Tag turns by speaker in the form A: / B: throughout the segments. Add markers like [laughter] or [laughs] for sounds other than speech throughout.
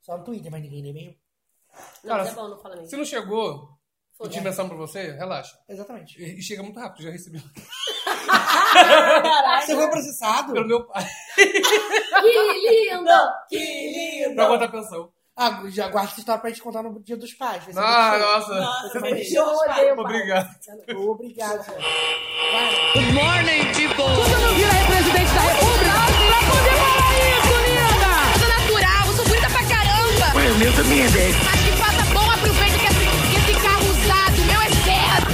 A: Só no Twitter, mas ninguém lê mesmo.
B: Não,
C: Cara,
B: mas é
C: se-
B: bom, não fala mesmo.
C: Se não chegou o
B: Foda-se.
C: time menção pra você, relaxa. [laughs]
A: Exatamente.
C: E e chega muito rápido, já recebi
A: Você
B: Caralho,
A: foi processado?
C: pelo meu pai [laughs]
B: que lindo!
A: Que lindo!
C: pra contar a pensão.
A: Ah, já guarda essa história pra gente contar no Dia dos Pais. vai ser
C: Ah,
A: muito show.
C: nossa.
B: Nossa,
A: Você
B: eu odeio pai.
C: Obrigado.
A: Obrigado. senhor. né? Vai.
D: Você não vira presidente da República? Pra poder falar isso, linda!
E: é Eu sou natural, eu sou bonita pra caramba. Mas o meu também é 10. Mas que faça bom aproveita que esse, que esse carro usado, meu é certo.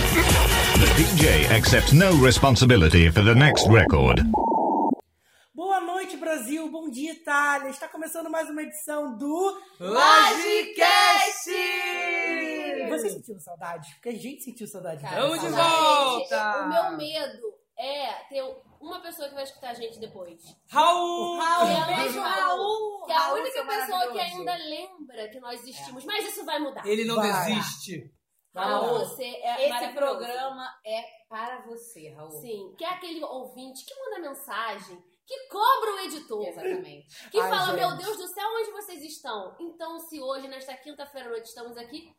F: The DJ accepts no responsibility for the next record.
A: Boa noite, Brasil. Bom dia, Itália. Está começando mais uma edição do.
C: Lagecast!
A: Você sentiu saudade? Porque a gente sentiu saudade.
B: Cara,
C: Tamo de
B: saudade.
C: volta!
B: O meu medo é ter uma pessoa que vai escutar a gente depois.
C: Raul!
B: E é a
A: beijo,
B: mesma
A: Raul.
B: Que é a
A: Raul,
B: única
A: seu
B: pessoa que
A: maravilhoso.
B: ainda lembra que nós existimos. Mas isso vai mudar.
C: Ele não
A: Vai.
C: desiste.
B: Raul,
A: Raul.
B: você é
G: Esse
B: maravilhoso.
G: programa é para você, Raul.
B: Sim, que é aquele ouvinte que manda mensagem, que cobra o editor,
G: Exatamente.
B: que
A: Ai,
B: fala,
A: gente.
B: meu Deus do céu, onde vocês estão? Então, se hoje, nesta quinta-feira à noite, estamos aqui,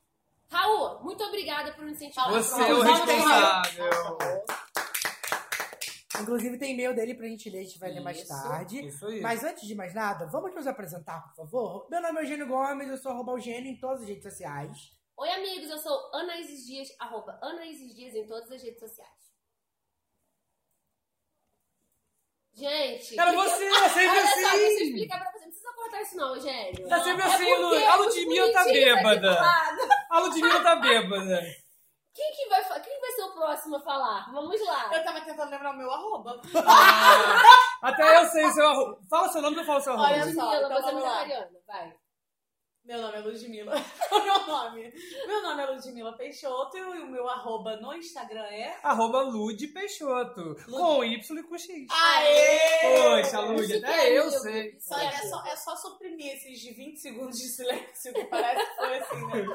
B: Raul, muito obrigada por nos incentivar.
C: Você é
B: Raul,
C: o
B: vamos dar um Raul.
C: responsável.
A: Inclusive, tem e-mail dele pra gente ler, a gente vai ler mais
G: Isso,
A: tarde.
C: Isso aí.
A: Mas antes de mais nada, vamos nos apresentar, por favor? Meu nome é Eugênio Gomes, eu sou arroba Eugênio em todas as redes sociais.
B: Oi, amigos, eu sou Ana Isis Dias, arroba Ana Isis Dias em todas as redes sociais. Gente,
C: Era
B: que-
C: você, é sempre
B: [laughs] Olha só, deixa eu
C: assim.
B: explicar pra você. Não precisa cortar isso, não, Eugênio.
C: Tá sempre
B: É
C: assim,
B: porque
C: Lu. A
B: os
C: Ludmilla tá
B: bonitinhos aqui
C: bêbada.
B: do lado.
C: A Ludmilla tá [laughs] bêbada.
B: Quem, que vai, fa- quem vai ser o próximo a falar? Vamos lá.
G: Eu tava tentando lembrar o meu arroba.
C: Até eu sei o seu arroba. Fala seu nome que eu falo seu
G: Olha
C: arroba.
G: só,
B: Ludmilla,
G: então
B: você é
G: vamos lá.
B: vegetariana. Vai.
G: Meu nome é Ludmilla. [laughs] Qual é o meu nome? Meu nome é Ludmilla Peixoto e o meu arroba no Instagram é...
C: Arroba Lud Peixoto. Com Y e com X.
G: Aê!
C: Poxa, Lud,
B: Chique,
C: até eu
B: amigo.
C: sei.
B: Isso
G: Só,
B: aí,
G: é, só, é só suprimir esses 20 segundos de silêncio que parece que foi assim, né?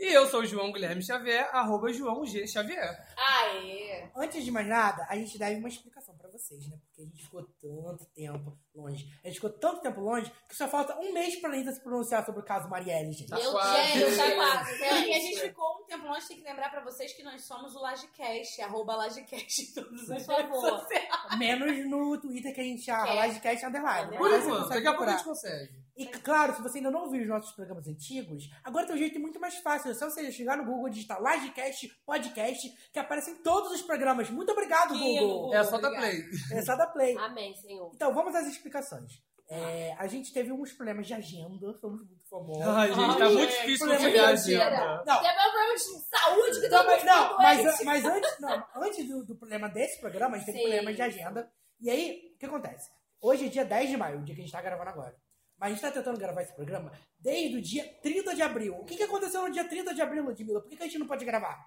C: E eu sou o João Guilherme Xavier, arroba João G Xavier.
G: Aê!
A: Antes de mais nada, a gente deve uma explicação pra vocês, né? Porque a gente ficou tanto tempo longe. A gente ficou tanto tempo longe que só falta um mês pra Anitta se pronunciar sobre o caso Marielle,
C: [laughs]
A: gente.
C: Tá
B: Meu
C: quase.
B: Deus, tá quase.
G: E a
B: gente.
G: gente ficou um tempo longe, tem que lembrar pra vocês que nós somos o Lagecast, arroba Lagecast em todas
B: Por
G: as
B: favor.
G: redes
A: Menos no Twitter que a gente chama
G: É.
A: Livecast Underline.
C: Por
A: Aí você
C: enquanto,
A: consegue
C: daqui a pouco a
A: procurar.
C: gente consegue.
A: E claro, se você ainda não ouviu os nossos programas antigos, agora tem um jeito muito mais fácil. É só você chegar no Google e digitar Livecast Podcast, que aparecem todos os programas. Muito obrigado,
G: Que
A: Google!
G: Google.
C: É só dar
G: Obrigada.
C: play.
A: É só da Play.
B: Amém, Senhor.
A: Então, vamos às explicações. É, a gente teve uns problemas de agenda, fomos muito famosos.
C: Ai, gente, tá
G: Ai,
C: muito
G: gente,
C: difícil
A: problema
C: conciliar a
B: de mentira.
C: agenda.
A: Não,
B: Tem agora um problema de saúde que
A: Não,
B: todo mundo é
A: mas, não,
B: ficou
A: mas,
B: doente.
A: mas antes, não,
B: [laughs]
A: antes do, do problema desse programa, a gente
B: Sim.
A: tem problemas de agenda. E aí, o que acontece? Hoje é dia 10 de maio, o dia que a gente tá gravando agora. Mas a gente tá tentando gravar esse programa desde o dia 30 de abril. O que, que aconteceu no dia 30 de abril, Ludmilla? Por que, que a gente não pode gravar?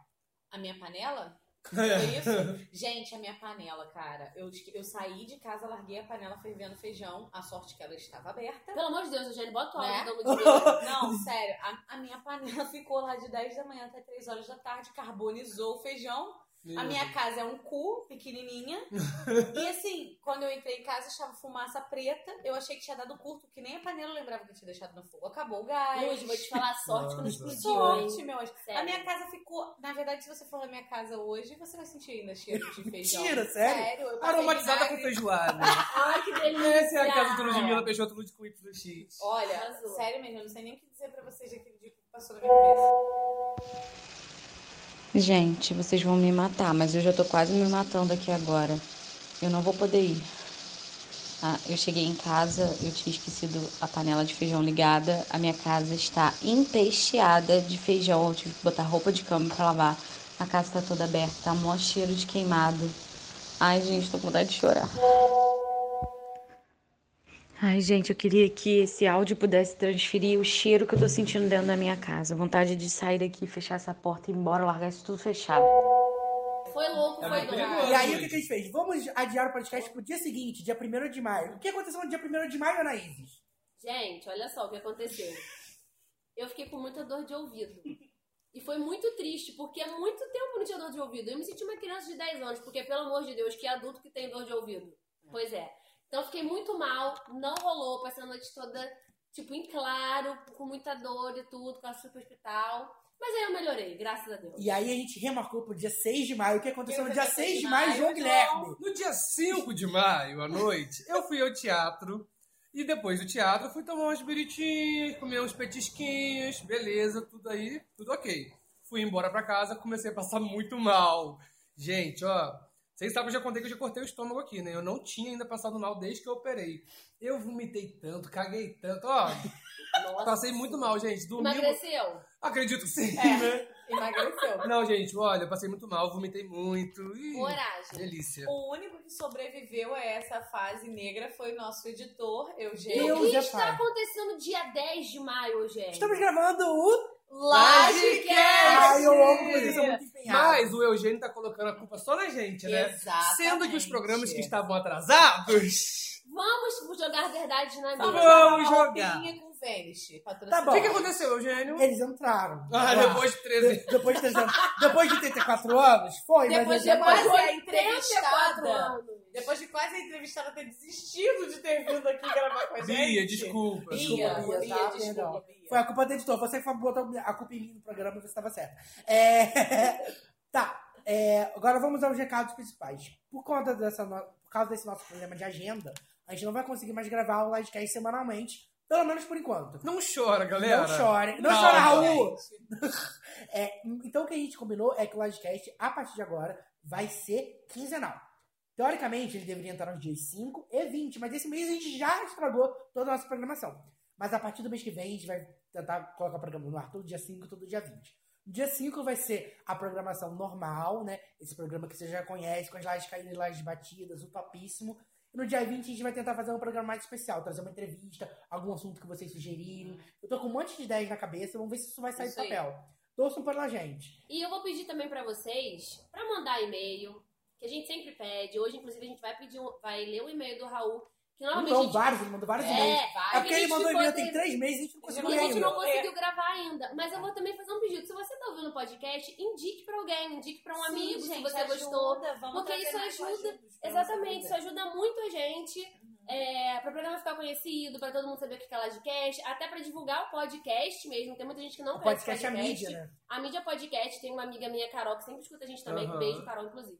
G: A minha panela? Foi isso? Gente, a minha panela, cara. Eu, esque- eu saí de casa, larguei a panela fervendo feijão. A sorte é que ela estava aberta.
B: Pelo amor de Deus, Eugênio, bota o
G: Né?
B: áudio da Ludmilla.
G: Não, sério, a, a minha panela [laughs] ficou lá de 10 da manhã até 3 horas da tarde, carbonizou o feijão. A minha casa é um cu, pequenininha. E assim, quando eu entrei em casa, estava fumaça preta. Eu achei que tinha dado curto, que nem a panela eu lembrava que eu tinha deixado no fogo. Acabou o gás.
B: Lud, vou te falar sorte quando
C: Nossa.
B: explodiu.
G: Sorte,
B: hein?
G: meu anjo.
B: Sério.
G: A minha casa ficou. Na verdade, se você for na minha casa hoje, você vai sentir ainda cheiro de feijão.
A: Mentira, sério?
G: eu passei
C: Aromatizada com
G: vinagre.
C: feijoada.
B: Ai, que delícia.
C: [laughs] Essa é a casa do Ludmilla Peixoto Lud com YX.
G: Olha,
B: Arrasou.
G: sério mesmo, eu não sei nem o que dizer pra vocês daquele dia que passou na
B: [laughs]
G: minha cabeça.
H: Gente, vocês vão me matar, mas eu já tô quase me matando aqui agora. Eu não vou poder ir. Ah, eu cheguei em casa, eu tinha esquecido a panela de feijão ligada. A minha casa está empesteada de feijão. Eu tive que botar roupa de cama pra lavar. A casa tá toda aberta, tá mó cheiro de queimado. Ai, gente, tô com vontade de chorar. Ai, gente, eu queria que esse áudio pudesse transferir o cheiro que eu tô sentindo dentro da minha casa. Vontade de sair daqui, fechar essa porta e ir embora, largar isso tudo fechado.
B: Foi louco,
C: É
B: foi
C: muito
B: louco.
C: perigoso.
A: E aí, o que, que a gente fez? Vamos adiar o podcast pro dia seguinte, dia 1 de maio. O que aconteceu no dia 1 de maio, Anaíses?
B: Gente, olha só o que aconteceu. Eu fiquei com muita dor de ouvido. E foi muito triste, porque há muito tempo eu não tinha dor de ouvido. Eu me senti uma criança de 10 anos, porque, pelo amor de Deus, que adulto que tem dor de ouvido? Pois é. Então, eu fiquei muito mal, não rolou, passei a noite toda tipo, em claro, com muita dor e tudo, quase fui pro hospital. Mas aí eu melhorei, graças a Deus.
A: E aí a gente remarcou pro dia 6 de maio. O que aconteceu no dia 6 de
G: maio,
A: maio, João Guilherme?
C: No dia 5 de maio, à noite, eu fui ao teatro. E depois do teatro, eu fui tomar umas biritinhas, comer uns petisquinhos, beleza, tudo aí, tudo ok. Fui embora pra casa, comecei a passar muito mal. Gente, ó, vocês sabem, eu já contei que eu já cortei o estômago aqui, né? Eu não tinha ainda passado mal desde que eu operei. Eu vomitei tanto, caguei tanto, ó. Passei muito mal, gente. Domingo.
B: Emagreceu?
C: Acredito que sim, né?
B: Emagreceu.
C: Não, gente, olha, eu passei muito mal, vomitei muito. Ih,
B: Coragem.
C: Delícia.
G: O único que sobreviveu a essa fase negra foi o nosso editor,
B: E
G: Eugênio.
A: Eu
B: o que
A: já tá
B: está
A: falo.
B: acontecendo dia 10 de maio, gente?
A: Estamos gravando o.
G: Lagecast!
A: Ai, eu amo vocês, são muito empenhados.
C: Mas o Eugênio tá colocando a culpa só na gente, né?
G: Exatamente.
C: Sendo que os programas que estavam atrasados.
B: Vamos jogar verdade na
G: Vamos
B: mesa.
C: Vamos
G: jogar uma
C: jogar.
G: roupinha com Vênice.
A: Tá [laughs] bom.
C: O que, que aconteceu, Eugênio?
A: Eles entraram.
C: Ah,
A: Lá.
C: depois de 13.
A: De- depois de 300 depois de 84 anos, foi,
G: Depois
A: mas
G: de
A: eu-
G: quase a
B: 84
G: entrevistada.
B: anos.
G: Depois de quase a entrevistada ter desistido de ter vindo aqui gravar com a
A: é
G: gente.
C: Bia, desculpa.
G: Bia,
A: Bia,
G: Bia,
A: tá?
G: desculpa,
A: Perdão.
G: Bia.
A: Foi a culpa do editor. Você que botou a culpa em mim no programa e você estava certa. É, [laughs] tá. é, agora vamos aos recados principais. Por conta dessa no- por causa desse nosso problema de agenda, a gente não vai conseguir mais gravar o livecast semanalmente, pelo menos por enquanto.
C: Não chora, galera.
A: Não chore. Não
C: Calma,
A: chora, Raul! [laughs] É, então, o que a gente combinou é que o Livecast, a partir de agora, vai ser quinzenal. Teoricamente, ele deveria entrar nos dias 5 e 20, mas esse mês a gente já estragou toda a nossa programação. Mas a partir do mês que vem, a gente vai tentar colocar o programa no ar todo dia 5 e todo dia 20. No dia 5 vai ser a programação normal, né? Esse programa que você já conhece, com as lives caídas, lives batidas, o topíssimo. E no dia 20 a gente vai tentar fazer um programa mais especial, trazer uma entrevista, algum assunto que vocês sugerirem. Eu tô com um monte de ideias na cabeça, vamos ver se isso vai sair
B: Isso
A: do
B: aí.
A: papel. Torçam pela gente.
B: E eu vou pedir também pra vocês pra mandar e-mail, que a gente sempre pede. Hoje, inclusive, a gente vai pedir, um- vai ler o e-mail do Raul, que
A: Não,
B: normalmente a gente
A: vários, ele mandou vários e-mails.
B: vai.
A: É porque ele mandou
B: ficou
A: e-mail tem
B: teve-
A: três meses e a gente não conseguiu
B: E
A: ler
B: a gente não
A: ainda.
B: conseguiu gravar ainda. Mas eu vou também fazer um pedido. Se você tá ouvindo o podcast, indique pra alguém, indique pra um amigo se
G: tá
B: você gostou. Porque isso ajuda- Exatamente, isso ajuda muito a gente
A: Uhum.
B: é, para o programa ficar conhecido, pra todo mundo saber o que é Lodcast, até pra divulgar o podcast mesmo. Tem muita gente que não
A: O
B: conhece
A: podcast é a mídia, né?
B: A mídia é podcast, tem uma amiga minha, Carol, que sempre escuta a gente também,
C: Aham.
B: beijo, Carol, inclusive.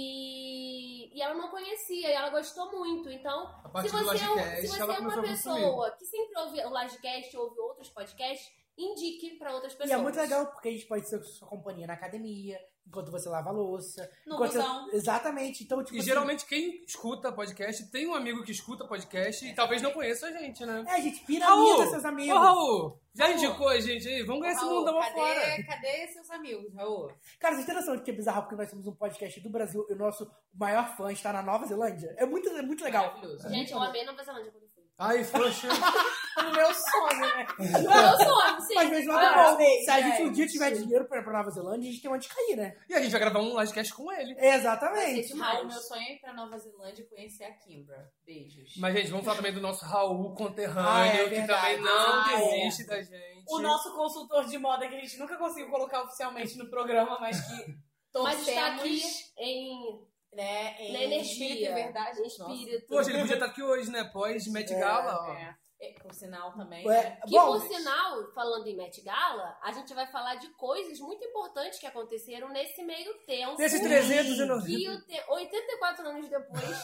B: E, e ela não conhecia, e ela gostou muito. Então,
C: A
B: se
C: partir do
B: você, é, um- se
C: Lodcast,
B: você
C: ela
B: é uma
C: começou a consumir.
B: pessoa que sempre ouve o Lodcast, ouve outros podcasts, indique pra outras
A: E
G: Então,
B: pessoas.
A: é
G: assim,
A: muito legal, porque a gente pode ser sua companhia na academia, enquanto você lava a louça.
G: No
A: enquanto você-
G: busão.
A: Exatamente. Então, tipo
C: E
A: assim,
C: geralmente quem escuta podcast tem um amigo que escuta podcast e talvez não conheça a gente, né?
A: É, gente, piramida
C: Raul!
A: seus amigos.
C: Ô, Raul! Já indicou a gente aí? Vamos ganhar esse
G: Raul,
C: mundão
G: cadê,
C: afora.
G: cadê seus amigos, Raul?
A: Cara, vocês têm noção de que é bizarro porque nós somos um podcast do Brasil e o nosso maior fã está na Nova Zelândia? É muito, é muito legal.
G: Maravilhoso.
B: Gente, eu amei Nova Zelândia quando é eu fui.
C: Ai, Fluxo.
G: [laughs] O meu sonho, né?
A: [laughs]
B: Eu sou, sim.
A: Mas mesmo
G: Ah,
A: lá bom. Se a
G: é,
A: gente um dia tiver dinheiro pra ir pra Nova Zelândia, a gente tem onde cair, né?
C: E a gente vai gravar um livecast com ele.
A: Exatamente.
B: Gente,
G: Raul,
B: Raul,
G: meu sonho é ir pra Nova Zelândia e conhecer a Kimbra. Beijos.
C: Mas, gente, vamos falar também do nosso Raul
A: Ah,
C: conterrâneo,
A: é
C: que
A: verdade.
C: também não
G: Ah, é.
C: desiste da gente.
G: O nosso consultor de moda, que a gente nunca conseguiu colocar oficialmente no programa, [laughs] mas que
B: Mas está aqui
G: torcemos,
B: em,
G: né, em
B: na energia,
G: espírito e verdade.
B: em
G: Nossa.
B: espírito.
C: Poxa, ele podia estar aqui hoje, né? Pós Met Gala, ó.
G: É, é, por sinal também.
A: É,
G: né?
B: Que,
A: bom,
B: por sinal, falando em Met Gala, a gente vai falar de coisas muito importantes que aconteceram nesse meio tempo.
C: Desses
B: Que
C: 390.
B: o te- 84
A: [laughs]
B: anos depois,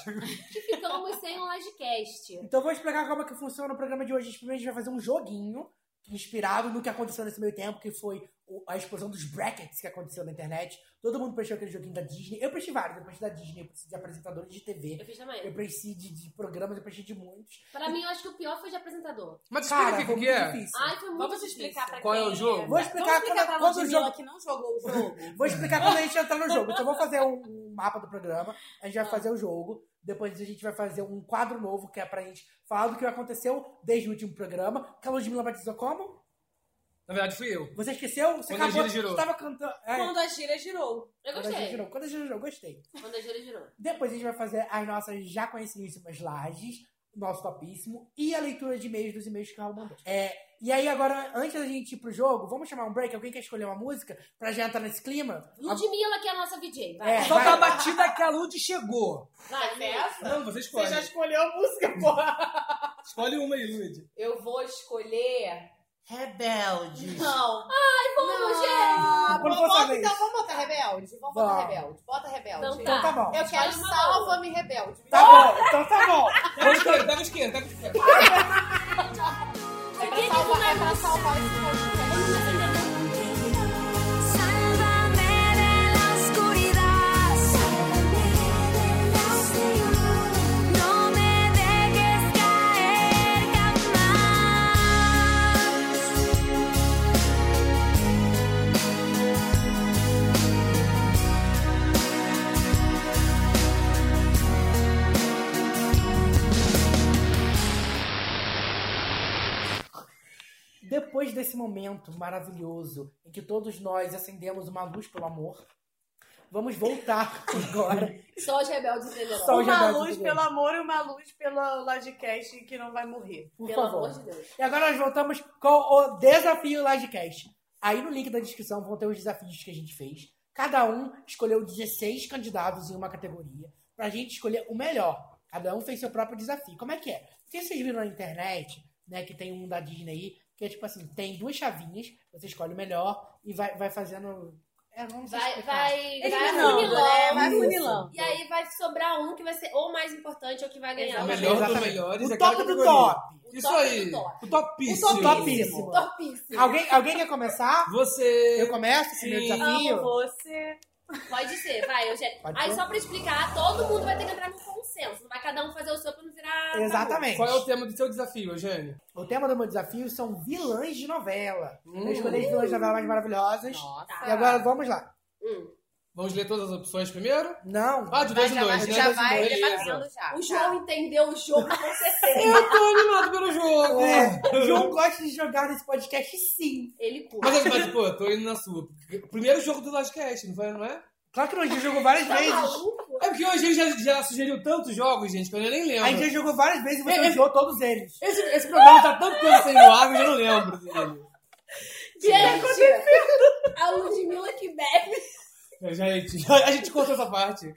B: que ficamos sem um livecast.
A: Então eu vou explicar como é que funciona o programa de hoje. A gente primeiro a gente vai fazer um joguinho inspirado no que aconteceu nesse meio tempo, que foi o- a explosão dos brackets que aconteceu na internet. Todo mundo prestou aquele joguinho da Disney. Eu prestei vários, eu prestei da Disney, eu prestei de apresentadores de TV,
B: Eu fiz
A: eu
B: também.
A: prestei de, de programas, eu prestei de muitos.
B: Pra mim, eu acho que o pior foi de apresentador.
C: Mas
A: Cara,
C: explica o
A: foi
C: que que
A: muito
C: é.
A: difícil.
B: Ai, foi muito
G: Vamos
B: difícil.
G: explicar pra
C: Qual é
G: quem
C: o jogo?
A: Vou explicar
G: Vamos
A: quando-
G: explicar pra
A: quando o
G: Ludmilla
A: jogo-
G: que não jogou o [laughs] jogo.
A: Vou explicar quando a gente entrar no jogo. Então, vou fazer um, um mapa do programa, a gente vai fazer o jogo, depois a gente vai fazer um quadro novo, que é pra gente falar do que aconteceu desde o último programa, que a Ludmilla batizou como?
C: Na verdade, fui eu.
A: Você esqueceu? Você
C: Quando a
A: acabou,
C: Gira girou.
A: você tava cantando... É,
G: Quando a gira girou.
B: Eu
A: quando a Gira
B: gostei.
A: girou. Quando a Gira girou, gostei.
B: Quando a Júlia girou.
A: Depois a gente vai fazer as nossas já conhecidíssimas lajes, nosso topíssimo, e a leitura de e-mails dos e-mails que o Raul mandou. É, e aí agora, antes da gente ir pro jogo, vamos chamar um break? Alguém quer escolher uma música pra já entrar nesse clima?
B: Ludmilla, que é a nossa VJ. Vai,
A: É,
C: Só
A: vai.
C: tá a batida que a Lud chegou.
B: vai, Lu.
C: Não, você escolhe. [laughs]
G: Você já escolheu a música, porra.
C: Escolhe uma aí, Luíde.
G: Eu vou escolher.
I: Rebeldes.
G: Não.
B: Vamos,
I: Ah,
A: Quando
I: bota-
A: for sua Tá vez.
I: então vamos botar rebelde. Vamos botar
A: Vamos.
I: rebelde. Bota rebelde.
B: Então
A: Então tá bom.
I: Eu quero
B: Escolhe uma
I: salva-me rebelde.
A: Tá [laughs] bom, então tá bom.
C: Pega a esquerda, pega a esquerda, pega a esquerda.
I: É pra salvar, é pra salvar esse podcast.
A: Depois desse momento maravilhoso em que todos nós acendemos uma luz pelo amor, vamos voltar [laughs] agora.
B: Só os rebeldes entenderão.
A: Só os
I: Uma
A: rebeldes
I: luz
A: entenderão.
I: pelo amor e uma luz pelo Lodcast que não vai morrer.
A: Por
B: Pelo
A: favor.
B: amor de Deus.
A: E agora nós voltamos com o desafio Livecast. Aí no link da descrição vão ter os desafios que a gente fez. Cada um escolheu 16 candidatos em uma categoria pra gente escolher o melhor. Cada um fez seu próprio desafio. Como é que é? Porque vocês viram na internet, né, que tem um da Disney aí, que é tipo assim, tem duas chavinhas, você escolhe o melhor e vai, vai fazendo... É, não sei
B: Vai,
A: explicar.
B: vai, vai
A: não,
B: funilando.
A: né? Vai
I: funilando.
B: E aí vai sobrar um que vai ser ou mais importante ou que vai
A: é
B: ganhar.
C: O
B: Mas-
C: melhor dos
A: Exatamente.
C: melhores é
A: O
C: aquela
A: top do
C: categoria.
A: top.
C: Isso
B: top
C: aí.
B: do top.
C: O topíssimo.
A: O topíssimo.
B: Topíssimo.
A: Alguém, alguém quer começar?
C: Você.
A: Eu começo esse meu
C: Sim.
A: desafio?
I: Você.
B: Pode ser, vai, Eugênio.
A: Pode
B: Aí
A: ser.
B: só pra explicar, todo mundo vai ter que entrar num consenso. Não vai cada um fazer o seu pra não virar.
A: Exatamente.
C: Qual é o tema do seu desafio, Eugênio?
A: O tema do meu desafio são vilãs de novela. Eu escolhi as vilãs de novela mais maravilhosas. E agora vamos lá.
B: Hum.
C: Vamos ler todas as opções primeiro?
A: Não.
C: Ah, de dois em
I: já vai,
C: dois, né?
I: já vai
C: Beleza.
I: debatendo
A: Ah,
I: já.
A: tá.
B: O João entendeu o jogo com certeza.
C: Eu tô animado pelo jogo.
A: É, João gosta de jogar nesse podcast, sim.
B: Ele curte.
C: Mas, mas, pô, tô indo na sua. Primeiro jogo do Lastcast, não foi, não é?
A: Claro que não, a gente jogou várias
B: Tá
A: vezes.
B: maluco?
C: É porque hoje a gente já, já sugeriu tantos jogos, gente, que eu nem lembro.
A: A gente já jogou várias vezes e você
C: É, é.
A: odiou todos eles.
C: Esse, esse programa tá tanto tempo sem no ar, que eu já não lembro dele.
B: é Gente, a Ludmilla que bebe.
C: É, Gente, a gente cortou essa parte.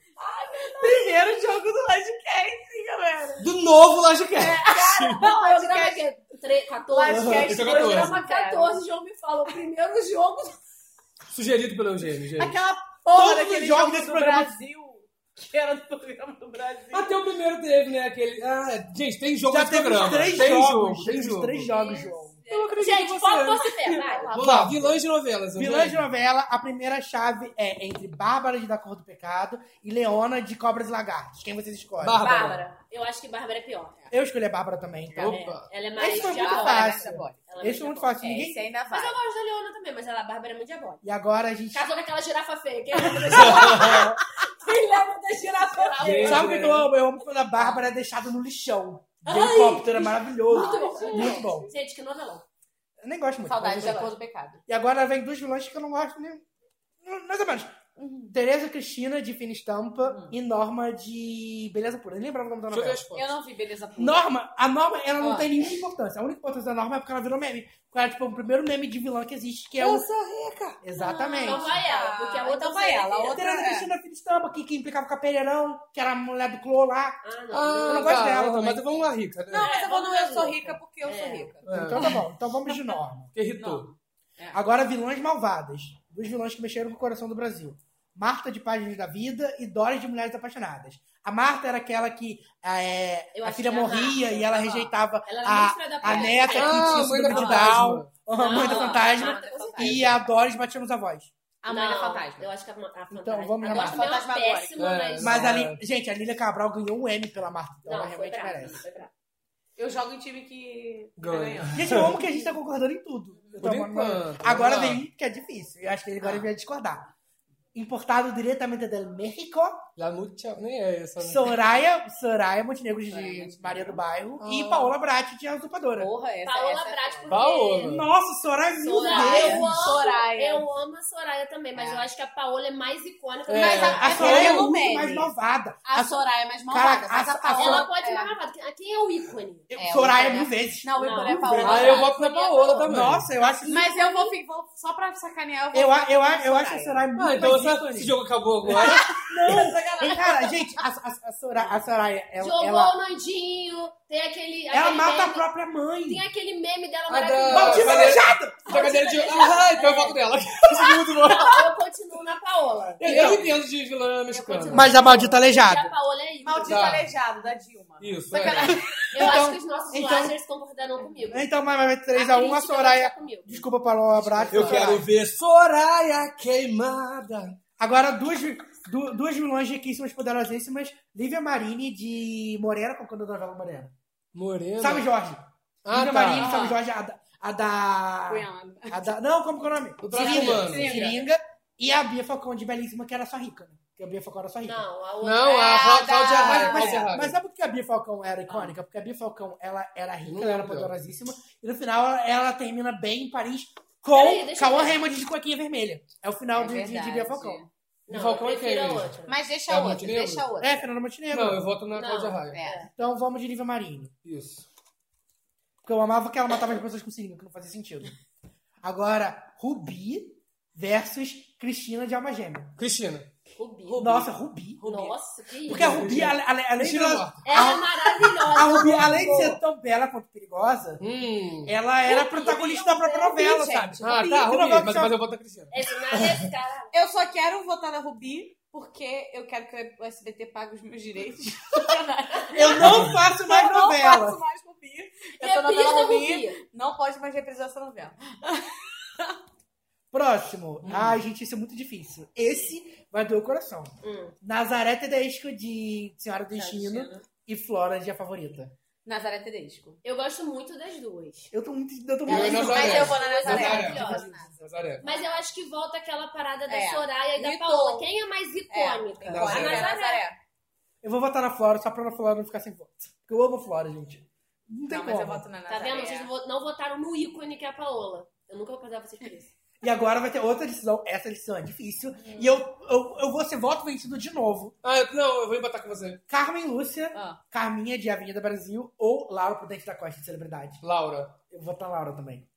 I: Primeiro jogo do Lodcast, galera.
C: Do novo Lastcast.
I: Não,
B: Eu gravo aqui, tre- 14.
I: Lodcast
C: Esse é o
I: programa
B: 14. 14, João me fala. O primeiro jogo
C: Sugerido pelo Eugênio, gente.
I: Aquela porra
A: Todos os
I: daquele
A: jogos
I: jogo
A: desse
I: do
A: programa-
I: Brasil. Que era do programa do Brasil.
C: Até o primeiro teve, né? Aquele. Ah, gente, tem jogo
A: Já
C: de
A: temos
C: programa.
A: três
C: tem
A: jogos.
C: jogo, tem
A: temos
C: jogo.
A: três jogos, João.
C: Eu acredito em
B: Gente,
C: você.
B: pode torcer, vai.
C: Vamos lá, vilãs de novelas.
A: Vilãs de
C: Eugênio.
A: novela, a primeira chave é entre Bárbara de Da Cor do Pecado e Leona de Cobras e Lagartos. Quem vocês escolhem?
C: Bárbara.
B: Bárbara. Eu acho que Bárbara é pior.
A: Eu escolhi a Bárbara também, então.
C: Opa.
B: É, ela é mais
A: Esse foi muito
B: diabólica.
A: fácil. Esse foi
B: Ela é mais
A: muito
B: diabólica.
A: fácil.
I: É,
A: Ninguém...
I: esse ainda vai.
B: Mas eu gosto da Leona também, mas ela, a Bárbara é muito diabólica.
A: E agora a gente...
I: Tá
B: Casou com aquela girafa feia.
A: [laughs]
B: Quem lembra da Quem lembra
A: [laughs]
B: da girafa feia?
C: Gente,
A: Sabe o que que eu amo? Eu amo quando a Bárbara é deixada no lixão. De helicóptero, é maravilhoso.
B: Muito bom.
A: Muito bom.
B: Gente, que é novelão.
A: Eu nem gosto muito.
I: Saudade
A: mas
I: da
A: eu
I: cor
A: gosto.
I: do pecado.
A: E agora vem duas vilãs que eu não gosto nem... Mais ou menos.
I: Uhum.
A: Tereza Cristina, de Fina Estampa, e Norma, de Beleza Pura. Eu nem lembrava o nome da
C: Deixa eu ver
A: novela.
C: as fotos.
I: Eu não vi Beleza Pura.
A: Norma, a Norma, ela não
I: Ah.
A: tem nenhuma importância. A única importância da Norma é porque ela virou meme. Ela é, tipo, o primeiro meme de vilã que existe, que é o...
I: sou rica. é
A: Exatamente.
B: Então vai ela, porque a outra
I: Então vai
B: foi
I: ela, a
B: feia.
I: outra-
A: Tereza
I: é.
A: Cristina, Fina Estampa, que, que implicava com a Pereirão, que era a mulher do Clô lá.
B: Ah, não.
C: Ah,
A: Eu não gosto
C: tá,
A: dela
C: então,
A: também.
C: Mas vamos lá, Rica. Né?
I: Não, mas eu vou no
B: vamos
I: Eu Sou
B: ver.
I: Rica porque eu sou
B: É.
I: rica.
C: É,
A: Então tá bom. Então vamos de Norma.
C: que irritou.
A: Agora, vilões malvadas. Dos vilões que mexeram com o coração do Brasil. Marta de Páginas da Vida e Doris de Mulheres Apaixonadas. A Marta era aquela que ah, é,
B: Eu
A: a
B: acho
A: filha
B: que é a
A: morria
B: Marta.
A: e ela rejeitava
I: é
B: Ela era
A: a,
B: ministra da
A: a
B: Praia.
A: neta que
C: Ah,
A: tinha
C: mãe
A: sido
C: da
A: de Down,
C: fantasma.
A: a mãe da
B: Não,
A: fantasma.
B: a Marta é fantasma.
A: E a Doris batia nos avós.
I: A mãe da
B: Não,
I: fantasma.
B: Eu acho que a, ma- a fantasma.
A: Então, vamos
B: a
A: lá.
B: Fantasma
I: Fantasma
B: é uma
I: agora.
B: péssima,
C: É,
B: mas.
A: Mas
C: Ah.
A: ali, gente, a Lilia Cabral ganhou um M pela Marta. Então ela
B: Não, foi
A: realmente
B: brava.
A: merece.
B: Foi brava.
I: Eu jogo em time que
C: Ganha.
I: ganha.
A: Gente, eu amo que a gente tá concordando em tudo. Eu tô
C: Por
A: amando.
C: enquanto, Ah.
A: Agora
C: vamos lá.
A: vem um que é difícil. Eu acho que agora ele vai discordar. Importado diretamente do México,
C: La Mucha. Nem é essa. Né?
A: Soraya, Soraya Montenegro de
I: Montenegro.
A: Maria do Bairro
C: Ah.
A: e Paola Brat de A Usurpadora.
I: Porra, essa
B: Paola
I: essa- é
B: Brat, porque.
C: Paola.
A: Nossa, Soraya, é meu
B: Soraya. é
A: Deus.
B: Eu amo,
I: Soraya.
B: eu amo a Soraya também, mas
I: É.
B: eu acho que a Paola é mais icônica.
C: É.
B: Mas a-
A: A
I: É
A: Soraya é
I: pelo
A: muito
I: meme.
A: mais malvada.
I: A Soraya é mais malvada.
A: Cara,
I: mas
A: a-
I: a
A: a
I: Paola-
B: Ela pode ser
I: é.
B: mais malvada. Quem é o ícone?
I: É,
A: Soraya
I: eu-
A: mil vezes.
I: Não, eu vou
B: Não.
I: é Paola.
C: Ah, eu voto na Paola também.
A: Nossa, eu acho...
I: Mas eu vou, fi- vou- só pra sacanear, eu vou.
A: Eu, a-
I: ficar
A: eu,
I: com
A: a- eu acho a
I: Soraya.
A: Soraya muito
C: Ah, então
A: mais
C: você Nossa, esse jogo acabou agora.
A: Não! Cara, gente, a, a, a, Sora- a Soraya, ela,
B: Jogou
A: É ela,
B: o Nandinho, tem aquele.
A: ela
B: aquele
A: mata a
B: meme-
A: própria mãe.
B: Tem aquele meme dela
C: Ah, da-
B: maravilhoso.
A: Maldita
C: Valeu.
A: aleijada!
C: Da cadeira de. Ah, então eu volto dela. Isso é muito bom.
B: Eu continuo na Paola.
C: Eu, eu entendo de vilã mexicana.
A: Mas a maldita
B: Porque a
A: aleijada.
B: Paola é isso.
I: Maldito
A: [laughs]
C: Tá.
I: aleijado da Dilma.
C: Isso, é.
B: Sacanagem. Eu
A: Então-
B: acho que os nossos
A: então-
B: losers concordarão comigo.
A: Então, mas vai 3x1, a
B: crítica
A: Soraya.
B: vai ficar comigo.
A: Desculpa um a palavra, Braga.
C: Eu
A: Soraya.
C: quero ver Soraya queimada.
A: Agora, duas, du- duas vilões riquíssimas, poderosíssimas. Lívia Marini, de Morena, é com quando novela Morena.
C: Morena.
A: Salve Jorge.
C: Ah,
A: Lívia
C: tá.
A: Marini, Salve Jorge, a da... A da...
G: Goiânia.
A: a da- não, como que é o nome?
C: Do Brasil,
A: Seringa.
C: mano.
A: Seringa. E a Bia Falcão, de Belíssima, que era só rica, né? Porque a Bia Falcão era só rica.
B: Não, a outra.
C: Não, a Clá- Cláudia
B: Ah,
C: Raia.
B: é
A: Mas, mas-
C: Cláudia Raia.
A: mas sabe por que a Bia Falcão era icônica? Porque a Bia Falcão, ela era rica,
C: Não
A: ela era
C: lembro.
A: poderosíssima. E no final, ela, ela termina bem em Paris
B: Peraí,
A: com
B: deixa eu
A: Cauã
B: ver.
A: Raymond de cuequinha vermelha. É o final de, de, de Bia Falcão.
B: Não,
C: Falcão é
B: eu prefiro
C: quem?
B: a outra.
E: Mas deixa
C: É a
E: outra,
C: Montenegro?
E: deixa outra.
A: É, Fernando Montenegro.
C: Não, eu voto na
B: Não,
C: Cláudia Raia.
E: É.
A: Então vamos de Lívia Marini.
C: Isso.
A: Porque eu amava que ela matava as pessoas com seringa, que não fazia sentido. Agora, Rubi versus Cristina de Alma Gêmea.
C: Cristina.
B: Rubi.
A: Nossa, Rubi.
B: Nossa, que isso.
A: Porque a Rubi, ale- ale- além de,
C: Cristina Duarte.
B: Ela é
A: a
B: maravilhosa.
A: Rubi, além de ser tão bela quanto perigosa,
C: Hum.
A: ela era protagonista da própria novela, sabe?
C: Ah, tá,
A: Rubi,
C: Rubi,
A: Rubi,
C: mas,
A: só-
C: mas eu voto na Cristina.
B: Esse, mas esse cara.
G: Eu só quero votar na Rubi, porque eu quero que o SBT pague os
A: [laughs]
G: meus direitos.
A: Eu não faço mais
G: eu não
A: novela.
G: faço mais Rubi. [laughs] Eu tô na
B: Repita,
G: novela Rubi.
B: Rubi.
G: Não pode mais reprisar essa novela.
A: Próximo. Ai, gente, isso é muito difícil. Esse vai doer o coração.
B: Hum.
A: Nazaré Tedesco de Senhora
G: Tá,
A: do Destino
G: Tadinha.
A: e Flora de A Favorita.
G: Nazaré Tedesco.
B: Eu gosto muito das duas.
A: Eu tô muito. Eu tô
C: Eu
A: muito.
C: é Nazaré.
G: Mas eu vou na Nazaré.
C: Nazaré.
B: Maravilhosa.
C: Nazaré.
B: Mas eu acho que volta aquela parada da
G: É.
B: Soraya e da
G: Mitou.
B: Paola. Quem é mais icônica?
G: É,
B: A
C: Nazaré.
G: Nazaré.
B: Nazaré.
G: Nazaré.
A: Eu vou votar na Flora só pra Flora não ficar sem voto. Porque eu amo Flora, gente. Não tem
G: Não, mas eu
A: como.
G: voto na
B: Tá
G: Nazaré.
B: vendo? Vocês vo- não votaram no ícone que é a Paola. Eu nunca vou passar vocês por isso.
A: E agora vai ter outra decisão. Essa decisão é difícil. E eu, eu, eu vou ser voto vencido de novo.
C: Ah, eu- não, eu vou empatar com você.
A: Carmen Lúcia,
G: Ah.
A: Carminha de Avenida Brasil ou Laura Prudente da Costa de Celebridade.
C: Laura.
A: Eu vou votar na Laura também.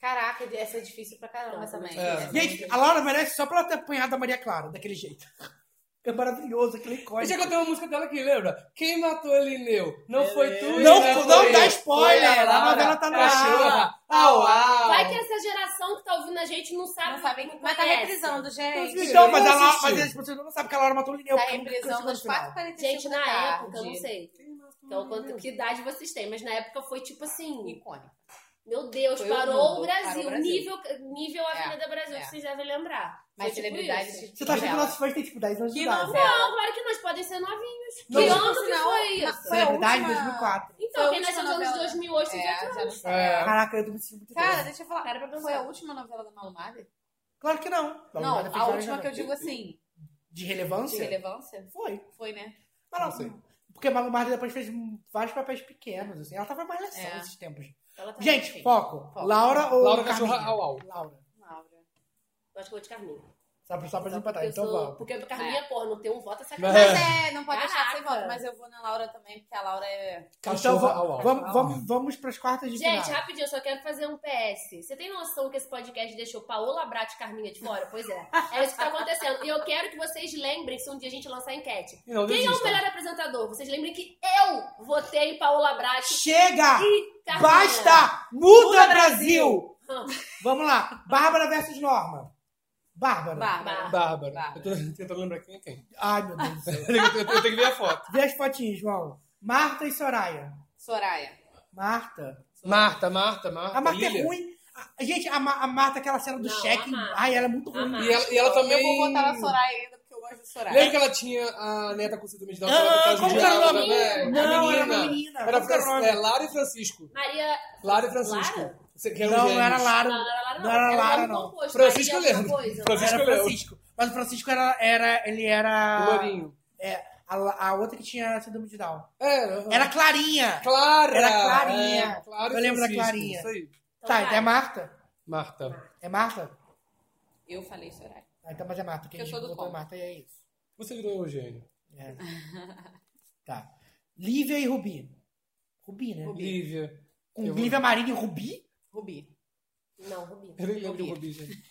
G: Caraca, essa é difícil pra caramba
B: Não,
G: também.
C: é.
A: Gente, a Laura merece só pra ela ter apanhado a Maria Clara, daquele jeito. [laughs] É maravilhoso, aquele
C: Deixa
A: código.
C: eu cantar uma música dela aqui, lembra? Quem matou Elineu? Não foi tu, e
A: Não,
C: foi
A: não
C: eu.
A: dá spoiler,
C: Foi
A: a novela tá no
C: a
A: ar. Ah,
C: Cachorra. Au, au.
B: Vai que essa geração que tá ouvindo a gente não sabe. é
G: Não sabem
B: não
G: Mas tá
B: conhece.
G: reprisando, gente.
A: Então, mas, a
C: Eu
A: Laura,
C: assisti.
A: mas as pessoas não sabem que a Laura matou o Lineu.
G: Tá
A: porque nunca
G: reprisando
A: chegou no
G: às
A: final.
G: 4h45
B: Gente, na
G: da tarde.
B: época, eu não sei. Então, quanto, que idade vocês têm? Mas na época foi tipo assim:
G: Icônica.
B: Meu Deus,
G: Foi o
B: parou,
G: mundo,
B: o
G: parou
B: Brasil.
G: o Brasil.
B: Nível, nível Avenida Brasil,
G: é.
B: que vocês devem lembrar.
G: Mas
B: Foi tipo
G: celebridades...
B: isso.
A: Você tá achando que
G: novela.
A: nossos fãs têm tipo 10 anos de
G: Que
A: idade?
G: novela?
B: Não, claro que nós podem ser novinhos.
A: Não,
B: que
A: não,
B: ano que
G: não,
B: foi
G: não,
B: isso?
G: foi a
A: Celebridade
G: última-
A: 2004.
G: Foi a
B: Então, quem nasceu nos
G: última
B: anos
G: novela.
B: 2008,
G: É,
B: já
G: já
B: tá.
G: não sei.
C: É.
A: Caraca, eu tô me sentindo muito
G: Cara,
A: velho.
G: deixa eu falar.
B: Para pra
G: Foi a
B: pensar.
G: última novela da Malu Mader?
A: Claro que não.
G: Não,
A: Vamos
G: a
A: falar
G: última
A: de-
G: que eu digo assim,
A: De
G: de
A: relevância?
G: relevância,
A: Foi.
G: foi, né?
A: Mas
C: Não sei.
A: Porque a Malu Marta depois fez hum, vários papéis pequenos, assim. Ela tava mais lesão
G: É.
A: esses tempos.
B: Ela tá
A: Gente,
B: enfim.
A: foco.
G: Foco.
A: Laura ou
C: Laura
A: Carminha?
C: Cachorra, au, au.
A: Laura.
G: Laura.
B: Eu acho que eu vou de Carminha.
A: Só pra, só pra
B: Porque
A: empatar,
B: eu
A: então
B: sou-
A: vamos.
B: Porque a Carminha, porra, não tem um voto é sacanagem.
G: Mas é, não pode deixar sem
B: Caraca.
G: voto, mas eu vou na Laura também, porque a Laura é...
A: Então,
C: Cachorra,
A: vamos,
C: au, au.
A: vamos, vamos, vamos pras quartas de
B: Gente,
A: final.
B: rapidinho, eu só quero fazer um PS. Você tem noção que esse podcast deixou Paola Brat e Carminha de fora? Pois é. É isso que tá acontecendo. E eu quero que vocês lembrem, se um dia a gente lançar a enquete.
C: E não
B: Quem é o
C: desistam.
B: melhor apresentador? Vocês lembrem que eu votei em Paola Brat
A: Chega!
B: e Carminha.
A: Basta! Muda, Brasil!
B: Hum.
A: Vamos lá. Bárbara versus Norma. Bárbara.
G: Bárbara.
C: Bárbara.
G: Bárbara.
C: Eu tô tentando lembrar quem é quem.
A: Ai, meu Deus do céu.
C: Eu tenho, que- eu tenho que ver a foto.
A: Vê as fotinhas, João. Marta e Soraya.
G: Soraya.
A: Marta.
C: Marta, Marta, Marta.
A: A Marta é
C: Lilia.
A: ruim. A- Gente, a, Ma- a Marta, aquela cena do
B: Não,
A: cheque.
B: a Marta.
A: Ai, ela é muito
B: A
A: ruim.
B: Marta.
C: E ela, e ela também...
G: Eu vou votar na Soraya ainda, porque eu gosto da Soraya.
C: Lembra que ela tinha a neta com síndrome de Down?
A: Ah,
C: que ela
A: como que era
C: judiava
A: o
B: nome?
C: também?
A: Não,
C: A
A: era uma menina.
C: Era
A: Como que era o
C: Fran-
A: nome?
C: é, Lara e Francisco.
B: Maria.
C: Lara e Francisco.
B: Lara?
C: Você quer um
A: Não, não era Lara.
B: Não, não era Lara, não.
A: Não era Lara,
B: o nome
A: não.
B: composto,
C: Francisco
B: Maria
C: Leandro.
B: alguma coisa.
C: Francisco
A: Era
C: Leandro. Ah.
A: Francisco. Mas o Francisco era. era ele era.
C: O Lourinho.
A: É, a, a outra que tinha síndrome de Down.
C: É,
A: Era Clarinha.
B: Então
C: Clara.
A: Era Clarinha.
C: É, Clara e
A: Eu lembro da
C: Francisco,
A: Clarinha.
C: Isso aí.
B: Então
A: tá,
B: vai.
A: então é Marta?
C: Marta.
A: É Marta?
G: Eu falei Soraya.
A: Ah, então, mas é Marta. Quem
G: Eu sou do
A: votou é
G: contra.
A: Marta e é isso.
C: Você virou um Eugênio.
A: É. tá. Lívia e Rubi. Rubi, né?
C: Lívia.
A: Com
C: [laughs] Eu vou-
A: Lívia Marina e Rubi?
G: Rubi.
B: Não, Rubi.
C: Eu nem lembro de Rubi, gente.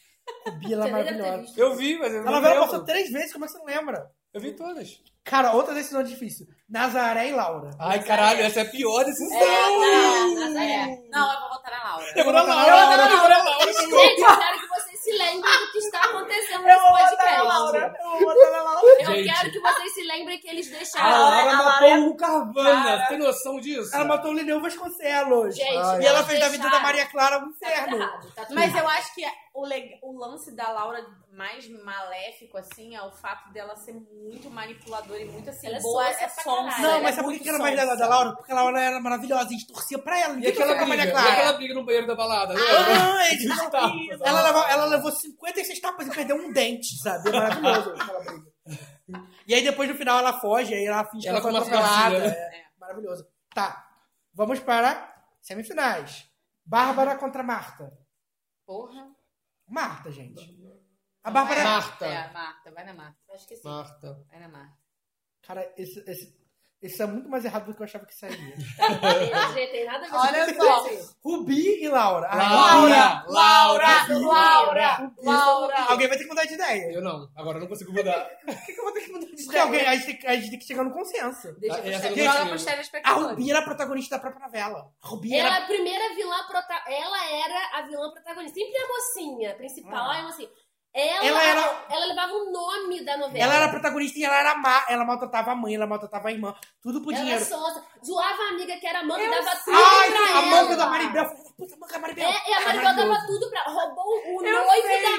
A: Bila
B: [laughs] Você deve ter
A: é maravilhosa.
B: visto.
C: Eu vi, mas eu
A: A
C: não
A: novela
C: lembro.
A: passou três vezes, como é que você não lembra?
C: Eu vi todas.
A: Cara, outra decisão difícil. Nazaré e Laura.
C: Ai, caralho, essa é a pior decisão.
B: é
G: Não, Nazaré. Não, eu vou votar na Laura.
C: Eu vou dar
A: Eu vou
C: Laura,
A: dar
C: eu vou dar Laura.
B: Gente, eu quero que vocês se lembrem do que está acontecendo
I: Eu
B: nesse
I: vou botar na
B: podcast. é
I: Laura. Eu vou botar na Laura.
B: Eu
C: Gente.
B: quero que vocês se lembrem que eles
C: A
B: deixaram.
C: Laura
I: a
C: matou
I: Laura é-
C: o Carvana. Você tem noção disso?
A: Ela matou o Lineu Vasconcelos.
B: Gente,
A: e
B: nós
A: ela fez da vida da
B: deixaram.
A: Maria Clara
G: É
A: um
B: Tá tudo
A: inferno.
B: errado, tá tudo
G: Mas eu acho que o, leg- o lance da Laura mais maléfico, assim, é o fato dela ser muito manipuladora e muito assim,
B: Ela é
G: boa,
B: sonsa
G: é
B: pra
G: sonsa.
B: caralho.
A: Não,
G: ela
A: mas
G: é
A: sabe por que
G: muito
A: que era mais
G: sonsa.
A: da, da Laura? Porque a Laura era maravilhosa, a gente torcia pra ela.
C: E
A: Ninguém
C: aquela
A: torcia pra
C: briga?
A: Maria
C: E
A: Clara.
C: aquela briga no banheiro da balada? Lembra?
A: Ah, eles
C: Os
A: não-
C: tapas.
A: ela, levou, ela levou 56 tapas e perdeu um dente, sabe? É maravilhoso aquela briga. E aí depois no final ela foge, aí ela finge que
C: Ela
A: ela foi
C: foi uma né?
A: atropelada.
C: fingida,
A: É, maravilhoso. Tá, vamos para semifinais. Bárbara contra Marta.
G: Porra.
A: Marta, gente. A Bárbara...
C: Marta.
G: É, a Marta, vai na Marta. Acho que sim.
C: Marta.
G: Vai na Marta.
A: Cara, esse, esse, esse é muito mais errado do que eu achava que seria.
B: [laughs] errado. Gente, tem nada a ver com
G: Olha
B: isso.
G: só.
A: é Rubi e Laura. Ah, Ai,
C: Laura! Laura!
G: Laura! Laura!
A: Alguém vai ter que mudar de ideia.
C: Eu não. Agora eu não consigo mudar.
A: Por que, que eu vou ter que mudar de ideia? Alguém, a, gente tem, que- a gente tem que chegar no consenso.
G: Deixa
C: Ah,
G: eu
C: essa eu
G: postar-
C: não
G: joga
C: consigo.
G: pros
A: A
G: telespectadores.
A: Rubi era a protagonista da própria novela. A Rubi
B: Ela
A: era...
B: é a primeira vilã prota... Ela era a vilã protagonista. Sempre a mocinha principal,
A: Ah.
B: a mocinha. Ela,
A: Ela
B: ela,
A: era-
B: levava o nome da novela.
A: Ela era a protagonista e ela era má. Ela maltratava a mãe, ela maltratava a irmã. Tudo por
B: Ela
A: dinheiro.
B: era sonsa. Zoava a amiga que era Amanda e dava tudo
A: Ai,
B: pra
A: a
B: ela.
A: manga da Maribel. Filha da Puta, a manga da Maribel.
B: É, e a Maribel dava tudo pra Roubou o
I: Eu
B: noivo
I: sei,
B: da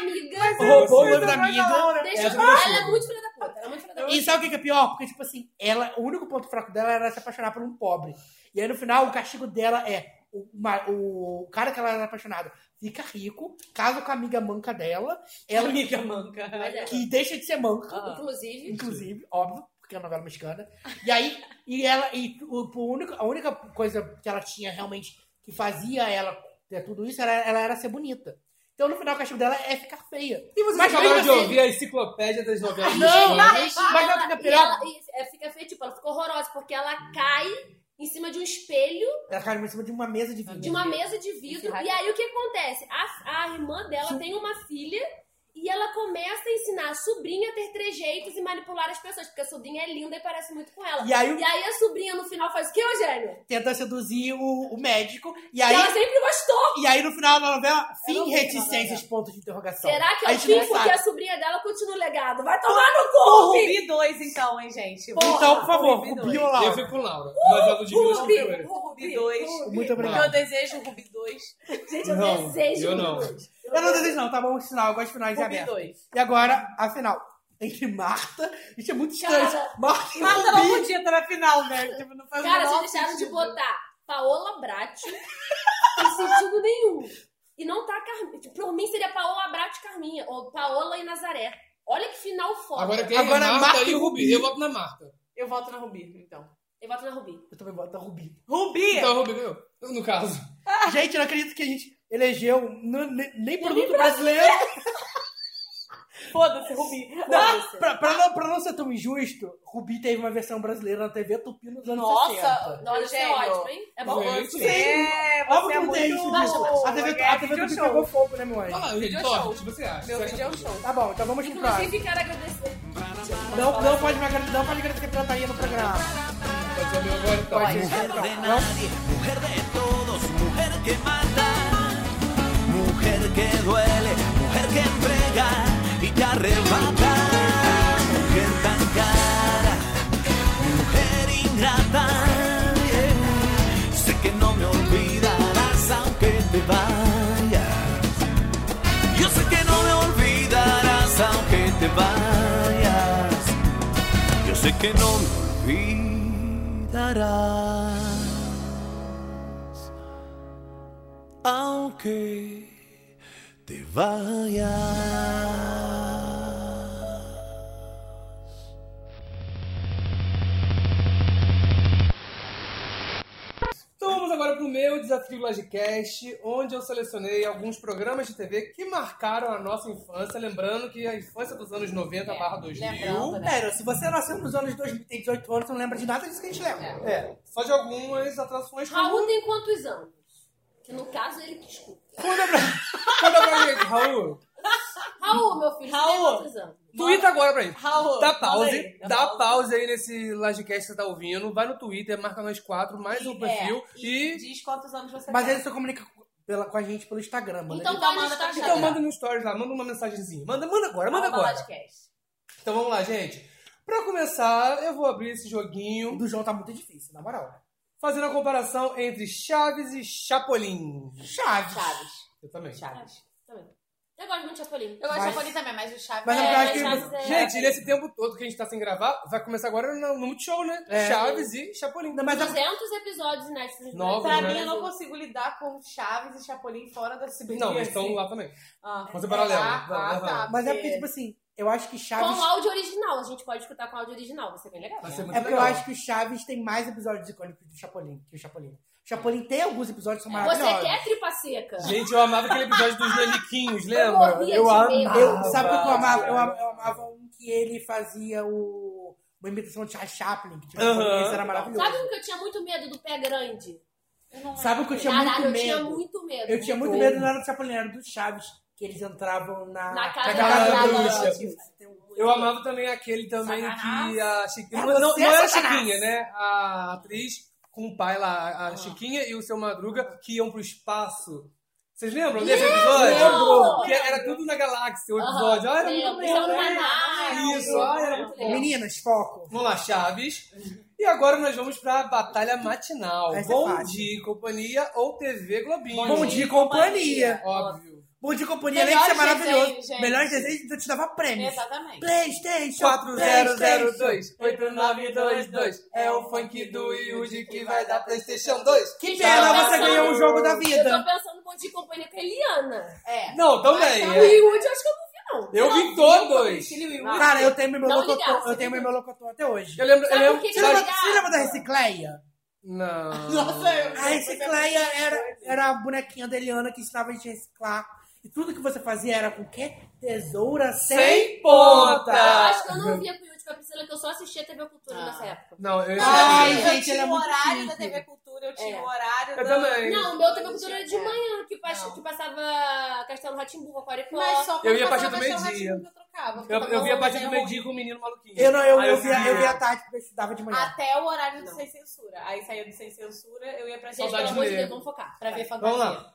B: amiga.
A: Roubou o
C: Eu
A: noivo da
I: Vai na
A: amiga.
I: Laura.
B: Deixa
C: Essa
B: eu...
C: eu não
B: Ela é
C: consigo.
B: muito filha da puta. Ela é muito filha da puta.
A: E sabe o que que é pior? Porque, tipo assim, ela, o único ponto fraco dela era se apaixonar por um pobre. E aí, no final, o castigo dela é o, ma- o cara que ela era apaixonada fica rico, casa com a amiga manca dela, ela
G: Amiga manca.
B: Mas é.
A: que Ah. deixa de ser manca,
C: Ah,
B: Inclusive,
A: inclusive, óbvio, porque é uma novela mexicana. E aí, e ela, e o, o único, a única coisa que ela tinha realmente que fazia ela ter tudo isso, era, ela era ser bonita. Então, no final, o castigo dela é ficar feia.
C: E vocês
A: Mas
C: acabaram
A: mesmo
C: de
A: assim- Ah,
C: ouvir a enciclopédia das novelas
A: Não,
C: mexicanas.
A: mas
B: ela,
A: ela fica
B: e
A: pior.
B: ela- e, é, fica feia, tipo, ela ficou horrorosa, porque ela cai em cima de um espelho,
A: Ela caiu em cima de uma mesa de
B: de
A: vidro.
B: uma mesa de vidro, e aí o que acontece? A, a irmã dela tem uma filha e ela começa a ensinar a sobrinha a ter trejeitos e manipular as pessoas, porque a sobrinha é linda e parece muito com ela.
A: E aí, o-
B: a sobrinha no final faz o que, Eugênio?
A: Tenta seduzir o, o médico. E
B: Que
A: aí,
B: ela sempre gostou.
A: E aí no final da novela,
G: não
A: fim
G: vi
A: reticências, pontos de interrogação.
B: Será que é
A: Então, A
B: o
A: gente não
B: fim? Porque
A: sabe.
B: a sobrinha dela continua o legado. Vai tomar no cu! Ah, Rubi!
G: Rubi 2, então, hein, gente?
A: Então, por favor,
G: Rubi
A: Rubi
G: dois.
A: ou
C: Eu
A: Laura?
C: fui com Laura. Mas a Ludmilla acho que foi.
B: Rubi!
G: Rubi
B: Rubi!
G: 2.
A: Muito
G: Porque
A: obrigado.
G: eu desejo Rubi 2.
B: Gente, eu
C: Não,
B: desejo
C: eu não.
B: Rubi.
A: Eu não desejo não, tá bom? Sinal, eu gosto de finais
G: Rubi
A: abertos.
G: 2.
A: E agora, a final. Entre Marta, isso é muito distante.
B: Cara,
A: Marta e
I: Marta não
A: Rubi.
I: podia estar na final, né? Tipo, não faz o
B: Cara,
I: menor
B: vocês deixaram de
I: sentido.
B: botar Paola [laughs] Bratti sem sentido nenhum. E não tá Carminha. Por mim seria Paola Bratti e Carminha. Ou Paola e Nazaré. Olha que final foda.
C: Agora tem
A: Agora
C: a
A: Marta
C: Marta e
A: e
C: o Rubi.
A: Rubi.
C: Eu voto na Marta.
G: Eu volto na Rubi, então.
B: Eu voto na Rubi.
A: Eu também boto a Rubi.
I: Rubi!
C: Então o Rubi ganhou. No caso.
A: Gente, eu não acredito que a gente elegeu n- n- nem produto brasileiro.
G: Foda-se, Rubi.
A: Não, pra, pra não, pra não ser tão injusto, Rubi teve uma versão brasileira na TV Tupi nos anos
G: Nossa,
A: 60.
B: Olha, isso é
G: Eugênio.
B: ótimo, hein? É bom.
C: Gente,
I: É,
A: Óbvio
I: você
A: que
I: é
A: não tem
I: muito...
A: isso. disso. A TV, a TV
I: é
A: Tupi
I: show.
A: pegou fogo, né, meu anjo?
C: Fala, gente,
G: Video
C: torce.
G: show.
C: O que você acha?
G: Meu
C: Você acha
G: vídeo é um show.
A: Tá bom, então vamos pro próximo.
B: Inclusive, quero agradecer.
A: Não, não pode me agradecer, não pode agradecer pirataria no programa.
C: que pode ser o meu agora, então?
A: Pode. Não?
C: Então vamos agora pro meu desafio Logicast, onde eu selecionei alguns programas de TV que marcaram a nossa infância, lembrando que a infância dos anos 90 barra 2000.
G: lembrando, né?
A: Pera, se você nasceu nos anos 2000, tem 18 anos, você não lembra de nada disso que a gente lembra.
C: É, só de algumas atrações
B: Raul tem quantos anos? Que no caso ele que escuta.
C: Conta pra gente, Raul.
B: Raul, meu filho, você tem
G: Raul.
B: quantos anos?
C: Twitter agora pra ele.
G: Raul,
C: É. Dá
G: fala
C: pause,
G: aí, dá
C: dá
G: pause.
C: pause aí nesse livecast que você tá ouvindo. Vai no Twitter, marca nós quatro, mais um perfil.
G: É,
C: E,
G: diz quantos anos você
A: É. Mas
G: tem.
A: ele só comunica pela- com a gente pelo Instagram, mano.
B: Então
A: Ele-
B: vai no
G: manda pra
B: Instagram.
C: então manda um stories lá, manda uma mensagenzinha. Manda, manda agora, manda
B: Arroba
C: agora.
B: podcast.
C: Então vamos lá, gente. Pra começar, eu vou abrir esse joguinho
A: O do João tá muito difícil, na moral.
C: fazendo a comparação entre Chaves e Chapolin.
A: Chaves.
G: Chaves.
C: Eu também.
G: Chaves.
B: Também. Eu gosto muito de Chapolin.
G: Eu gosto
A: Mas-
G: de Chapolin também, mas o Chaves...
A: Mas eu
G: é,
A: acho que-
G: Chaves é-
C: Gente, e nesse tempo todo que a gente tá sem gravar, vai começar agora no, no Multishow, né?
A: É.
C: Chaves e Chapolin.
A: Não, mas a-
B: 200 episódios Tipo, inéditos.
C: Nove,
G: Pra
C: né?
G: mim, eu não consigo lidar com Chaves e Chapolin fora da CBN.
C: Não, mas estão lá também.
G: Ah,
C: Fazer paralelo.
G: Ah,
C: Vai,
G: ah,
C: vai.
G: tá.
A: Mas é porque, tipo assim, eu acho que
B: Com
A: Chaves.
B: o áudio original. A gente pode escutar com o áudio original. Vai ser bem legal.
C: Vai ser muito
A: É porque eu
C: legal.
A: acho que o Chaves tem mais episódios icônicos do Chapolin que o Chapolin. O Chapolin tem alguns episódios que são maravilhosos.
B: Você quer tripa seca?
C: Gente, eu amava aquele episódio dos naniquinhos,
B: Eu
C: lembra?
B: morria
C: Eu
B: de
C: amava.
B: medo.
A: Eu, sabe o que eu amava? Eu, am- eu amava um que ele fazia o, uma imitação de Charles Chaplin, que tipo,
C: Aham.
A: esse era maravilhoso.
B: Sabe o que eu tinha muito medo do pé grande?
A: Sabe o que eu tinha
B: Caralho, eu
A: muito
B: tinha
A: medo?
B: muito medo.
A: Eu tinha muito medo, não era do Chapolin, era do Chaves, que eles entravam na,
B: Na casa
C: da
A: da
C: bruxa. Eu amava também aquele também que a Chiquinha.
A: É
C: Não, não
A: você,
C: era a
A: Satanás.
C: Chiquinha, né? A atriz com o pai lá, a Chiquinha e o seu Madruga, que iam pro espaço. Vocês lembram desse episódio?
B: Lembro!
C: Que era tudo na galáxia, o
B: Aham.
C: episódio. Ah, era muito
B: Lembro,
C: bom.
B: era um
C: né?
B: canal.
C: Isso, ah, era muito bom.
A: Meninas, foco.
C: Vamos lá, Chaves. E agora nós vamos pra Batalha Matinal.
A: Essa é
C: Bom
A: fácil.
C: Dia, Companhia ou TV Globinho.
A: Bom dia, companhia.
C: Óbvio.
A: Bom dia, companhia. Além de ser
G: Melhores
A: maravilhoso.
G: desenhos, gente.
A: Melhores desenhos, então eu te dava prêmios.
G: Exatamente.
A: Playstation.
C: 4002 8922 é o funk do Yuji que vai dar PlayStation 2.
A: Que
B: Eu tô
A: pena, você
B: pensando-
A: ganhou um jogo da
B: Eu tô
A: vida.
B: pensando no Bom de Companhia com a Eliana.
G: É.
C: Não, também.
B: O
C: é.
B: Yud, acho que eu não vi, não.
C: Eu vi todos.
G: Priscila e o
B: Não.
G: Yuri.
A: Cara, eu tenho meu
B: Não
A: melocotão,
B: ligava,
A: eu
B: você
A: tenho meu
B: ligava.
A: melocotão até hoje.
C: Eu lembro, eu
B: Sabe
C: lembro.
B: por que
A: Você
B: que eu
A: lembra,
B: ligava?
A: você lembra da Recicleia?
C: Não.
G: Nossa, eu...
A: A Recicleia era, era a bonequinha da Eliana que ensinava a gente a reciclar. E tudo que você fazia era com o quê? Tesoura sem,
C: Sem ponta.
B: Eu acho que eu não via com o Yud com a Priscila, que eu só assistia TV Cultura
G: Ah.
B: nessa época.
C: Não, eu
A: Ai,
G: eu
C: já
A: gente,
G: tinha
A: ele é
G: o
A: muito
G: horário da
A: chique.
G: TV Cultura, eu tinha
B: É.
G: o horário
C: Eu
G: da...
C: também.
B: Não, o meu TV Cultura era de
G: É.
B: manhã, que, pas-
G: Não.
B: que passava Castelo Ratimbu, Coricó.
G: Mas só
C: Eu ia a
G: passar
C: partir do meio-dia.
G: Eu, trocava, porque
C: Eu,
G: tava
C: eu vi a
G: rolando
C: partir do
G: desenho
C: meio-dia com o menino maluquinho.
A: Eu não, eu,
C: Aí
A: eu, via, eu
C: vi-
A: via à tarde porque eu estudava de
G: ruim.
A: manhã.
G: Até o horário do
B: Não.
G: Sem Censura. Aí saía do Sem Censura, eu ia pra
B: Gente,
G: gente
B: pelo
C: Saudade
B: amor de
C: mesmo.
B: Deus, vamos focar.
G: pra ver
C: Vamos
G: fantasia.
C: lá.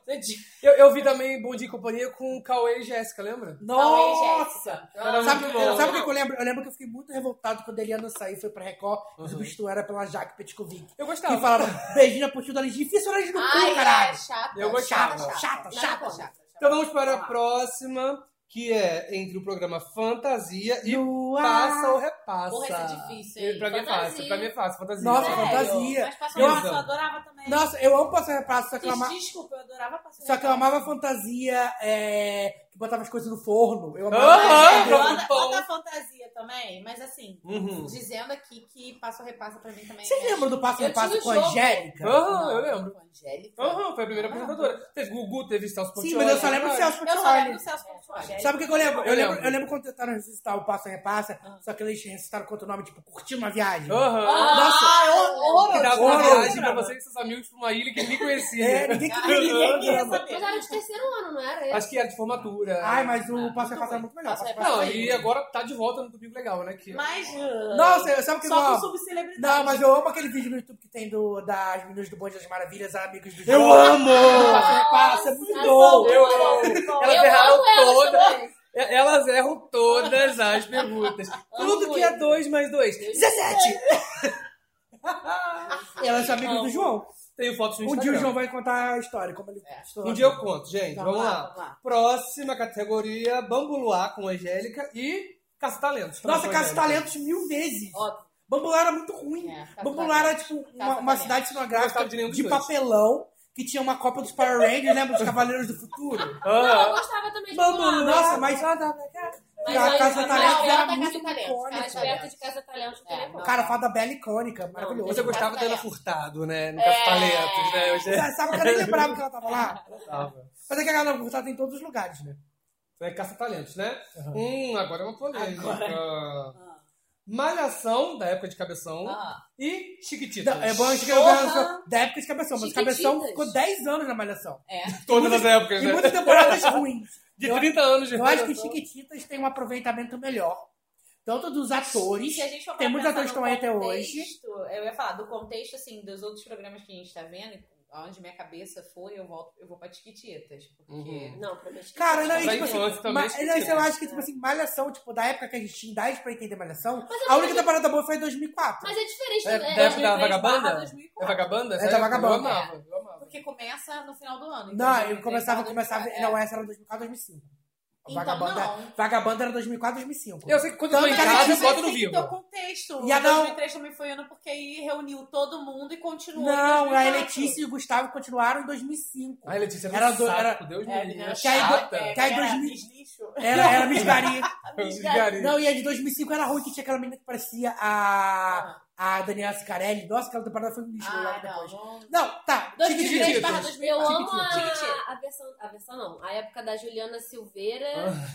C: Eu, eu vi também Bom Dia e Companhia com Cauê e Jéssica, lembra?
G: Talvez
A: Nossa!
G: Jéssica.
C: Era
A: Sabe,
C: muito bom.
A: sabe o que que eu lembro? Eu lembro que eu fiquei muito revoltado quando a Eliana saiu e foi pra Record e substituiu era pela Jaque Petkovic.
C: Eu
A: Que
C: gostava.
A: falava, beijinho na postura da difícil horas no
G: Ai,
A: cu, caralho.
G: é chata.
C: Eu gostava.
G: chata,
A: Chata, chata.
G: chata, chata, chata.
C: Então vamos para a próxima, que é entre o programa Fantasia e
A: Lua.
C: Passa ou Repassa.
G: Porra, esse é difícil, hein?
C: Pra mim é
B: Fantasia.
C: fácil, pra mim é fácil, fantasia.
A: Nossa,
G: Sério?
A: fantasia.
G: Mas passou uma
C: Isso.
G: eu adorava também.
A: Nossa, eu amo passar repasso, só que eu, ama...
G: Desculpa, eu adorava passar
A: só que eu amava a fantasia é, que botava as coisas no forno. Eu amava.
C: Aham,
A: Eu-
C: Pronto, bom.
G: Bota a fantasia também, mas assim,
C: Uhum.
G: dizendo aqui que passo repassa pra mim também. é
A: Vocês lembram do passo
B: Eu
A: repasso
B: tinha o
A: com a
B: jogo.
A: Angélica?
C: Aham, eu lembro.
G: Angélica.
C: Aham, foi a primeira apresentadora. Teve Gugu, teve Celso
A: Sim,
C: Portiolli.
A: mas eu só lembro do Celso
G: Eu só lembro
A: Portiolli.
G: do Celso Portiolli.
A: Sabe o que, que eu lembro? Eu
C: Eu
A: lembro,
C: lembro.
A: eu lembro quando tentaram ressuscitar o passo repassa, só que eles ressuscitaram contra o nome, tipo, curtindo uma viagem.
C: Aham.
G: Ah,
A: Nossa,
C: Ah. Que dava
A: eu
C: uma
A: lembro.
C: viagem pra você e seus amigos pra uma ilha que ninguém conhecia.
A: É, ninguém queria
G: Ninguém
A: ninguém
G: queria
A: ama.
G: saber.
B: Mas era de terceiro ano, não era? Esse?
C: Acho que era de formatura.
A: Ai, mas o passo repasso era muito melhor.
G: Passo
A: Passo
G: Repassa
C: Não,
A: Repassa.
C: e agora tá de volta no Domingo Legal, né? Que...
G: Mas.
A: Nossa, eu- sabe o que eu
G: Só com
A: amo?
G: subcelebridade.
A: Não, mas eu amo aquele vídeo no YouTube que tem do, das meninas do Bonde das Maravilhas, amigos do
C: Eu amo!
A: Passa, repassa, muito bom!
C: Eu amo! Elas
B: Eu
C: erraram
B: amo elas
C: todas.
B: também.
C: É, Elas erram todas as perguntas. Tudo que é 2 mais 2.
A: [laughs] 17! Elas são amigas é do João.
C: Tenho fotos no
A: Um dia o João
C: Instagram.
A: vai contar a história, como ele
C: Um dia eu conto, gente. Vamos
G: lá,
C: lá.
G: vamos lá.
C: Próxima categoria, Bambuluá com Angélica e Caça-Talentos. também
A: Nossa,
C: com
A: Caça
C: Angélica.
A: Talentos mil vezes.
G: Óbvio.
A: Bambular era muito ruim.
G: É, Caça
A: Bambular era tipo uma,
G: Caça
A: uma
G: Talentos.
A: cidade
C: Não gostava
A: cenográfica
C: de nenhum
A: de,
C: dos dois.
A: papelão que tinha uma Copa dos Power Rangers, lembra? Dos Cavaleiros do
C: [laughs]
A: Futuro.
B: Não, eu
C: Ah,
B: gostava também de
A: Bambular,
B: Bambu,
A: nossa, mas.
B: Mas
A: a
B: aí-
A: Casa
B: não,
A: Talentos era
B: eu
C: né?
B: era da
A: muito
B: Casa Talentos,
A: icônica.
B: Mas perto de Casa Talentos, o telefone.
A: Cara, fada bela icônica, maravilhosa.
C: você gostava dela
G: Caça-Talentos.
C: furtado, né? No Caça-Talentos, né? Eu já
A: Sabe que eu nem lembrava que ela tava lá?
C: gostava.
A: Mas é que a galera gostava em todos os lugares, né?
C: É Caça-Talentos, né? Hum, agora é uma polêmica. Ah. Malhação, da época de Cabeção,
G: Ah.
C: e Chiquititas.
A: Não, é bom que eu da época de Cabeção, mas
B: Chiquititas.
A: Cabeção ficou 10 anos na Malhação.
C: Todas as épocas,
A: E
C: né? [laughs]
A: muitas temporadas ruins.
C: De
A: Eu-
C: 30 anos de
A: Eu acho que
C: relação.
A: Chiquititas tem um aproveitamento melhor. Tanto dos atores.
G: Se a gente for
A: Tem muitos
G: pensar
A: atores que estão
G: no
A: aí até hoje.
G: contexto, Eu ia falar do contexto, assim, dos outros programas que a gente tá vendo, onde minha cabeça foi, eu volto, eu vou pra Tiquititas. Porque. né?
C: Uhum.
B: Não, pra mim, acho que-
A: Cara, não,
C: Mas
A: e,
C: a
A: tipo assim,
C: infância também
A: mas,
C: é
A: não, isso eu
C: esquisita,
A: acho que, tipo assim, Malhação, tipo, da época que a gente tinha idade pra entender Malhação,
B: Mas eu
A: a
B: não
A: única
B: acho-
A: temporada boa foi em 2004.
B: Mas é diferente.
C: É,
B: né?
C: deve
B: É,
C: dar vagabanda?
G: 2004.
C: É vagabanda?
A: É,
C: sério?
A: tá vagabanda.
C: Eu amava, eu amava.
G: Porque começa no final do ano. então,
A: Não, eu
G: 2003,
A: começava,
G: tá,
A: começava,
G: 2004,
A: não, essa era 2004, 2005.
G: Então,
A: Vagabanda,
G: não.
A: Vagabanda era 2004, 2005.
C: Eu sei que quando eu
A: Tanto
C: tô em
A: que a
C: casa, eu
A: gente
C: boto no
G: tem que ter o
C: vivo.
G: contexto.
A: E a não-
G: 2003 também foi ano porque aí reuniu todo mundo e continuou. em
A: Não, a
G: 2004.
A: Letícia e o Gustavo continuaram em 2005.
C: Ai, Letícia, era
A: Era
C: um
A: do-
C: saco,
A: era-
C: Deus me
G: É,
C: livre.
G: né,
C: Era
A: que aí-
C: chata.
A: que aí
G: era
A: 2000
G: deslixo.
A: Era, era Miss Gari.
C: Eu desgarei.
A: Não, e a de 2005 era ruim, que tinha aquela menina que parecia a, a Daniela Sicarelli. Nossa, aquela temporada foi um lixo
G: Ah,
A: logo
G: não.
A: depois.
G: não-
A: Não, tá. Chiquititas.
G: 2003 barra
B: Eu
G: 2004.
B: amo
G: Chiquititas.
B: a, a versão, a versão não, a época da Juliana Silveira.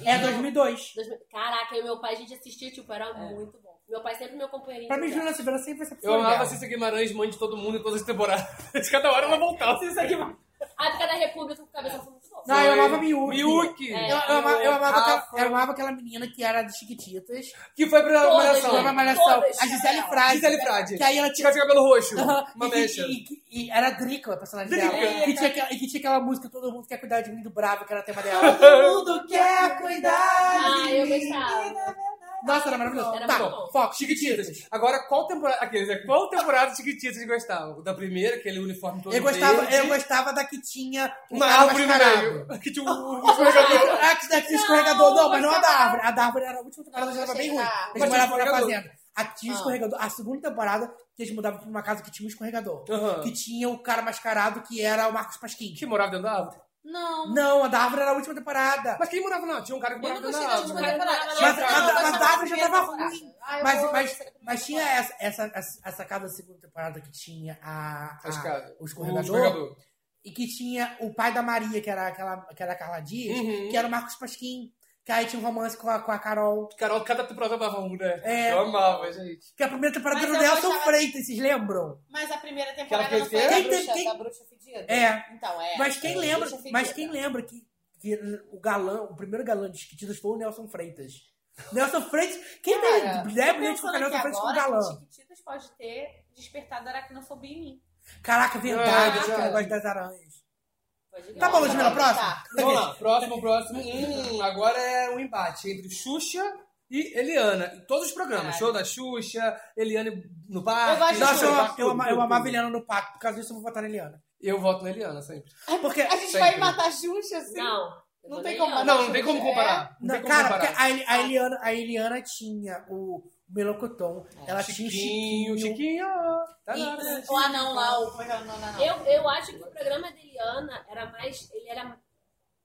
B: e-
A: É 2002.
B: 2000. Caraca, eu e meu pai, a gente assistia, tipo, era muito bom. Meu pai sempre meu companheirinho.
A: Pra mim,
B: de
A: Juliana Silveira sempre vai ser
C: Eu amava Cissa Guimarães, mãe de todo mundo em todas as temporadas. [laughs] Cada hora ela voltava. Cissa Guimarães.
B: viagem. A época da República com o cabeça foi muito bom.
A: Não, eu amava Miyuki.
C: Miyuki.
A: Eu, eu ama- eu amava,
C: Rafa,
A: aquela, eu amava aquela menina que era de Chiquititas.
C: Que foi pra
B: Todas,
A: Eu
C: Malhação.
A: amava Malhação.
B: Todas.
A: A Gisele Frade.
C: Gisele Frade.
A: Que aí ela
C: Tinha
A: tinha...
C: de
A: [laughs]
C: cabelo roxo.
A: Aham,
C: Uma
A: e,
C: mecha.
A: e- e- e era a Drica, a personagem dela.
C: Drica.
A: E tinha, aquela, e que tinha aquela música Todo Mundo Quer Cuidar de Mim do Bravo, que era o tema dela. Todo mundo quer cuidar de
B: Ah, eu
A: mim.
B: gostava.
A: Nossa, era maravilhoso.
B: Era
A: tá,
B: muito bom.
A: foco.
C: Chiquititas. Agora, qual temporada. Aqueles, né? Qual temporada de Chiquititas vocês gostavam? Da primeira, aquele uniforme todo
A: Eu gostava,
C: verde,
A: eu gostava da que tinha um
C: Uma
A: cara
C: árvore no
A: mascarado. [laughs]
C: meio. Que tinha um escorregador.
A: Ah, que daqui escorregador, não, mas não a da árvore. A da árvore era a última temporada que
G: Não,
A: era bem
G: achei-
A: ruim.
G: ah,
A: Eles
C: mas
A: moravam na
C: escorregador.
A: fazenda. Aqui tinha escorregador. A segunda temporada, que eles mudavam pra uma casa que tinha um escorregador.
C: Aham.
A: Que tinha o cara mascarado que era o Marcos Pasquim.
C: Que morava dentro da árvore.
G: Não.
A: Não, a da árvore era a última temporada.
C: Mas quem morava na Tinha um cara que
G: Eu
C: morava
G: não
C: dentro
G: gostei
C: da
G: da última
C: árvore.
G: temporada.
A: Mas, mas, mas,
G: Eu
A: a da árvore já
G: primeira
A: tava
G: temporada.
A: ruim.
G: Ah, eu
A: Mas,
G: vou-
A: mas, mas tinha essa, essa, essa, essa casa da segunda temporada que tinha a, a,
C: As casas.
A: o
C: O
A: escorregador.
C: escorregador.
A: E que tinha o pai da Maria, que era, aquela, que era a Carla Dias,
C: Uhum.
A: que era o Marcos Pasquim. Que aí tinha um romance com a, com a Carol.
C: Carol, cada temporada dava um, né?
A: É.
C: Eu amava, gente.
A: Que a primeira temporada
G: Mas
A: era o
G: eu
A: Nelson
G: gostava-
A: Freitas, vocês lembram?
G: Mas a primeira
C: Aquela
G: temporada não foi
C: coisa
G: da
A: que- Quem
G: bruxa,
A: tem-
G: da bruxa fedida.
A: É.
G: Então, é.
A: mas quem
G: da
A: lembra,
G: bruxa fedida.
A: mas quem lembra que, que o galã, o primeiro galã de Chiquititas foi o Nelson Freitas. Nelson Freitas, quem
G: Cara,
A: tem
G: eu
A: ideia
G: tô
A: brilhante com o
G: pensando
A: Nelson
G: aqui
A: Freitas como
G: agora que
A: galã?
G: Chiquititas pode ter despertado a aracnofobia em mim.
A: Caraca, verdade,
C: Ah,
A: esse
C: cara.
A: negócio das aranhas.
B: Pode
A: Tá
B: ligar.
A: bom, Ludmilla,
G: tá,
A: próximo?
C: Vamos lá, próximo, próximo. Hum, agora é um embate entre Xuxa e Eliana. Em todos os programas.
G: Caralho.
C: Show da Xuxa, Eliane no parque.
G: Eu gosto de
A: Nossa, eu,
G: Xuxa.
A: eu, eu, ama- eu amava a Eliana no pacto, por causa disso eu vou votar na Eliana.
C: Eu voto na Eliana sempre.
A: Porque,
G: A gente
C: Sempre.
G: vai matar a Xuxa, assim?
B: Não.
G: Não
B: Eu
G: tem
B: vou
G: como- É?
B: nem-
G: Não,
C: Não, não tem como comparar. Não tem
A: não,
C: como
A: cara, porque
C: comparar.
A: a, Eli- a Eliana, a Eliana tinha o melocotom, ela tinha o
C: É, Chiquinho,
A: Chiquinho.
C: Chiquinho. Tá
G: um E
C: nada, né?
G: o anão lá, o... Como é que é o anão lá? não?
B: Eu, eu acho que o programa da Eliana era mais. Ele era.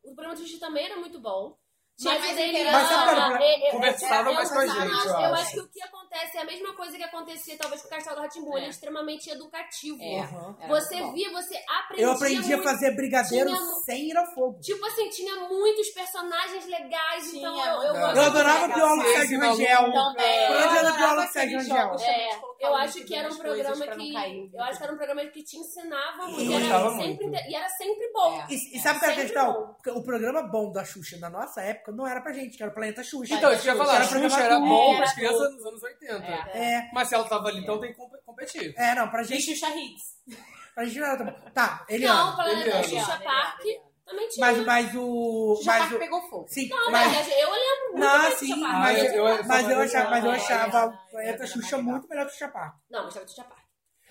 B: O programa de Xuxa também era muito bom.
G: Tinha
B: mas
G: mais
B: o da Eliana.
G: interação. Mas
A: sabe qual era o
B: é-
A: problema?
B: é- é-
C: Conversava mais com a gente,
B: Eu,
C: eu
B: acho,
C: acho.
B: que o que acontece é a mesma coisa que acontecia, talvez, com o Castelo da Timbu. Ele é
G: É.
B: extremamente educativo.
G: É, era muito
B: Você
G: bom.
B: via, você aprendia.
A: Eu aprendi a
B: muito.
A: fazer brigadeiro
B: Tinha mu-
A: sem ir ao fogo.
B: Tipo assim, tinha muitos personagens legais,
G: Tinha,
B: então eu, eu
G: mano.
B: gosto
A: Eu
B: muito
A: adorava o
B: legal.
A: biólogo
C: é, Esse
A: Sérgio
C: maluco. é um
A: Rangel.
G: Também.
A: Eu adorava
G: adorava
A: biólogo Sérgio
G: aqueles
A: Rangel.
G: jogos
B: É,
G: também de colocar
B: eu
G: o
B: acho
G: líquido
B: que era um
G: nas coisas
B: programa
G: pra não
B: que.
G: cair.
B: Eu acho que era um programa que te ensinava muito.
A: Eu
B: Era
C: gostava
B: sempre,
C: muito.
B: inte- E era sempre bom.
G: É.
A: E, e sabe qual é a
B: Sempre
A: questão?
B: bom.
A: Porque o programa bom da Xuxa na nossa época não era pra gente, que era o Planeta Xuxa.
C: Então, eu tinha falado,
A: Era
C: a Xuxa
A: programa
C: era
A: adulto.
C: bom
G: É,
C: para as
G: era
C: crianças nos anos 80.
G: É.
A: É,
C: Mas se ela tava ali, então tem que comp- competir.
A: é, não, pra
G: Tem
A: gente,
G: Xuxa Hits.
A: pra gente não era tão bom. Tá,
B: Não, o
A: Eliana.
B: Planeta
C: Eliana.
B: Xuxa
G: Eliana,
B: Park
G: Eliana.
B: também tinha.
A: Mas, mas o.
G: Xuxa
A: Mas
G: Park
A: o
G: pegou fogo.
A: sim,
B: tá Não, mas,
A: mas.
B: eu lembro muito
A: Não,
B: bem do
A: sim,
B: Xuxa Park.
A: mas,
C: Ah, eu- eu-
A: mas eu achava, mas eu
G: Eliana,
A: achava o
G: Eliana,
A: Planeta
G: Eliana
A: Xuxa
G: era legal.
A: muito melhor que o Xuxa Park.
B: Não, eu gostava do Xuxa Park.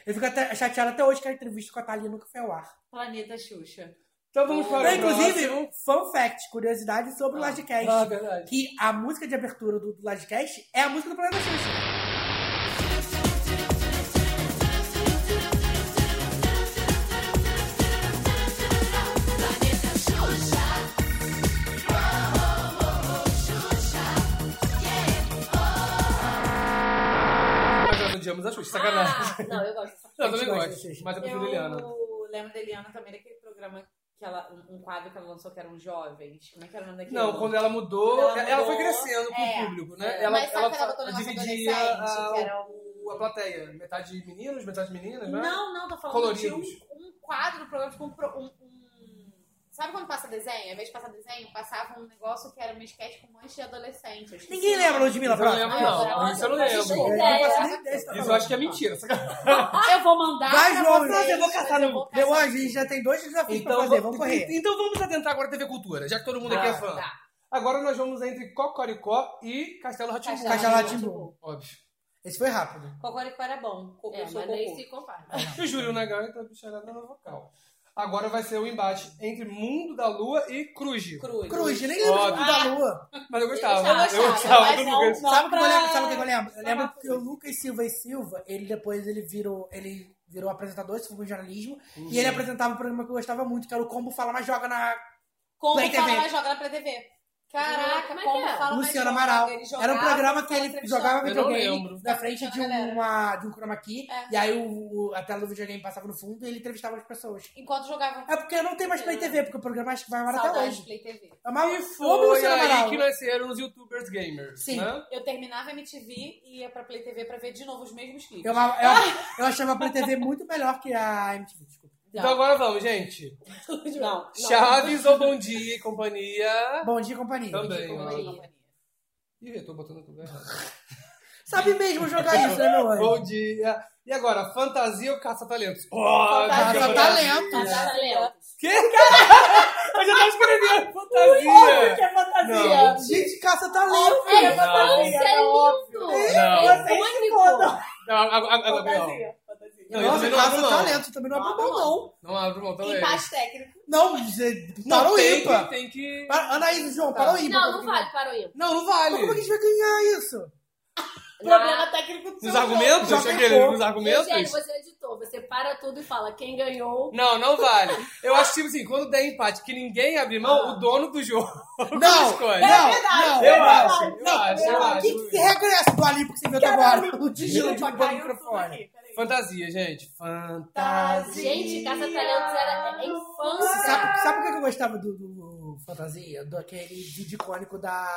A: Eu fico até chateado até hoje que a entrevista com a Thalia nunca foi ao ar.
G: Planeta Xuxa.
C: Então vamos para o
A: inclusive,
C: próximo.
A: um fun fact, curiosidade sobre o Lodcast.
C: Ah, verdade.
A: que a música de abertura do, do Lodcast é a música do Planeta Xuxa.
C: Mas nós odiamos a Xuxa, sacanagem.
B: Ah, não, eu gosto.
C: eu também
A: gosta da
C: gosto,
A: Xuxa.
C: mas [laughs] eu prefiro a Eliana.
G: Eu lembro da Eliana também daquele programa que ela, um um quadro que ela lançou que eram jovens. Como é que era o nome daquele?
C: Não, quando ela mudou,
G: Quando
C: ela,
G: ela
C: foi
G: mudou,
C: crescendo com
G: é.
C: o público, né? Ela,
G: Mas sabe
C: ela,
G: que ela botou no negócio
C: dividia
G: adolescente,
C: a,
G: que era o...
C: o- a plateia. Metade meninos, metade meninas, né?
G: Não, não, tô falando
C: Coloridos.
G: de um, um quadro, programa, tipo um, pro- um, um Sabe quando passa desenho? Ao invés de passar desenho, passava um negócio que era uma sketch com um monte de adolescente. eu esqueci
A: Ninguém
G: o
A: lembra,
G: nome.
A: Ludmilla,
C: Eu não
A: Prado.
C: lembro,
G: Ah,
C: não. Isso eu não
G: eu não faço
C: lembro.
G: ideia.
A: Eu não faço nem ideia do que você tá
C: Isso eu
A: falando.
C: acho que é mentira. sacanagem.
G: [laughs] Eu vou mandar.
A: Vai,
G: pra
A: João,
G: vocês,
A: não, eu vou caçar
G: mas eu vou
A: no. Meu
G: caçar.
A: anjo, a gente já tem dois desafios
C: Então,
A: pra fazer, vamos correr.
C: [laughs] então vamos atentar agora à TV Cultura, já que todo mundo aqui é fã.
G: tá.
C: Agora nós vamos entre Cocoricó e Castelo Ratimbu.
G: Castelo
A: Caixa lá,
C: Óbvio.
A: Esse foi rápido.
G: Cocoricó era bom. Cocô,
B: É,
G: sou
B: mas nem
G: cocô.
B: se compara.
C: E o Júlio Nagal entrou bicharada na vocal. Agora vai ser o embate entre Mundo da Lua e Cruz.
G: Cruz.
A: Cruz, nem lembro do
C: Óbvio.
A: mundo
G: Ah.
A: da lua.
C: Mas é um eu gostava.
G: Eu gostava, mas
C: todo
G: não-
C: mundo gostava.
G: não
A: Sabe o que eu lembro?
G: pra-
A: Sabe é o que eu lembro? Eu
G: pra
A: lembro
G: uma
A: que o Lucas Silva e Silva, ele depois ele virou, ele virou apresentador, se formou em jornalismo, e
G: Uhum.
A: ele apresentava um programa que eu gostava muito, que era o Combo Fala Mais Joga na
G: Como
A: Play
G: fala
A: TV.
G: mais joga na Play TV. Caraca,
B: Como
G: como,
B: é que é?
G: fala
A: Luciana
G: mais
A: Amaral.
G: joga? Ele jogava,
A: Era um programa que
G: ficava
A: ele
G: entrevistando.
A: jogava
C: Eu não
A: videogame
C: lembro.
A: na frente de,
G: Galera.
A: uma, de um chroma key,
G: É.
A: e aí o, o- a tela do videogame passava no fundo e ele entrevistava as pessoas.
G: Enquanto jogava
A: É porque não tem mais Play TV, porque o programa acho que vai embora até
G: Saudade
A: hoje.
G: de Play TV.
A: É uma
C: E
A: Como
C: foi
A: Luciana Amaral?
C: aí que nasceram os youtubers gamers.
A: Sim.
C: Né?
G: Eu terminava a MTV e ia pra Play TV pra ver de novo os mesmos clipes.
A: Eu, eu,
G: [laughs]
A: eu achava a Play TV muito melhor que a MTV, desculpa.
C: Então agora vamos, gente.
A: Então,
G: [laughs] Não.
C: Chaves ou Bom Dia e companhia.
A: Bom dia, companhia.
C: Também.
G: Não.
C: ó.
G: Companhia.
C: Ih, eu tô botando tudo errado.
A: Sabe mesmo jogar isso, né, meu anjo?
C: Tá Bom dia. E agora, fantasia ou caça-talentos? Ó,
G: Fantasia.
A: Casa
C: caça-talentos.
A: talento.
B: Tá
G: Tá
C: Que? Caraca! Eu já tava escrevendo fantasia.
I: é fantasia.
C: Não.
A: Gente, caça tá talento.
B: É
C: Não.
B: fantasia, é lindo!
C: Não.
B: É único!
C: Não, agora, agora, Gabriel.
I: Fantasia. Fantasia.
C: Não,
A: Nossa,
C: eu também não abro
A: caça
C: mão.
A: talento. Também não abre mão, não.
C: Não abro mão também.
G: Empate técnico.
A: Não, você- para
C: Não,
A: o
C: tem
A: ímpar.
C: que, tem que...
A: Para- Anaís e João, para o ímpar.
B: Não, não vale para o Ivo.
C: Não, não
A: Mas Como é que a
C: vale.
A: gente vai ganhar isso?
G: Problema técnico do
C: Nos
G: seu
C: argumentos?
A: Já
C: Aquele,
A: pegou.
C: nos
B: Eugênio,
C: argumentos?
B: você é editor, você para tudo e fala quem ganhou.
C: Não, não vale. Eu acho tipo assim, quando der empate que ninguém abre mão, o dono do jogo
A: Não,
C: [laughs] escolhe.
A: não, não.
C: eu acho, eu acho, eu
A: Não,
C: acho.
A: que, que regra é essa do Ali que você inventou agora? [laughs] O sigilo de um
I: Caiu tudo
A: microfone.
I: aqui, peraí.
C: Fantasia, gente. Fantasia.
B: Gente, Caça Talentos era é infância.
A: Sabe, sabe por que eu gostava do, do Fantasia? Do aquele vídeo icônico da.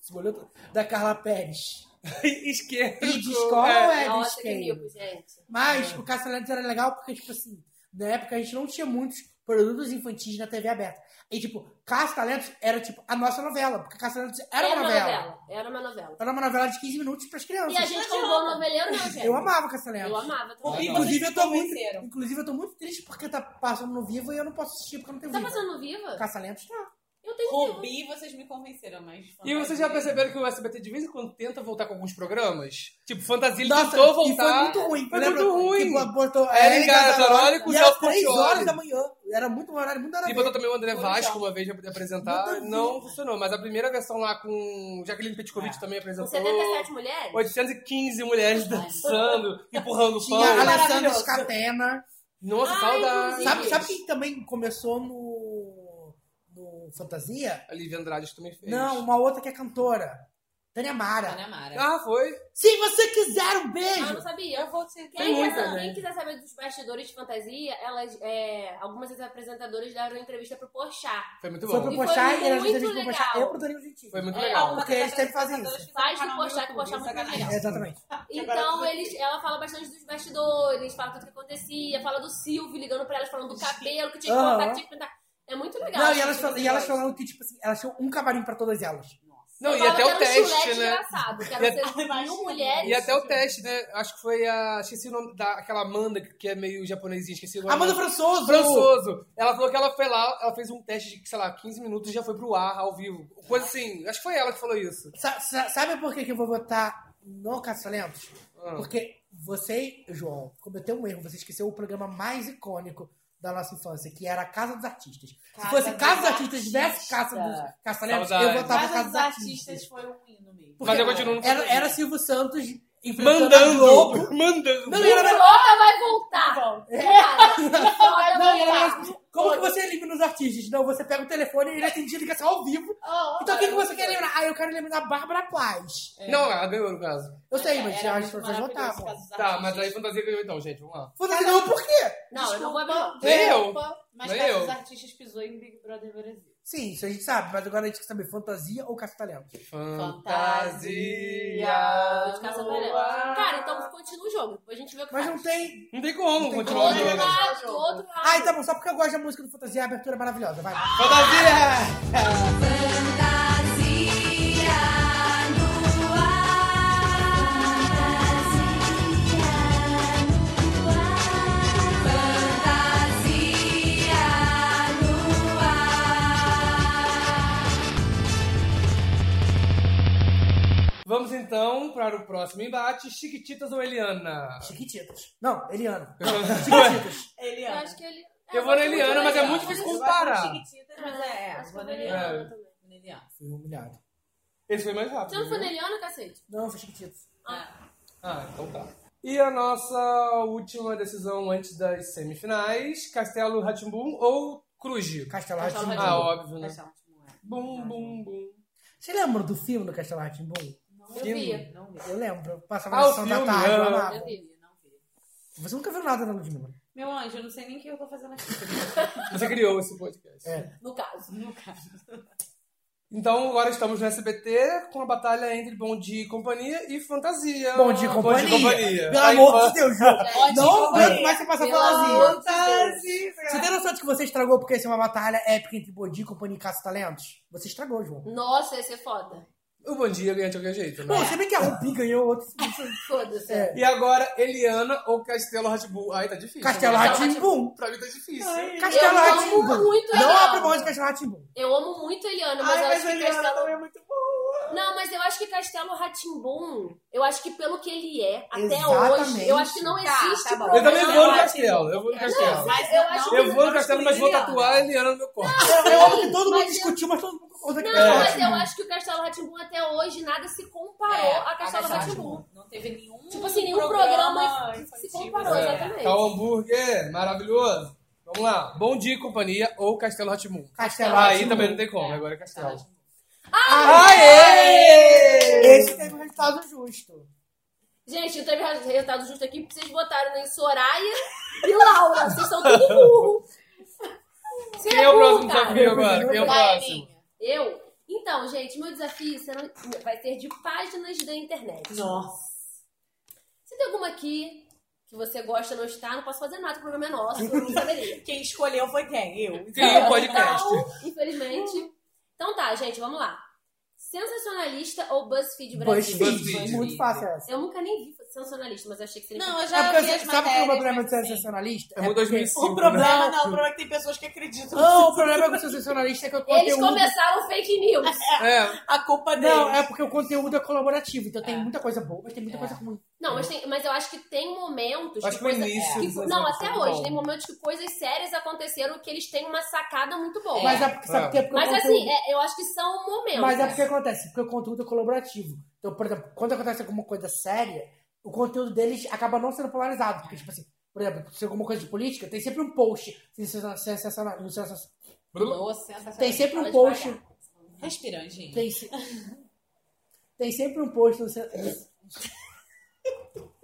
A: se molhou tudo, Da Carla Pérez.
C: Esquerdo.
A: E de escola é, de
B: Nossa, que
A: esquerda?
B: mico, gente.
A: Mas o Caça Talentos era legal porque, tipo assim, na época a gente não tinha muitos produtos infantis na TV aberta. E, tipo, Caça Talentos era, tipo, a nossa novela. Porque Caça Talentos era uma novela.
B: Era uma novela.
A: Era uma novela de 15 minutos para as crianças.
B: E a gente como bom noveleiro, não, gente.
A: Eu amava Caça Talentos.
B: Eu amava também.
C: Não.
A: Inclusive, eu tô muito,
G: convenceram.
A: inclusive, eu tô muito triste porque tá passando no vivo e eu não posso assistir porque eu não tenho
B: Tá
A: vivo.
B: passando no Viva?
A: Caça-lentos tá.
B: Eu tenho Viva.
G: Rubi, vocês me convenceram, mas...
C: E vocês já perceberam que o SBT de vez em quando tenta voltar com alguns programas? Tipo, Fantasia, ele
A: Nossa,
C: tentou
A: e
C: voltar.
A: foi muito ruim. Tipo,
C: Foi
A: Eu lembro
C: muito ruim. É,
A: Que bo- botou
C: A Ellen Gazzaroli com
A: e
C: o
A: era
C: Celso
A: três
C: Portiolli.
A: horas da manhã. Era muito um horário, muito nada a
C: E
A: ver.
C: botou também o André
G: Foi
C: Vasco
G: legal.
C: uma vez já podia apresentar.
A: Muito
C: Não
A: bom.
C: funcionou, mas a primeira versão lá com Jaqueline
A: É.
C: Petkovic também
B: Com
C: apresentou.
B: 77 mulheres?
C: 815 mulheres dançando, empurrando pão.
A: Tinha a Alessandra
G: Maravilhoso.
A: Scatena.
C: Nossa,
B: Ai,
C: saudade.
B: inclusive.
A: Sabe, sabe quem também começou no, no Fantasia?
C: A Lívia Andrade também fez.
A: Não, uma outra que é cantora. Tânia Mara.
G: Ana Mara.
C: Ah, foi?
A: Se você quiser um
B: Ah,
A: beijo.
B: não sabia. Eu vou te...
C: Tem
B: quem,
C: muita,
B: quiser,
C: né?
B: quem quiser saber dos bastidores de fantasia, elas, é, algumas das apresentadoras deram entrevista pro Porchat.
C: Foi muito
A: Foi
C: bom.
A: pro
B: E foi
A: Pochá e era
B: muito
A: justamente pro Pochá.
B: legal.
A: Eu um pro Danilo Gentili.
C: Foi muito
B: É,
C: legal.
A: Porque eles sempre fazem isso.
B: Faz do Porchat, que o Porchat é muito legal.
A: Exatamente.
B: Então, eles, ela fala bastante dos bastidores, fala tudo o que acontecia, fala do Silvio ligando pra elas, falando do cabelo, que tinha que
A: Aham.
B: cortar, que tinha que pintar. É muito legal.
A: Não, e
B: gente,
A: elas,
B: esse
A: fal- e elas
B: negócio.
A: falaram que, tipo assim, elas tinham um camarim pra todas elas.
C: Não,
B: Eu
C: e
B: falava
C: até
B: que
C: o
B: era um
C: teste,
B: chulete
C: né?
B: engraçado, que era
C: E
B: ser mil mulheres.
C: E até o teste, né? Acho que foi a. Esqueci o nome daquela Amanda, que é meio japonesinha, esqueci o nome.
A: Amanda Françoso!
C: Françoso. Ela falou que ela foi lá, ela fez um teste de, sei lá, 15 minutos e já foi pro ar ao vivo. Coisa assim. Acho que foi ela que falou isso.
A: Sa- sa- sabe por que, que eu vou votar no Caça-Lentos?
C: Ah.
A: Porque você, João, cometeu um erro. Você esqueceu o programa mais icônico da nossa infância, que era a Casa dos Artistas. Se
G: Casa
A: fosse
G: dos
A: Casa dos Artistas versus
G: Artistas.
A: Caça dos Caça-Lentos, eu
C: Saudade.
A: votava
G: Mas
A: Casa
G: os
A: dos Artistas.
G: artistas foi um hino mesmo.
A: Porque
C: Mas eu continuo no
A: era,
C: Fantasia.
A: era Silvio Santos enfrentando a Globo.
C: Mandando! Mandando!
A: Não, e era
B: O Frota vai voltar! Cara,
G: tá
A: Não,
B: o Frota vai
A: era
B: voltar.
A: mais- Como que você elimina os artistas? Não, você pega o telefone e ele é atende a ligação ao vivo.
G: Oh,
A: então o que, que você quer eliminar? Ah, eu quero eliminar a Bárbara Paz.
C: É. Não, ela ganhou no caso.
A: Eu sei, mas
G: Era
A: as
G: muito
A: pessoas
G: maravilhoso
A: votavam.
G: caso dos
C: Tá, mas
G: artistas.
C: aí Fantasia ganhou então, gente. Vamos lá.
A: Foda-se, não, por quê?
B: Não, eu não vou abrir. mão.
C: Nem eu.
G: Mas
C: Nem
G: Casa
C: eu.
G: dos Artistas pisou em Big Brother Brasil.
A: Sim, isso a gente sabe, mas agora a gente quer saber fantasia ou caça-talento.
C: Fantasia.
B: Vou de caça tarefa. Cara, então continua o jogo. Depois a gente vê o que
A: Mas
B: faz.
A: não tem.
C: Não tem como
B: Do
C: continuar o
B: outro
C: jogo.
B: lado, do outro lado.
A: Ah, então, só porque eu gosto da música do Fantasia, a abertura é maravilhosa, vai.
C: Fantasia! Vamos então para o próximo embate: Chiquititas
A: [laughs]
C: ou Eliana?
A: Chiquititas. Não, Eliana.
C: Eu vou-
A: Chiquititas.
B: Eu
I: Eliana.
B: acho que ele.
C: Eu vou na Eliana, mas é muito difícil
I: Eu gosto
C: comparar.
I: de Chiquititas, mas é, é,
B: Acho que
I: vou
B: eu vou na
I: na Eliana.
B: Eliana também.
I: Vou na Eliana.
A: Fui humilhado.
C: Esse foi mais
B: Você
C: rápido.
B: não Então foi na
C: viu?
B: Eliana, cacete?
A: Não, foi Chiquititas.
C: Ah, então tá. E a nossa última decisão antes das semifinais: Castelo Ratimbum ou Cruz?
A: Castelo
B: Castelo
A: Rá-Tim-Bum.
C: Ah, óbvio, né?
I: Mas não, não é.
C: Bum, bum, bum.
A: Você lembra do filme do Castelo Rá-Tim-Bum?
B: Eu vi.
I: Não vi.
A: Eu lembro. Passava
C: Ah,
A: na
C: o
A: sessão da
C: filme,
A: tarde,
C: é.
A: eu
B: Eu
A: amava.
B: vi.
I: Não vi.
A: Você nunca viu nada né? da Ludmilla.
I: Meu anjo, eu não sei nem o que eu tô fazendo aqui.
C: Você criou esse podcast.
A: É.
B: No caso.
I: No caso.
C: Então agora estamos no SBT com a batalha entre Bom Dia e Companhia e Fantasia.
A: Bom dia, companhia. Pelo
C: Tá aí,
A: amor
C: fã-
A: de Deus, Jota. Não
I: Companhia.
A: aguento mais você passar
B: Pelo
A: fantasia.
B: amor
I: Fantasia.
A: Você tem noção de que você estragou porque essa é uma batalha épica entre Bodhi e Companhia e Caça Talentos? Você estragou, João.
B: Nossa, ia ser foda.
C: O Bom Dia ganha de qualquer jeito, né?
B: É.
A: Bom, você bem que a Rubi ganhou outro.
B: Foda-se.
A: É.
C: E agora, Eliana ou Castelo Hatbull? Aí tá difícil.
A: Castelo
C: né?
A: Rá-Tim-Bum.
C: Pra mim tá difícil.
A: Castelo
B: Eu amo
A: Rá-Tim-Bum.
B: muito
A: Não
B: ela.
A: abre mão de Castelo Rá-Tim-Bum.
B: Eu amo muito a Eliana, mas eu acho que Castelo. Não, mas eu acho que Castelo Ratimbum, eu acho que pelo que ele é, até
A: Exatamente.
B: hoje, eu acho que não
I: Tá,
B: existe
I: tá bom.
C: Eu também vou no
I: Rá-Tim-Bum.
C: Castelo. Eu vou no Castelo.
I: Mas
B: Eu
I: não-
B: acho
I: não-
C: Eu vou no
I: não
C: Castelo, mas vou
I: excluiria.
C: tatuar a Eliana no meu corpo.
A: Eu amo que todo mundo
B: Ah, mas eu-
A: discutiu, mas todo mundo concorda que
B: Não,
A: Castelo
B: mas eu
A: Rá-Tim-Bum.
B: acho que o Castelo Ratimbum até hoje nada se comparou
I: É,
B: a Castelo Ratimbum.
I: Não teve nenhum.
B: Tipo assim, nenhum programa, se
I: infantil,
B: comparou,
I: é.
B: exatamente.
C: Tá o hambúrguer, maravilhoso. Vamos lá. Bom Dia e Companhia ou Castelo Hatbull?
A: Castelo
C: Ah, Aí
A: Rá-Tim-Bum.
C: também não tem como, agora é Castelo.
A: Esse teve um resultado justo.
B: Gente, eu teve resultado justo aqui, porque vocês botaram em Soraya e Laura. Vocês são tudo burro. Você
C: Quem é o
B: burro,
C: próximo
B: cara.
C: desafio agora? Quem é o próximo?
B: Eu? Então, gente, meu desafio será- vai ser de páginas da internet.
I: Nossa.
B: Se tem alguma aqui que você gosta não está, não posso fazer nada, o programa é nosso, eu não
C: [laughs]
B: saberia.
I: Quem escolheu foi quem? Eu.
C: Tem um podcast.
B: Então, infelizmente. Então tá, gente, vamos lá. Sensacionalista ou BuzzFeed Brasil?
A: BuzzFeed. Muito fácil essa.
B: Eu nunca nem vi sensacionalista, mas eu achei que seria.
I: Não, eu
A: É
I: já
A: porque,
I: vi as
A: você- sabe qual é o problema de
I: matérias,
A: ser
I: mas sim.
A: sensacionalista?
C: É muito
A: porque-
C: 2005.
I: O
C: né?
I: problema não, o problema é que tem pessoas que acreditam.
A: Não, o problema é que o sensacionalista é que o conteúdo...
B: Eles começaram fake news.
C: É,
I: A
C: [laughs]
I: culpa deles.
A: Não, é porque o conteúdo é colaborativo, então tem muita coisa boa, mas tem
B: É.
A: muita coisa ruim.
B: Não, mas, tem- mas eu acho que tem momentos.
C: acho
B: que
C: que o
B: coisa-
C: início.
B: que-
C: dos anos
B: não,
C: foi
B: até
C: bom.
B: hoje, tem momentos que coisas sérias aconteceram que eles têm uma sacada muito boa.
A: Mas é porque, sabe
C: É.
A: por quê? Porque o
B: Mas,
A: conteúdo-
B: assim, é, eu acho que são momentos.
A: Mas é porque acontece, porque o conteúdo é colaborativo. Então, por exemplo, quando acontece alguma coisa séria, o conteúdo deles acaba não sendo polarizado. Porque, tipo assim, por exemplo, se é alguma coisa de política, tem sempre um post sensacional. sensacional- no sensa-
I: Boa, sensacional.
A: Tem sempre
B: Fala
A: um post.
I: Respirando, gente.
A: Tem, se- tem sempre um post no sen- [laughs] no-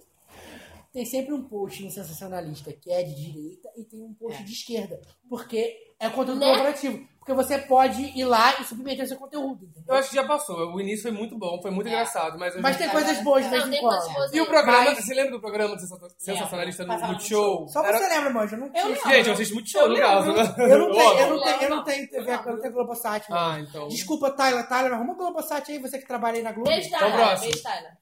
A: Tem sempre um post no sensacionalista que é de direita e tem um post de esquerda. Porque é conteúdo
B: É. Né?
A: colaborativo. Porque você pode ir lá e submeter seu conteúdo,
C: Eu
A: entendeu?
C: acho que já passou. O início foi muito bom, foi muito engraçado, mas... hoje
A: Mas
C: em
A: tem
C: dia-
A: coisas boas de vez
B: Não,
A: em
B: tem coisas
A: quando.
B: boas.
C: E o programa,
A: Mas-
C: você lembra do programa do Sensa- Sensacionalista no
I: Passava
C: Multishow? show?
I: no
A: Só você lembra, mano. Eu não tinha.
C: Gente, eu assisto Multishow, no caso. né?
A: Eu não tenho, eu
C: Óbvio.
A: não tenho, eu não tenho TV, eu não tenho Globosat. mano.
C: Ah, então...
A: Desculpa, Tyler, Tyler, arruma o Globosat aí, você que trabalha aí na Globo.
B: Beijo,
C: Então,
B: Tara.
C: próximo.
I: Beijo, Tyler.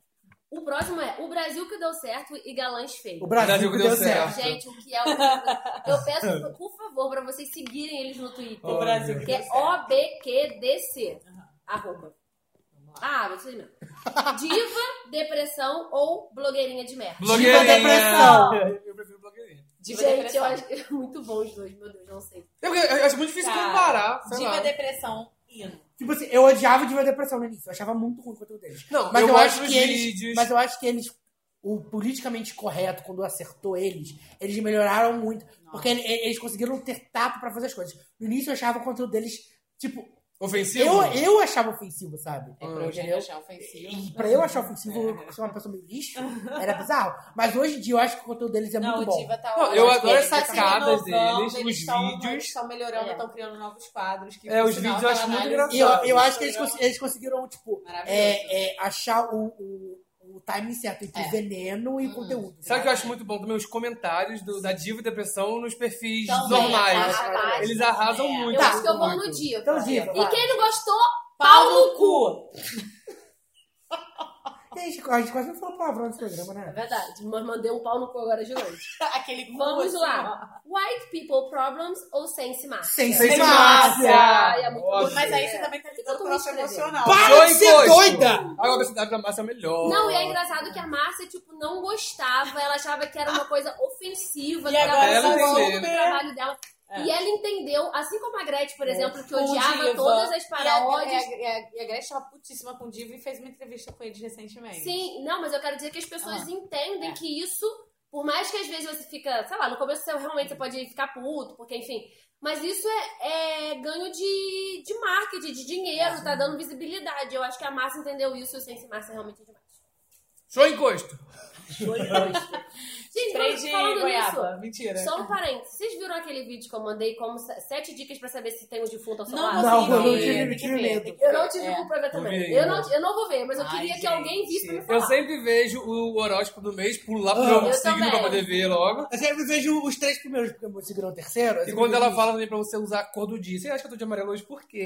B: O próximo é O Brasil que deu certo e Galãs
A: O
B: feios.
A: Brasil que deu Tá certo.
B: Gente, o que é o Eu
A: [laughs]
B: peço, por favor, pra vocês seguirem eles no Twitter.
I: O Brasil que
B: Que é
I: deu certo.
B: OBQDC. Arroba. Ah, vocês não. Diva, depressão ou blogueirinha de merda.
C: Blogueirinha.
A: Diva depressão.
C: Eu prefiro blogueirinha.
I: Diva
B: Gente, eu
I: depressão.
B: acho que- é muito bom os dois, meu Deus, não sei.
C: Eu, É eu acho muito difícil
B: Tá.
I: Cara,
C: comparar, sei
I: Diva
C: lá.
I: depressão, hino.
C: Ah,
A: Tipo assim, eu odiava de ver depressão no início, eu achava muito ruim o conteúdo deles.
C: Não,
A: mas
C: eu
A: eu,
C: gosto
A: acho
C: dos
A: que eles,
C: vídeos.
A: mas eu acho que eles o politicamente correto quando acertou eles, eles melhoraram muito, porque ele- eles conseguiram ter tato pra fazer as coisas. No início eu achava o conteúdo deles tipo
C: Ofensivo?
A: Eu, eu achava ofensivo, sabe?
G: É,
C: Ah.
A: Pra
G: Gente,
A: eu-
G: achar ofensivo.
A: E pra eu achar ofensivo, eu sou uma pessoa meio
G: [laughs]
A: lixo, era bizarro. Mas hoje em dia eu acho que o conteúdo deles é
G: Não,
A: muito
G: o
A: bom.
G: Diva tá
C: Não,
G: ótimo.
C: eu adoro
G: Eles
C: as
G: tão
C: sacadas
G: inovando,
C: deles,
G: eles
C: os
G: tão-
C: vídeos.
G: Eles estão melhorando,
B: É.
G: estão criando novos quadros. Que,
C: É,
G: por
C: os
G: sinal,
C: vídeos eu acho
G: aquela
C: muito
G: análise
A: E eu,
C: engraçado.
A: eu
G: do
A: acho que eles,
G: programa-
A: cons- eles conseguiram, tipo,
G: Maravilhoso.
A: é, é, achar o, o, o timing certo entre
G: É.
A: o veneno e
G: Hum.
A: o conteúdo. né?
C: Sabe o que eu acho muito bom também? Os comentários do- da Diva e Depressão nos perfis
G: Também,
C: normais.
G: a página,
C: Eles arrasam
G: é.
C: muito.
B: tá, Eu acho que eu vou
C: muito.
B: no dia.
A: Então, Diva,
B: E
A: vai.
B: quem não gostou,
G: Pau no cu!
A: Gente, a gente quase não falou palavrão nesse programa,
B: É
A: né?
B: verdade, mas mandei um pau no cu agora de noite.
G: [laughs] Aquele cu,
B: Vamos
G: assim,
B: lá. White people problems ou sense massa?
A: Sem
C: Sem
A: ser
C: massa.
B: Ai, é muito
C: Óbvio.
B: bom.
G: Mas aí você
B: É.
G: também tá
B: Então,
G: lidando
B: tô
G: com o nosso
B: me inscrevendo.
G: emocional.
A: Para
C: Joy
A: de ser
C: Costa.
A: doida!
C: A obesidade da massa é melhor.
B: Não, e é engraçado que a Márcia, tipo, não gostava. Ela achava que era uma coisa ofensiva.
G: E
B: que era
G: agora É.
C: ela
B: uma
C: entendeu.
B: ofensiva pro trabalho dela. E ela entendeu, assim como a Gretchen, por exemplo, que
G: Com
B: odiava
G: diva.
B: todas as
G: E a- é
B: paródias.
G: E a, e a, e a Gretchen estava putíssima com o Diva e fez uma entrevista com eles recentemente.
B: Sim, não, mas eu quero dizer que as pessoas
G: Ah.
B: entendem
G: É.
B: que isso, por mais que às vezes você fica, sei lá, no começo você realmente você pode ficar puto, porque enfim. Mas isso é, é ganho de, de marketing, de dinheiro,
G: Ah.
B: tá dando visibilidade. Eu acho que a Márcia entendeu isso e o Sense Márcia realmente é demais.
C: Show encosto.
B: Gente,
G: Spray
B: mas
G: de
B: falando
G: goiaba.
B: nisso,
G: Mentira.
B: só um parênteses. Vocês viram aquele vídeo que eu mandei como se- sete dicas pra saber se tem um defunto ao seu lado?
A: Não,
G: consegui
A: eu não
G: ver,
A: tive-
G: tem assim, que
A: tive
G: ver, É.
A: medo.
G: tem que
B: Eu
G: ver.
B: não tive como pra ver
C: Eu
B: também.
C: vi
B: Eu
C: ainda.
B: não, eu não vou ver, mas eu
G: Ai,
B: queria que
G: gente.
B: alguém visse pra me falar.
C: Eu sempre vejo o horóscopo do mês, pulo lá pro
A: Ah,
C: meu
B: eu
C: signo pra
B: também.
C: poder ver logo.
A: Eu sempre vejo os três primeiros, porque eu vou seguir o terceiro. eu
C: E
A: sempre
C: quando ela
A: vejo
C: fala também pra você usar a cor do dia, você acha que eu tô de amarelo hoje por quê?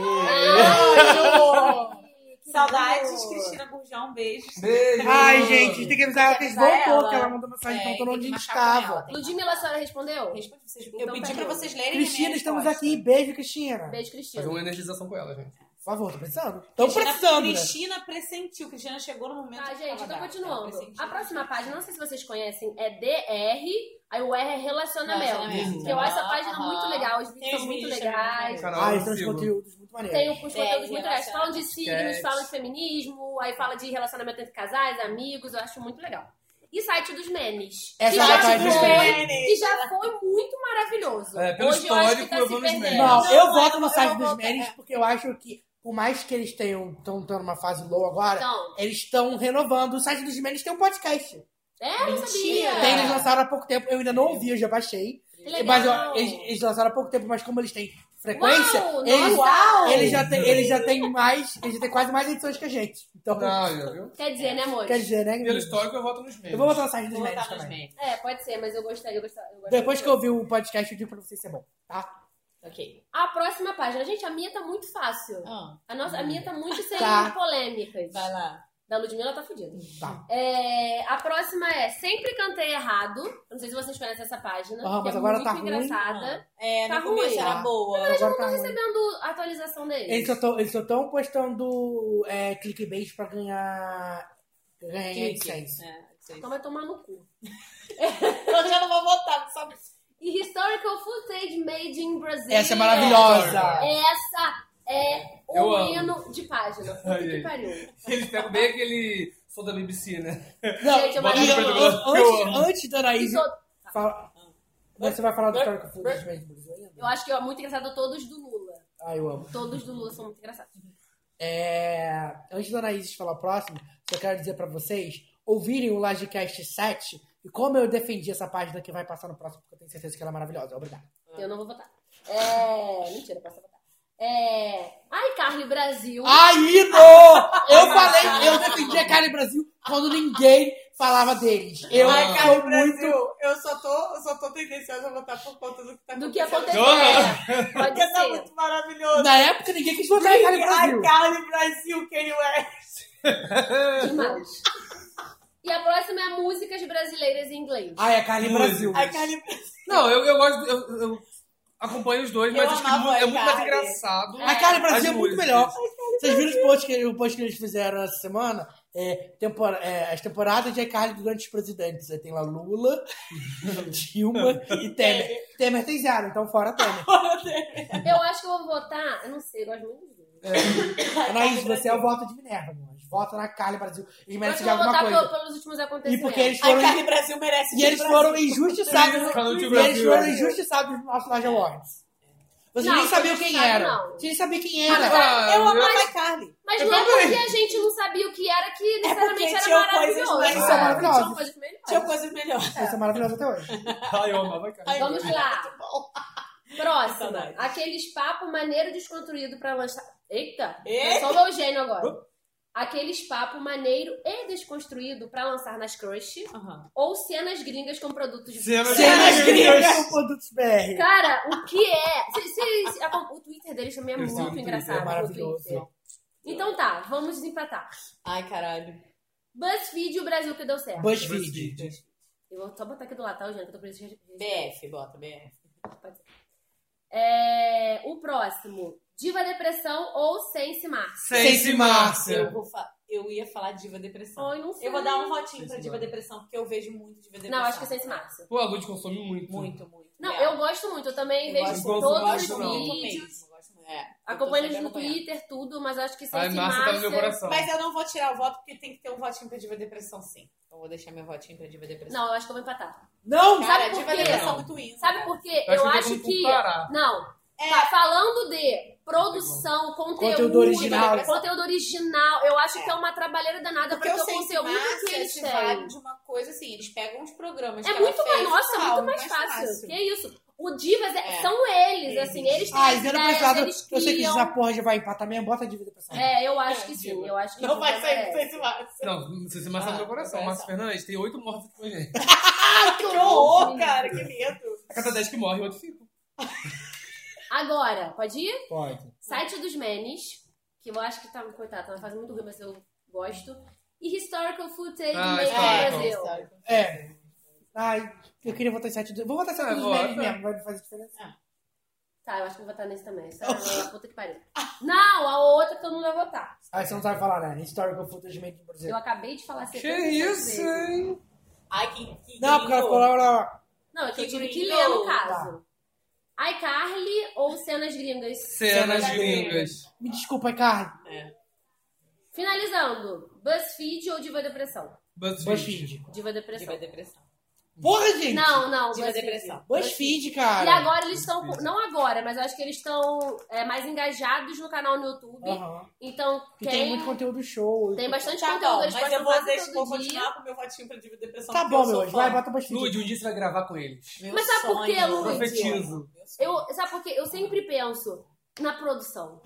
G: Saudades, Cristina Burjão, um beijo.
C: Beijo.
A: Ai, gente, a gente tem que avisar ela que eles vão
G: Avisar
A: pôr,
G: ela.
A: que ela mandou mensagem
G: É,
A: perguntando
G: tem
A: onde a
G: que
A: gente
G: marcar com
A: estava.
G: ela, tem que
B: Ludmilla, a senhora respondeu?
G: Responde, vocês- Eu
B: Então
G: pedi
B: tá
G: pra
B: bom.
G: vocês lerem a minha
A: Cristina, estamos
G: resposta.
A: aqui. Beijo, Cristina.
B: Beijo,
C: Fazer
B: Cristina.
C: uma energização com ela, gente.
A: Por favor, tô precisando. Tô
G: Cristina,
A: precisando. né?
G: Cristina pressentiu. Cristina chegou no momento.
B: Tá,
G: que
B: gente,
G: tava
B: então
G: dada. Ela
B: continuando.
G: pressentiu.
B: A próxima página, não sei se vocês conhecem, é DR, aí o R é relacionamento.
G: Relacionamento.
B: Que eu acho essa página
G: Aham.
B: muito legal, os
G: Tem
B: vídeos são
G: os
B: muito
G: vídeos também,
B: legais.
G: né?
C: Canal
A: Ah,
C: do
A: esses são os
C: Silva.
A: conteúdos muito maneiros.
B: Tem uns conteúdos muito legais.
G: relacionamento.
B: Falam de signos,
C: Sketch.
B: falam de feminismo, aí fala de relacionamento entre casais, amigos, eu acho muito legal. E site dos memes.
A: Essa
B: que,
A: é a
B: já
A: página dos
B: foi,
G: memes.
B: que já foi muito maravilhoso.
C: É, pelo
B: Hoje eu acho que
C: histórico,
B: tá
C: eu
B: se
C: vou nos
B: perdendo.
C: memes.
A: Não,
G: Não,
A: eu
G: eu
A: voto
B: é,
G: não-
A: no
G: eu
A: site
G: não
A: dos
G: vou-
A: memes, porque eu acho que, por mais que eles tenham estão numa fase low agora,
B: Então.
A: eles estão renovando. O site dos memes tem um podcast.
B: É, eu não sabia.
A: Tem, eles lançaram há pouco tempo. Eu ainda não ouvi, eu já baixei.
B: Que legal.
A: Mas ó, é, eles, eles lançaram há pouco tempo, mas como eles têm frequência,
B: Uau,
A: eles,
B: nossa!
A: eles já têm, eles já têm mais, eles já têm quase mais edições que a gente. Então,
C: Não, já viu?
B: Quer dizer, né, amor?
A: quer dizer, né?
C: Pelo
A: meninas?
C: histórico, eu voto nos memes.
A: Eu vou botar no site dos
G: Vou
A: memes
G: botar nos
A: também.
G: memes.
B: É, pode ser, mas eu gostaria, eu gostaria. eu gostaria.
A: Depois que eu ouvir o podcast, eu digo pra vocês se é bom, tá?
G: Ok.
B: A próxima página. Gente, a minha tá muito fácil.
G: Ah,
B: A, nossa, a minha tá muito sem
A: Tá.
B: polêmicas.
G: vai lá.
B: Da Ludmilla tá fodida.
A: Tá.
B: É, a próxima é Sempre Cantei Errado. Eu Não sei se vocês conhecem essa página.
A: Ah,
B: que
A: mas
B: é
A: agora
B: muito
A: tá ruim.
B: engraçada.
G: É,
B: Tá
G: no começo
B: ruim.
G: era boa.
A: Agora
B: Não
A: tá
B: tô
A: ruim.
B: recebendo a atualização deles.
A: Eles só tão- eles só estão postando é, clickbait pra ganhar. ganhar
G: Clique.
A: AdSense.
G: É, isso aí.
B: Então vai tomar no cu.
G: Eu já não vou votar, só
B: E Historical Footage Made in Brazil.
A: Essa é maravilhosa!
B: Essa é
C: Eu
B: o
C: amo.
B: hino de página. Puta
C: Ai,
B: que
C: gente.
B: pariu.
C: Eles pegam bem aquele som da BBC, né?
A: Não,
B: Gente, é
A: e
B: maravilhoso.
A: eu-
C: Eu
A: antes,
C: amo.
A: antes da Anaís.
B: Isso-
A: fala- Você vai falar do Histórico Footage mesmo, Brasil,
B: Eu
A: ainda?
B: acho que é muito engraçado todos do Lula.
A: Ah, eu amo.
B: Todos do Lula são muito engraçados.
A: É, antes da Anaís falar o próximo, só quero dizer pra vocês ouvirem o Lagecast 7 e como eu defendi essa página que vai passar no próximo, porque eu tenho certeza que ela é maravilhosa. Obrigado.
B: Eu não vou votar. É... Mentira, eu posso votar. É... Ai, Carly Brasil.
A: Aí, não! Eu falei, eu defendi a Carne Brasil quando ninguém falava deles. Eu
C: Ai,
A: sou
G: Cara,
A: muito.
G: Brasil, eu só tô, eu só tô tendenciosa a votar por conta do que tá
B: do que
G: acontecendo.
B: aconteceu.
C: Não.
B: É,
A: [laughs]
B: Pode
G: Porque tá
B: ser.
G: muito maravilhoso.
A: Na época ninguém quis votar em Carne Brasil.
G: A Carne Brasil, quem é?
B: Demais. E a próxima é músicas brasileiras em inglês.
A: Ai, a Carne Brasil.
G: A Carne Brasil.
C: Não, eu, eu gosto. Eu, eu acompanho os dois, mas
G: Eu
C: acho que
G: amava
C: mu- é
G: a
C: muito mais
G: Carne.
C: engraçado.
A: A Carne Brasil é
C: As
A: muito
C: músicas.
A: melhor. Vocês viram os posts que, o post que eles fizeram essa semana? É, tempora- é, as temporadas de iCarly durante os presidentes. Aí tem lá Lula, [laughs] Dilma e
G: [laughs]
A: Temer. Temer tem zero, então fora Temer.
B: Eu acho que eu vou votar. Eu não sei, eu gosto muito dos dois. [coughs]
A: Anaís, você é o voto de Minerva, mano. Vota na Carne Brasil. Eles
B: Eu acho
A: merecem
B: que
A: de
B: eu vou
A: alguma
B: votar
A: coisa.
B: pe- pelos últimos
A: E
B: acontecimentos.
A: porque eles
G: A
A: foram,
G: Carne Brasil merece.
A: e eles
G: Brasil.
A: foram injustiçados.
C: Canal de
A: e
C: Brasil.
A: eles foram injustiçados no nosso Laje Awards. Você
B: Não,
A: nem sabia
B: você
A: quem
B: sabe,
A: era.
B: não.
A: Você nem sabia quem
C: Ah,
A: era.
I: Eu amava
C: eu-
I: a Carly.
B: Mas
C: Eu
B: não é
C: também.
B: porque a gente não sabia o que era que necessariamente
I: porque
B: era
I: tinha
B: maravilhoso.
I: coisas mais-
A: Isso é maravilhoso.
B: Tinha coisas melhores.
I: Tinha coisas melhores.
A: Essa é maravilhosa até hoje.
C: Ai, eu amava cara.
I: Ai,
B: Vamos
I: meu
B: lá.
I: Deus, muito bom.
B: Próximo.
I: Saudades.
B: Aqueles papo maneiro desconstruído pra lançar. Eita!
I: Eita!
B: Eu sou o Eugênio agora. Aqueles papo maneiro e desconstruído pra lançar nas crush
I: Aham.
B: ou cenas gringas com produtos de
C: Cenas
A: Cenas
C: gringas.
A: gringas com produtos BR.
B: Cara, o que é? Se- se- se- a- o Twitter deles também é
C: Eu sei, o
B: muito
C: um Twitter
B: engraçado.
A: é
B: o
A: maravilhoso.
B: Twitter. Então tá, vamos desempatar.
I: Ai, caralho.
B: BuzzFeed o Brasil que deu certo.
A: BuzzFeed.
B: Eu vou só botar aqui do lado, tá, Eugênio? Que eu tô precisando
I: BF, bota BF.
B: É, o próximo. Diva Depressão ou Sense Márcia?
C: Sense Márcia.
I: Eu, vou fa- eu ia falar Diva Depressão.
B: Ai, não sei.
I: Eu vou dar um votinho pra
C: Sense
I: Diva
C: Márcia.
I: Depressão, porque eu vejo muito Diva Depressão.
B: Não, acho que é Sense Márcia.
C: Pô, a Lud consome muito.
I: Muito, muito.
B: Não,
I: É.
B: eu gosto muito. Eu também
I: Eu
B: vejo tipo,
I: gosto-
C: eu
B: todos
C: gosto
B: os
C: muito
B: vídeos.
I: mesmo, eu gosto muito. É, eu tô
B: Acompanho
I: sempre
B: eles no
I: acompanhando.
B: Twitter, tudo. Mas acho que
C: Ai,
B: Sense é-
C: Márcia tá no meu coração.
I: Mas eu não vou tirar o voto, porque tem que ter um votinho pra Diva Depressão, sim. Então eu vou deixar meu votinho pra Diva Depressão.
B: Não, eu acho que eu vou empatar.
A: Não!
I: Cara,
B: sabe por
I: Diva
B: quê?
I: Depressão
C: Não.
I: é muito isso.
B: Sabe por quê?
C: Eu
B: Eu,
C: acho que tem
B: acho
C: como
B: que...
C: comparar.
B: Não.
I: É.
B: Fa- Falando de produção, conteúdo,
A: Conteúdo original.
B: Diva Depressão, conteúdo original, eu acho
I: É.
B: que é uma trabalheira danada
I: Porque
B: pra
I: eu
B: ter o
I: sei que
B: conteúdo que
I: Márcia
B: eles
I: se
B: têm.
I: vale de uma coisa assim, eles pegam os programas
B: É
I: que
B: muito
I: ela
B: mais,
I: fez,
B: nossa, é
I: falam,
B: muito mais fácil. Que isso? O Divas é-
I: É.
B: são eles, assim, eles têm
A: Ah,
B: as
A: e vendo
B: ideias,
A: pra esse lado,
B: eles
A: eu sei que
B: criam.
A: essa porra já vai empatar mesmo. Bota a dívida pra essa.
B: É, eu acho que sim,
C: Diva.
B: eu acho que é
I: Não
B: Diva
I: vai sair do
B: merece.
I: Sense Márcia.
C: Não, não sei se Márcia tá no meu
I: Ah,
C: coração.
I: coração.
C: Márcia Fernandes tem oito mortos com a gente.
I: Ah, que horror, cara, que medo.
C: A cada dez que morre, oito fica.
B: Agora, pode ir?
A: Pode.
B: Site dos Menes, que eu acho que tá, coitado, tá uma fase muito ruim, mas eu gosto. E Historical Footage
C: Ah,
B: Made in
C: Historical.
B: Brasil.
A: É. Ai, eu queria votar em 7 do... Vou votar em 7
C: Ah,
A: dos
C: vota.
A: memes mesmo, vai fazer diferença.
B: Tá, eu acho que vou votar nesse também. Essa é uma puta que pariu. Não, a outra todo mundo vai votar.
A: Aí você não sabe falar, né? Historical footage made in Brazil.
B: Eu acabei de falar
C: Que
B: 76
C: isso,
B: vezes.
C: hein?
I: Ai, que, que
A: Não, porque ela
I: lindo.
A: falou... Blá, blá, blá.
B: Não, é que eu
I: Que Tá.
B: tive que
I: lindo.
B: ler no caso. iCarly ou cenas gringas?
C: Cenas
A: Cenas
C: gringas.
A: Me desculpa, Ricardo.
B: Finalizando, BuzzFeed ou Diva Depressão?
C: BuzzFeed.
A: BuzzFeed.
B: Diva Depressão.
I: Diva Depressão.
A: Porra, gente!
B: Não, não,
I: Diva
B: BuzzFeed.
I: Depressão.
A: BuzzFeed,
B: E
A: cara.
B: agora eles estão, com- não agora, mas eu acho que eles estão é, mais engajados no canal no YouTube.
A: Aham.
B: Então,
A: Que tem,
B: tem,
A: muito conteúdo show.
B: tem bastante
I: Tá
B: conteúdo,
I: bom,
B: eles
I: mas eu
B: postam
I: vou,
B: quase
I: deixar, vou
B: todo dia.
I: continuar com o meu votinho pra Diva Depressão.
A: Tá
I: porque
A: bom,
I: eu
A: meu
I: sou
A: anjo.
I: fã.
A: Vai, bota BuzzFeed.
C: Lud, um dia você vai gravar com eles.
I: Meu
B: Mas sabe por quê,
I: sonho.
B: Lud?
C: Profetizo.
I: Meu sonho.
B: Eu, sabe por quê? Eu sempre penso na produção,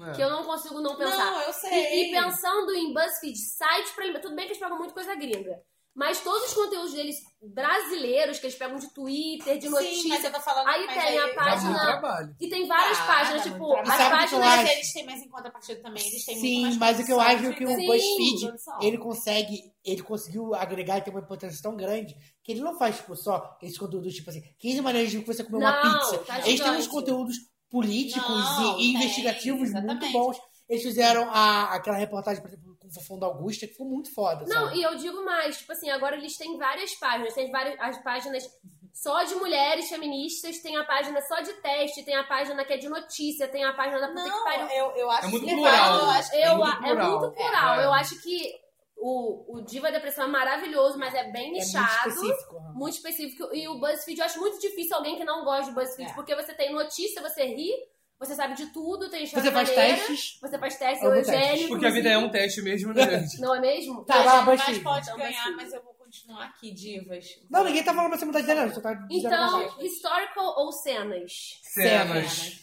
C: É.
B: que eu não consigo não pensar.
I: Não, eu sei.
B: E, e pensando em BuzzFeed, sites pra alimentar. Tudo bem que eles pegam muita coisa gringa. Mas todos os conteúdos deles brasileiros, que eles pegam de Twitter, de
I: Sim, mas
B: notícia.
I: eu tô falando...
B: Aí
I: mas
B: tem a
C: Dá
B: página-
C: muito trabalho.
B: E tem várias
I: Ah,
B: páginas,
I: dá
B: tipo,
I: muito
B: as
I: trabalho.
A: Sabe o que eu
B: páginas.
I: Mas
A: acho?
I: eles têm mais em conta a partir também, eles têm
A: Sim,
I: muito mais
A: mas o que eu acho
I: produção,
A: é que o
I: eles têm
A: BuzzFeed,
I: produção.
A: ele consegue, ele conseguiu agregar e ter uma importância tão grande que ele não faz, tipo, só esses conteúdos, tipo assim, 15 maneiras de você comer uma
B: Não,
A: pizza.
B: tá
A: Eles têm
B: gigante.
A: uns conteúdos políticos
I: Não,
A: e
I: tem,
A: investigativos muito
I: exatamente.
A: bons. Eles fizeram a- aquela reportagem, por exemplo, com o Fofão da Augusta, que foi muito foda.
B: Não,
A: sabe?
B: e eu digo mais, tipo assim, agora eles têm várias páginas. Tem várias as páginas só de mulheres feministas, tem a página só de teste, tem a página que é de notícia, tem a página da puta que pariu.
I: Não, eu, eu acho
C: É muito
I: que-
C: plural.
I: Eu acho que-
B: Eu,
C: É
B: é,
C: muito
B: muito
C: plural.
B: plural.
C: É.
B: Eu acho que o, o Diva Depressão é maravilhoso, mas é bem
A: é muito
B: nichado. muito,
A: específico. aham.
B: específico. E o BuzzFeed, eu acho muito difícil alguém que não gosta de BuzzFeed,
I: É.
B: porque você tem notícia, você ri, você sabe de tudo, tem história
A: Você faz
B: maneira,
A: testes?
B: Você faz teste,
A: Eu
B: o
A: amo testes.
B: Eugênio.
C: Porque a vida é um teste mesmo, [laughs] né, gente?
B: Não é mesmo?
A: Tá, vai lá,
I: Mas
A: BuzzFeed.
I: pode
B: Então,
I: ganhar,
B: BuzzFeed.
I: mas eu vou continuar aqui, divas.
A: Não, ninguém tá falando pra você mudar de ideia, não. Você tá dizendo pra gente.
B: Então, historical ou cenas?
C: Cenas.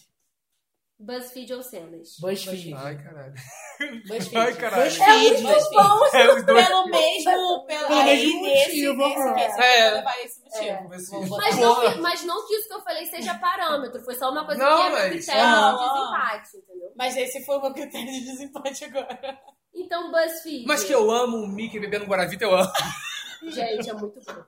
B: BuzzFeed ou cenas?
A: BuzzFeed.
C: Ai, caralho. [laughs]
I: BuzzFeed.
C: Ai, caralho.
A: BuzzFeed.
G: [laughs]
C: É, os dois.
I: Pelo mesmo, pelo,
A: Pelo
I: aí,
A: mesmo
I: nesse-
A: motivo, É. ah.
I: nesse que esse
C: É.
I: eu vou levar esse motivo.
C: Vamos ver se-
I: Vou botar.
B: Mas não, que, mas não que isso que eu falei seja parâmetro, foi só uma coisa
C: Não,
B: que é meu
C: mas-
B: critério
I: Aham.
B: de desempate, entendeu?
I: Mas esse foi o meu critério de desempate agora.
B: Então, BuzzFeed.
C: Mas que eu amo o Mickey bebendo Guaravita, eu amo.
B: Gente, é muito bom.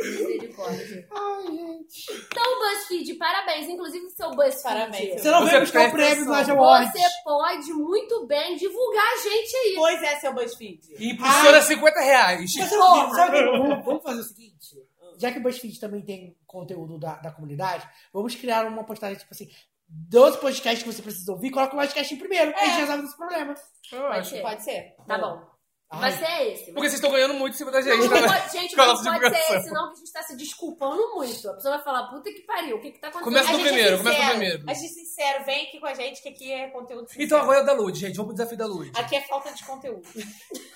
B: Misericórdia. Ai, gente. Então, BuzzFeed, parabéns. Inclusive, seu BuzzFeed.
I: Parabéns.
A: Você não
C: Você
A: veio buscar o
C: presta
A: prêmio do Laje
C: atenção.
A: Awards.
B: Você pode muito bem divulgar a gente aí.
I: Pois é, seu BuzzFeed.
C: E impulsiona 50 reais.
A: Mas sabe o que- sabe o que- vamos, vamos fazer o seguinte? Já que o BuzzFeed também tem conteúdo da, da comunidade, vamos criar uma postagem tipo assim: 12 É. podcasts que você precisa ouvir, coloca o podcast em primeiro. A gente resolve esse problema.
C: Eu acho.
B: ser.
I: Pode ser?
B: Tá bom. Vai ser esse.
C: Porque vocês estão ganhando muito em cima da
B: Não,
C: gente,
B: não
C: né?
B: pode, gente,
C: Com a
B: não
C: nossa
B: pode
C: divulgação.
B: ser esse, não, que a gente tá se desculpando muito. A pessoa vai falar, puta que pariu, o que que tá acontecendo?
C: Começa
B: A
C: do
B: gente-
C: primeiro,
G: sincero.
C: começa do primeiro.
G: A gente é sincero, vem aqui com a gente, que aqui é conteúdo sincero.
C: Então agora é o da Lud, gente. Vamos pro desafio da Lud.
G: Aqui é falta de conteúdo.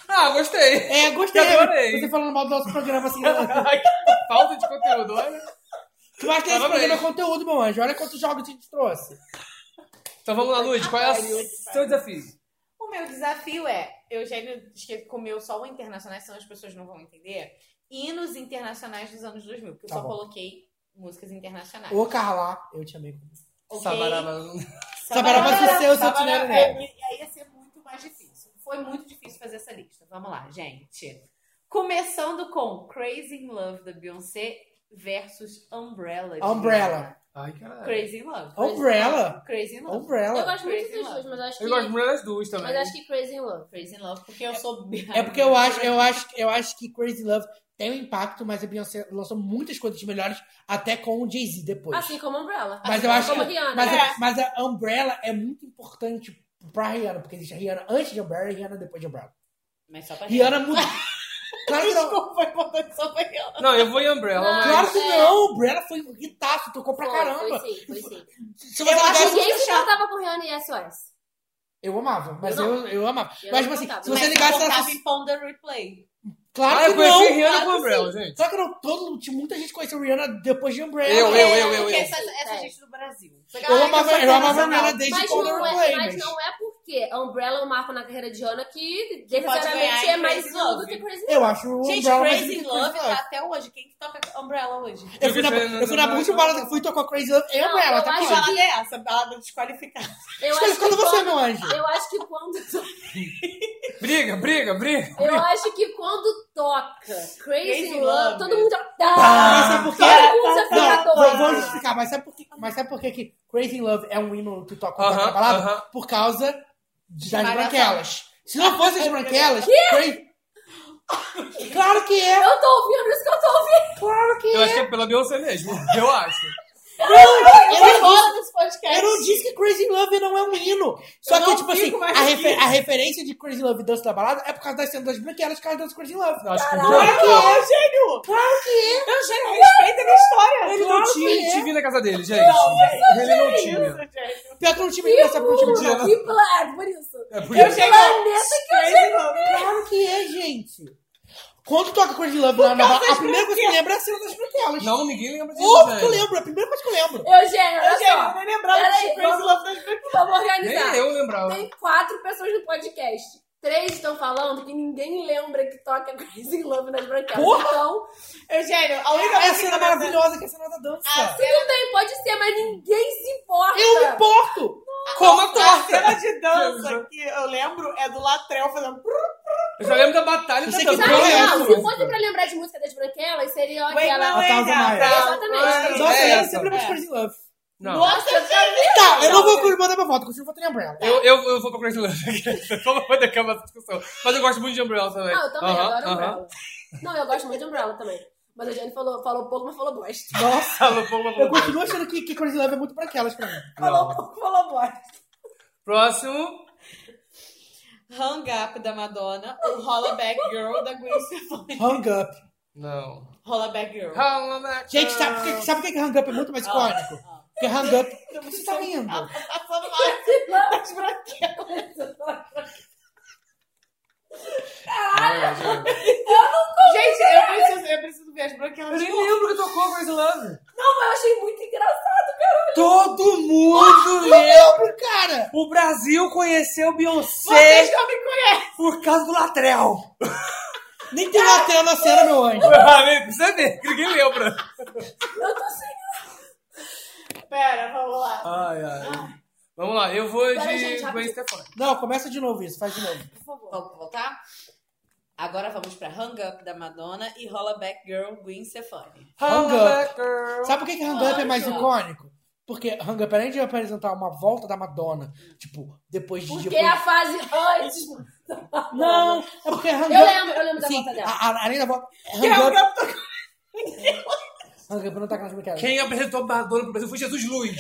C: Ah, [laughs] gostei.
A: É, gostei.
C: Adorei.
A: Você falando mal do nosso programa assim. né?
C: Falta de conteúdo, olha.
A: Tu acha que esse
C: Parabéns.
A: programa é conteúdo, meu anjo? Olha quantos jogos a gente trouxe.
C: Então vamos lá, Lud. Qual é o seu desafio?
G: O meu desafio é, Eugênio diz que comeu só o internacional, senão as pessoas não vão entender. Hinos internacionais dos anos 2000, porque eu
A: Tá
G: só
A: bom.
G: coloquei músicas internacionais.
A: Ô, Carla, eu te amei.
G: Ok?
C: Sabaraba.
A: Sabaraba Suceu, seu
G: Sabaraba,
A: Tinelo Neves.
G: E aí ia ser muito mais difícil. Foi muito difícil fazer essa lista. Vamos lá, gente. Começando com Crazy in Love da Beyoncé versus Umbrella. de
A: Umbrella.
C: Ai, caralho.
G: Crazy in Love.
A: Umbrella?
G: Crazy in Love.
A: Umbrella.
B: Eu gosto muito
G: Crazy
B: dos dois,
G: Love.
B: mas eu acho que.
C: Eu gosto muito das duas também.
B: mas eu acho que Crazy in Love.
G: Crazy in Love, porque eu sou.
A: É porque eu acho, eu acho, eu acho que Crazy Love tem um impacto, mas a Beyoncé lançou muitas coisas melhores, até com o Jay-Z depois.
B: Assim como Umbrella.
A: mas
B: Assim
A: eu acho
B: como
A: que,
B: Rihanna.
A: mas,
B: É.
A: a- mas a Umbrella é muito importante pra Rihanna, porque existe a Rihanna antes de Umbrella e a Rihanna depois de Umbrella.
G: Mas só pra
B: É.
A: Rihanna mudou. Claro que não.
G: Desculpa, é importante só pra eu.
C: Não, eu vou em Umbrella,
B: Não.
C: mas...
A: Claro que
B: É.
A: não. Umbrella foi um hitaço, tocou pra
B: Foi,
A: caramba.
B: Foi sim, foi sim.
A: Se você
G: acho
A: ligasse-
G: muito
B: Ninguém se
G: chato.
B: contava com Rihanna e SOS.
A: Eu amava, mas
B: Eu
A: eu,
B: não.
A: eu, amava.
B: Eu
A: mas,
B: não
A: tipo assim,
B: contava.
A: se você
G: Mas
A: ligasse
G: eu
A: ela.
G: tava em Ponder Replay.
A: Claro
C: Ah,
A: que
C: eu conheci
A: não.
C: Rihanna
G: claro
C: com
G: que
C: Umbrella, gente.
A: Claro que não. Todo, muita gente conheceu Rihanna depois de Umbrella.
C: Eu, eu, eu, eu,
G: Porque
C: eu.
G: Essa, essa
B: É.
G: gente do Brasil.
A: Eu amava, eu amava a Rihanna desde
B: Mas
A: Color
B: não, é,
A: Play,
B: mas não é porque a Umbrella é um marco na carreira de Rihanna que,
G: ganhar
B: necessariamente,
G: em
B: é mais
G: Crazy
B: um do
G: Love.
B: que Crazy Love.
A: Eu acho o
G: Gente,
A: Umbrella mais
G: Crazy
A: bonito que
G: Love
A: Umbrella.
G: tá até hoje. Quem que toca Umbrella hoje?
A: Eu fui na, eu fui na última balada que fui tocar Crazy Love e
B: Não,
A: Umbrella, tá
B: eu
A: até
B: acho
A: hoje.
G: balada é essa? Balada desqualificada.
B: Eu
A: Escolha
B: acho que
A: quando você,
B: quando-
A: meu anjo.
B: Eu acho que quando.
C: Briga, briga, briga.
B: Eu acho que quando toca Crazy,
G: Crazy
B: Love,
G: Love.
B: todo mundo já.
A: Ah,
B: Ah,
A: Mas sabe por quê?
B: Todo mundo já fica
A: é Não, vou, vou
B: doido.
A: justificar, mas sabe por que, mas sabe por que, que Crazy Love é um hino que toca uh
C: Aham,
A: na balada?
C: aham.
A: Por causa de- das
G: Malhação.
A: branquelas. Se não fosse as branquelas, Crazy... Claro que é!
B: Eu tô ouvindo isso que eu tô ouvindo.
A: Claro que
C: Eu acho
A: é!
C: que é pela Beyoncé mesmo. Eu acho.
A: Não, eu não-
G: Fora desse podcast.
A: Eu não disse que Crazy Love não é um hino. Só
G: Eu
A: que,
G: não
A: tipo assim,
G: fico mais
A: a, refe-
G: aqui.
A: a referência de Crazy Love e Dança da Balada é por causa das cenas das branquelas que elas dançam Crazy Love.
C: Eu acho que
A: Claro que é,
G: Eugênio!
A: Claro que é!
G: Eugênio, respeita a minha história!
C: Ele não
A: Claro que
C: tinha
A: é.
C: TV na casa dele, gente. Ele não tinha.
G: Eugênio!
A: Pior que eu não tive que
B: Que
A: dançar pro time de
B: burro,
A: ano.
B: que black, por isso.
C: É por isso.
G: Eugênio!
A: Claro que é, gente. Quando toca Crazy Love lá na balada, a primeira coisa que lembra é a cena das branquelas.
C: Não, ninguém lembra disso,
A: Óbvio que eu
C: velho.
A: lembro, é a primeira coisa que eu lembro.
B: Eugênio, olha
G: Eugênio,
B: só.
G: nem lembrava
B: Peraí,
G: de Crazy
B: vamos-
G: Love das Branquelas.
B: Vamos
C: Nem
B: organizar.
C: eu lembrava.
B: Tem quatro pessoas no podcast. Três estão falando que ninguém lembra que toca Crazy in Love nas branquelas.
A: Porra!
B: Então,
G: Eugênio, a única
A: É a
G: coisa que
A: cena
G: eu
A: maravilhosa que é a cena da dança.
B: se não tem, pode ser, mas ninguém se importa.
A: Eu me importo! Como a
G: A
A: torta!
G: cena de dança que eu lembro é do Latrell fazendo...
C: Eu só lembro da batalha
A: Eu
C: e
A: sei
C: da
A: que
B: Sabe,
A: Qual é essa
B: não, se
C: dança.
B: fosse pra lembrar de música das branquelas, seria
G: Wake
B: aquela.
A: A
G: my
A: Thousand
G: way
A: Miles.
G: down.
B: Exatamente.
A: Nossa,
C: É
A: eu
C: essa.
A: sempre lembro de Crazy Love.
C: Não.
G: Nossa, eu já vi!
A: Tá, eu não vou mandar pra volta, eu continuo votando em Umbrella.
C: Eu, eu, eu vou pra Crazy [laughs] Love. Como vai acabar essa discussão? Mas eu gosto muito de Umbrella também.
B: Não, Ah, eu também
C: Aham,
B: adoro
C: aham. [laughs]
B: Umbrella. Não, eu gosto muito de Umbrella também. Mas a Jane falou, falou pouco, mas
A: [laughs]
B: falou bosta.
A: Nossa,
C: Falou, falou,
A: eu
C: falou.
A: continuo achando que, que Crazy Love é muito branquelas pra mim.
B: Falou
C: Não.
B: pouco, falou bosta.
C: Próximo.
G: Hang Up da Madonna ou Hollaback Girl da Gwen Stefani.
A: Hang Up.
C: Não.
G: Hollaback Girl.
A: Gente, sabe por que, sabe por que que Hang Up é muito mais icônico? Porque Hang Up... Você tá lindo.
G: Passando mal.
B: As branquelas.
G: Gente, eu preciso, eu preciso ver as branquelas. de novo.
C: lembro que tocou Crazy Love.
B: Não, mas eu achei muito engraçado, cara.
C: Todo mundo
A: Eu lembro, cara!
C: O Brasil
A: [laughs]
C: conheceu
G: Vocês
C: Beyoncé
G: não me conhecem.
C: por causa do Latrell.
A: Nem tem lateral na cena, meu anjo.
C: Ah, nem precisa ver, ninguém lembra.
B: Eu tô sem.
G: Pera, vamos lá.
C: Ai, ai. Vamos lá, eu vou
B: Pera,
C: de
B: gente,
C: Gwen
B: rapidinho.
C: Stefani.
A: Não, começa de novo isso, faz de novo.
G: Vamos voltar? Agora vamos pra Hang Up da Madonna e Hollaback Girl Gwen Stefani.
A: Hang
C: Hollaback
A: up.
C: Girl.
A: Sabe por que, que Hang Up é mais
B: Olha.
A: icônico? Porque Hang Up, além de apresentar uma volta da Madonna, tipo, depois de.
B: Porque
A: depois-
B: a fase antes.
A: Não, é porque Hang
B: Eu
A: Up.
B: lembro, eu lembro da
A: Sim,
B: conta dela.
A: a- a- além da volta. Hang Up. Não, eu não tá com aquela.
C: Quem apresentou Madonna pro Brasil foi Jesus Luz.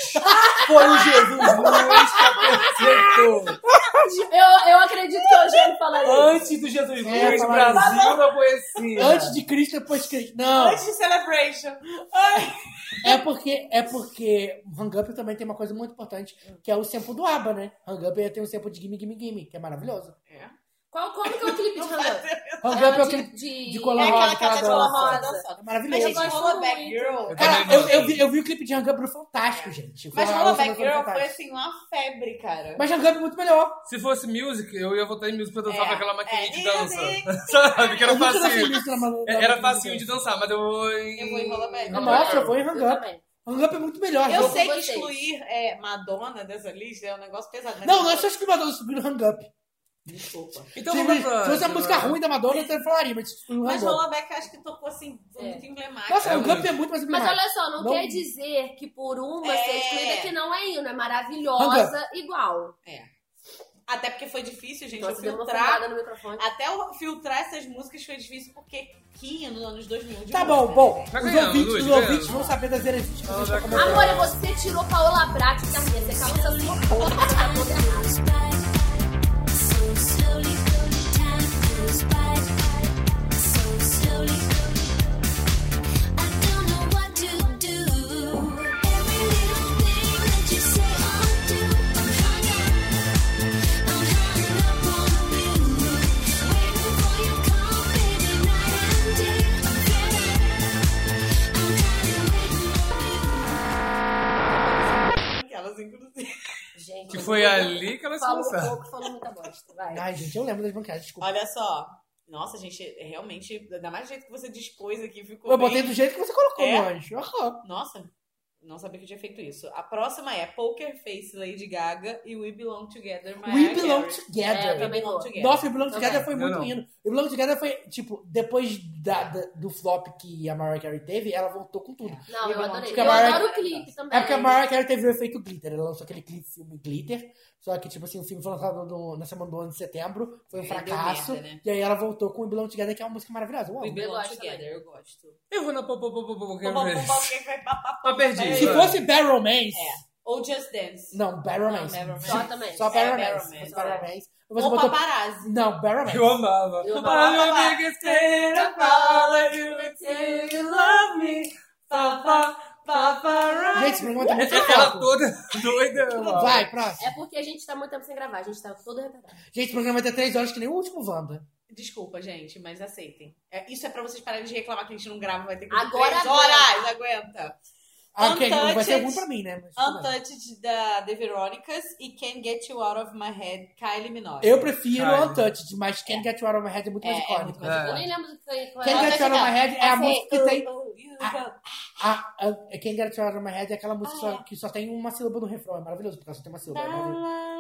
C: Foi o Jesus Luz que apresentou.
B: Eu, eu acredito que o Eugênio falaria.
C: Antes do Jesus Luz,
A: É, falaram
C: Brasil na poesia.
A: Antes de Cristo, depois de Cristo. Não,
G: Antes de Celebration.
A: é porque, é porque Hang Up também tem uma coisa muito importante, que é o sample do ABBA, né? Hang Up tem um sample de Gimme, Gimme, Gimme, que é maravilhoso.
B: Qual, como que é o clipe de Hang
A: Hang Up é
B: de,
A: aquele
B: de,
A: de
G: É
A: colar
G: aquela
A: rosa,
G: que ela
A: aquela
G: tá de
A: dança.
G: rosa.
A: É
G: Mas,
A: maravilhoso.
G: gente,
B: gosto
G: Rollback
B: muito.
G: Girl.
A: Cara,
C: Eu também
A: Ah, eu,
C: não
A: eu vi, eu vi o clipe de Hang Up no Fantástico, gente. Foi
G: É. Mas
A: uma
G: Rollback
A: alucinação
G: Girl foi
A: fantástica.
G: assim uma febre, cara.
A: Mas Hang Up é muito melhor.
C: Se fosse music, eu ia votar em music pra dançar
G: É,
C: com aquela maquininha
G: é.
C: de [laughs] dança. Sabe? Que era
A: Eu nunca dancei
C: facinho.
A: isso na manu- na
C: É, Era
A: manu-
C: facinho de dançar, mas eu vou em.
G: Eu vou em Rollback.
C: Rollback.
A: Nossa, eu vou em Hang
B: Eu
A: Up.
B: também.
A: Hang Up é muito melhor.
G: Eu
A: gente.
G: sei que
B: vocês.
G: excluir é, Madonna dessa lista é um negócio pesado. mas
A: Não,
G: eu-
A: não é só escrever Madonna subindo Hang Up.
G: Desculpa.
C: Então
A: se,
C: vamos pra.
A: se fosse a música ruim da Madonna, eu até falaria, mas excluiu o
G: Mas
A: Hang Up.
G: Rollback eu acho que tocou assim, foi
B: É.
G: muito emblemático.
A: Nossa,
C: É
A: Hang Up é muito mais
B: Mas
A: emblemático.
B: olha só, não,
A: Não-
B: quer dizer que por uma
G: É.
B: ser excluída que não é hino, é
A: Hang
B: maravilhosa igual.
G: É. Até porque foi difícil, gente,
B: Então,
G: eu
B: você deu uma
G: filtrar.
B: fumada no microfone.
G: Até eu filtrar essas músicas foi difícil porque Kim nos anos 2000. de
A: Tá
G: música,
A: bom, bom.
G: né?
C: Tá
A: Os
C: ganhando,
A: ouvintes,
C: Luiz,
A: os
C: tá
A: ouvintes
C: ganhando.
A: vão saber das heresias que vocês
C: Ah,
A: estão
C: tá
A: comentando.
B: Amor, você tirou Paola Brat da mesa, cala essa sua boca, você tá toda errada.
G: Aquelas, inclusive.
B: Gente,
C: Que
B: eu
C: foi
B: não-
C: ali que elas
B: Falou
C: começaram.
B: pouco, falou muita bosta. Vai.
A: Ai, gente, eu lembro das bancadas, desculpa.
G: Olha só. Nossa, gente, é realmente, ainda mais do jeito que você dispôs aqui, ficou.
A: Eu
G: bem-
A: botei do jeito que você colocou,
G: Ah, É?
A: meu anjo. Aham.
G: Nossa, não sabia que eu tinha feito isso. A próxima é Poker Face, Lady Gaga e We Belong Together, Mariah
A: We belong
G: Carey.
B: É, eu
A: together.
B: também vou.
G: Together.
A: Nossa, We Belong
B: Também.
A: Together foi
C: Eu
A: muito
C: não.
A: hino. We Belong Together foi, tipo, depois da- da- do flop que a Mariah Carey teve, ela voltou com tudo.
B: Não, eu adorei.
A: Porque a
B: Eu
A: Mariah-
B: adoro o clipe também.
A: É porque a Mariah Carey teve o efeito glitter. Ela lançou aquele cli- filme Glitter. Só que, tipo assim, o filme foi lançado no- na semana do ano de setembro. Foi um
G: Aí É, deu
A: fracasso.
G: merda, né?
A: E aí ela voltou com o Belong Together, que é uma música maravilhosa. Uau.
G: We Belong
B: gosto
G: Together,
B: também.
G: eu gosto.
C: Eu vou na popo, popo, popo,
G: Pô, pô, pô,
C: vez.
G: pô, quem vai papar?
C: Mas perdi.
A: Se
C: vai.
A: fosse Barrel Mance...
G: Ou Just Dance.
A: Não, Barrel Mance.
G: Barrel Mance.
B: Só também.
A: Só
G: É,
A: Barrel
G: Barrel
A: Mance.
G: Mance,
A: Você Barrel Mance. Você
G: Ou
A: botou-
G: Paparazzi.
A: Não, Barrel Mance.
C: Eu amava.
B: Eu
C: I'm
B: amava.
C: your biggest fan, I follow you until you love me. Papa, paparazzi.
A: Gente, esse programa tá
G: é
A: muito
C: Ela
A: legal.
C: toda doida. eu amava.
A: Vai, próximo.
B: É porque a gente tá muito tempo sem gravar, a gente tá todo retardado.
A: Gente, o programa vai ter três horas que nem o último Wanda.
G: Desculpa, gente, mas aceitem. É, isso é pra vocês pararem de reclamar que a gente não grava, vai ter que
B: Agora
G: três
B: aguenta.
G: horas, aguenta.
A: Ah, ok,
G: Untouched.
A: vai ser ruim pra mim, né? Mas tudo bem.
G: Untouched da The Veronicas e Can't Get You Out of My Head, Kylie Minogue.
A: Eu prefiro
C: Ai.
A: Untouched, mas Can't Get You Out of My Head é muito mais
G: É, é muito
A: icônico.
G: mais
C: É.
B: Eu nem lembro do que foi.
A: Can't Get You Out of My Head é a
G: Essa
A: música que
G: Oh,
A: tem...
G: oh, you
A: Ah.
G: got-
A: A, a, Can't Get You Out of My Head é aquela música
G: Ah,
A: só- que só tem uma sílaba no refrão. É maravilhoso, porque ela só tem uma sílaba. é maravilhoso.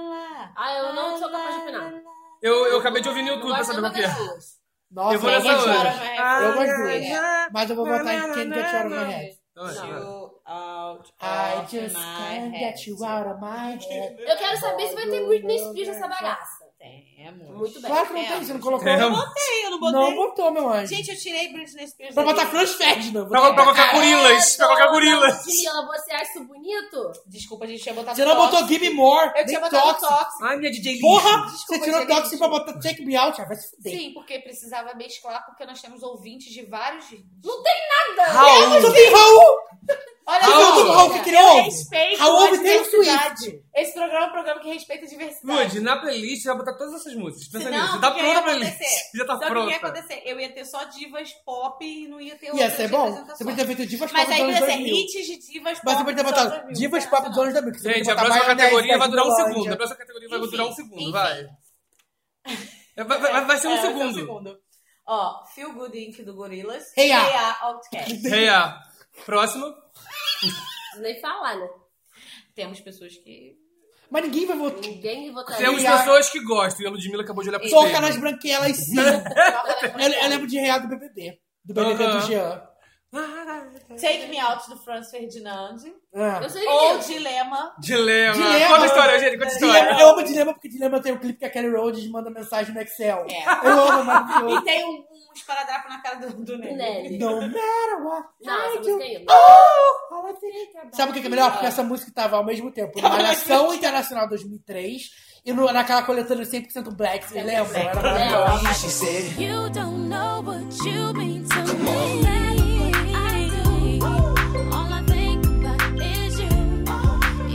B: Ah, eu não sou capaz de opinar.
C: Eu, eu acabei de ouvir no
B: Não
C: YouTube pra
B: gosto
C: saber
B: nem
C: qual que é.
B: das duas.
A: Nossa,
C: eu vou
A: eu
C: nessa
A: gosto
G: Get You
C: hora.
A: dela.
G: Out
A: Eu gosto
G: of My Head.
A: dela.
G: Yeah.
A: Ah, Mas eu vou votar em Can't Get You Out of My Head.
C: Então, assim, vai.
G: You out
A: I
G: of
A: just
G: my
A: can't
G: head.
A: get you out of my head.
B: Eu quero saber se vai ter Britney Spears nessa bagaça.
A: é.
G: Temos.
B: Muito bem.
A: Claro que não tem, você não colocou.
C: Temos.
G: Eu não botei, eu não botei.
A: Não botou, meu anjo.
G: Gente, eu tirei Britney Spears.
A: Pra
G: da
A: botar
G: lista.
A: Franz Ferdinand.
C: Pra, pra colocar gorilas. Pra colocar
B: Dona
C: gorilas.
B: Ludmilla, você acha isso bonito?
G: Desculpa, a gente tinha botado
A: Você não
G: Toxic.
A: botou Gimme More,
G: Eu
A: nem
G: tinha botado
A: Toxic.
G: Toxic.
C: Ai, minha DJ Lee.
A: Porra, você
G: Desculpa,
A: tirou
G: gente.
A: Toxic pra botar Take Me Out. Ah, vai se fuder.
G: Sim, porque precisava mesclar, porque nós temos ouvintes de vários...
B: Não tem nada!
C: Raul.
A: Só tem Raul.
G: Olha
A: Raul,
G: só,
A: Raul, Raul,
G: gente.
A: que que ele ouve?
G: Eu respeito
A: Raul
G: a
A: ouve Taylor
G: diversidade.
A: Swift.
G: Esse programa é um programa que respeita a diversidade.
C: Lud, na playlist você vai botar todas essas músicas. Pensa
G: Senão,
C: nisso. Já
G: o
C: tá
G: que que ia
C: pronta a playlist.
G: acontecer?
C: [laughs] Já tá
G: Só que o que ia
C: pronta.
G: acontecer? Eu ia ter só divas pop e não ia ter
A: Ia
G: outras
A: ser bom.
G: representações.
A: Você podia ter feito Divas Pop
G: Mas assim, é
A: dos
G: aí
A: anos
G: ia ser
A: 2000.
G: hits de divas pop.
A: Mas você podia ter
G: dos anos
A: botado
G: 2000.
A: Divas
G: Não,
A: Pop
G: não,
A: dos anos 2000. que você
C: Gente,
A: podia
C: a
A: botar
C: próxima
A: Maionese,
C: categoria vai durar um
A: Gringolândia.
C: segundo. A próxima categoria vai durar um segundo,
G: enfim. [laughs]
C: vai. É, Vai, vai, vai ser um
G: É, vai ser um
C: segundo.
G: segundo. Ó, Feel Good Inc. do Gorillaz.
A: Hey Ya. [laughs]
G: Outcast.
C: Hey, ah. Próximo.
B: Nem falar, né?
G: Temos pessoas que...
A: Mas ninguém vai votar.
B: Ninguém
G: Tá,
B: votaria.
C: Temos
A: Hey, ah.
C: pessoas que gostam. E a Ludmilla acabou de olhar pro
A: Toca nas
C: espelho.
A: [laughs] branquelas, sim. eu, eu lembro de Real do BBB. Do BBB do
C: Aham.
A: Jean.
C: Ah,
G: Take Me Out do Franz Ferdinand.
A: Ah.
B: Eu sei
G: Ou
B: que
G: Dilema.
C: Dilema.
A: Dilema.
C: Conta a história, gente, conta a
A: Dilema,
C: história.
A: eu amo Dilema porque Dilema tem o clipe que a Kelly Rhodes manda mensagem no Excel.
G: É.
A: Eu amo, maravilhoso.
G: E tem um, um esparadrapo na cara do, do Nelly.
B: Nelly.
A: No matter what.
B: Não, essa
A: I
B: música
A: do.
B: é linda.
A: Oh, I like it. Sabe o que que é melhor? Porque
G: Ah.
A: essa música tava ao mesmo tempo na [laughs] Malhação Internacional 2003 e no, naquela coletânea 100% Black, vocês lembram? Era maravilhosa.
E: You don't know what you mean to me. That's what I do. All I think about is you.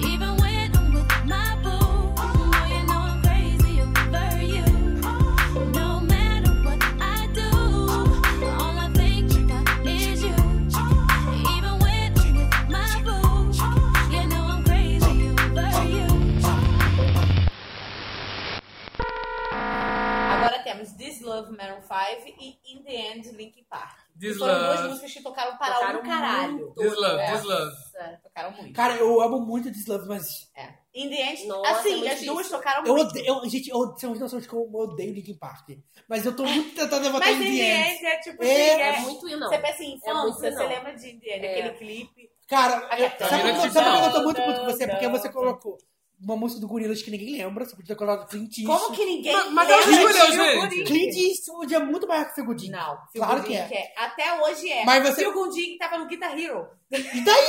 E: Even when I'm with my boo, know you know I'm crazy over you. No matter what I do, all I think about is you. Even when I'm with my boo, you know I'm crazy over you.
G: Agora temos This Love Maroon 5 e In The End Linkin Park.
C: This
G: Que foram duas
C: love.
G: músicas que tocaram para
I: Tocaram
G: um caralho.
I: muito.
C: This love,
G: É.
C: this love.
G: Tocaram muito.
A: Cara, eu amo muito This Love, mas
G: É. In The End,
B: Nossa, é
G: assim,
B: muito
G: as duas
B: difícil.
G: tocaram
A: eu
G: muito.
A: odeio, eu- gente, eu, são as noções que eu odeio Linkin Park. Mas eu tô muito tentando levantar
G: Ah, Mas
A: em
G: In The End é tipo assim,
A: É,
G: é,
B: É muito e não.
G: Você pensa em
B: muito
G: infância, você
B: não.
G: lembra de In The End,
B: É.
G: aquele clipe.
A: Cara, eu, sabe
G: Aquela
A: por que eu-
C: Gorillaz
A: sabe por que eu tô
G: não,
A: muito puto com você?
G: é não,
A: Porque você
G: não.
A: colocou uma música do Gorillaz que ninguém lembra, você podia ter colocado Clint Eastwood.
G: Como que ninguém
C: Mas- mas
G: lembra
A: ela escolheu,
C: gente.
G: de Guri?
A: Clint Eastwood é muito maior que o Figudinho.
G: Não,
A: Claro
G: claro
A: que
G: que
A: é.
G: é. Até hoje é.
A: Mas você-
G: Phil Gooding tava no Guitar Hero.
A: E daí,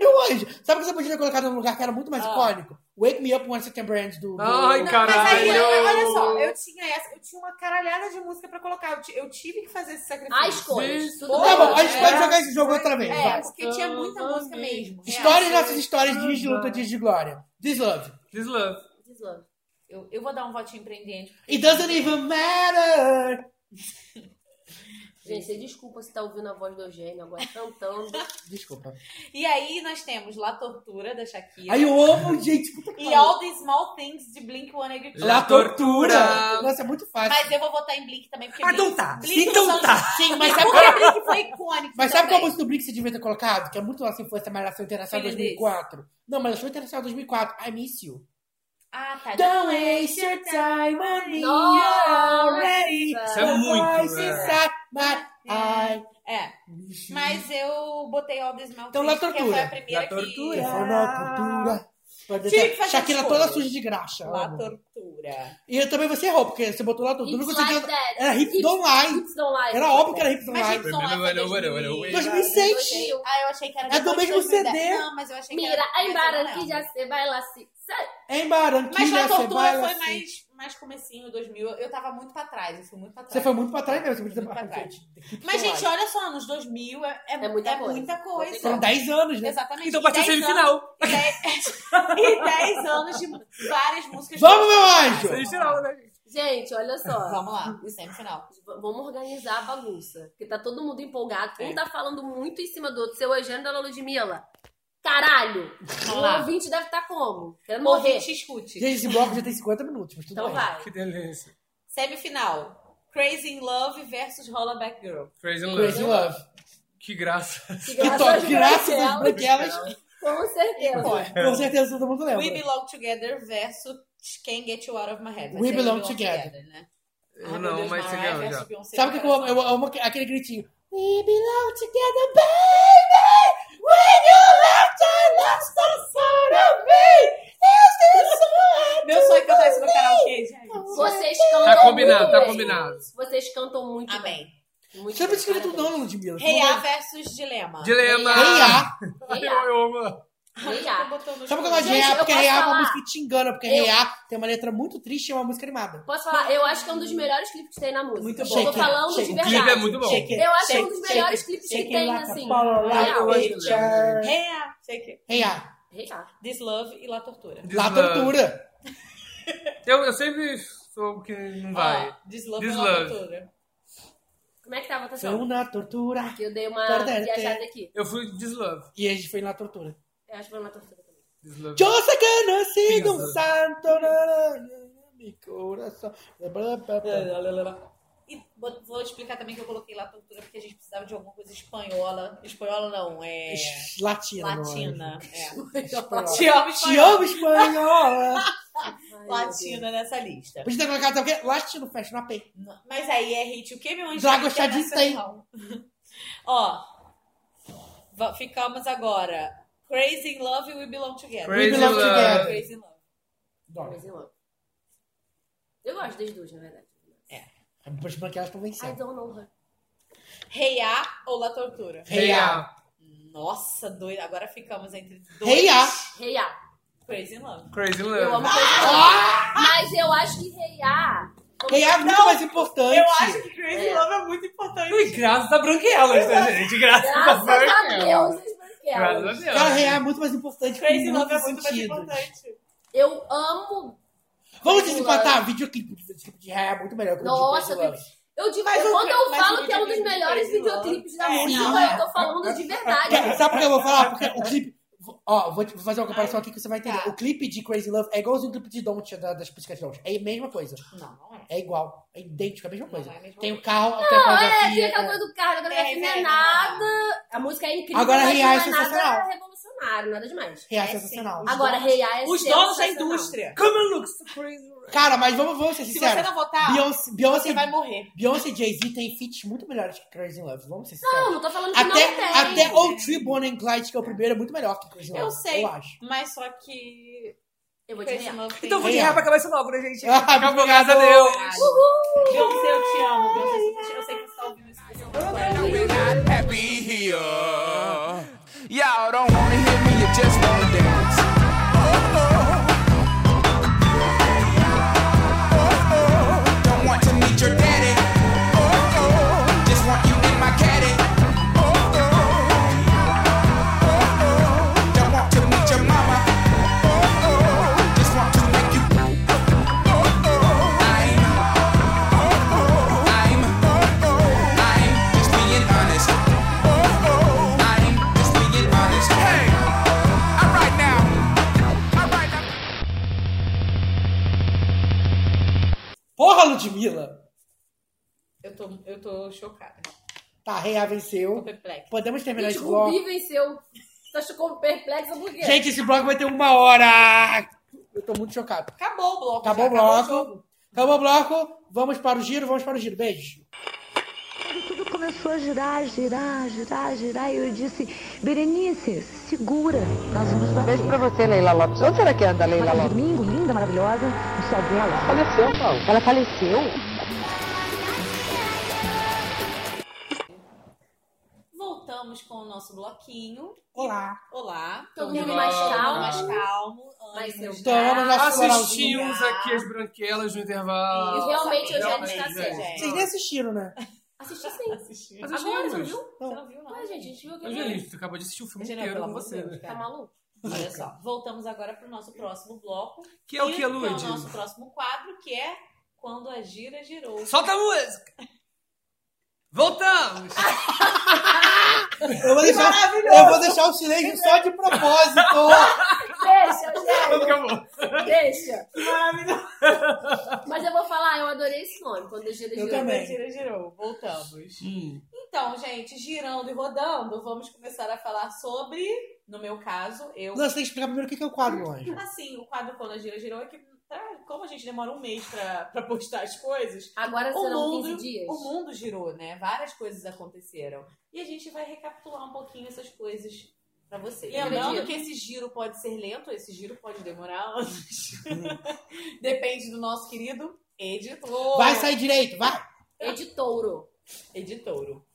A: meu anjo? Sabe o que você podia ter colocado num lugar que era muito mais
G: Ah.
A: icônico? Wake Me Up One September Ends do... do-
C: Ai,
G: Não, Mas aí,
C: caralho.
G: olha só, eu tinha essa, eu tinha uma caralhada de música pra colocar. Eu, ti- eu tive que fazer esse
B: Há
G: sacrifício.
B: escolhas. Tudo
A: Tá bom, a gente
B: bem. É,
A: pode jogar esse jogo outra vez.
G: É,
A: vai.
G: porque tinha muita música mesmo.
A: Histórias,
G: Real.
A: nossas histórias, dias de luta, dias de glória. This love.
C: This love.
B: Deslove.
G: Eu, eu vou dar um votinho pra Indiente.
A: It doesn't even matter.
B: Gente, você desculpa se tá ouvindo a voz do Eugênio agora cantando.
A: Desculpa.
G: E aí nós temos La Tortura, da Shakira.
A: Aí eu amo, gente. puta que
G: E
A: pariu.
G: All the Small Things, de Blink-182.
C: La tortura.
A: Nossa, é muito fácil.
G: Mas eu vou votar em Blink também, porque
A: Ah,
G: Blink...
A: então tá.
G: Blink
A: Então
G: são-
A: tá.
G: Sim, mas sabe porque Blink foi icônico
A: Mas sabe qual
G: também.
A: música do Blink você devia ter colocado? Que é muito nossa influência, Malhação Internacional
G: Filho
A: 2004. Não, Malhação Internacional 2004. I miss you.
G: Ah, tá.
A: Don't waste your time on me
B: Nossa.
A: already.
C: Isso é
A: The
C: muito,
A: voice
C: é.
A: inside my eye.
G: É, mas eu botei All the Small
A: Então, La
G: Things, porque
A: Tortura.
G: foi a primeira
C: La
A: É
C: Tortura.
G: que...
A: uma cultura.
G: Tive é. que fazer
A: Shakira
G: escolha.
A: toda suja de graxa.
G: La
A: amo.
G: Tortura.
A: E eu também você errou, porque você botou lá tudo.
B: It's
A: Não
B: like
A: conseguiu.
B: that.
A: Era hips
B: It's-
A: don't lie.
B: Hips don't lie.
A: Era óbvio que era hips don't
G: Mas
A: lie.
G: Hips Don't Lie foi 2000.
A: 2006.
G: Ah, eu achei que era
A: É do
G: depois de
A: mesmo
G: 2010.
A: CD.
G: Não, mas eu achei que
B: Mira,
G: era...
B: aí
G: mas eu não
B: embora que
G: lembro.
B: já se assim. vai lá se...
A: Em
G: Mas
A: Barranquilla,
G: La
A: você vai
G: Tortura
A: lá.
G: foi
A: assim.
G: mais, mais comecinho, 2000. Eu tava muito pra trás, eu fui muito pra trás.
A: Você foi muito pra trás mesmo. Você podia ter
G: Muito pra trás.
A: Hips
G: Mas,
A: Don't
G: gente,
A: Lie.
G: olha só, anos 2000 é, é,
B: É muita
G: é
B: coisa.
G: muita coisa.
A: Foram 10 anos, né?
G: Exatamente.
C: Então
G: E
C: pode ser
G: 10
C: semifinal.
G: anos- [laughs] E 10 anos de várias músicas.
A: Vamos, meu anjo!
C: Semifinal, né? gente?
B: Gente, olha só.
G: Vamos lá, semifinal.
B: V- Vamos organizar a bagunça. Porque tá todo mundo empolgado. Um tá falando muito em cima do outro. Seu Eugênio da Ludmilla. Caralho!
G: Vamos
B: O
G: lá.
B: ouvinte deve estar como? Querendo morrer.
G: Ouvinte, escute.
A: Gente, esse bloco já tem 50 minutos, mas tudo
B: Então
A: bem.
B: vai.
C: Que delícia.
G: Semifinal. Crazy in Love versus Rollaback Girl.
C: Crazy in
A: Crazy
C: love.
A: Love.
C: Que graça.
B: Que
A: Que
B: às
A: toque Então, graças às
B: branquelas,
A: branquelas.
B: Com certeza.
A: Com certeza todo mundo
G: We
A: lembra.
G: Belong Together versus Can't Get You Out of My Head. Vai
A: We
G: ser
A: Belong Together.
G: né?
C: Eu
G: Ai, meu
C: não,
G: Deus, é
C: mas você
G: Mariah
C: ganhou
G: versus
C: já.
G: Beyoncé
A: Sabe o que que eu amo?
G: comparação.
A: Eu amo aquele gritinho. We belong together, baby! When you left, I lost the soul of me! Is this so
G: Meu sonho é cantar isso no karaokê, gente.
B: Vocês cantam
C: Tá combinado,
B: muito
C: tá
B: bem.
C: combinado.
B: Vocês cantam muito bem.
G: Amém.
B: Muito
A: Você não precisa
B: bem,
A: escrever tudo
B: parabéns.
A: não, Ludmilla.
G: Rei A versus Dilema.
C: Dilema.
A: Rei A.
B: Rei A.
C: [laughs] Eu amo.
B: Rei A.
G: Botou no
A: Sabe o que eu gosto de Rei
B: Gente,
A: A?
B: eu
A: Porque
B: posso
A: Rei A é uma
B: falar?
A: música que te engana, porque
B: Eu-
A: Rei A tem uma letra muito triste e é uma música animada.
B: Posso falar? Eu acho que é um dos melhores clipes que tem na música.
A: Muito
B: Eu
A: bom.
B: Tô falando
A: Shake
B: de
A: it,
C: O clipe é
B: verdade.
C: muito bom.
A: Shake it,
B: Eu acho que é um
A: shake
B: dos
A: it, shake
B: melhores
A: it,
B: clipes que
A: shake it
B: tem,
A: like a
B: assim.
A: Polaroid
B: Real.
A: picture.
G: Rei A. Sei que.
A: Rei A.
B: Rei A.
G: This Love e La Tortura.
C: This
A: La
C: Love.
A: tortura.
C: Eu, eu sempre sou o que não vai.
G: Ó, This Love
C: This
G: e La
C: Love.
G: Tortura.
B: Como é que tá a votação?
A: São na tortura.
B: Que eu dei uma
A: Verdade.
B: viajada aqui.
C: Eu fui Dislove.
A: E a gente foi na tortura.
B: Eu acho que foi uma tortura também.
C: Dislove.
A: Yo sé que no he sido un
C: Pinza.
A: santo, na, na, na, mi corazón. Blá, blá, blá.
G: E vou, vou explicar também que eu coloquei La Tortura porque a gente precisava de alguma coisa espanhola. Espanhola não, é...
A: Latina. não é?
G: Latina. É.
A: Espanhola.
G: Te amo,
A: Te
G: espanhola.
A: amo, espanhola!
B: Ai, meu Deus.
G: Latina nessa lista.
A: Podia ter colocado, sabe o quê? Latino Fashion AP.
G: Mas aí é hit o que, meu anjo?
A: Já gostar disso aí.
G: [laughs] Ó, va- ficamos agora. Crazy in Love e We Belong Together.
C: Crazy
A: We Belong Love. Together.
G: Crazy in Love.
A: Dólar.
B: Eu gosto das duas, na verdade.
A: Depois branquelas pra
B: I
A: vencer.
B: don't know her.
G: Rei A ou La Tortura?
A: Rei A.
G: Nossa, doida. Agora ficamos entre dois.
A: Rei A.
B: Rei A.
G: Crazy in Love.
C: Crazy
B: Eu amo
G: Ah!
B: Crazy
C: Love.
B: in Love. Mas eu acho que Rei A.
A: Rei A é muito mais importante.
G: Eu acho que Crazy in
B: É.
G: Love é muito importante.
C: E graças a branquelas, né, gente? Graças,
B: Graças a
C: branquelas.
B: Deus, as
C: Graças a
B: branquelas.
C: Deus.
A: Cara, Rei A é muito mais importante. por
G: Crazy in Love é
A: muitos
G: muito mais
A: sentidos.
G: importante.
B: Eu amo.
A: Vamos
B: Crazy
A: desempatar videoclipe tipo de Ré é muito melhor que o de
B: Nossa,
A: Crazy Love.
B: Eu digo,
G: Mas o
B: quando
G: Cra-
B: eu
G: mas o
B: falo que é um dos
G: videoclipe de
B: melhores
G: Crazy Love-
B: videoclipes da
G: É, não, É.
B: música,
A: é.
B: eu tô falando de verdade.
A: Cara, Sabe por que eu vou falar? Porque o clipe. Ó, vou, te- vou fazer uma comparação aqui que você vai entender.
G: Tá.
A: O clipe de Crazy Love é igualzinho o clipe de Don't da- das Pussycat Dolls. É a mesma coisa.
G: Não, não é.
A: É igual. É idêntico, é a mesma coisa.
G: é a mesma
A: tem o carro, tem a
B: É, tem
A: coreografia.
B: aquela
A: é.
B: coisa do cara, a
G: É,
B: coreografia não
G: é,
B: é nada. A música é incrível,
A: Agora,
B: mas
A: Rei
B: não
A: A
B: é
A: é sensacional.
B: nada revolucionário, nada demais.
A: Real
G: É,
A: sensacional.
G: sim.
B: Agora, Rei A é
G: Os donos da
B: sensacional.
G: indústria.
C: Come and look, so crazy.
A: Cara, mas vamos, vamos ser
G: Se você
A: sinceros.
G: não votar,
A: Beyoncé,
G: você
A: Beyoncé,
G: vai morrer.
A: Beyoncé e Jay-Z têm feats muito melhores que Crazy in Love. Vamos ser
B: Não,
A: sinceros.
B: não tô falando que não tem.
A: até até Old Tree, Bonnie and Clyde, que é o primeiro, é muito melhor que Crazy in
G: Eu
A: Love.
G: sei.
A: Eu acho.
G: [laughs] Mas só que.
B: Eu vou te
G: Crazy in
B: ver.
G: Love tem.
C: Então eu vou de
A: Rei A.
C: ré pra acabar isso logo, né,
A: [laughs]
C: gente?
A: Ah,
C: Acabou,
A: obrigado.
C: graças a Deus.
G: Beyoncé, eu te amo. Beyoncé, eu sei que você tá ouvindo isso.
E: We're not happy here. Y'all don't wanna hear me, you just wanna dance. Oh, oh. Oh, oh. Don't want to meet your daddy. Oh, oh. Just want you in my caddy. Oh, oh. Oh, oh. Don't want to meet your mama. Oh, oh. Just want to make you. Oh, oh. I'm I'm I'm just being honest. I'm just being honest. Hey, all right now, all right now.
A: Porra, Ludmilla!
G: Eu tô, eu tô chocada.
A: Tá, Rei A
G: Tô
A: venceu.
G: perplexa.
A: Podemos terminar
B: Gente,
A: esse
B: o
A: bloco.
B: Rubi venceu. Tá chocou perplexa por quê?
A: Gente, esse bloco vai ter uma hora! Eu tô muito chocado.
G: Acabou o bloco.
A: Acabou o
G: já, acabou
A: bloco.
G: jogo.
A: Acabou o bloco. Vamos para o giro, vamos para o giro. Beijo.
H: Tudo começou a girar, girar, girar, girar. E eu disse, Berenice, segura. Nós vamos bater. Beijo pra você, Leila Lopes. Onde será que anda a Leila Lopes? Domingo, linda, maravilhosa. O sol dela. Faleceu, Paulo. Ela faleceu?
G: Voltamos com o nosso bloquinho.
A: Olá.
G: Olá.
B: Todo
G: Então,
B: mundo mais
G: todo mundo
B: calmo.
G: mais calmo.
B: Mas
G: ânimo.
B: eu-
A: Então vamos lá explorar o giro.
C: Assistimos aqui as branquelas no
B: E
C: intervalo.
B: realmente é eu já
C: Realmente,
B: descansei.
C: gente.
A: Vocês nem assistiram, né?
B: Assisti sim.
G: Assisti.
C: Mas
B: Agora, você não
C: assistimos.
B: viu?
G: Você não viu, não?
B: assim. Ué, gente, a gente viu
C: Eu já
B: aqui.
C: li, tu acabou de assistir o filme
G: Não,
C: inteiro
G: pelo
C: com
G: amor de
C: você.
G: Deus,
C: né?
B: Tá
G: cara.
B: maluco?
G: Olha só, voltamos agora para o nosso próximo bloco.
C: Que é o que,
G: é
C: Luiz?
G: o nosso próximo quadro, que é Quando a Gira Girou.
C: Solta a música! Voltamos!
A: Eu vou deixar, eu vou deixar o silêncio só de
G: [laughs]
A: propósito.
B: Deixa, gente.
C: [laughs] Acabou.
B: Deixa. Mas eu vou falar, eu adorei esse nome. Quando eu giro,
A: Eu
B: giro.
G: Quando a
A: também.
G: Gira Girou, voltamos.
C: Hum,
G: Então, gente, girando e rodando, vamos começar a falar sobre, no meu caso, eu...
A: Não, você tem que explicar primeiro o que é o quadro, Anjo.
G: Assim, o quadro Quando a Gira Girou é que, tá, como a gente demora um mês para postar as coisas,
B: Agora
G: o
B: serão
G: mundo,
B: 15 dias.
G: o mundo girou, né? Várias coisas aconteceram. E a gente vai recapitular um pouquinho essas coisas pra você. Lembrando
B: Acredito.
G: que esse giro pode ser lento, esse giro pode demorar anos. [laughs] Depende do nosso querido editor.
A: Vai sair direito, vai.
B: Editouro.
G: Editouro.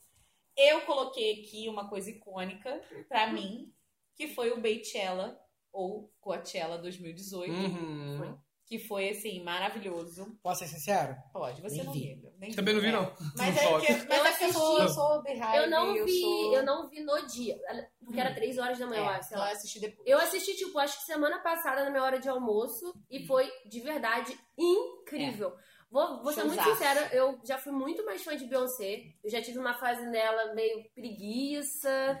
G: Eu coloquei aqui uma coisa icônica
C: Uhum.
G: pra mim, que foi o Beychella, ou Coachella 2018,
C: uhum.
G: que foi, assim, maravilhoso.
A: Posso ser sincero?
G: Pode, você
A: Nem
G: não
A: vi.
G: lembra. nem
C: Também não vi,
G: né?
C: não.
G: Mas
C: Não
G: é
C: sou.
G: que, mas
B: Eu
G: é que eu sou, eu
B: assisti.
G: sou behind,
B: Eu não vi,
G: sou-
B: eu não vi no dia. Porque era 3 horas da
G: É,
B: manhã, eu acho, sei
G: então
B: lá.
G: eu assisti depois.
B: Eu assisti, tipo, acho que semana passada, na minha hora de almoço, e
C: Uhum.
B: foi de verdade incrível.
C: É.
B: Vou, vou ser muito
G: Showzaço.
B: sincera, eu já fui muito mais fã de Beyoncé. Eu já tive uma fase nela meio preguiça,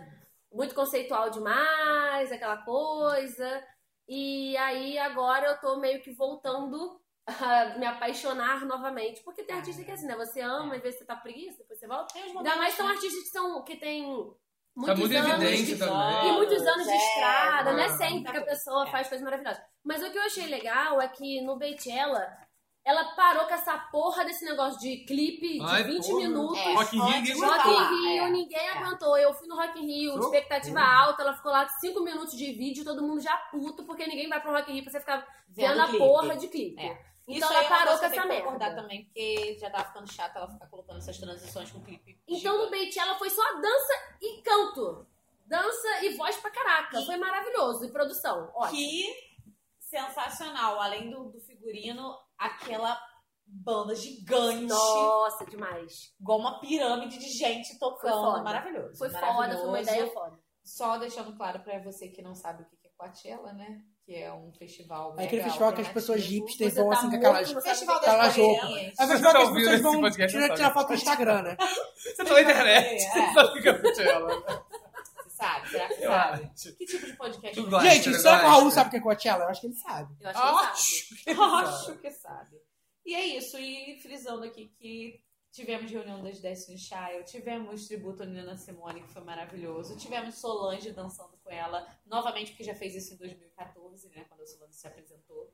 C: Uhum.
B: muito conceitual demais, aquela coisa. E aí agora eu tô meio que voltando [laughs] a me apaixonar novamente. Porque tem artista que é assim, né? Você ama, às vezes você tá preguiça, depois você volta.
G: Tem uns
B: Ainda
G: momentos,
B: mais são
G: né?
B: artistas que são que têm
C: Tá
B: muitos
C: muito
B: anos de
C: evidente
G: de
C: também.
B: e muitos anos de
G: É,
B: estrada, não é
C: é.
B: sempre que a pessoa
G: É.
B: faz coisas maravilhosas. Mas o que eu achei legal é que no Beychella Ela parou com essa porra desse negócio de clipe de
C: Ai,
B: 20
C: porra.
B: minutos.
C: É, Rock in Rio, ninguém
B: Rock
C: aguentou.
B: in Rio,
G: é.
B: ninguém aguentou. Eu fui no Rock in Rio,
C: Socorro.
B: expectativa alta. Ela ficou lá 5 minutos de vídeo, todo mundo já puto, porque ninguém vai pro Rock in Rio pra você ficar
G: Vendo
B: vendo a
G: clipe.
B: porra de clipe.
G: É.
B: Então
G: Isso
B: ela
G: aí é uma
B: parou
G: coisa
B: com
G: que eu
B: essa
G: tenho que concordar
B: merda.
G: também, porque já tava ficando chato ela ficar colocando essas transições com clipe. Tipo,
B: Então no Beit ela foi só dança e canto. Dança e voz pra caraca. Foi maravilhoso. E produção. Ótimo.
G: Que sensacional. Além do, do figurino, aquela banda gigante.
B: Nossa, demais.
G: Igual uma pirâmide de gente
B: Foi foda.
G: tocando. Maravilhoso.
B: Foi foda, foi uma
G: maravilhoso.
B: ideia foda.
G: Só deixando claro pra você que não sabe o que que é Coachella, né? Que é um festival.
A: É aquele
G: mega
A: festival que as
G: alternativo.
A: pessoas hipsters
B: Você
A: vão
B: tá
A: assim com
B: morto,
A: aquelas.
B: você tá
G: Festival das
A: aquelas
G: Coreinhas.
A: roupas. É o festival que as
C: Tá ouvindo
A: pessoas
C: esse
A: vão
C: podcast,
A: tirar,
C: sabe?
A: tirar foto no Instagram, né?
C: Você tá na internet,
G: É.
C: você sabe o que é
B: [laughs]
C: Coachella.
G: Você sabe? Será que
C: Eu
G: sabe?
C: acho.
G: Que tipo de podcast?
C: Tu
G: você
C: gosta?
A: Gente,
C: Gosto,
A: será que o Raul
C: gosto.
A: sabe o que é Coachella? Eu acho que ele sabe.
B: Eu acho que não sabe.
G: [laughs] Acho que sabe. E é isso, e frisando aqui que tivemos reunião das Destiny Child, tivemos tributo à Nina Simone, que foi maravilhoso, tivemos Solange dançando com ela, novamente, porque já fez isso em 2014, né, quando a Solange se apresentou.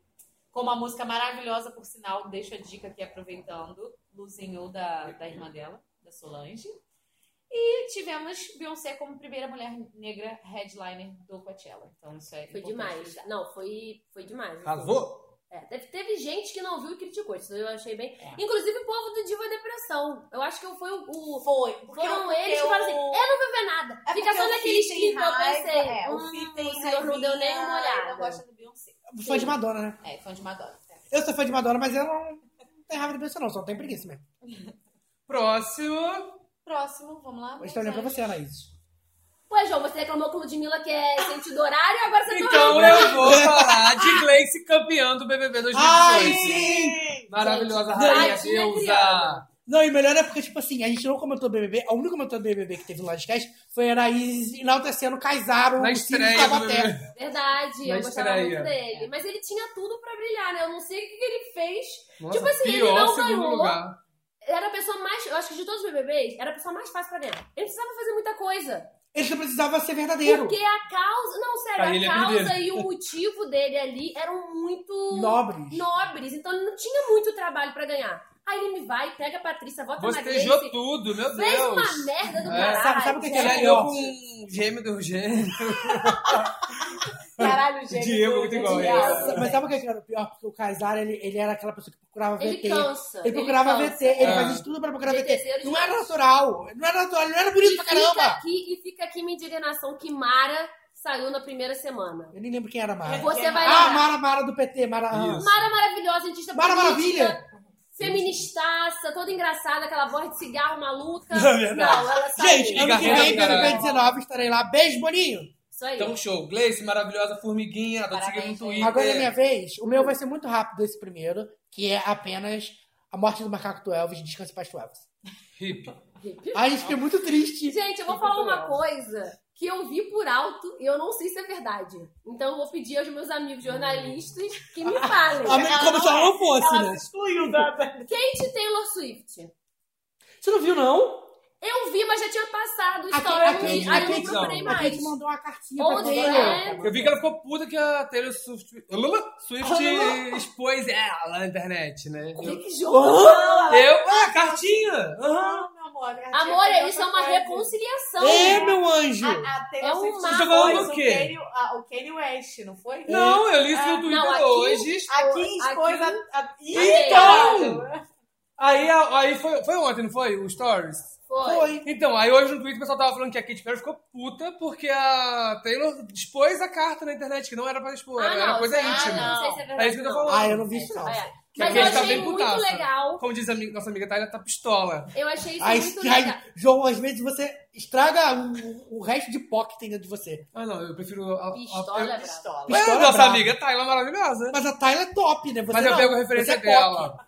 G: Com uma música maravilhosa, por sinal, deixo a dica aqui aproveitando, Luzinho da, da irmã dela, da Solange. E tivemos Beyoncé como primeira mulher negra headliner do Coachella. Então isso é
B: Foi
G: importante
B: demais.
G: frisar.
B: Não, foi, foi demais.
C: Arrasou?
B: É, teve, teve gente que não viu e criticou. Isso eu achei bem.
G: É.
B: Inclusive o povo do Diva Depressão. Eu acho que eu fui o. o-
G: Foi, porque
B: foram
G: eu-
B: eles que
G: eu-
B: falaram assim: eu não vou ver nada.
G: É
B: Fica
G: porque
B: só
G: o
B: naquele
G: Fih tem
B: clipe. Eu
G: raiva,
B: pensei.
G: é, o
B: "Hum,
G: Fih tem
B: o senhor não deu
G: raivinha,
B: nenhuma olhada."
G: Eu gosto do Beyoncé.
A: Fã de Madonna, né?
G: É, fã de Madonna.
A: Eu sou fã de Madonna, mas eu não não tenho raiva de pessoa, não. Só tenho preguiça mesmo.
C: Próximo.
G: Próximo, vamos lá.
A: Hoje tá olhando pra você, Anaís.
B: Ué, João, você reclamou com o Ludmilla que é sentido horário e agora você
C: Então eu vou falar de Gleice campeã do BBB 2018. Maravilhosa
A: Gente,
C: rainha,
B: tadinha
C: deusa.
B: Adriana.
A: Não, e o melhor é porque, tipo assim, a gente não comentou BBB. A única comentou do BBB que teve no Livecast foi a Anaís enaltecendo Kaysaro,
C: Na
A: o Ciro
C: estreia do
A: Tabaté.
C: BBB.
B: Verdade, eu
C: Mas
B: gostava
C: estreia.
B: muito dele. Mas ele tinha tudo pra brilhar, né? Eu não sei o que, que ele fez.
C: Nossa,
B: Tipo assim, ele
C: pior
B: não
C: segundo
B: ganhou.
C: lugar.
B: Era a pessoa mais. Eu acho que de todos os BBBs, era a pessoa mais fácil pra ganhar. Ele não precisava fazer muita coisa.
A: Ele só precisava ser verdadeiro.
B: Porque a causa. Não, sério,
C: Aí ele
B: a
C: é
B: causa
C: verdadeiro.
B: e o motivo dele ali eram muito
A: Nobres.
B: nobres. Então ele não tinha muito trabalho pra ganhar. Aí ele me vai, pega a Patrícia, bota na
C: Bostejou
B: Grace.
C: tudo, meu
B: Fez
C: Deus.
B: uma merda do
C: É.
B: caralho.
A: Sabe- sabe o que
B: gente.
A: que
C: Ela
A: é?
C: ganhou com o gêmeo do gêmeo.
G: Caralho, gente.
C: Diego, muito igual a ela.
A: Mas sabe o que era o pior? Porque o Kaysaro, ele, ele era aquela pessoa que procurava VT.
B: Ele cansa.
A: Ele procurava
B: cansa.
A: VT, ele
C: É.
A: fazia de tudo pra procurar
B: Ele é
A: VT.
B: terceiro
A: Não era
B: demais.
A: natural. Não era natural, ele não era
B: E
A: bonito pra
B: fica
A: caramba.
B: aqui, e fica aqui minha indignação que Mara saiu na primeira semana.
A: Eu nem lembro quem era a Mara.
B: Você vai
A: Ah,
B: lembrar.
A: Mara, Mara do PT, Mara.
C: Isso.
B: Mara maravilhosa, cientista
A: Mara
B: política,
A: Maravilha.
B: Feministaça, toda engraçada, aquela voz de cigarro maluca.
A: É verdade.
B: Não, ela saiu.
A: Gente, ano que
C: Garreta
A: vem,
C: do caralho.
A: BBB 19, estarei lá. Beijo, Boninho.
B: Isso aí.
C: Então, show. Gleice, maravilhosa formiguinha. Tô te seguindo no
G: Parabéns, gente.
C: Twitter.
A: Agora é minha vez. O meu vai ser muito rápido esse primeiro, que é apenas a morte do macaco do Elvis, descanse para Elvis.
C: Hip.
A: Ai, gente, fiquei muito triste.
B: Gente, eu vou falar uma coisa que eu vi por alto e eu não sei se é verdade. Então eu vou pedir aos meus amigos jornalistas que
A: [laughs]
B: me
A: A
B: falem.
A: men- como se ela não fosse, né?
G: excluiu da...
B: Kate Taylor Swift.
A: Você não viu, não?
B: Eu vi, mas já tinha passado o
A: A Kate-
B: story.
A: a Kate-
B: aí eu
A: a
B: não
A: Kate-
B: procurei
C: não,
A: A
B: mais.
A: gente mandou uma cartinha
B: Ou
A: pra Taylor.
B: Zé.
C: Eu vi que ela ficou puta que a Taylor Swift, Lula, Swift expôs ela na internet, né? Eu,
B: Que jogo!
C: eu ah, cartinha!
G: Ah, meu amor.
B: Amor, é isso é uma reconciliação.
A: É, meu anjo!
B: É
G: É
B: um
G: uma
B: mapa.
C: Você tá falando do
G: o
C: quê?
G: Kanye, a- o Kanye West, não foi?
C: Não, eu li isso
G: Ah,
C: no Twitter
B: não, aqui-
C: hoje.
G: Aqui expôs
B: Aqui-
G: a... a...
C: Então! Aí, a- aí foi, foi ontem, não foi? O Stories?
B: Foi. Ah,
A: Foi.
C: Então, aí hoje no Twitter o pessoal tava falando que a Katy Perry ficou puta porque a Taylor expôs a carta na internet, que não era pra expor, era uma é coisa
B: isso aí-
C: íntima.
B: Ah, não sei se é verdade.
C: É isso que eu tô
B: não.
C: falando.
A: Ah, eu não vi isso, não.
B: É.
C: Que a
B: Mas eu
C: Kate tá
B: achei
C: bem
B: muito
C: putaça.
B: legal.
C: Como diz a mi- nossa amiga Tayla, tá pistola.
B: Eu achei isso
A: Ai,
B: muito
A: ai,
B: legal.
A: João, às vezes você estraga o, o resto de pó que tem dentro de você.
C: Ah, não, eu prefiro. A, a-
B: Pistola, é
C: eu-
B: brava.
G: Pistola.
C: Mas
A: Pistola
C: nossa
A: brava.
C: amiga Tayla é maravilhosa.
A: Mas a Tyler é top, né? Você
C: Mas eu
A: não,
C: pego a referência
A: você é pop.
C: dela.
B: Top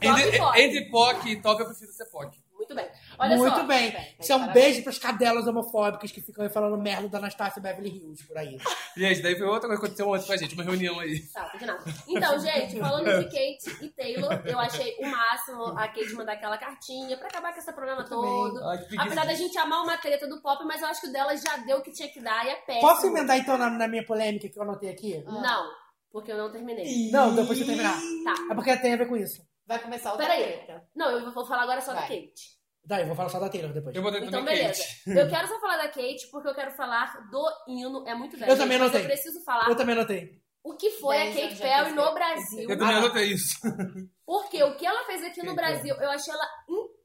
B: e
C: Entre,
B: pop.
C: entre POC e top, eu prefiro ser POC.
B: Muito bem. Olha
A: Muito
B: só.
A: bem.
G: bem,
A: Isso é um
G: parabéns.
A: beijo pras cadelas homofóbicas que ficam aí falando merda da Anastácia Beverly Hills por aí.
C: Gente, daí foi outra coisa que aconteceu ontem com a gente, uma reunião aí.
B: Tá, de nada. Então, gente, falando de Kate e Taylor, eu achei o máximo a Kate mandar aquela cartinha pra acabar com esse problema todo.
C: Ai, que preguiça.
B: Apesar da gente amar uma treta do pop, mas eu acho que o dela já deu o que tinha que dar e é péssimo.
A: Posso emendar então na, na minha polêmica que eu anotei aqui?
B: Não. Porque eu não terminei.
A: Ih. Não, depois você terminar.
B: Tá.
A: É porque tem a ver com isso.
I: Vai começar o
B: Peraí.
I: treta.
B: Não, eu vou falar agora só da
I: Vai.
B: Kate.
A: Daí, eu vou falar só da Taylor depois.
C: Eu vou tentar
B: Então,
C: também,
B: beleza.
C: Kate.
B: Eu quero só falar da Kate, porque eu quero falar do hino. É muito velho.
A: Eu também
B: gente, mas
A: anotei.
B: Eu preciso falar
A: Eu também anotei.
B: o que foi a
I: Dez anos
B: Kate
I: já
B: Perry no
I: cresceu.
B: Brasil.
C: Eu também anotei isso. [laughs]
B: Porque o que ela fez aqui no
C: Então.
B: Brasil, eu achei ela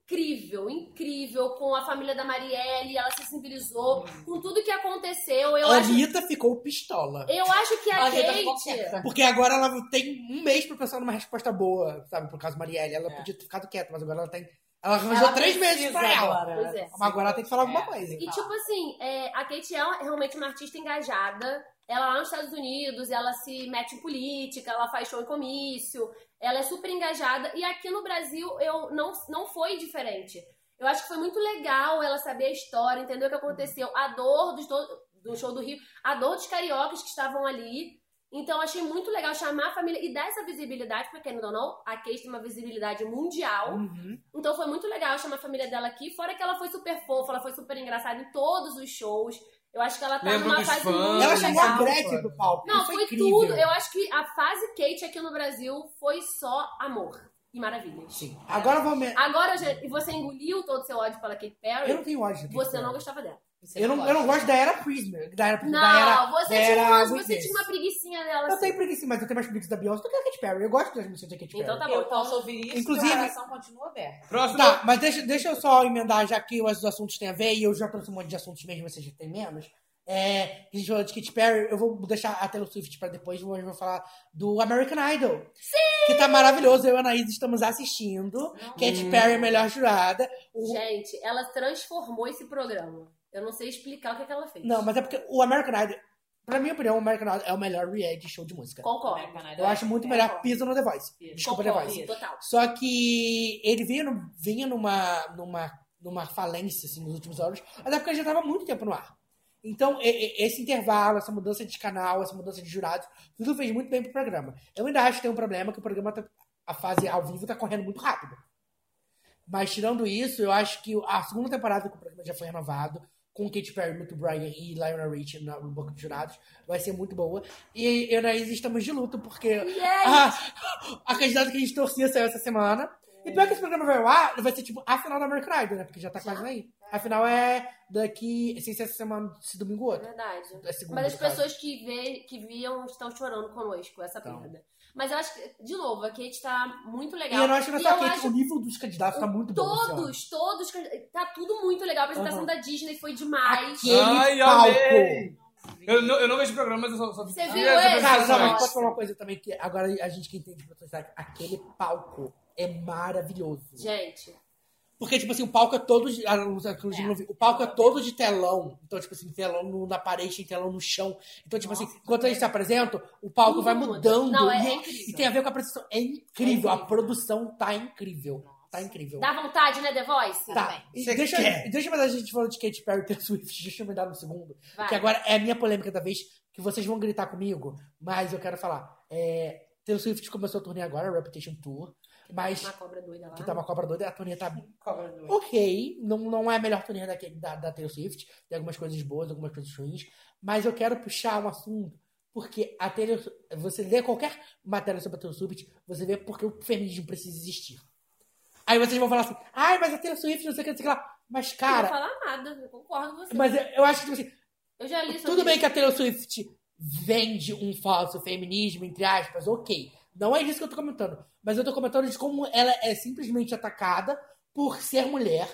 B: incrível, incrível, com a família da Marielle, ela se sensibilizou
I: Uhum.
B: com tudo que aconteceu. Eu,
A: a
B: acho,
A: Anitta ficou pistola.
B: eu acho que a,
I: Ela já tá com
B: Kate.
I: certeza.
A: Porque agora ela tem um mês pra pensar numa resposta boa, sabe? Por causa da Marielle. Ela
I: É.
A: podia ter ficado quieta, mas agora ela tem. Ela arranjou três meses pra
I: precisa
A: ela.
I: agora.
B: Pois é.
A: Mas agora ela tem que falar alguma
I: É.
A: coisa.
B: E tipo assim, é, a Kate é realmente uma artista engajada. Ela lá nos Estados Unidos, ela se mete em política, ela faz show em comício, ela é super engajada. E aqui no Brasil eu não, não foi diferente. Eu acho que foi muito legal ela saber a história, entender o que aconteceu, a dor dos do, do show do Rio, a dor dos cariocas que estavam ali. Então achei muito legal chamar a família e dar essa visibilidade, porque quem não, não, a Kate tem uma visibilidade mundial.
A: Uhum.
B: Então foi muito legal chamar a família dela aqui. Fora que ela foi super fofa, ela foi super engraçada em todos os shows. Eu acho que ela tá
C: Lembra
B: numa
C: dos
B: fase
C: fãs.
B: muito
A: Ela
B: legal.
A: chamou a
C: cara.
A: Gretchen pro palco.
B: Não,
A: Isso
B: foi
A: incrível.
B: tudo. Eu acho que a fase Kate aqui no Brasil foi só amor e maravilhas.
A: Sim. Agora vamos.
B: Agora, gente, e você engoliu todo o seu ódio pela Kate
A: Eu não
B: Perry,
A: tenho ódio. da
B: você
A: Taylor.
B: não gostava dela.
A: Eu não, eu não gosto da era Prisma. Da era
B: Não,
A: da era,
B: você,
A: da era
B: tinha, uma,
A: Whitney.
B: você tinha uma preguiçinha dela.
A: Eu
B: assim.
A: tenho preguiça, mas eu tenho mais preguiça da Beyoncé do que da Katy Perry. Eu gosto das músicas da Katy Perry.
B: Então tá bom.
I: Eu
B: Então,
I: posso ouvir isso,
A: Inclusive-
I: Inclusive, a relação continua aberta.
C: Próximo.
A: Tá, mas deixa, deixa eu só emendar, já que os assuntos têm a ver, e eu já trouxe um monte de assuntos mesmo, vocês já têm menos. É, a gente falou de Katy Perry, eu vou deixar a Taylor Swift pra depois, mas eu vou falar do American Idol. Sim! Que tá maravilhoso, eu e a Anaís estamos assistindo.
B: Hum.
A: Katy Perry é a melhor jurada. O-
B: gente, ela transformou esse programa. Eu não sei explicar o que, é que ela fez.
A: não, mas é porque o American Idol, pra minha opinião, o American Idol é o melhor reality show de música.
B: Concordo.
A: Eu acho muito
B: É,
A: melhor Pisa no The Voice.
I: Pisa.
A: Desculpa, The
B: Concordo,
A: Voice.
B: total.
A: Só que ele vinha, num- vinha numa, numa, numa falência assim, nos últimos anos, até porque ele já estava muito tempo no ar. Então, e- e- esse intervalo, essa mudança de canal, essa mudança de jurados, tudo fez muito bem pro programa. Eu ainda acho que tem um problema que o programa, tá- a fase ao vivo, tá correndo muito rápido. Mas, tirando isso, eu acho que a segunda temporada que o programa já foi renovado, com Katy Perry, Mick Bryan e Lionel Richie no banco de jurados, vai ser muito boa. E eu e a Anaís estamos de luto, porque ah, [laughs] a candidata que a gente torcia saiu essa semana. E pior que esse programa vai ao ar, vai ser tipo a final da American Idol, né? Porque já tá quase aí. A final é daqui, sem ser essa semana, se domingo
B: É
A: outro.
B: verdade.
A: É segunda,
B: Mas as
A: no caso.
B: pessoas que, vê, que viam estão chorando conosco, essa
A: Então.
B: perda. Mas eu acho que, de novo, a Kate tá muito
A: E
B: legal.
A: eu não acho que
B: eu
A: nessa Kate,
B: acho
A: o nível dos candidatos tá muito bom. esse ano.
B: todos, todos, tá tudo muito legal. A apresentação
A: Aham.
B: da Disney foi demais.
A: Aquele
C: Ai, amei.
A: palco.
C: Eu, não, eu não vejo programa, mas eu só... só
B: Você
C: vi é
B: viu
C: as
A: Cara,
B: esse?
A: só,
C: apresentações.
A: mas posso falar uma coisa também que agora a gente que entende pra sociedade, aquele palco é maravilhoso.
B: Gente,
A: Porque, tipo assim, o palco é todo de. ah, não, não, não, não vi. O palco é todo de telão. Então, tipo assim, telão no- na parede, tem telão no chão. Então, tipo assim, enquanto eles se apresentam, o palco
B: é. Tudo
A: vai
B: muda.
A: mudando.
B: Não, é-
A: e,
B: é incrível.
A: e tem a ver com a produção. É incrível. A produção tá incrível. Tá incrível.
B: dá vontade, né, The Voice?
A: Tá. E
C: Você
A: Deixa,
C: quer?
A: deixa eu a gente falando de Kate Perry e Taylor Swift. Deixa eu me dar um segundo.
B: Vai.
A: Que agora é a minha polêmica da vez, que vocês vão gritar comigo, mas eu quero falar. É, Taylor Swift começou a turnê agora, a Reputation Tour. Mas
B: Uma cobra doida lá.
A: que tá uma cobra doida, a turnê
B: [laughs]
A: tá ok, não, não é a melhor turnê da, da, da Taylor Swift, tem algumas coisas boas, algumas coisas ruins, mas eu quero puxar um assunto, porque a Taylor, você lê qualquer matéria sobre a Taylor Swift, você vê porque o feminismo precisa existir. Aí vocês vão falar assim, ai, mas a Taylor Swift, não sei o que, não sei o que lá. Mas,
B: Não
A: cara,
B: vou falar nada, eu concordo com você.
A: mas eu, eu acho que, tipo assim,
B: eu já li sobre
A: tudo bem
B: isso.
A: que a Taylor Swift vende um falso feminismo, entre aspas, ok. Não é isso que eu tô comentando. Mas eu tô comentando de como ela é simplesmente atacada por ser mulher.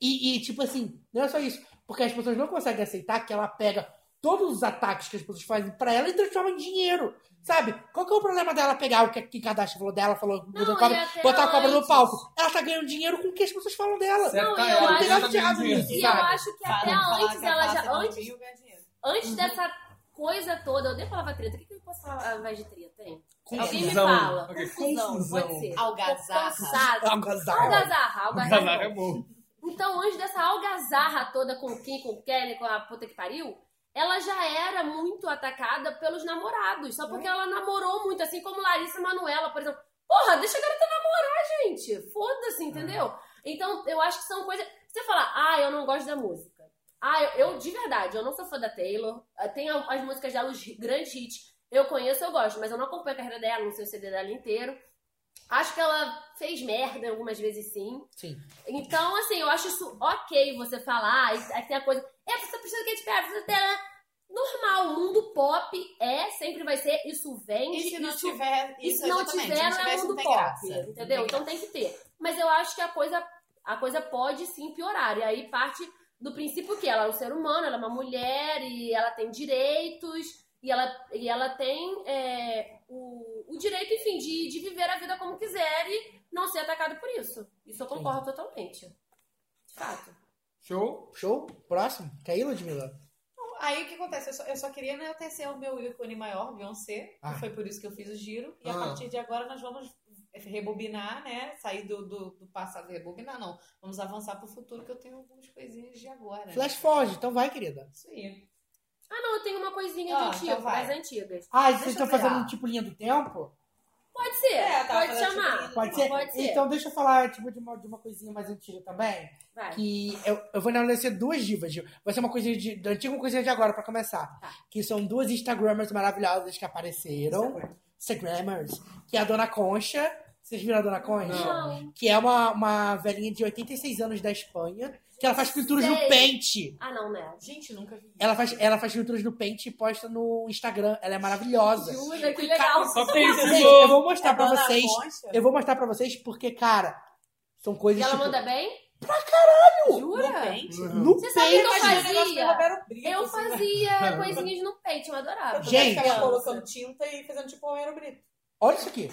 A: E, e, tipo assim, não é só isso. Porque as pessoas não conseguem aceitar que ela pega todos os ataques que as pessoas fazem pra ela e transforma em dinheiro. Sabe? Qual que é o problema dela pegar o que a Kim Kardashian falou dela, falou, botou
B: e
A: cobra,
B: até
A: botar a cobra no
B: antes.
A: palco? Ela tá ganhando dinheiro com o que as pessoas falam dela.
C: Certo,
B: Não,
C: tá,
B: eu
C: ela
B: acho-
C: tá ganhando
A: Errado
C: dinheiro.
A: nisso.
B: E eu
A: sabe?
B: acho que até antes ela
I: tá
B: já. Antes,
I: Antes...
B: antes dessa coisa toda, eu odeio a palavra treta. O que, que eu posso falar mais de treta, hein? Alguém me
C: Confusão.
B: fala.
C: Ok,
B: Confusão, pode ser.
I: Algazarra.
B: Cansado.
A: Algazarra.
B: Algazarra.
C: Casaco
B: Algazarra.
C: é bom.
B: Então, antes dessa algazarra toda com o Kim, com o Kelly, com a puta que pariu, ela já era muito atacada pelos namorados. Só porque ela namorou muito, assim como Larissa Manuela, por exemplo. Porra, deixa a garota namorar, gente. Foda-se, entendeu? Então, eu acho que são coisas. Você fala, ah, eu não gosto da música. Ah, eu, eu, de verdade, eu não sou fã da Taylor. Ah, Tem al- as músicas dela, os hi- grandes hits. Eu conheço, eu gosto, mas eu não acompanho a carreira dela, não sei o CD dela inteiro. Acho que ela fez merda algumas vezes sim.
A: Sim.
B: Então, assim, eu acho isso ok você falar. Aí aí tem a coisa. É, você tá precisando que a Perry, você tá. Normal, o mundo pop é, sempre vai ser, isso vende,
I: E
G: é
I: se não
B: isso
I: tiver.
B: e
I: Isso,
B: se não
I: exatamente,
B: tiver, não é
I: tivesse,
B: mundo
I: tem
B: pop,
I: graça. Não
B: entendeu?
I: tem
B: Então tem que ter. Mas eu acho que a coisa, a coisa pode sim piorar. E aí parte do princípio que ela é um ser humano, ela é uma mulher e ela tem direitos e ela, e ela tem é, o, o direito, enfim, de, de viver a vida como quiser e não ser atacado por isso. Isso eu concordo totalmente. De fato.
C: Show?
A: Show? Próximo? Quer ir, Ludmilla?
I: Aí o que acontece? Eu só, eu só queria enaltecer o meu ícone maior, Beyoncé,
A: Ah.
I: que foi por isso que eu fiz o giro. E
C: Ah.
I: a partir de agora nós vamos rebobinar, né? Sair do, do, do passado, rebobinar não. Vamos avançar pro futuro, que eu tenho algumas coisinhas de agora. né?
A: Flash Forge, então vai, querida.
I: Isso aí.
B: Ah, não, eu tenho uma coisinha
I: Ah,
B: de antigo,
I: então vai.
B: das antigas.
A: Ah, e vocês
I: Deixa eu
A: estão fazendo
I: pegar.
A: um tipo linha do tempo?
B: Pode ser,
I: É, eu tava
B: pode
I: falando
B: chamar.
I: sobre-
A: Pode ser?
B: Pode ser.
A: Então deixa eu falar tipo, de, uma, de uma coisinha mais antiga também.
B: Vai.
A: Que eu, eu vou analisar duas divas. Gil. Vai ser uma coisa de, da antiga e uma coisa de agora, pra começar.
B: Tá.
A: Que são duas Instagramers maravilhosas que apareceram. Instagramers. Que é a Dona Concha. Vocês viram a Dona Concha?
B: Não.
A: Que é uma, uma velhinha de 86 anos da Espanha. Que ela faz pinturas no
B: Sei.
A: pente.
B: Ah, não, né?
I: Gente, nunca vi.
A: Ela faz, ela faz pinturas no pente e posta no Instagram. Ela é maravilhosa.
B: Jura, que legal.
C: Só tem isso de
A: Gente, eu
C: novo.
A: vou mostrar
B: é
A: pra
I: Dona
A: vocês.
I: Concha?
A: Eu vou mostrar pra vocês porque, cara, são coisas.
B: E ela
A: tipo,
B: manda bem?
A: caralho!
B: Jura?
A: No
B: Você sabe que eu
A: pente.
B: fazia? [laughs] Eu
I: Eu
B: fazia coisinhas no pente, eu adorava.
A: Gente.
I: assim, né? ficava colocando tinta e fazendo tipo Romero Brito.
A: Olha isso aqui.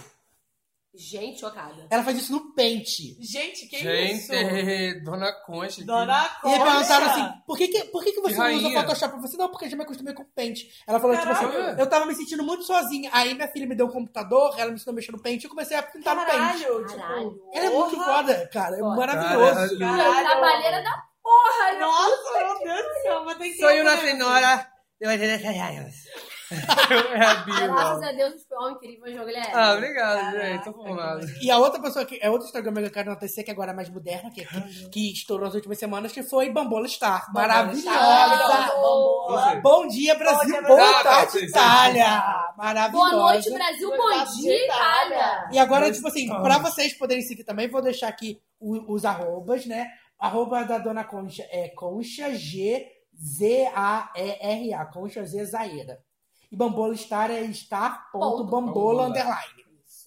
B: Gente, chocada.
A: Ela faz isso no pente.
I: Gente, que isso?
C: Gente, é Dona Concha.
I: Dona
A: E aí
I: Concha.
A: perguntaram assim: por que, que, por que, que você
C: Que
A: não usa
C: rainha.
A: Photoshop? Eu falei, assim, não, porque eu já me acostumei com pente. Ela falou, tipo
C: Caralho.
A: assim, eu tava me sentindo muito sozinha. Aí minha filha me deu um computador, ela me ensinou a mexer no pente e eu comecei a pintar tá no pente.
I: Caralho, tipo,
B: Caralho.
A: Ela é muito
I: Porra.
A: foda, cara. É
B: Foda.
A: maravilhoso.
C: Caralho.
I: Caralho.
B: Trabalheira da porra, né?
I: Nossa, meu Deus do céu, mas tem que
C: Sonho na
I: né?
C: senhora. Eu vou dizer essas regras. [laughs] É a
B: Graças
C: Bíblia.
B: a Deus, foi um incrível jogo, Guilherme.
C: Ah, obrigado,
I: Caraca,
C: gente. Tô formado.
A: E a outra pessoa que é outro Instagram que eu quero enaltecer, que agora é mais moderna, que, que, que estourou nas últimas semanas, que foi Bambola Star. Maravilhosa!
B: Maravilhosa.
C: Você.
A: Tá Bom dia, Brasil.
I: Bom dia,
A: Boa
C: Brasil. Ah, tá,
A: tarde,
C: Sim, sim,
A: Itália.
B: Boa
A: Maravilhosa.
B: noite, Brasil. Bom
I: Coitado de
B: dia,
I: Itália.
B: Itália.
A: E agora, tipo assim,
I: Tá.
A: pra vocês poderem seguir também, vou deixar aqui o- os arrobas, né? Arroba da Dona Concha é Concha G Z A E R A, Concha Z Zaira. E Bambola Star é
C: Bambola.
A: star.bambola underline.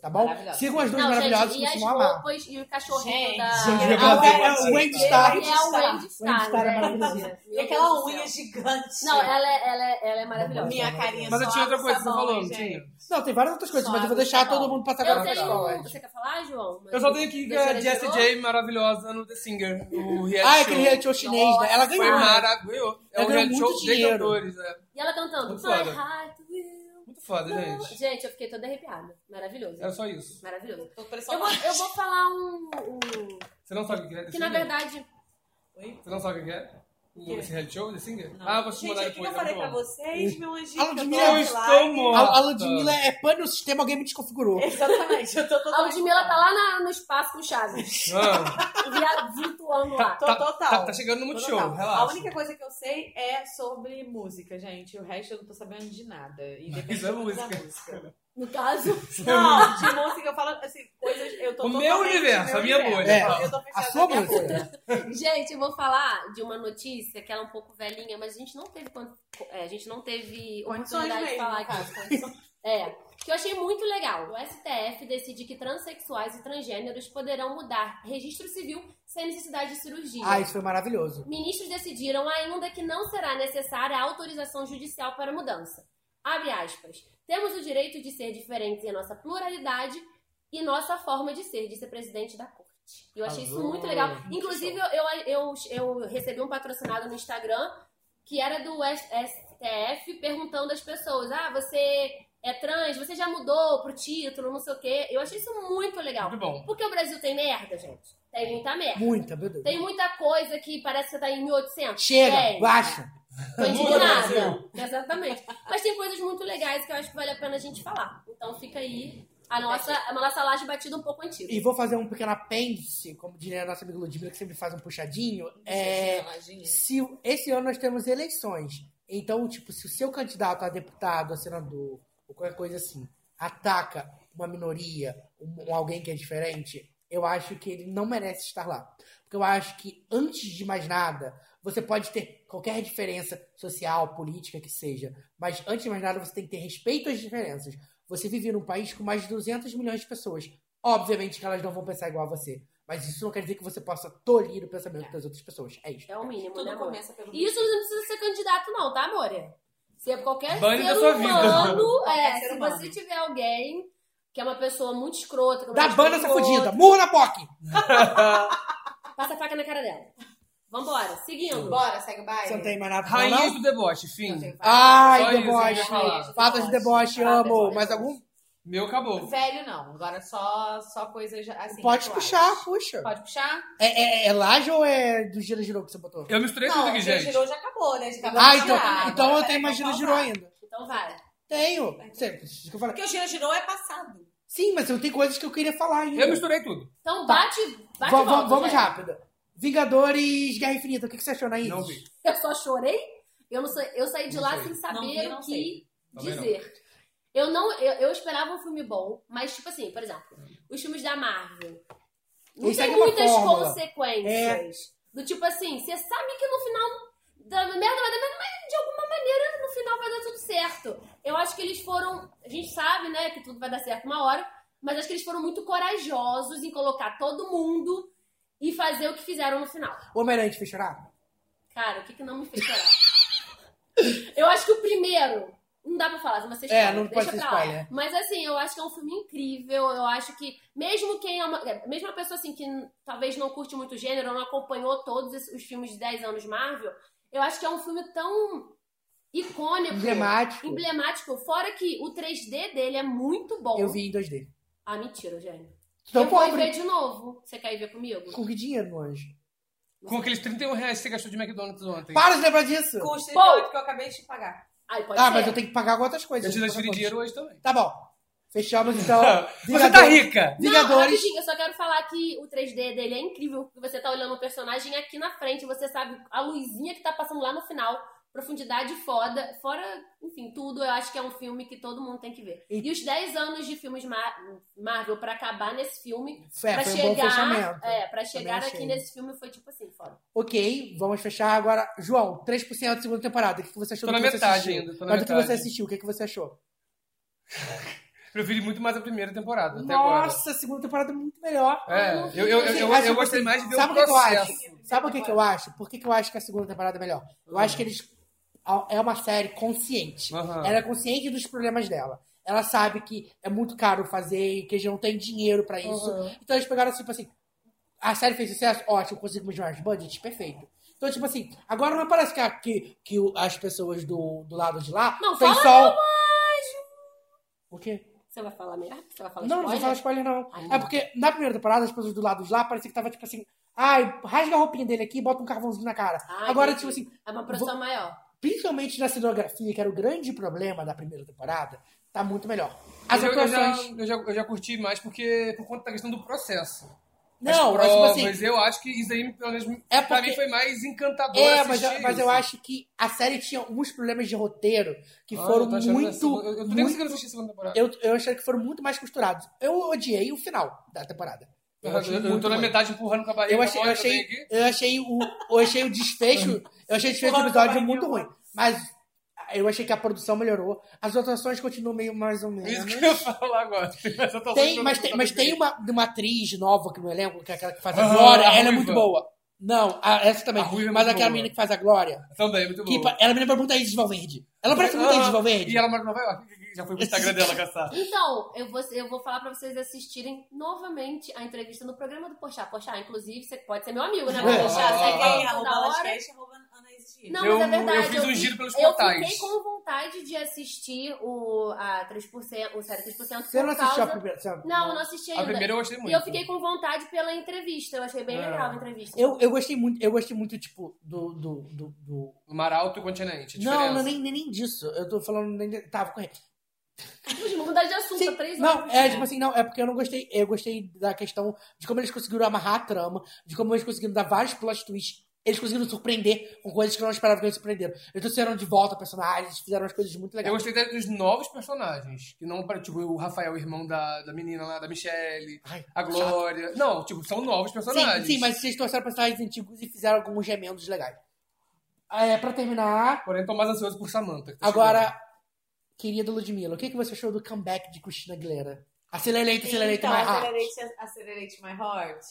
A: Tá bom?
I: Maravilhosa.
A: Sigam as duas
B: Não,
A: maravilhosas
B: gente,
A: que
B: e as
A: vocês vão amar.
B: roupas e o cachorrinho
I: Gente,
B: da...
A: Gente,
I: eu
A: é,
I: vou ver
A: é,
I: você.
A: o Wendy Star.
B: Ele é o Wendy
A: Wendy
B: Star,
A: Star é
B: né?
A: maravilhosa.
I: E
B: Meu Deus
I: aquela
B: do
I: unha
B: céu.
I: gigante.
B: Não, ela é, ela é, ela é maravilhosa.
I: Minha carinha
C: Mas
I: só
C: eu tinha outra
I: com
G: Tá
C: coisa que você
I: sabão,
C: falou, não
I: gente.
C: tinha?
A: Não, tem várias outras coisas,
I: Só
A: mas eu vou
I: água,
A: deixar
I: tá bom.
A: todo mundo passar
B: Eu
A: agora pra falar.
B: tenho... um- Você quer falar, João?
C: Eu só tenho aqui que
B: Deixa
C: a
B: eu
C: Jessie
B: tirar.
C: J maravilhosa no The Singer. O reality
A: Ah, aquele
C: show.
A: reality show chinês, né? Ela
C: Foi
A: ganhou. né?
C: maravilhoso. É
A: Ela
C: um
A: ganhou
C: reality
A: muito
C: show de
A: dinheiro.
C: cantores. É.
B: E ela cantando.
C: Muito foda.
B: My heart will
C: Muito foda,
B: go.
C: gente. É.
B: Gente, eu fiquei toda arrepiada. Maravilhoso.
C: Era só isso.
B: Maravilhoso.
I: Tô parecendo
B: Eu vou, eu vou falar um, um-
C: Você não sabe o que é The
B: Que na
C: Singer?
B: verdade.
I: Oi?
C: Você não sabe o que é? O- Esse reality show, The Singer?
I: Não.
C: Ah, vou te
I: Gente,
C: mandar
I: o que eu
C: depois.
I: falei
C: é
I: pra
C: muito bom.
I: vocês, meu anjinho?
A: Ah,
I: que eu tô
A: Ludmilla,
I: lá.
C: Eu estou morto.
A: A, a Ludmilla é pane no sistema, alguém me desconfigurou.
I: É, Exatamente, eu tô total.
B: A Ludmilla tá lá na- no espaço com o Chaves.
A: é
C: Ah,
B: Vira- Virtuando lá.
I: Tô total.
C: tá, tá chegando no
I: Tô
C: Multishow,
I: total.
C: relaxa.
I: A única coisa que eu sei é sobre música, gente. O resto eu não tô sabendo de nada. E depende
C: é
I: da
C: música.
B: No
C: [laughs]
B: caso.
I: Não, de música eu falo assim, coisas. Eu tô
C: O meu
I: totalmente
C: universo,
I: no
C: a minha bolha.
I: universo.
A: É,
I: Eu tô
A: A
I: fechada
A: sua
I: na minha bolha.
A: música.
B: Gente, eu vou falar de uma notícia que ela é um pouco velhinha, mas a gente não teve quando- é, a gente não teve
I: Condições
B: oportunidade de
I: mesmo,
B: falar
I: no caso,
B: aqui. É, que eu achei muito legal. O STF decide que transexuais e transgêneros poderão mudar registro civil sem necessidade de cirurgia.
A: Ah, isso foi maravilhoso.
B: Ministros decidiram ainda que não será necessária a autorização judicial para a mudança. Abre aspas. Temos o direito de ser diferentes em nossa pluralidade e nossa forma de ser, disse o presidente da corte. E Eu achei isso
C: Arrasou.
B: muito legal. Inclusive, eu, eu, eu recebi um patrocinado no Instagram que era do S- STF perguntando às pessoas: ah, você é trans, você já mudou pro título, não sei o quê. Eu achei isso muito legal.
C: Muito bom.
B: Porque o Brasil tem merda, gente. Tem muita merda.
A: Muita, meu Deus.
B: Tem muita coisa que parece que você tá em 1800.
A: Chega,
B: Tem.
A: baixa.
B: Tô
C: Brasil.
B: indignada. Exatamente. Mas tem coisas muito legais que eu acho que vale a pena a gente falar. Então fica aí a nossa, a nossa laje batida um pouco antiga.
A: E vou fazer um pequeno apêndice, como diria a nossa amiga Ludmilla, que sempre faz um puxadinho. É, se, esse ano nós temos eleições. Então, tipo, se o seu candidato a deputado, a senador, o ou qualquer coisa assim, ataca uma minoria, um, um alguém que é diferente, eu acho que ele não merece estar lá. Porque eu acho que, antes de mais nada, você pode ter qualquer diferença social, política que seja, mas antes de mais nada, você tem que ter respeito às diferenças. Você vive num país com mais de 200 milhões de pessoas. Obviamente que elas não vão pensar igual a você. Mas isso não quer dizer que você possa tolir o pensamento das outras pessoas. É isso.
B: É o mínimo,
I: Tudo
B: né, amor?
I: começa pelo
B: E isso não precisa ser candidato, não, tá, amor? Se é qualquer
C: Bane
B: ser
C: da sua vida. [laughs]
B: humano, é,
I: Qualquer ser
B: se
I: humano.
B: você tiver alguém que é uma pessoa muito escrota, que
A: Dá
B: gosta
A: banda
B: do
A: sacudida, murro na POC!
B: outro, passa a faca na cara dela. Vambora, seguindo.
G: Bora, segue o baile.
A: Você não tem mais nada pra falar,
C: Rainhas
A: não?
C: do deboche, fim. Só
A: Ai,
C: isso,
A: deboche.
C: eu vou falar.
A: Falta de deboche,
I: Ah,
A: amo.
I: deboche.
A: Mais algum?
C: Meu acabou.
I: Velho não, agora só, só coisas assim.
A: Pode
I: atuais.
A: puxar, puxa.
I: Pode puxar?
A: É, é, é laje ou é do gira girou que você botou?
C: Eu misturei
G: Não,
C: tudo aqui,
G: quem
C: gente.
G: girou já acabou, né? Já acabou
A: Ah,
G: de
A: então,
G: girar.
A: então
G: Agora
A: eu tenho mais gira girou ainda.
B: Então vai.
A: Tenho. Sei, isso que eu falei.
G: Porque o giro girou é passado.
A: Sim, mas eu tenho coisas que eu queria falar ainda.
C: Eu misturei tudo.
B: Então bate,
A: Tá.
B: bate
A: Va-
B: e
A: va-
B: volta,
A: vamos
B: gente.
A: rápido. Vingadores, Guerra Infinita. O que que você achou, Naís?
C: Não vi.
B: Eu só chorei. Eu, não sei- eu saí de
C: Não
B: lá
C: sei.
B: sem
G: Não
B: saber
G: vi, não
B: o que
G: sei.
C: Também não.
B: dizer. Eu não, eu, eu esperava um filme bom, mas tipo assim, por exemplo, os filmes da Marvel. Não
A: Eles
B: tem
A: seguem uma
B: muitas
A: fórmula.
B: consequências. Do tipo assim, você sabe que no final da merda vai dar merda, mas de alguma maneira no final vai dar tudo certo. Eu acho que eles foram. A gente sabe, né, que tudo vai dar certo uma hora, mas acho que eles foram muito corajosos em colocar todo mundo e fazer o que fizeram no final.
A: O Homem-Aranha te fez chorar?
B: Cara, o que que não me fez chorar? eu acho que o primeiro. Não dá pra falar, se você
A: É, não pode ser
B: pra lá.
A: spoiler.
B: Mas assim, eu acho que é um filme incrível. Eu acho que, mesmo quem é uma. é, Mesmo uma pessoa assim que n- talvez não curte muito o gênero, não acompanhou todos esses- os filmes de 10 anos Marvel, eu acho que é um filme tão icônico,
A: Emblemático.
B: emblemático. Fora que o 3D dele é muito bom.
A: Eu vi em 2D.
B: Ah, mentira, Eugênio.
A: Então,
B: eu vou
A: pobre.
B: ver de novo. Você quer ir ver comigo?
A: Com que dinheiro, meu anjo?
C: Com aqueles 31 reais que você gastou de McDonald's ontem.
A: Para de lembrar disso!
G: Custa
B: Bom.
G: então, que eu acabei de te pagar.
B: Ai, pode
A: Ah,
B: ser.
A: mas eu tenho que pagar outras coisas.
C: Eu te transferi
A: Outras
C: dinheiro hoje também.
A: coisas. Tá bom. Fechamos
C: [laughs]
A: então.
C: Você tá
A: Vingadores-
C: rica.
B: Não,
A: Vingadores.
B: rapidinho, eu só quero falar que o 3D dele é incrível, porque você tá olhando o personagem aqui na frente, você sabe a luzinha que tá passando lá no final, profundidade foda, fora, enfim, tudo, eu acho que é um filme que todo mundo tem que ver. E os 10 anos de filmes Mar- Marvel pra acabar nesse filme,
A: É,
B: pra
A: foi um bom
B: chegar,
A: fechamento.
B: é, para chegar
A: Também
B: aqui
A: achei.
B: nesse filme foi tipo assim, foda.
A: Ok, vamos fechar agora. João, 3% da segunda temporada. O que que você achou
C: Tô
A: do
C: na
A: que você
C: metade
A: assistiu?
C: ainda, tô na
A: Mas do que
C: metade.
A: você assistiu, o que, que você achou?
C: Preferi muito mais a primeira temporada, até agora.
A: Nossa, a segunda temporada é muito melhor.
C: É, eu, eu, eu, eu,
A: Acho
C: eu
A: que
C: gostei
A: assim,
C: mais de ver
A: sabe
C: o
A: o que que eu
C: processo.
A: Sabe o que, que eu acho? Por que, que eu acho que a segunda temporada é melhor? Eu acho que eles. É uma série consciente.
C: Aham.
A: Ela é consciente dos problemas dela. Ela sabe que é muito caro fazer e que eles não têm dinheiro pra isso.
B: Uhum.
A: Então eles pegaram, tipo assim, a série fez sucesso? Ótimo, conseguimos mais budget? Perfeito. Então, tipo assim, agora não parece que, a- que, que o- as pessoas do, do lado de lá
B: Não,
A: têm
B: fala
A: só... O quê?
B: Você vai falar merda? Você vai falar
A: Não, não vou
B: spoiler?
A: falar spoiler, não.
B: Ai,
A: É porque na primeira temporada, as pessoas do lado de lá parecia que tava, tipo assim, ai, rasga a roupinha dele aqui e bota um carvãozinho na cara.
B: Ai,
A: agora,
B: entendi.
A: tipo assim,
B: É uma produção maior.
A: principalmente na cenografia, que era o grande problema da primeira temporada, tá muito melhor. As
C: eu, eu, já,
A: atuações.
C: eu, já, eu já curti mais porque por conta da questão do processo.
A: Não,
C: As
A: mas tipo
C: provas,
A: assim,
C: eu acho que isso aí, pelo menos,
A: É
C: pra
A: porque-
C: mim foi mais encantador
A: É, mas,
C: assistir
A: eu- mas eu
C: isso.
A: acho que a série tinha alguns problemas de roteiro que
C: Ah,
A: foram
C: eu tô achando
A: muito.
C: essa- Eu, eu tô nem conseguindo
A: muito
C: assistir a segunda temporada.
A: eu, eu achei que foram muito mais costurados. Eu odiei o final da temporada.
C: Eu,
A: achei
C: eu,
A: muito
C: tô na
A: ruim.
C: metade empurrando com a barriga.
A: Eu achei, eu
C: olha que
A: achei,
C: tenho aqui. [laughs]
A: eu achei o, eu achei o desfecho, eu achei o desfecho do episódio muito ruim. Mas eu achei que a produção melhorou. As atuações continuam meio mais ou
C: Isso
A: menos.
C: que eu ia falar agora. Essa atuação que
A: Tem,
C: eu
A: mas
C: não
A: tem,
C: tô
A: mas tem
C: sabendo.
A: uma, de uma atriz nova que eu me lembro, que é aquela que faz a
C: Ah,
A: Glória,
C: a
A: ela é
C: ruiva.
A: muito boa. Não, a- essa também.
C: A ruiva é
A: mas
C: muito
A: aquela
C: boa.
A: menina que faz a Glória,
C: Também, muito
A: que
C: bom.
A: pa- ela me lembra muito a Isis Valverde. Ela parece muito a Isis Valverde.
C: E ela mora em Nova York. Já foi pro Instagram dela caçar.
B: Então, eu vou, eu vou falar pra vocês assistirem novamente a entrevista no programa do Pochá. Pochá, inclusive, você pode ser meu amigo, né?
A: É.
B: Pochá,
C: Ah,
B: segue aí
G: Segue aí,
B: toda
G: arroba
B: hora.
G: Lascast, arroba Anaís Dias.
B: Não,
C: Eu-
B: mas é verdade.
C: eu fiz um giro pelos
B: eu
C: portais.
B: fiquei com vontade de assistir o, a 3%, o Série 3%.
A: Você não
B: por
A: assistiu a
B: causa...
A: primeira? você-
B: Não, não assisti ainda.
C: A primeira eu gostei
B: E
C: muito.
B: eu fiquei com vontade pela entrevista. Eu achei bem
C: É.
B: legal a entrevista.
A: Eu, eu gostei muito, eu gostei muito, tipo, do- do- do- do
C: O mar alto e o continente. a
A: Não, não é
C: diferença.
A: nem, nem, nem disso. Eu tô falando. Nem, de- tá, vou correr.
B: Gente, vou mudar de assunto.
A: Sim,
B: há três
A: não,
B: horas.
A: é tipo assim, não, é porque eu não gostei. Eu gostei da questão de como eles conseguiram amarrar a trama, de como eles conseguiram dar vários plot twists eles conseguiram surpreender com coisas que eu não esperava que eles surpreenderam. Eles trouxeram de volta personagens, fizeram as coisas muito
C: Eu
A: legais.
C: gostei da- dos novos personagens. Que não, pra- tipo, o Rafael, o irmão da, da menina lá, da Michelle,
A: Ai,
C: a Glória. Não, tipo, são novos personagens.
A: Sim, sim, mas vocês trouxeram personagens antigos e fizeram alguns remendos legais. É, pra terminar,
C: Porém, tô mais ansioso por Samantha. que tá
A: agora, querida Ludmilla, o que, que você achou do comeback de Cristina Aguilera? Acelerate, acelerate,
I: então,
A: my heart.
I: Acelerate, Acelerate My Heart.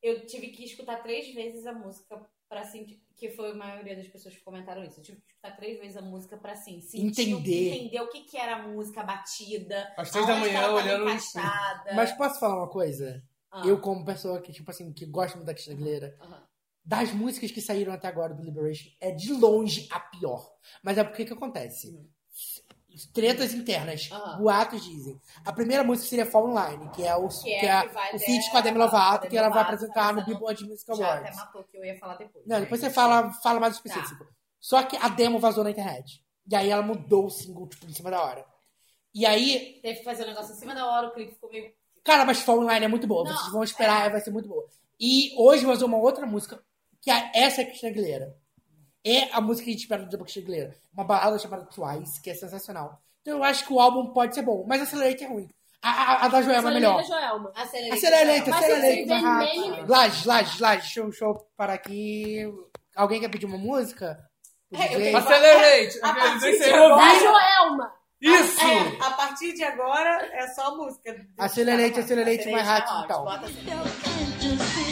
I: Eu tive que escutar três vezes a música pra sentir. Que foi a maioria das pessoas que comentaram isso. Eu tive que escutar três vezes a música pra assim, sentir o que-
A: Entender.
I: entender o que, que era a música, a batida.
C: Às três da
I: aonde
C: manhã,
I: ela tá tava
C: olhando no espelho.
I: encaixada.
A: Mas posso falar uma coisa?
I: Ah,
A: Eu, como pessoa que, tipo assim, que gosta muito da Cristina Aguilera,
I: aham.
A: das músicas que saíram até agora do Liberation, é de longe a pior. Mas é porque que acontece? Tretas internas,
I: Hum. Aham.
A: boatos dizem. A primeira música seria Fall Online, que é o, que
I: é
A: é
I: que vai
A: o feat
I: dela,
A: com a Demi Lovato,
I: Demi
A: que ela vai
I: Lovato,
A: apresentar no
I: essa não-
A: Billboard Music
I: Já até
A: Awards.
I: matou o que eu ia falar depois.
A: Não,
I: né?
A: depois você fala, fala
I: Tá.
A: mais específico. Só que a demo vazou na internet. E aí ela mudou o single, tipo, em cima da hora. E aí,
I: Teve que fazer um negócio em cima da hora, o clipe ficou meio.
A: cara, mas Fall Online é muito boa.
I: Não,
A: Vocês vão esperar, vai ser muito boa. E hoje vazou uma outra música, que é essa é a Cristina Aguilera. É a música que a gente espera da Cristina Aguilera. Uma balada chamada Twice, que é sensacional. Então eu acho que o álbum pode ser bom, mas Accelerate é ruim. A, a- a da Joelma é melhor.
B: Joelma.
I: Acelerate.
A: Acelerate,
B: Mas
A: acelerate.
B: você
A: vai
B: vermelho-
A: rápido. Laje, laje, laje. Deixa eu, deixa eu parar aqui. Alguém quer pedir uma música? O
I: É, eu
A: DJ?
I: tenho-
C: Acelerate!
I: A partir
C: Vocês
I: de
C: ouviram?
B: Da Joelma.
C: Isso!
G: É, a partir de agora é só música.
A: Acelerate, acelerate, então. mais rápido e
I: ótimo,
A: tal.
I: bota [laughs] assim.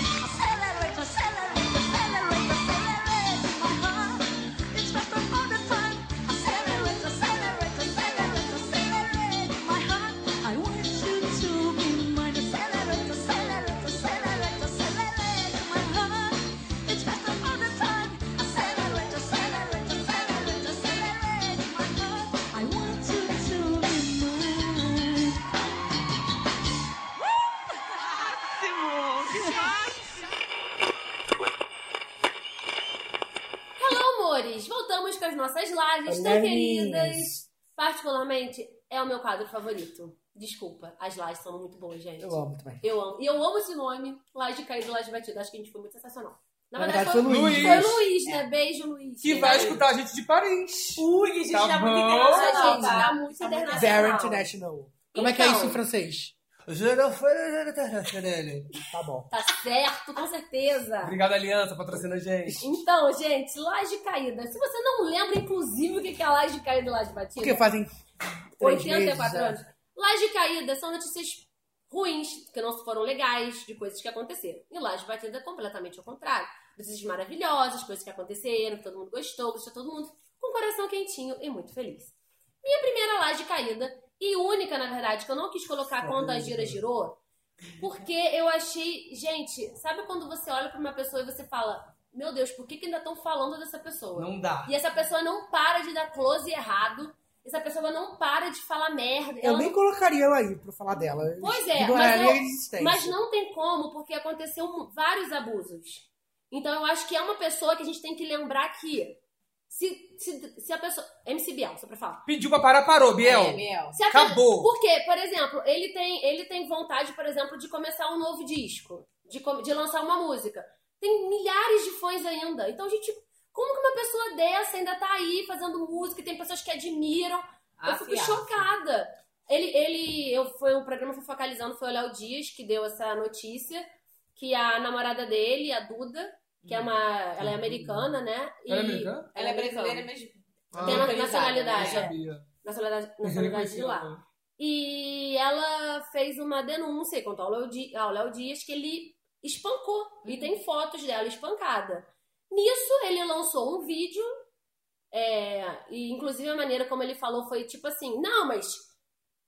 B: Hello, amores. Voltamos com as nossas lives tão
A: Olá,
B: queridas.
A: meninas.
B: Particularmente, é o meu quadro favorito. Desculpa, as lives são muito boas, gente.
A: Eu amo também.
B: Eu amo. E eu amo esse nome, Laje de Caído, Laje de Batida. Acho que a gente foi muito sensacional. Na verdade, foi,
A: o Luiz.
B: foi o Luiz, né? Beijo, Luiz.
C: Que vai escutar a gente de Paris.
G: Ui, a gente
C: Tá
G: tá muito
C: bom.
B: Nossa,
G: internacional,
B: gente,
G: tá?
B: tá muito internacional.
A: Very International. Como é que é
B: Então.
A: isso em francês? Tá bom.
B: Tá certo, com certeza.
C: Obrigado, Aliança, patrocina a gente.
B: Então, gente, laje caída. Se você não lembra, inclusive, o que é laje caída e laje batida,
A: Porque fazem três
B: 84
A: meses, é.
B: anos. Laje caída são notícias ruins, que não foram legais, de coisas que aconteceram. E laje batida é completamente ao contrário. Notícias maravilhosas, coisas que aconteceram, que todo mundo gostou, gostou todo mundo, com o coração quentinho e muito feliz. Minha primeira laje caída, e única, na verdade, que eu não quis
A: Tá
B: colocar quando a gira girou, porque eu achei, gente, sabe quando você olha pra uma pessoa e você fala, meu Deus, por que, que ainda estão falando dessa pessoa?
C: Não dá.
B: E essa pessoa não para de dar close errado. Essa pessoa não para de falar merda.
A: Eu
B: ela
A: nem colocaria ela aí pra falar dela. Eu
B: Pois é,
A: ignoraria
B: mas
A: a
B: eu-
A: existência.
B: não... Mas não tem como, porque aconteceu mu- vários abusos. Então eu acho que é uma pessoa que a gente tem que lembrar que se, se, se a pessoa. MC Biel, só pra falar.
C: Pediu pra parar, parou, Biel.
I: É, Biel.
B: Se a
C: Acabou.
B: pe- Por quê? Por exemplo, ele tem, ele tem vontade, por exemplo, de começar um novo disco, de, com- de lançar uma música. Tem milhares de fãs ainda. Então, gente, como que uma pessoa dessa ainda tá aí fazendo música e tem pessoas que admiram? eu fico
I: Afiado.
B: chocada. Ele, ele, eu, foi um programa que eu fui focalizando, foi o Léo Dias que deu essa notícia, que a namorada dele, a Duda, que é uma, ela é americana, né?
C: Ela é
B: E-
C: americana?
I: Ela é brasileira, mas
C: Ah,
B: Tem
I: uma
C: eu
B: nacionalidade,
I: né?
C: sabia.
B: Nacionalidade, nacionalidade de lá. E ela fez uma denúncia contra o Léo Di- ao Léo Dias que ele espancou. E tem fotos dela espancada. Nisso, ele lançou um vídeo. é, e inclusive a maneira como ele falou foi tipo assim: Não, mas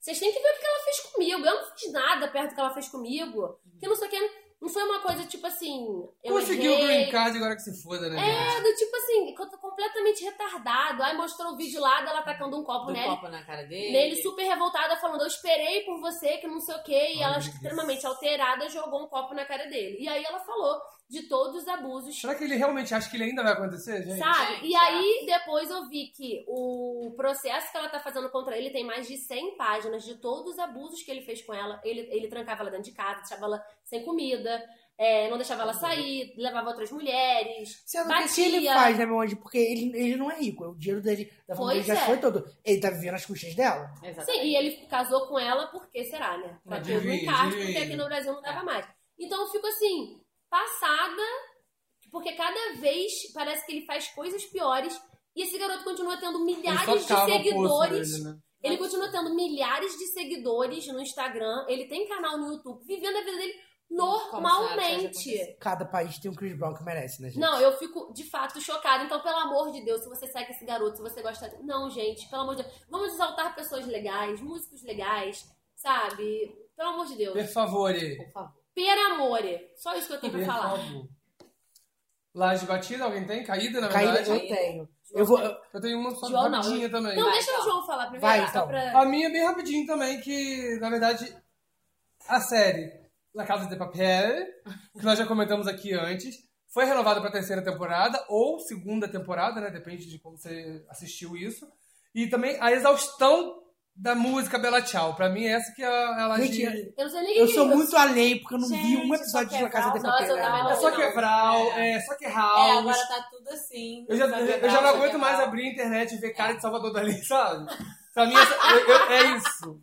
B: vocês têm que ver o que ela fez comigo. Eu não fiz nada perto do que ela fez comigo. Que não sei o que. Não foi uma coisa tipo assim. Eu
C: Conseguiu o
B: errei,
C: green card agora que se foda, né? gente?
B: é, do tipo assim, que eu tô completamente retardado. Aí mostrou o vídeo lá dela atacando um copo
I: do
B: nele.
I: copo na cara dele.
B: Nele super revoltada, falando, eu esperei por você, que não sei o quê. E
C: Ai,
B: ela,
C: meu Deus.
B: extremamente alterada, jogou um copo na cara dele. E aí ela falou de todos os abusos,
C: Será que ele realmente acha que ele ainda vai acontecer, gente?
B: sabe?
I: gente, é.
B: e aí depois eu vi que o processo que ela tá fazendo contra ele tem mais de 100 páginas de todos os abusos que ele fez com ela. Ele, ele trancava ela dentro de casa, deixava ela sem comida. é, não deixava ela
I: Uhum.
B: sair, levava outras mulheres,
A: Sendo que se ele
B: batia.
A: faz, né, meu anjo? Porque ele, ele não é rico. O dinheiro dele, da família
B: Pois
A: já
B: é.
A: foi todo. Ele tá vivendo as custas dela.
B: Sim, e ele casou com ela porque será, né? Pra ter
C: Adivinha,
B: um cargo, porque
C: adivinha.
B: aqui no Brasil não
C: É.
B: dava mais. Então eu fico assim, passada, porque cada vez parece que ele faz coisas piores e esse garoto continua tendo
C: Ele
B: milhares
C: só
B: de
C: cava o poço
B: seguidores.
C: dele, né?
B: Ele continua tendo milhares de seguidores no Instagram, ele tem canal no YouTube, vivendo a vida dele normalmente.
A: Cada país tem um Chris Brown que merece, né, gente?
B: Não, eu fico de fato chocada. Então, pelo amor de Deus, se você segue esse garoto, se você gosta. de- Não, gente, pelo amor de Deus. Vamos exaltar pessoas legais, músicos legais, sabe? Pelo amor de Deus.
C: Per favore.
I: Por favor.
B: Per amore. Só isso que eu tenho pra
C: Per
B: falar.
C: favor. Laje batida, alguém tem? Caída, na
A: Caída
C: verdade?
A: eu tenho. Eu vou. eu-
C: Eu tenho uma só
B: João, não.
C: rapidinha também.
B: Não, deixa o
I: então.
B: João falar primeiro.
A: Vai,
B: só
A: então.
B: pra-
C: A minha é bem rapidinho também, que na verdade a série La Casa de Papel, que nós já comentamos aqui antes, foi renovada para terceira temporada ou segunda temporada, né? Depende de como você assistiu isso. E também a exaustão da música Bela Tchau. Pra mim, essa que é a- ela
A: Gente,
C: de-
A: eu-
B: Eu não sei nem
A: eu
B: quem
A: sou
B: liga.
A: muito além, porque eu não vi um
G: Gente,
A: episódio de La Casa de
B: Nossa,
A: Papel.
B: eu tava
A: né?
C: É só
B: não.
C: quebral, é, só que house.
I: É, agora tá tudo assim.
C: Eu já,
I: Só
C: eu,
I: quebrar,
C: já não
I: só
C: aguento
I: quebrar.
C: mais abrir a internet e ver cara de Salvador Dali, [laughs] sabe? Pra mim, essa- eu- eu- é isso.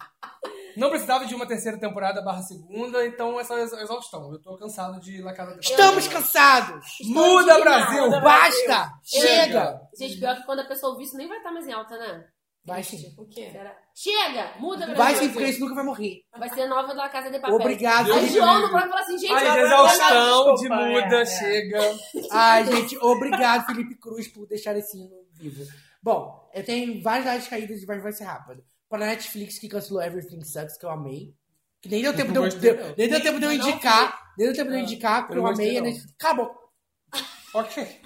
C: Não precisava de uma terceira temporada barra segunda, então essa é a exaustão. Eu tô cansado de La Casa de Papel.
A: Estamos cansados!
C: Muda,
B: indignada.
C: Brasil!
A: Basta! Chega!
B: Gente, pior que quando a pessoa ouvir isso, nem vai estar mais em alta, né?
A: Vai sim.
I: O quê?
B: Será? Chega! Muda, Brasil!
A: Vai sim, porque isso nunca vai morrer.
B: Vai ser nova da Casa de Papel.
A: Obrigado.
C: Deus
B: Aí
A: gente.
C: me
B: João
C: livre.
B: no programa fala assim, gente,
C: Ai,
B: eu-
C: exaustão de
G: desculpa,
C: muda,
G: é, é.
C: chega.
A: Ai, gente, obrigado, Felipe Cruz, por deixar esse hino vivo. Bom, eu tenho várias lives caídas e vai, vai ser rápido. Para a Netflix, que cancelou Everything Sucks, que eu amei. Que nem deu tempo de eu,
C: gostei,
A: de-
C: não. Ah,
A: nem deu tempo de eu
I: Eu não
A: indicar. Nem deu tempo de eu indicar, porque
C: eu
A: eu
C: não gostei,
A: amei.
C: não.
A: a Netflix- Acabou.
C: Ok.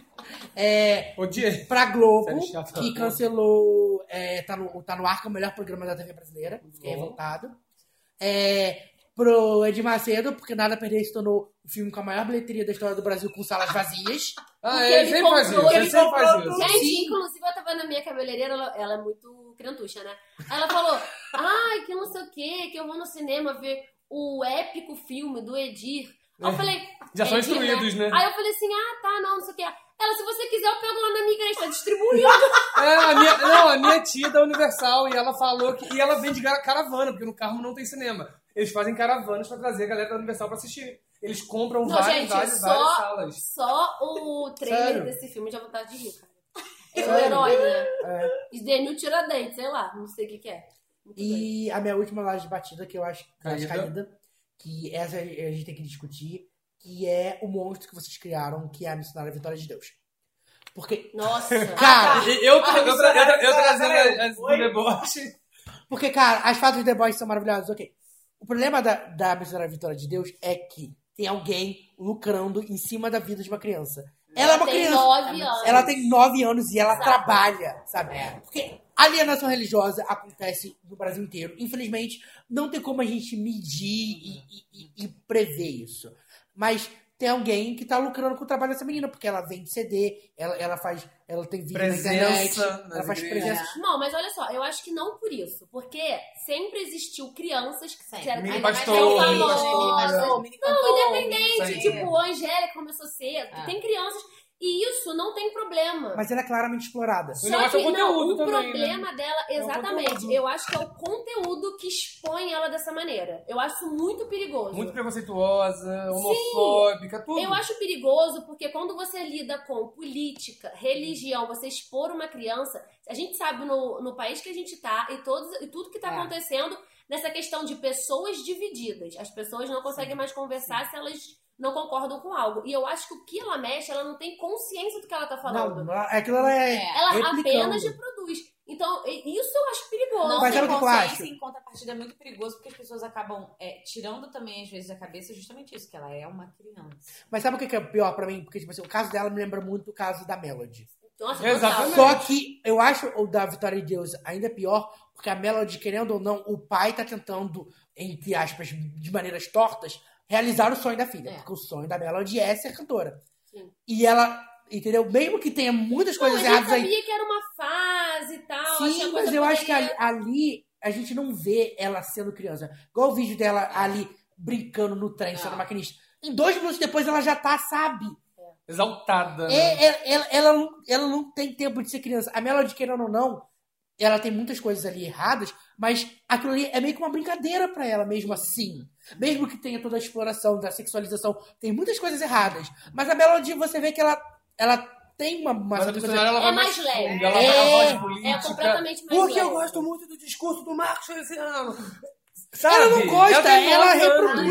A: É,
C: Odiei.
A: pra Globo,
C: Sério chato.
A: que cancelou é, tá, no, tá no ar, que é o melhor programa da TV brasileira. Fiquei
C: Bom.
A: revoltado. É, pro Edir Macedo, porque Nada a Perder se tornou o filme com a maior bilheteria da história do Brasil, com salas vazias.
C: Ah,
B: Porque
C: ele,
B: ele
C: sempre faz
B: comprou,
C: isso, ele,
B: ele
C: sempre faz
A: comprou
C: isso.
B: Gente,
A: Sim.
B: É, inclusive eu tava na minha cabeleireira, ela, ela é muito crentucha, né? Aí Ela falou, ai, que não sei o quê, que eu vou no cinema ver o épico filme do Edir. Aí eu falei...
C: É. Já são
B: Edir,
C: instruídos, né?
B: Aí eu falei assim, ah, tá, não, não sei o quê. Ela, se você quiser, eu pego lá na minha igreja, tá distribuindo.
C: É, a minha, não, a minha tia da Universal e ela falou que. E ela vende gar- caravana, porque no carro não tem cinema. Eles fazem caravanas pra trazer a galera da Universal pra assistir. Eles compram
B: Não,
C: várias,
B: gente,
C: várias,
B: só-
C: várias salas.
B: Só o trailer
C: Sério?
B: desse filme já vontade de rir, cara. É o herói, né? É. Denil Tiradentes, sei lá, não sei o que que é. Muito bem.
A: E a minha última laje de batida, que eu acho caída.
C: Caída.
A: caída, que essa a gente tem que discutir, que é o monstro que vocês criaram, que é a missionária Vitória de Deus. Porque,
B: Nossa.
A: cara,
C: E Eu, eu,
G: Ah,
C: eu,
G: missionário,
C: eu- eu trazendo
G: missionário,
C: as- as do
G: oi?
C: deboche.
A: porque, cara, as fadas de The Boys são maravilhosas, ok. O problema da, da missionária Vitória de Deus é que tem alguém lucrando em cima da vida de uma criança. Ela é uma
B: tem
A: criança.
B: nove anos. É.
A: Ela tem nove anos e ela trabalha, sabe? Porque alienação religiosa acontece no Brasil inteiro. Infelizmente, não tem como a gente medir e, e- e- e prever isso. Mas tem alguém que tá lucrando com o trabalho dessa menina, porque ela vende CD, ela, ela faz. Ela tem vídeo
C: Presença
A: na internet,
C: nas
A: ela faz
C: igrejas.
A: presença.
B: Não, mas olha só, eu acho que não por isso. Porque sempre existiu crianças que
I: Sempre.
B: eram
C: Mini
B: ainda mais
C: pastor,
B: famosas.
C: mini
I: pastor, mini
B: Não,
I: cantor,
B: independente.
C: mini-
B: Tipo, a Angélica começou cedo.
C: É.
I: Ah.
B: Tem crianças. E isso não tem problema.
A: Mas ela é claramente explorada.
C: O negócio
B: Só
C: é o
B: que não,
C: conteúdo
B: o
C: também,
B: problema dela,
C: É o
B: exatamente.
C: conteúdo.
B: eu acho que é o conteúdo que expõe ela dessa maneira. Eu acho muito perigoso.
C: Muito preconceituosa, homofóbica, tudo.
B: Eu acho perigoso porque quando você lida com política, religião, você expor uma criança, a gente sabe no, no país que a gente tá e, todos, e tudo que tá
I: É.
B: acontecendo nessa questão de pessoas divididas. As pessoas não conseguem mais conversar se elas não concordam com algo. E eu acho que o que ela mexe, ela não tem consciência do que ela tá falando.
A: Não, ela- aquilo ela é.
I: É.
B: Ela
A: replicando.
B: apenas reproduz. Então, e- isso eu acho perigoso.
I: Não
A: Mas
I: tem
A: sabe o que eu acho?
I: consciência em contrapartida é muito perigoso, porque as pessoas acabam é, tirando também, às vezes, da cabeça justamente isso, que ela é uma criança.
A: Mas sabe o que que é pior pra mim? Porque, tipo assim, o caso dela me lembra muito o caso da Melody.
B: Nossa,
C: Exatamente.
B: Então, assim, total.
A: Só que eu acho o da Vitória de Deus ainda pior, porque a Melody, querendo ou não, o pai tá tentando, entre aspas, de maneiras tortas, realizar o sonho da filha.
I: É.
A: Porque o sonho da Melody é ser cantora.
B: Sim.
A: E ela, entendeu? Mesmo que tenha muitas coisas
B: Não, eu
A: erradas
B: sabia
A: aí.
B: que era uma fase e tal. achei a
A: Sim,
B: coisa
A: mas eu acho que ali,
B: poderia-
A: ali a gente não vê ela sendo criança. Igual o vídeo dela ali brincando no trem, sendo maquinista. Em dois minutos depois ela já tá, sabe?
C: Exaltada. né?
A: É, é, ela, ela, não- ela não tem tempo de ser criança. A Melody, querendo ou não, ela tem muitas coisas ali erradas, mas aquilo ali é meio que uma brincadeira pra ela mesmo assim. Mesmo que tenha toda a exploração da sexualização, tem muitas coisas erradas. Mas a Melody, você vê que ela, ela tem uma, uma
C: Mas a
A: certa coisa-
C: personagem ela
B: É
C: vai
B: mais
C: fundo,
B: leve.
C: Ela vai
A: É,
C: na voz
B: É
C: política.
B: completamente mais
A: Porque eu
B: leve.
A: gosto muito do discurso do Marcos Feliciano.
C: Sabe?
A: Ela não gosta,
C: tem
A: ela
C: nove anos.
B: Ah,
A: reproduz.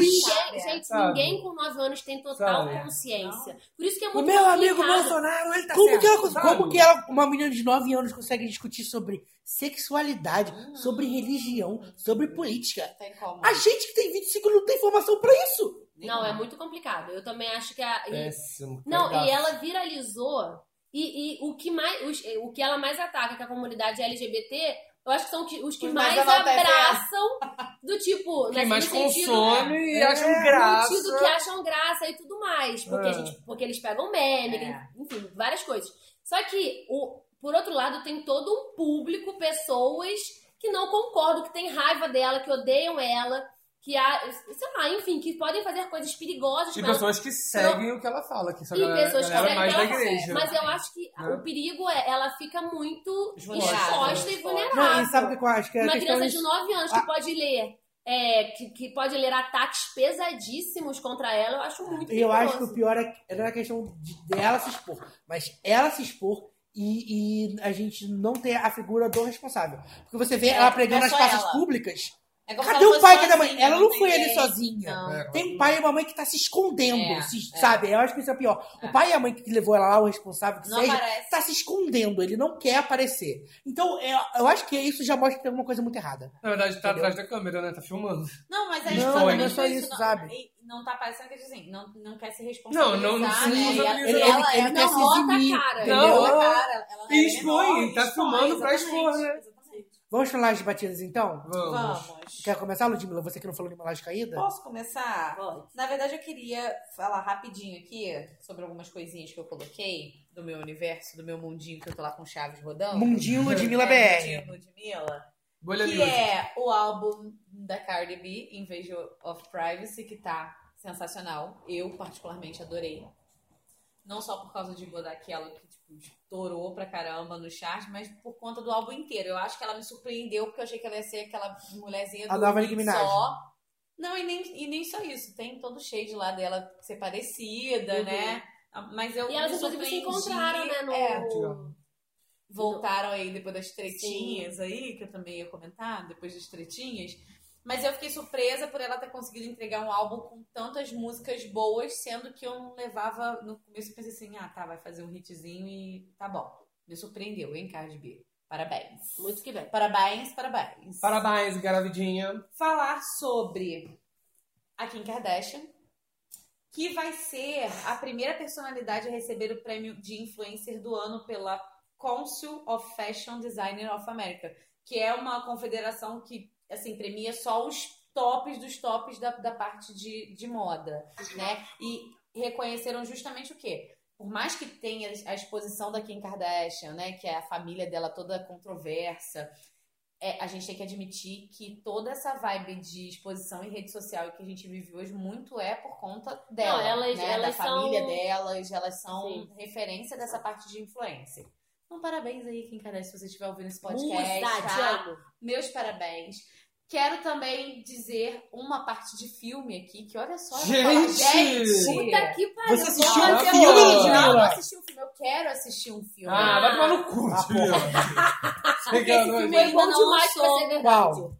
B: Ninguém, gente,
C: Sabe?
B: ninguém com 9 anos tem total
C: Sabe?
B: consciência. Por isso que é
A: O
B: muito
A: meu amigo
B: complicado.
A: Bolsonaro, ele tá como que, ela, cons-
C: sabe?
A: como que ela, uma menina de 9 anos consegue discutir sobre sexualidade,
C: Ah.
A: sobre religião, sobre política?
G: Tem como.
A: A gente que tem 25 não tem formação pra isso.
B: Não, é muito complicado. Eu também acho que
C: É,
B: a. e-
C: Péssimo.
B: não,
C: coitado.
B: e ela viralizou. E, e o, que mais, os- o que ela mais ataca, que é a comunidade LGBT, eu acho que são que- os que
G: Os
B: mais,
G: mais enaltecem,
B: abraçam do tipo.
C: Quem
B: nesse
C: mais
B: sentido,
C: consome e
A: É,
C: acha um
B: No
C: graça.
B: sentido que acham graça e tudo mais. Porque, a
C: É.
B: gente, porque eles pegam meme,
G: É.
B: enfim, várias coisas. Só que, o, por outro lado, tem todo um público, pessoas que não concordam, que têm raiva dela, que odeiam ela, que há, sei lá, enfim, que podem fazer coisas perigosas
C: E
B: com ela.
C: pessoas que seguem o que ela fala, que são
B: E
C: galera,
B: pessoas que
C: galera é
B: seguem
C: mais
B: o que
C: da
B: ela
C: igreja.
B: Mas é eu acho que
C: Né?
B: o perigo é ela fica muito
G: Vulnerável.
B: exposta
C: né?
B: e vulnerável.
A: Não, e sabe o que eu acho? Que é a
B: Uma
A: questão
B: criança
A: de-
B: de 9 anos que pode ler. é, que, que pode ler ataques pesadíssimos contra ela, eu acho muito
A: Eu acho que o
B: perigoso.
A: pior é, não é a questão de- dela se expor, mas ela se expor e, e a gente não ter a figura do responsável. Porque você vê ela pregando
G: é
A: nas
G: só
A: praças
G: ela.
A: públicas.
G: É como se
A: Cadê
G: ela
A: o
G: fosse
A: pai? Cadê a mãe?
G: sozinha,
A: Ela não
G: tem
A: foi ali
G: ninguém.
A: sozinha.
G: Não.
C: É,
A: Tem um pai e uma mãe que tá se escondendo,
G: É,
A: se-
G: é.
A: sabe? Eu acho que isso é pior. O pai e a mãe que levou ela lá, o responsável que
G: Não
A: seja,
G: aparece.
A: tá se escondendo, ele não quer aparecer. Então, eu, eu acho que isso já mostra que tem alguma coisa muito errada.
C: Na verdade, tá
A: Entendeu?
C: atrás da câmera, né? Tá filmando.
G: Não, mas é
A: Não,
G: exatamente
A: não é só isso,
G: não,
A: sabe?
G: e Não tá parecendo que assim, não, não quer se
C: Não,
G: responsabilizar.
C: não, não se
G: né? E ela-
C: responsabiliza.
A: Ele,
C: não.
A: ele- ele
G: é-
A: quer
G: não,
A: se
G: roda a
A: exibir.
B: cara.
A: entendeu?
C: Não,
G: Ela- cara, ela
C: E
G: é
C: expõe,
G: menor,
C: tá filmando pra expor,
G: exatamente,
C: né?
G: exatamente.
A: Vamos falar as batidas então?
C: Vamos.
G: Vamos.
A: Quer começar, Ludmilla? Você que não falou nenhuma laje caída?
G: Posso começar? Na verdade, eu queria falar rapidinho aqui sobre algumas coisinhas que eu coloquei do meu universo, do meu mundinho que eu tô lá com Chaves rodando.
A: Mundinho Ludmilla
G: É,
A: BR.
G: Mundinho Ludmilla.
C: Bolha
G: que
C: News.
G: é o álbum da Cardi B, Invasion of Privacy, que tá sensacional. Eu, particularmente, adorei. Não só por causa de Bodaquela, que tipo, estourou pra caramba no chart, mas por conta do álbum inteiro. Eu acho que ela me surpreendeu, porque eu achei que ela ia ser aquela mulherzinha
A: A
G: do
A: nova Nicki
G: Win
A: Minaj.
G: só. Não, e nem, e nem só isso. Tem todo o shade lá dela ser parecida,
B: Uhum.
G: né? Mas eu
B: E elas,
G: me
B: inclusive, se
G: surpreendi.
B: encontraram, né? No...
G: É,
C: Tchau.
G: voltaram aí depois das tretinhas aí, que eu também ia comentar, depois das tretinhas. Mas eu fiquei surpresa por ela ter conseguido entregar um álbum com tantas músicas boas, sendo que eu não levava. No começo eu pensei assim, ah, tá, vai fazer um hitzinho e tá bom. Me surpreendeu, hein, Cardi B? Parabéns.
B: Muito que bem.
G: Parabéns, parabéns.
C: Parabéns, gravidinha.
G: Falar sobre a Kim Kardashian, que vai ser a primeira personalidade a receber o prêmio de influencer do ano pela Council of Fashion Designer of America, que é uma confederação que assim premia só os tops dos tops da, da parte de, de moda, né? E reconheceram justamente o quê? Por mais que tenha a exposição da Kim Kardashian, né, que é a família dela toda controversa, é, a gente tem que admitir que toda essa vibe de exposição em rede social que a gente vive hoje muito é por conta dela,
B: elas-
G: né?
B: elas
G: da família
B: são-
G: delas, elas são
B: Sim.
G: referência dessa parte de influência. Então, parabéns aí, Kim Kardashian, se você estiver ouvindo esse podcast.
B: Musa, te
G: tá?
B: amo.
G: Meus parabéns. Quero também dizer uma parte de filme aqui, que olha só. eu vou
C: Gente!
B: Puta que pariu.
A: Você assistiu
G: Não,
A: um
G: mas eu
A: filme,
G: não,
A: Ludmilla?
G: Não, não assisti um filme. Eu quero assistir um filme.
C: Ah, vai tomar no cu,
A: Ah,
C: tio.
G: Porque
C: Chega
G: esse
C: a noite.
G: filme
B: Foi
G: ainda
B: bom
G: não
B: demais pra
G: lançou.
B: ser verdade.
A: Qual?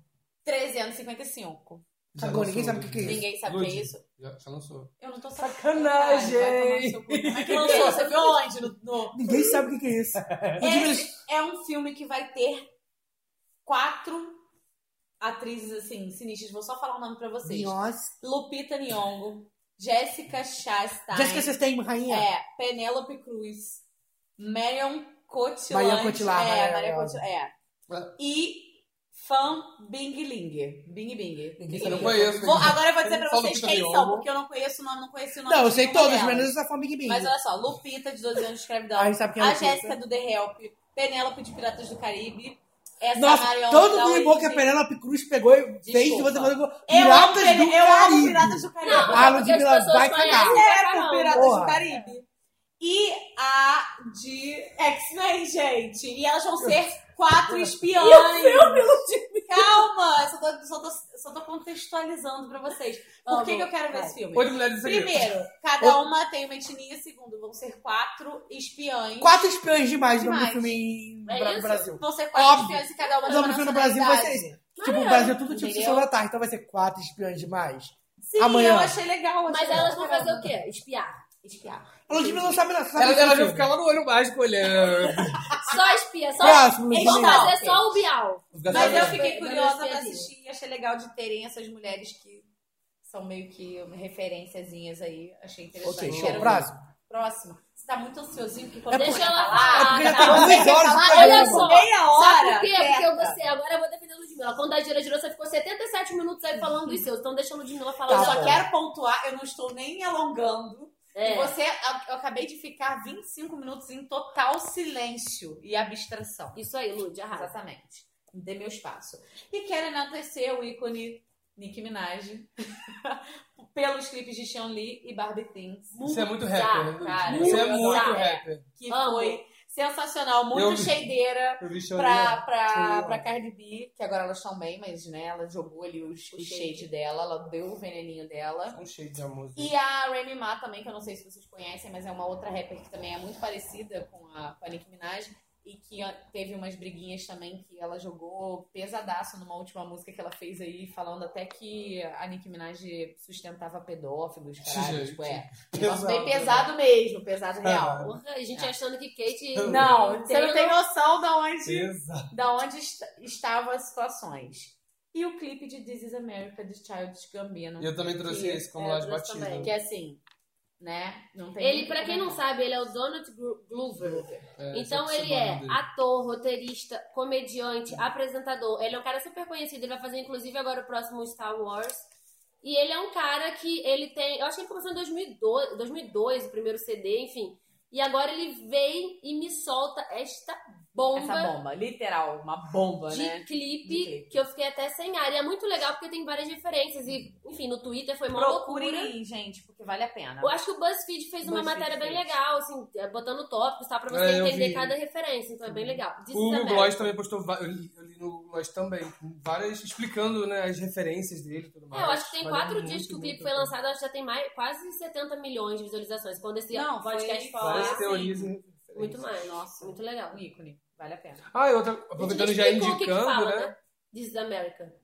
G: 355.
C: Já
A: Agora,
C: lançou.
A: ninguém sabe o que que é isso.
G: Ninguém sabe o que é isso.
C: Já, já lançou.
G: Eu não tô sabendo.
C: Sacanagem!
G: Caralho, vai tomar no seu cu. Como é que lançou? Você viu onde? No- no...
A: Ninguém sabe o que que é isso. Ludmilla,
G: Esse é um filme que vai ter quatro atrizes, assim, sinistras. Vou só falar o nome pra vocês.
A: Beyoncé.
G: Lupita Nyong'o, Jessica Chastain,
A: Jessica Chastain, rainha.
G: é, Penélope Cruz, Marion Cotillard,
A: Marion Cotillard,
G: é,
A: Marion
G: Marion
A: Cotillard.
G: Cotillard, é. e Fan Bing Ling, Bing Bing.
A: Ninguém
C: Eu não
A: sabe.
C: conheço.
G: Vou- agora eu vou dizer
C: Eu
G: pra
C: não falo
G: vocês
C: Lupita
G: quem são,
C: Nyong'o.
G: porque eu não conheço o nome, não conheci o nome.
A: Não, eu
G: de
A: sei
G: nenhuma
A: todos,
G: delas.
A: menos a Fome Big Bing.
G: Mas olha só, Lupita de 12 anos de escravidão,
A: Ah, a gente sabe quem é
G: a
A: Lupita.
G: Jéssica do The Help, Penélope de Piratas do Caribe,
I: Essa
A: Nossa,
I: Marion
A: todo
I: da
A: mundo lembrou que a
I: origem.
A: Penélope Cruz pegou e fez e
I: Desculpa.
A: você falou
G: um Eu amo,
A: Piratas
G: Pene-
A: do
G: eu amo
A: Caribe.
G: Piratas do Caribe.
B: Não,
A: Ah,
B: porque as
A: Ludmilla
B: pessoas
A: vai
B: conhecem
A: cagar.
B: pra
G: É,
B: caramba.
G: com Piratas
A: Porra.
G: do Caribe. E a de X-Men, gente. E elas vão ser quatro espiãs. Calma, só tô, só, tô, só tô contextualizando pra vocês. Por que, que eu quero ver esse filme?
C: Oito mulheres em segredo.
G: Primeiro, cada uma tem uma etnia. Segundo, vão ser quatro espiãs.
A: Quatro espiões demais no
G: Demais.
A: filme em
B: É
A: Bra-
B: isso?
A: Brasil.
G: Vão ser quatro
A: Óbvio.
G: espiãs e cada uma
A: Mas o
G: tem uma
A: filme no Brasil vai ser
G: nacionalidade.
A: esse. Tipo, o Brasil é tudo tipo
G: Entendeu?
A: sessão da tarde, então vai ser quatro espiões demais.
G: Sim,
A: Amanhã.
G: eu achei legal. achei
B: Mas
G: legal
B: elas vão
G: pra
B: fazer o
G: caramba.
B: quê? Espiar.
G: Espiar.
A: A Ludmilla não sabe nada. sabe
C: Ela,
A: nada
C: ela
A: do
C: vai
A: filme.
C: ficar lá no olho mágico olhando.
B: Só espia, só.
A: Próximo,
B: Eles vão
A: Ludmilla.
B: fazer só o Bial.
G: Mas eu
B: Mas
G: fiquei
B: eu-
G: curiosa
B: eu
G: pra
B: gostei
G: assistir e achei legal de terem essas mulheres que são meio que referenciazinhas aí. Achei interessante.
A: Ok, show.
G: Quero ver.
A: Próximo.
G: Próximo. Você tá muito ansiosinho que quando
B: porque-
G: você
B: Deixa ela
G: falar,
B: falar.
A: É
G: tá
A: porque já tá
G: bom?
A: duas horas
G: falar,
A: pra
B: olha
A: caramba.
B: só.
G: Meia
B: Sabe
G: hora. é
B: por quê? Porque
G: quieta.
B: eu você, agora eu vou defender a Ludmilla. Quando a Dira girou, você ficou 77 minutos aí falando dos seus. Então deixa a Ludmilla falar.
G: Eu
A: Tá
G: só
A: bom.
G: quero pontuar, eu não estou nem me alongando.
B: É.
G: E Você, eu acabei de ficar 25 minutos em total silêncio e abstração.
B: Isso aí, Lud, arrasa.
G: Exatamente. Dê meu espaço. E quero enaltecer o ícone Nicki Minaj [laughs] pelos clipes de Sean Lee e Barbie Things.
C: Você é muito
B: Muito
C: rapper.
G: cara.
C: Você é
G: Muito
C: muito
G: bizarro.
C: rapper.
G: que
B: Amo.
G: foi sensacional, muito
C: Eu-
G: cheideira
C: Eu vi Sean
G: pra, pra,
C: Amo.
G: pra Cardi B, que agora elas estão bem, mas né, ela jogou ali o, o shade.
B: shade
G: dela, ela deu o veneninho dela.
C: Lee. Um shade da música.
G: E a Remy Ma também, que eu não sei se vocês conhecem, mas é uma outra rapper que também é muito parecida com a, com a Nicki Minaj. E que ó, teve umas briguinhas também que ela jogou pesadaço numa última música que ela fez aí, falando até que a Nicki Minaj sustentava pedófilos, caralho,
C: Gente,
G: tipo, é. Um
C: pesado,
G: negócio bem
C: né?
G: pesado mesmo, pesado real.
B: Porra, a
C: É.
B: gente achando que Kate.
G: Não, você não tem
B: Taylor-
G: noção da onde,
C: Exato.
G: da onde est- estavam as situações. E o clipe de This is America de Childish Gambino.
C: E eu também trouxe
G: Que-
C: esse como
B: é,
C: Laje
B: trouxe
C: Batida.
B: também.
G: Que assim, né? Não tem
B: Ele,
G: muito
B: pra quem não
G: comentário.
B: sabe, ele é o Donald Glo- Glover.
C: É,
B: Então
C: só que
B: ele
C: esse
B: é
C: nome dele.
B: ator, roteirista, comediante, apresentador. Ele é um cara super conhecido. Ele vai fazer, inclusive, agora o próximo Star Wars. E ele é um cara que ele tem. Eu acho que ele começou em 2002, 2002 o primeiro CD, enfim. E agora ele vem e me solta esta bomba,
G: Essa bomba, literal, uma bomba,
B: de,
G: né?
B: clipe,
G: De clipe.
B: que eu fiquei até sem ar. E é muito legal porque tem várias referências. E, enfim, no Twitter foi uma loucura.
G: Procurem, gente, porque vale a pena.
B: Eu acho que o BuzzFeed fez uma
G: BuzzFeed
B: matéria bem
G: fez.
B: legal, assim, é, botando tópicos, tá? Pra você
C: É, eu
B: entender
C: vi.
B: cada referência, então é bem legal. This is
C: O Hugo
B: America.
C: Gloss também postou, va- eu li, eu li no Gloss também, com várias, explicando né, as referências dele e tudo
B: É,
C: mais.
B: eu acho que tem
C: Mas
B: quatro
C: muito,
B: dias que o
C: muito
B: clipe
C: bom.
B: foi lançado, eu acho que já tem mais, quase 70 milhões de visualizações. Quando esse
G: Não, foi-
B: podcast falar,
C: Várias
G: Ah, sim.
C: teorias e referências.
B: muito mais.
G: Nossa.
B: Muito legal.
G: Um ícone, vale a pena.
C: Ah, e outra,
B: A
C: aproveitando
B: gente
C: já
B: explicou
C: indicando,
B: o que que fala,
C: né?
B: This is America.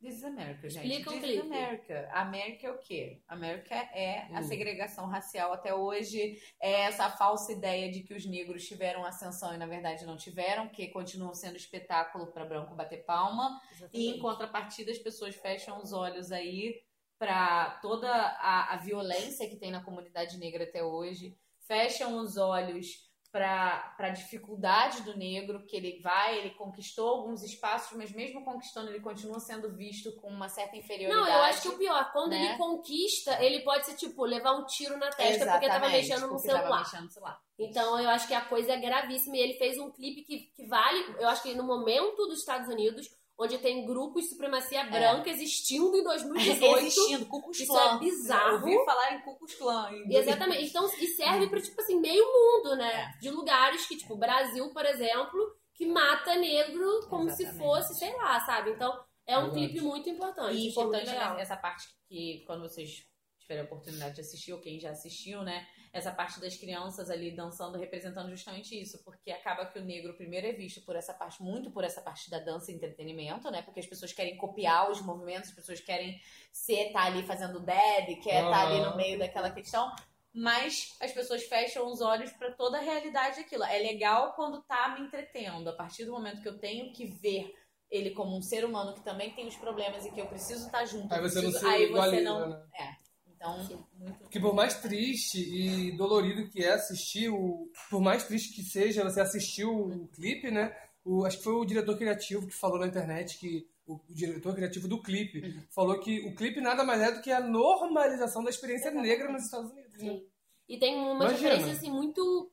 G: This is America, gente.
B: Explica o
G: This
B: clipe.
G: is America. América é o quê? América é a
C: Hum.
G: segregação racial até hoje. É essa falsa ideia de que os negros tiveram ascensão e na verdade não tiveram, que continuam sendo espetáculo para branco bater palma. E em contrapartida as pessoas fecham os olhos aí para toda a, a violência que tem na comunidade negra até hoje. Fecham os olhos para a dificuldade do negro, que ele vai, ele conquistou alguns espaços, mas mesmo conquistando, ele continua sendo visto com uma certa
B: Não,
G: inferioridade.
B: eu acho que o pior, quando
G: né?
B: ele conquista, ele pode ser, tipo, levar um tiro na testa porque tava
G: Exatamente,
B: mexendo no
G: porque tava
B: celular.
G: mexendo no celular.
B: Então eu acho que a coisa é gravíssima e ele fez um clipe que, que vale, eu acho que no momento dos Estados Unidos, onde tem grupos de supremacia branca existindo
G: [laughs]
B: em 2018.
G: É. Existindo, Cucus
B: Isso
G: Clã.
B: é bizarro.
G: Eu ouvi falar em Cucus Clã. em-
B: Exatamente. Então, e serve pra, tipo assim, meio mundo,
G: É.
B: né? De lugares que, tipo, Brasil, por exemplo, que mata negro como se
G: Exatamente.
B: fosse, sei lá, sabe? Então, é um
C: Verdade.
B: clipe muito é importante.
G: E
B: achei
G: importante é
B: muito legal.
G: essa parte que quando vocês tiverem a oportunidade de assistir, ou quem já assistiu, né? Essa parte das crianças ali dançando, representando justamente isso, porque acaba que o negro primeiro é visto por essa parte, muito por essa parte da dança e entretenimento, né? Porque as pessoas querem copiar os movimentos, as pessoas querem ser, tá ali fazendo dab, quer tá ali no
C: Aham.
G: meio daquela questão. Mas as pessoas fecham os olhos pra toda a realidade daquilo. É legal quando tá me entretendo. A partir do momento que eu tenho que ver ele como um ser humano que também tem os problemas e que eu preciso estar junto.
C: Aí
G: eu
C: você não
G: preciso-
C: se
G: aí você
C: igualiza,
G: não.
C: né?
G: Então, muito.
C: Porque por mais triste e dolorido que é assistir, o... por mais triste que seja, você assistiu o clipe, né? O... Acho que foi o diretor criativo que falou na internet que. O o diretor criativo do clipe
B: Uhum.
C: falou que o clipe nada mais é do que a normalização da experiência negra nos Estados Unidos. né?
B: Sim. E tem umas
C: Imagina. né?
B: referências assim muito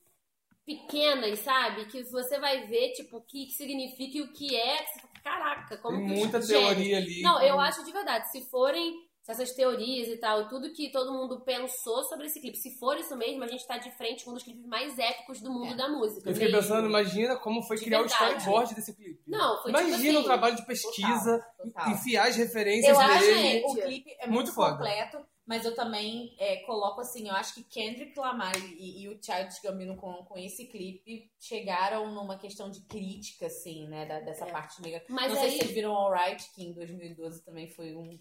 B: pequenas, sabe? Que você vai ver, tipo, o que significa e o que é. Você fica, Caraca, como
C: Tem
B: que os
C: muita
B: gêneros-
C: teoria ali.
B: Não, eu
C: Como-
B: acho de verdade, se forem se essas teorias e tal, tudo que todo mundo pensou sobre esse clipe, se for isso mesmo, a gente tá de frente com um dos clipes mais épicos do mundo da música.
C: É. Eu fiquei
B: mesmo.
C: pensando, imagina como foi
B: De
C: criar o
B: verdade.
C: storyboard desse clipe.
B: Não, foi tipo
C: imagina o
B: assim,
C: trabalho de pesquisa,
G: total.
C: enfiar as referências
G: Eu acho
C: dele.
G: que
B: Gente,
G: o clipe é
C: muito
G: muito,
C: foda.
G: completo, mas eu também é, coloco assim, eu acho que Kendrick Lamar e, e o Childish Gambino com, com esse clipe chegaram numa questão de crítica, assim, né, da- dessa parte negra.
B: É. Mas
G: Não sei
B: aí,
G: se vocês viram Alright, que em 2012 também foi um...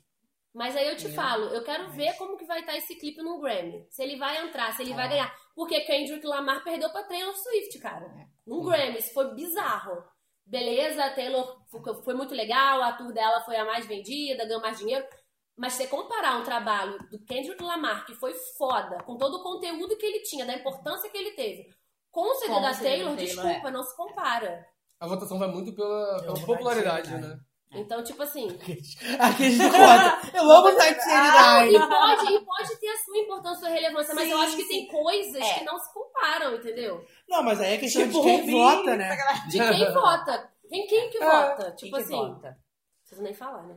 B: mas aí eu te
G: Meu
B: falo, eu quero ver como que vai estar esse clipe no Grammy. Se ele vai entrar, se ele
G: É.
B: vai ganhar. Porque Kendrick Lamar perdeu pra Taylor Swift,
G: É.
B: cara. Num Grammy, isso foi bizarro. Beleza, a Taylor fo- foi muito legal, a tour dela foi a mais vendida, ganhou mais dinheiro. Mas você comparar um trabalho do Kendrick Lamar, que foi foda, com todo o conteúdo que ele tinha, da importância que ele teve, com o CD
G: Com o
B: da
G: CD da
B: Taylor,
G: Taylor, é.
B: desculpa, não se compara.
C: A votação vai muito pela, pela
A: vou
C: popularidade,
A: dar de
C: né?
G: É.
B: Então, tipo assim,
A: Aqui de conta. Eu amo essa
G: Ah,
B: E
A: seriedade.
B: pode, e pode ter a sua importância, sua relevância, mas
G: Sim,
B: eu acho que
G: sim.
B: tem coisas
G: É.
B: que não se comparam, entendeu?
A: Não, mas aí é questão
G: Tipo,
A: de quem
G: Rubinho,
A: vota, né?
C: [laughs]
B: De quem vota. Quem, quem que vota? Tipo
G: que
B: assim, não
G: vota.
B: preciso nem falar, né?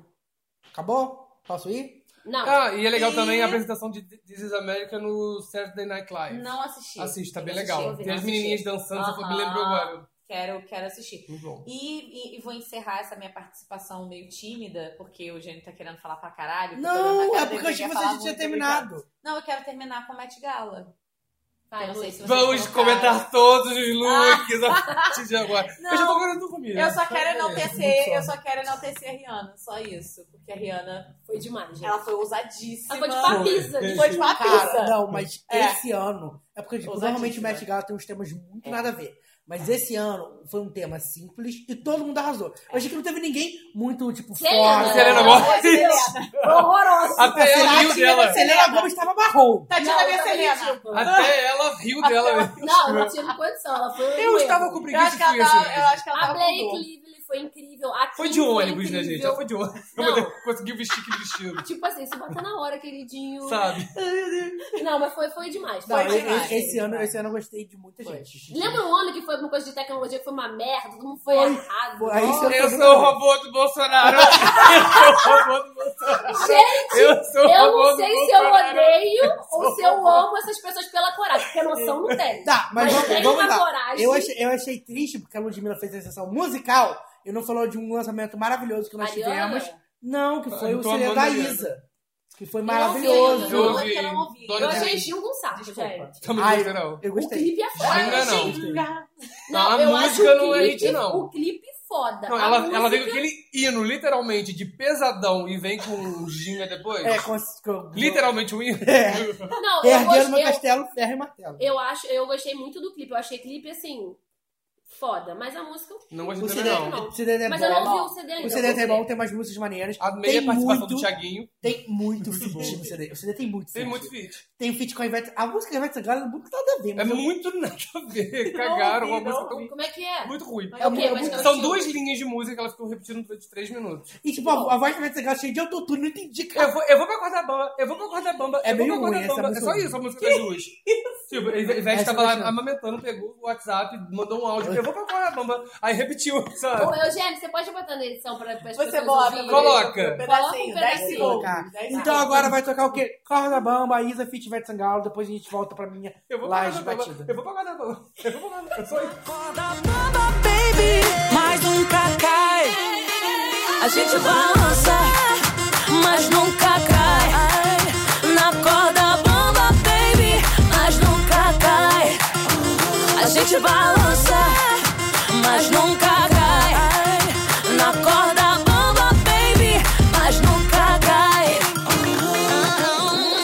A: Acabou? Posso ir?
B: Não,
C: Ah, e é legal
G: E-
C: também a apresentação de This is America no Saturday Night Live.
G: Não assisti.
C: Assista, tá bem
G: Assisti,
C: legal.
G: ouvi,
C: Tem as
G: assisti.
C: menininhas dançando, você foi- me
G: Aham.
C: lembrou agora.
G: Quero, quero assistir.
C: Muito bom.
G: E, e- e vou encerrar essa minha participação meio tímida, porque o Eugênio tá querendo falar pra caralho. porque eu
A: Não,
G: quero
A: é porque eu achei
G: dever,
A: que
G: quer
A: você
G: falar
A: já tinha
G: muito, obrigada.
A: terminado.
G: Não, eu quero terminar com o Met Gala.
B: vai,
G: eu não sei
B: Lu.
G: se vocês
C: Vamos
G: colocaram.
C: comentar todos os looks a partir de agora.
G: Ah. Não,
C: eu já tô né? comentando comigo.
G: Eu só quero enaltecer,
C: Muito
G: eu
C: só.
G: só quero enaltecer a Rihanna, só isso. Porque a Rihanna,
B: Foi demais, gente.
G: ela foi ousadíssima.
B: Ela foi de papisa.
C: Foi.
G: Foi de
A: Cara,
G: papisa.
A: não, mas
G: É.
A: esse ano. É porque tipo,
G: Ousadíssima.
A: normalmente o Met Gala tem uns temas muito nada a ver. Mas esse ano foi um tema simples e todo mundo arrasou. Eu achei que não teve ninguém muito, tipo,
B: Selena.
A: forte.
C: Selena
G: Gomes.
B: Horrorosa.
C: Até ela riu dela.
A: Selena Gomes tava marrom.
G: Tatiana minha Selena.
C: Até ela riu dela. mesmo.
B: Não, não tinha condição. Ela foi um
C: Eu
B: erro.
C: estava com
G: Eu
C: preguiça de
G: acho que ela
C: fui
G: tava, eu
C: assim.
G: acho que ela
B: A
G: tava
B: Blake
G: com dor.
B: Lively foi incrível. A
C: Foi
B: Kim
C: de ônibus, né,
B: incrível.
C: gente? Ela foi de ônibus.
B: Não.
C: Conseguiu vestir aquele vestido,
B: Tipo assim, se bota na hora, queridinho.
C: sabe?
B: Não, mas foi, foi demais.
A: Não,
B: Foi
A: esse,
B: demais.
A: esse ano, esse ano eu gostei de muita gente.
B: Lembra um ano que foi alguma coisa de tecnologia que foi uma merda, todo mundo foi,
A: Foi.
B: errado.
A: Foi. Aí você-
C: Eu sou o robô
B: [laughs]
C: do Bolsonaro. Eu sou o robô do Bolsonaro.
B: Gente,
C: Eu sou o
B: eu
C: robô
B: não
C: do
B: sei se eu
C: Bolsonaro.
B: odeio ou se eu amo essas pessoas pela coragem, porque noção não tem.
A: Tá, mas,
B: Mas
A: vamos,
B: tem
A: vamos
B: uma
A: lá.
B: coragem.
A: Eu achei, eu achei triste porque a Ludmilla fez a sessão musical e não falou de um lançamento maravilhoso que nós
B: Ariana?
A: tivemos. Não, que foi
C: Eu
A: o
C: tô
A: CD
C: amando
A: da
C: a Ariana.
A: Isa. Que foi
B: Eu
A: maravilhoso.
B: ouvi.
G: que eu não ouvi.
C: Dona
B: Eu
C: de-
B: achei Gil um saco, gente.
C: Tamo
A: Ai,
C: junto, não.
A: Eu
B: O
A: gostei.
B: clipe é foda.
C: Ainda não.
B: Não,
C: A
B: eu
C: música
B: acho o
C: não é
B: clipe,
C: hit, não.
B: O clipe foda.
C: Não,
B: A
C: ela,
B: música-
C: ela veio com aquele hino, literalmente, de pesadão e vem com um ginga depois.
A: É, com- com-
C: Literalmente um hino.
B: É. Não, eu,
A: Herdeiro no
B: gostei, eu,
A: castelo, ferro e martelo.
B: eu acho, eu gostei muito do clipe. Eu achei clipe assim foda, mas a música
C: Não gostei
A: O
C: também,
A: CD,
C: não.
A: o CD é
B: Mas
A: bom.
B: eu não ouvi o CD ainda.
A: O CD é bom,
B: eu vou ver.
A: tem umas músicas maneiras.
C: Amei
A: Tem
C: a participação
A: muito,
C: do Thiaguinho.
A: tem muito feat no CD. O CD tem muito
C: Tem
A: feat.
C: muito feat.
A: Tem o feat com a Ivete. A música da Ivete Sangalo não tem nada a ver.
C: É
A: mas eu-
C: muito nada a ver. Cagaram uma música tão-
B: Como é que é?
C: muito ruim.
B: É o quê?
A: É
B: Mas
A: muito-
B: que
C: São
B: estilo?
C: duas linhas de música que elas ficam repetindo durante três minutos.
A: E tipo, a, a voz da Ivete Sangalo cheia de autotune, não entendi, cara.
C: Eu vou, eu vou pra corda bamba, eu vou pra corda bamba,
A: É
C: eu
A: meio
C: vou pra
A: ruim
C: corda
A: essa
C: bamba. É só
A: música.
C: isso, a música das duas. Tipo, a Ivete
A: Essa é
C: tava lá
A: eu não.
C: amamentando, pegou o WhatsApp, mandou um áudio, eu vou pra corda bamba. Aí repetiu,
B: Ô,
C: sabe?
B: Eugênio, você pode botar na edição para as pessoas
G: Você bota,
B: ouvirem?
C: Coloca.
G: Um pedacinho,
B: Coloca um
G: 10
B: pedacinho.
G: segundos.
A: Tá.
G: 10
A: Então agora vai tocar o quê? Corda Bamba, Isa Fit Ivete Sangalo, depois a gente volta pra minha
C: Eu vou pra
A: laje
C: corda bamba, eu
A: batida.
C: vou pra corda bamba, eu vou pra corda bamba. É só isso.
J: Baby, mais nunca cai. A gente balança, mas nunca cai. Na corda bamba, baby, mas nunca cai. A gente balança, mas nunca cai. Na corda bamba, baby, mas nunca cai.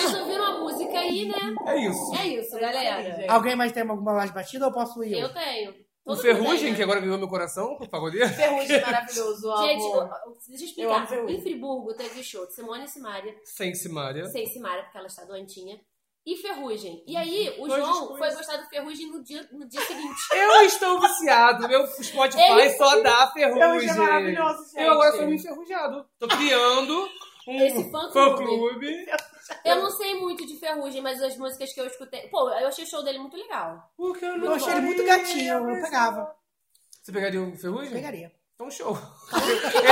B: Vocês ouviram a música aí, né?
C: É isso.
B: É isso, galera.
A: Alguém mais tem alguma laje batida ou posso ir?
B: Eu tenho.
C: O
B: Todo mundo tem,
C: Um Ferrugem,
B: né?
C: que é agora ganhou meu coração, o pagodeiro.
G: Ferrugem é maravilhoso,
B: Gente,
G: amor.
B: eu- eu- deixa eu
G: Eu amo
B: explicar.
G: Ferrugem.
B: em Friburgo teve show de Simone e Simaria,
C: Sem Simária.
B: sem Simaria, porque ela está doentinha, e Ferrugem. E aí, o
C: Dois
B: João
C: discos.
B: foi gostar do Ferrugem no dia, no dia
C: [laughs]
B: seguinte.
C: Eu estou viciado, meu Spotify
B: Ele-
C: só dá
G: Ferrugem
C: ferrugem.
G: é maravilhoso, gente.
C: Eu agora sou um enferrujado. Tô criando
B: Esse fã
C: Fã
B: clube.
C: clube.
B: Eu não sei muito de Ferrugem, mas as músicas que eu escutei. Pô, eu achei o show dele muito legal.
C: Porque eu
A: Eu achei ele muito gatinho, eu não pegava.
C: Você pegaria o Ferrugem?
A: Pegaria.
B: [laughs]
C: Então, show.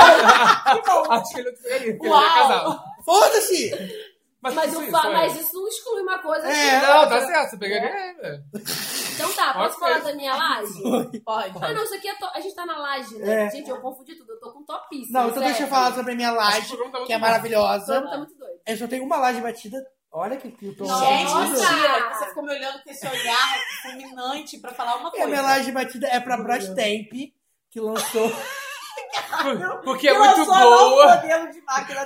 C: Acho que ele não pegaria, porque ele é
B: Uau.
C: casado.
A: Foda-se!
B: Mas,
C: isso,
B: o
C: isso
B: fa...
C: é.
B: mas isso não exclui uma coisa.
A: É,
B: assim.
C: Não, tá certo, você pegaria. É, velho.
B: Então tá, posso
C: Ok.
B: falar da minha
A: [laughs]
B: laje?
I: Pode.
B: Ah, não, isso aqui é to- a gente tá na laje, né?
A: É.
B: Gente, eu confundi tudo, eu tô com topíssimo.
A: Não, então deixa eu falar sobre a minha
C: Acho que o
A: laje,
C: programa tá muito
A: que é
C: bom.
B: O Bruno tá
A: maravilhosa.
B: muito doido.
A: Eu só tenho uma laje batida. Olha que, que eu tô
I: Gente,
B: Nossa!
I: mentira. que Você ficou me olhando com esse olhar fulminante pra falar uma
A: E a
I: coisa.
A: minha laje batida é pra Brastemp, que
C: [laughs]
A: lançou.
C: Por- [laughs] Porque é
I: Eu
C: muito
I: sou lá um
C: boa.
I: modelo de máquina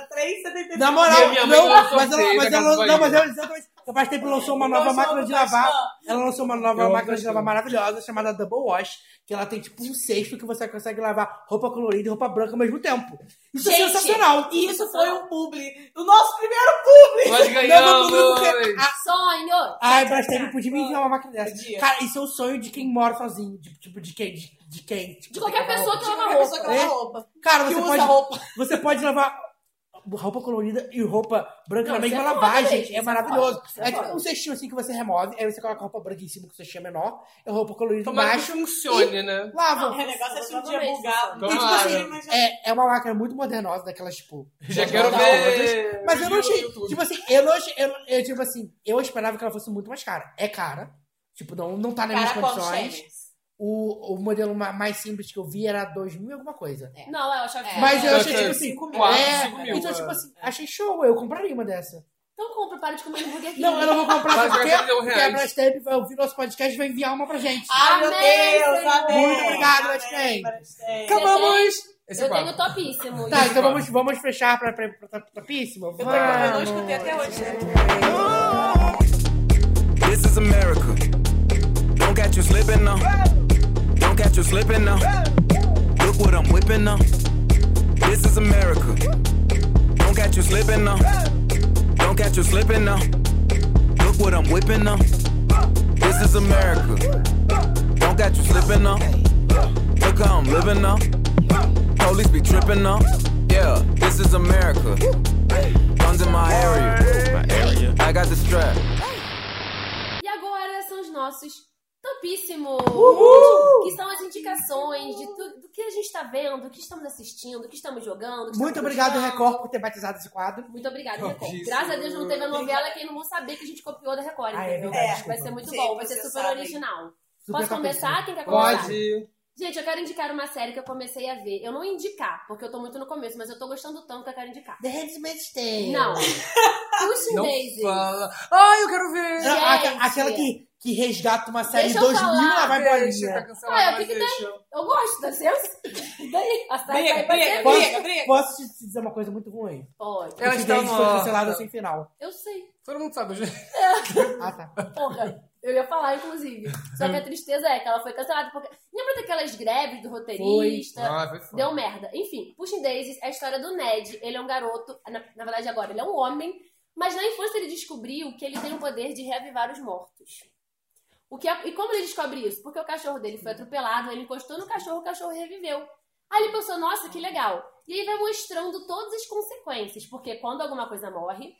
A: Na
I: 375.
C: E a
A: moral,
C: minha mãe
A: não,
C: lançou
A: mas ela,
C: dele
A: mas
C: na
A: ela, não,
C: Casa Bahia.
A: mas ela, exatamente. Então, A Brastemp lançou uma nova
I: Lançou
A: máquina
I: um
A: de lavar.
I: Brastemp.
A: Ela lançou uma
C: Eu
A: nova
C: amo
A: máquina de lavar
C: Brastemp.
A: maravilhosa chamada Double Wash, que ela tem tipo um cesto que você consegue lavar roupa colorida e roupa branca ao mesmo tempo. Isso é
I: Gente,
A: sensacional. é um
I: E isso foi um publi. O nosso primeiro publi.
C: Nós
A: Não,
C: ganhamos.
A: não, não, não.
B: Sonho!
A: Ai, Brastemp podia me enviar uma máquina
I: Podia.
A: dessa. Cara, isso é o sonho de quem mora sozinho. De, tipo, de quem? De, de quem? Tipo,
B: De qualquer
A: tem que lavar
B: pessoa que
A: roupa.
B: lava
I: A
G: é.
I: pessoa que
B: roupa.
I: lava roupa.
A: Cara,
I: Que
A: você
I: usa
A: pode,
I: roupa.
A: você pode lavar roupa colorida e roupa branca
B: Não,
A: na
B: isso
A: mesma
B: é foda
A: lavagem.
B: mesmo,
A: é
B: isso é
A: maravilhoso.
B: foda, isso é
A: É, tipo
B: foda.
A: um cestinho assim que você remove, aí você coloca a roupa branca em cima que o cestinho é menor, e a roupa colorida
C: Tomara que
A: embaixo,
C: funcione, né?
A: lava.
I: O negócio é se um
B: Nossa,
I: dia
B: eu
I: bugar.
C: também,
I: E, tipo
C: Tomara.
I: assim, mas já-
A: É, é uma máquina muito modernosa, daquelas, tipo.
C: Já
A: modernosa,
C: quero ver.
A: Mas eu não achei.
C: YouTube.
A: Tipo assim, eu não achei. Eu, eu, tipo assim, eu esperava que ela fosse muito mais cara. É cara. Tipo, não, não tá nas minhas
I: Cara com
A: condições.
I: shameless.
A: O, o modelo ma- mais simples que eu vi era 2 mil e alguma coisa.
B: Não, eu achava que
I: É.
A: Mas eu
C: Tá
A: achei,
C: certo.
A: tipo assim.
C: Cinco mil,
A: é,
C: cinco mil,
A: então,
C: é.
A: tipo assim, achei show. Eu compraria uma dessa.
B: Então compra, para de comer hambúrguer aqui.
A: Não, eu não vou comprar
C: Mas
A: porque,
C: vai valer um
A: porque a
C: reais.
A: Brastemp vai ouvir nosso podcast e vai enviar uma pra gente.
I: Ai, Ah, meu
B: Amém,
I: Deus,
B: Senhor.
I: amém.
A: Muito obrigado,
I: Amém,
A: Brastemp.
I: Brastemp.
C: Acabamos! Esse é
B: Eu
C: o quadro.
B: tenho topíssimo.
A: Tá, então vamos, vamos fechar pra, pra, pra, pra topíssima?
I: Eu tô- eu não
A: Vamos.
I: escutei até hoje.
J: This is America. Don't catch you slipping now. Don't catch you slipping now. Look what I'm whipping now. This is America. Don't catch you slipping now. Don't catch you slipping now. Look what I'm whipping now. This is America. Don't catch you slipping now. Look how I'm living now. Police be tripping now. Yeah, this is America. Guns in my area. I got the strap.
B: E agora são os nossos topíssimos.
A: Uhul!
B: Que são as indicações de tudo do que a gente tá vendo, o que estamos assistindo, o que estamos jogando. o que
A: Muito
B: estamos
A: obrigado,
B: gostando.
A: Record, por ter batizado esse quadro.
B: Muito obrigado, Record.
C: Topíssimo.
B: Graças a Deus não teve a novela que não vão saber que a gente copiou da Record.
A: Ah, é
B: entendeu?
A: verdade,
B: vai
A: desculpa.
B: ser muito
I: Sim,
B: bom, vai ser
I: vocês
B: super
I: sabem.
B: original.
A: Super
B: Posso
A: topíssima.
B: começar? Quem quer começar?
C: Pode.
B: Gente, eu quero indicar uma série que eu comecei a ver. Eu não ia indicar, porque eu tô muito no começo, mas eu tô gostando tanto que eu quero indicar.
A: The Handmaid's Tale.
B: Não. Pushing
C: Não
B: Daisy.
C: fala. Ai, eu quero ver.
A: Não, aque-
B: Gente.
A: aquela que, que resgata uma série de
B: Deixa eu
A: 2000
B: falar.
A: lá vai
C: Deixa, tá
A: bolinha.
C: cancelado,
B: Ah, eu
C: mas
B: fico
C: deixa.
B: Eu gosto da Zeus. E [laughs] Daí, a série vai
I: Briga,
B: pra
I: briga,
B: TV.
I: briga, briga.
A: Posso te te dizer uma coisa muito ruim?
B: Pode.
C: Ela
A: Esse
C: está
A: Days foi
C: morta.
A: cancelado sem final.
B: Eu sei.
C: Todo mundo sabe, gente.
A: Ah, tá.
B: Porra. Eu ia falar, inclusive. Só que a tristeza é que ela foi cancelada. Porque... Lembra daquelas greves do roteirista?
C: Ah, foi foda.
B: Tá. Deu merda. Enfim, Pushing Daisies é a história do Ned. Ele é um garoto, na, na verdade agora ele é um homem, mas na infância ele descobriu que ele tem o poder de reavivar os mortos. O que é- e como ele descobre isso? Porque o cachorro dele foi atropelado, ele encostou no cachorro, o cachorro reviveu. Aí ele pensou, nossa, que legal. E aí vai mostrando todas as consequências, porque quando alguma coisa morre,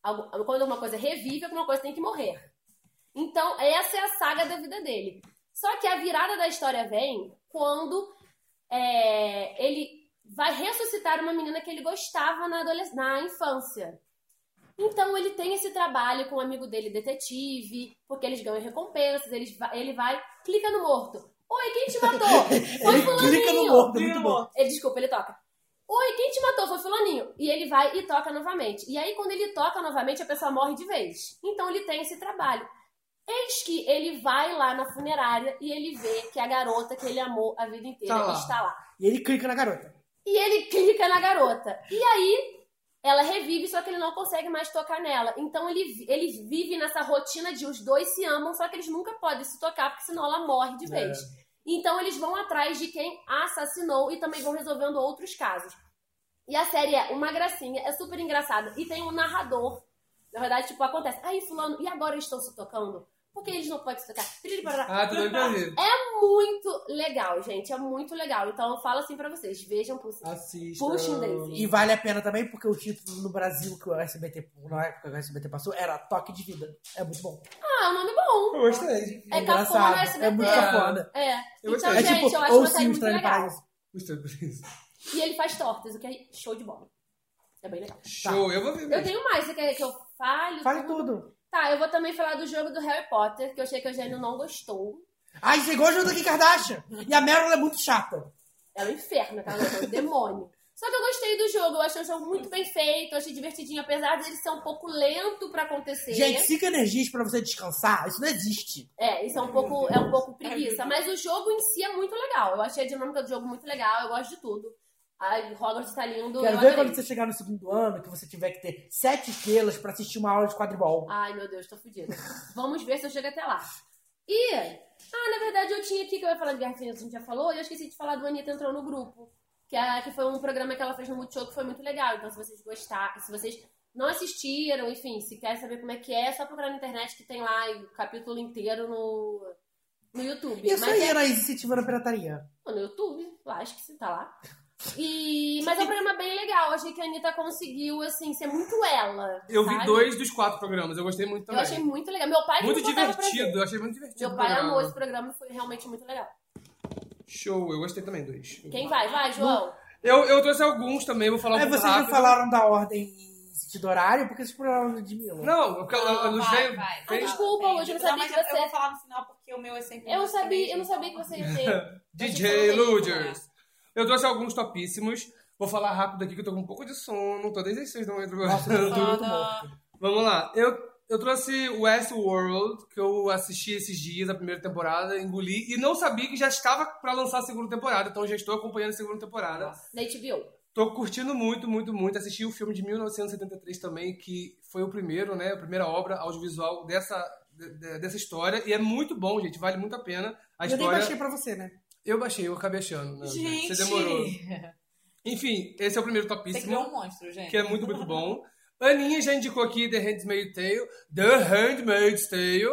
B: algu- quando alguma coisa revive, alguma coisa tem que morrer. Então, essa é a saga da vida dele. Só que a virada da história vem quando é, ele vai ressuscitar uma menina que ele gostava na, adoles- na infância. Então ele tem esse trabalho com um amigo dele, detetive, porque eles ganham recompensas, eles va- ele vai, clica no morto. Oi, quem te
A: [laughs]
B: matou? Foi fulaninho.
A: Clica no morto, é muito bom.
B: Ele, desculpa, ele toca. Oi, quem te matou? Foi fulaninho. E ele vai e toca novamente. E aí, quando ele toca novamente, a pessoa morre de vez. Então ele tem esse trabalho. Eis que ele vai lá na funerária e ele vê que a garota que ele amou a vida inteira
C: Tá lá.
B: está lá.
A: E ele clica na garota.
B: E ele clica na garota. E aí ela revive, só que ele não consegue mais tocar nela. Então ele, vi- ele vive nessa rotina de os dois se amam, só que eles nunca podem se tocar, porque senão ela morre de vez. Então eles vão atrás de quem a assassinou e também vão resolvendo outros casos. E a série é uma gracinha, é super engraçada. E tem um narrador. Na verdade, tipo, acontece. Aí, fulano, e agora eles estão se tocando? porque eles não podem tocar. Piriri-parará.
C: Ah, tô doido pra ver.
B: É muito legal, gente. É muito legal. Então eu falo assim pra vocês: vejam Pussy.
C: Ah. Assista.
B: Pushing Daisy.
A: E vale a pena também, porque o título no Brasil que o SBT, na época que o SBT passou, era Toque de Vida. É muito bom.
B: Ah, o nome é bom.
C: Eu gostei.
B: É
A: engraçado.
B: cafona no SBT.
A: É muito cafona.
B: É.
C: Eu
B: então,
C: gostei.
A: É
B: gente,
A: tipo,
B: eu acho
A: ou
B: uma série
A: Sim,
B: muito
A: Estranho em
B: legal.
A: Paraíso.
C: Gostei disso.
B: E ele faz tortas, o que é show de bola. É bem legal.
C: Show, eu vou ver
B: Eu
C: mesmo.
B: tenho mais, você quer que eu fale?
A: Tá. Fale tudo.
B: Tá, eu vou também falar do jogo do Harry Potter, que eu achei que a Eugênio não gostou.
A: Ai, você gosta do Kim Kardashian. E a Meryl é muito chata.
B: Ela é um inferno, aquela mulher, é um [laughs] demônio. Só que eu gostei do jogo, eu achei o jogo muito bem feito, eu achei divertidinho, apesar de ele ser um pouco lento pra acontecer.
A: Gente, cinco energias pra você descansar, isso não existe.
B: É, isso é um pouco, é um pouco preguiça. Mas o jogo em si é muito legal. Eu achei a dinâmica do jogo muito legal, eu gosto de tudo. A Hogwarts tá lindo. eu
A: Quero ver
B: adorei.
A: quando você chegar no segundo ano que você tiver que ter sete estrelas pra assistir uma aula de quadribol.
B: Ai, meu Deus, tô fodida. Vamos ver se eu chego até lá. E, ah, na verdade eu tinha aqui que eu ia falar de Guerra Infinita, a gente já falou, e eu esqueci de falar do Anitta entrou no grupo. Que, é, que foi um programa que ela fez no Multishow que foi muito legal. Então, se vocês gostaram, se vocês não assistiram, enfim, se quer saber como é que é, é só procurar na internet que tem lá o capítulo inteiro no, no YouTube.
A: Isso
B: Mas
A: aí
B: é-
A: era a iniciativa da pirataria.
B: no YouTube, eu acho que você tá lá. E, mas é um programa bem legal. Eu achei que a Anitta conseguiu, assim, ser muito ela.
C: Eu vi
B: sabe?
C: dois dos quatro programas, eu gostei muito
B: Eu
C: também.
B: achei muito legal. Meu pai que
C: muito
B: me botava pra ver.
C: divertido, eu achei muito divertido.
B: Meu
C: o
B: pai
C: programa.
B: amou esse programa e foi realmente muito legal.
C: Show, eu gostei também dois.
B: Quem vai? Vai, João.
C: Eu, eu trouxe alguns também, vou falar um
A: Aí
C: pouco
A: vocês
C: rápido.
A: não falaram da ordem em sentido horário, porque vocês falaram de Mila.
C: Não, porque eu, eu, eu,
G: Vai,
C: veio-
G: vai.
B: Ah, desculpa, hoje eu não sabia que
G: mas Eu
B: você.
G: vou falar no final porque o meu é sempre.
B: Eu não
G: mais
B: sabia,
G: triste.
B: eu não sabia que você ia
C: [laughs]
B: ter.
C: DJ
B: Eu não sei
C: Ludgers. Eu trouxe alguns topíssimos. Vou falar rápido aqui que eu tô com um pouco de sono. Tô desde as seis da manhã.
A: eu tô
C: Tô-
A: muito morto.
C: Vamos lá. Eu, eu trouxe Westworld, que eu assisti esses dias, a primeira temporada, engoli. E não sabia que já estava pra lançar a segunda temporada. Então já estou acompanhando a segunda temporada.
B: Da HBO.
C: Tô curtindo muito, muito, muito. Assisti o filme de 1973 também, que foi o primeiro, né? A primeira obra audiovisual dessa, de- de- dessa história. E é muito bom, gente. Vale muito a pena. A
A: Eu nem
C: história...
A: baixei pra você, né?
C: Eu baixei, eu acabei achando. né?
G: Gente,
C: Você demorou. Enfim, esse é o primeiro
G: Você criou
C: topíssimo,
G: um monstro, gente.
C: que é muito, muito bom. Aninha já indicou aqui The Handmaid's Tale. The Handmaid's Tale.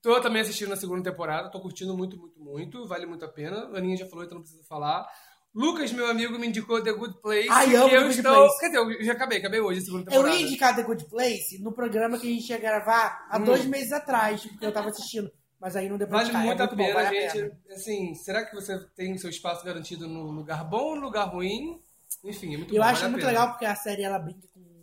C: Tô também assistindo na segunda temporada. Tô curtindo muito, muito, muito. Vale muito a pena. Aninha já falou, então não preciso falar. Lucas, meu amigo, me indicou The Good Place.
A: Ai,
C: que
A: amo The
C: eu
A: Good
C: estou...
A: Place.
C: Quer dizer, eu já acabei, acabei hoje a segunda
A: Eu
C: temporada.
A: ia indicar The Good Place no programa que a gente ia gravar há
C: Hum.
A: dois meses atrás, porque eu tava assistindo. Mas aí não deu pra
C: Vale
A: indicar, é
C: muito a
A: muito bom,
C: pena,
A: vale a
C: gente.
A: pena.
C: Assim, será que você tem seu espaço garantido no lugar bom ou no lugar ruim? Enfim, é muito
A: Eu
C: bom,
A: acho
C: vale a
A: muito
C: pena.
A: legal porque a série ela brinca com,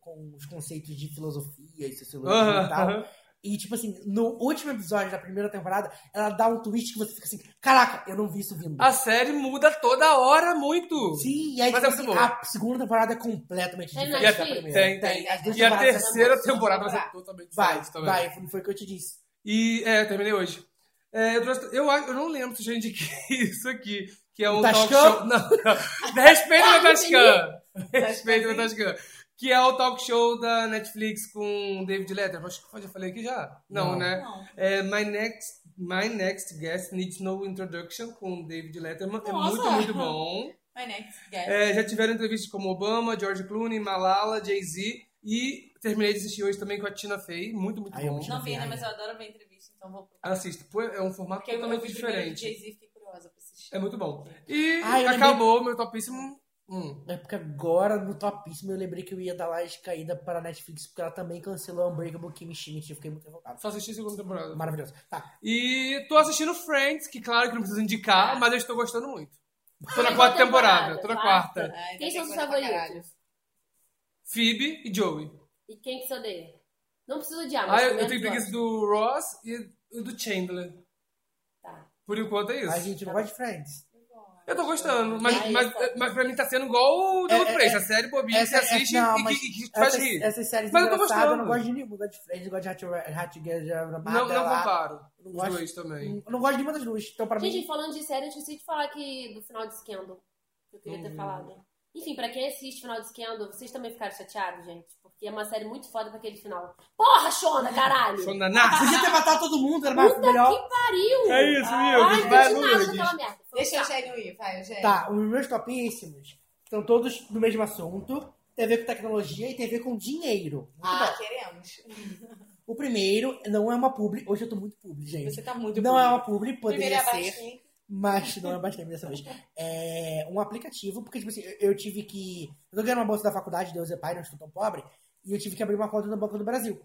A: com os conceitos de filosofia e sociologia
C: Aham,
A: e tal.
C: aham.
A: E, tipo assim, no último episódio da primeira temporada, ela dá um twist que você fica assim: caraca, eu não vi isso vindo.
C: A série muda toda hora muito.
A: Sim, e aí
C: Mas
A: tipo
C: é
A: assim,
C: muito boa.
A: a segunda temporada é completamente
B: É
A: diferente da
B: Netflix?
A: primeira.
C: Tem, tem.
A: As duas
C: E a
A: temporadas são
C: terceira
A: boas.
C: temporada vai ser totalmente
A: Vai,
C: diferente também.
A: vai, não foi o que eu te disse.
C: E, é, eu terminei hoje. É, eu, trouxe- eu, acho- eu não lembro se eu já indiquei [laughs] isso aqui, que é um
A: Tascam?
C: talk show... Não, não. Respeita
A: [laughs]
C: meu Tascan! Respeita meu Tascan. Que é o talk show da Netflix com David Letter. Acho que eu já falei aqui já. Não,
A: Não.
C: né?
G: Não.
C: É, My Next... My Next Guest Needs No Introduction com David Letterman. É muito,
G: Nossa.
C: muito bom.
G: My next guest.
C: É, já tiveram entrevistas como Obama, George Clooney, Malala, Jay-Z e terminei de assistir hoje também com a Tina Fey. Muito, muito
A: Ai, eu
C: bom.
A: amo Tina
G: Não vi ainda,
A: Ferrari.
G: mas eu adoro ver entrevista, então vou.
C: Assista. Pô, é um formato
G: Porque eu, eu
C: totalmente
G: vi primeiro do
C: diferente.
G: Jay-Z e fiquei curiosa pra assistir.
C: É muito bom. E
A: Ai, eu
C: acabou meu topíssimo. Hum.
A: É porque agora, no topíssimo, eu lembrei que eu ia dar lá de caída para a Netflix, porque ela também cancelou Unbreakable Kimmy Schmidt. Eu fiquei muito revoltado.
C: Só assisti a segunda temporada.
A: Maravilhoso. Tá.
C: E tô assistindo Friends, que claro que não preciso indicar, mas eu estou gostando muito. Tô na
B: Qual
C: quarta
B: temporada?
C: temporada, tô na
B: é Quarta.
C: quarta.
B: Quem
G: Ai, tem
B: são os
G: coisa pra caralho.
B: favoritos?
C: Phoebe e Joey.
B: E quem que você odeia? Não precisa odiar, mas. é
C: Ah, eu,
B: pelo
C: eu
B: menos
C: tenho preguiça
B: gosta.
C: do Ross e e do Chandler.
B: Tá.
C: Por enquanto é isso.
A: A gente não gosta de Friends.
C: Eu tô gostando, mas,
B: Aí,
C: mas,
B: tá.
C: mas pra mim tá sendo igual o The
A: É,
C: Good
A: é,
C: Place, a série bobinha que você assiste
A: não,
C: e que-
A: mas é-
C: e que te faz
A: essas,
C: rir.
A: essas séries
C: Mas eu tô
A: engraçadas, eu não
C: gostando.
A: gosto de nenhuma. Eu gosto de Friends, eu gosto de Hatch- Hatch
C: Não, não comparo
A: Não
C: os
A: gosto,
C: dois também.
A: eu não gosto de nenhuma das duas. Então, pra mim,
B: Gente, falando de série, eu esqueci de falar que do final de Scandal. Que eu queria
C: Uhum.
B: ter falado. Enfim, pra quem assiste o final de Scandal, vocês também ficaram chateados, gente. Porque é uma série muito foda pra aquele final. Porra, Shonda, caralho!
C: Sou naná.
A: podia ter matado todo mundo, era mais
B: Puta
A: melhor.
B: que pariu!
C: É isso,
B: Ai,
C: viu?
B: não
C: Vai,
B: entendi nada
C: Lourdes.
B: daquela merda. Foi
G: Deixa o
B: chato.
G: Eugênio ir, vai, Eugênio.
A: Tá, os meus topíssimos são todos do mesmo assunto. Tem a ver com tecnologia e tem a ver com dinheiro. Muito
G: Ah,
A: bom.
G: queremos.
A: O primeiro não é uma publi. Hoje eu tô muito publi, gente.
G: Você tá muito
A: não
G: bonito.
A: é uma publi,
G: Primeira
A: poderia ser.
G: baixinha.
A: Mas não é bastante dessa vez. É um aplicativo, porque, tipo assim, eu, eu tive que. Eu tô ganhando uma bolsa da faculdade, Deus é pai, não estou tão pobre. E eu tive que abrir uma conta no Banco do Brasil.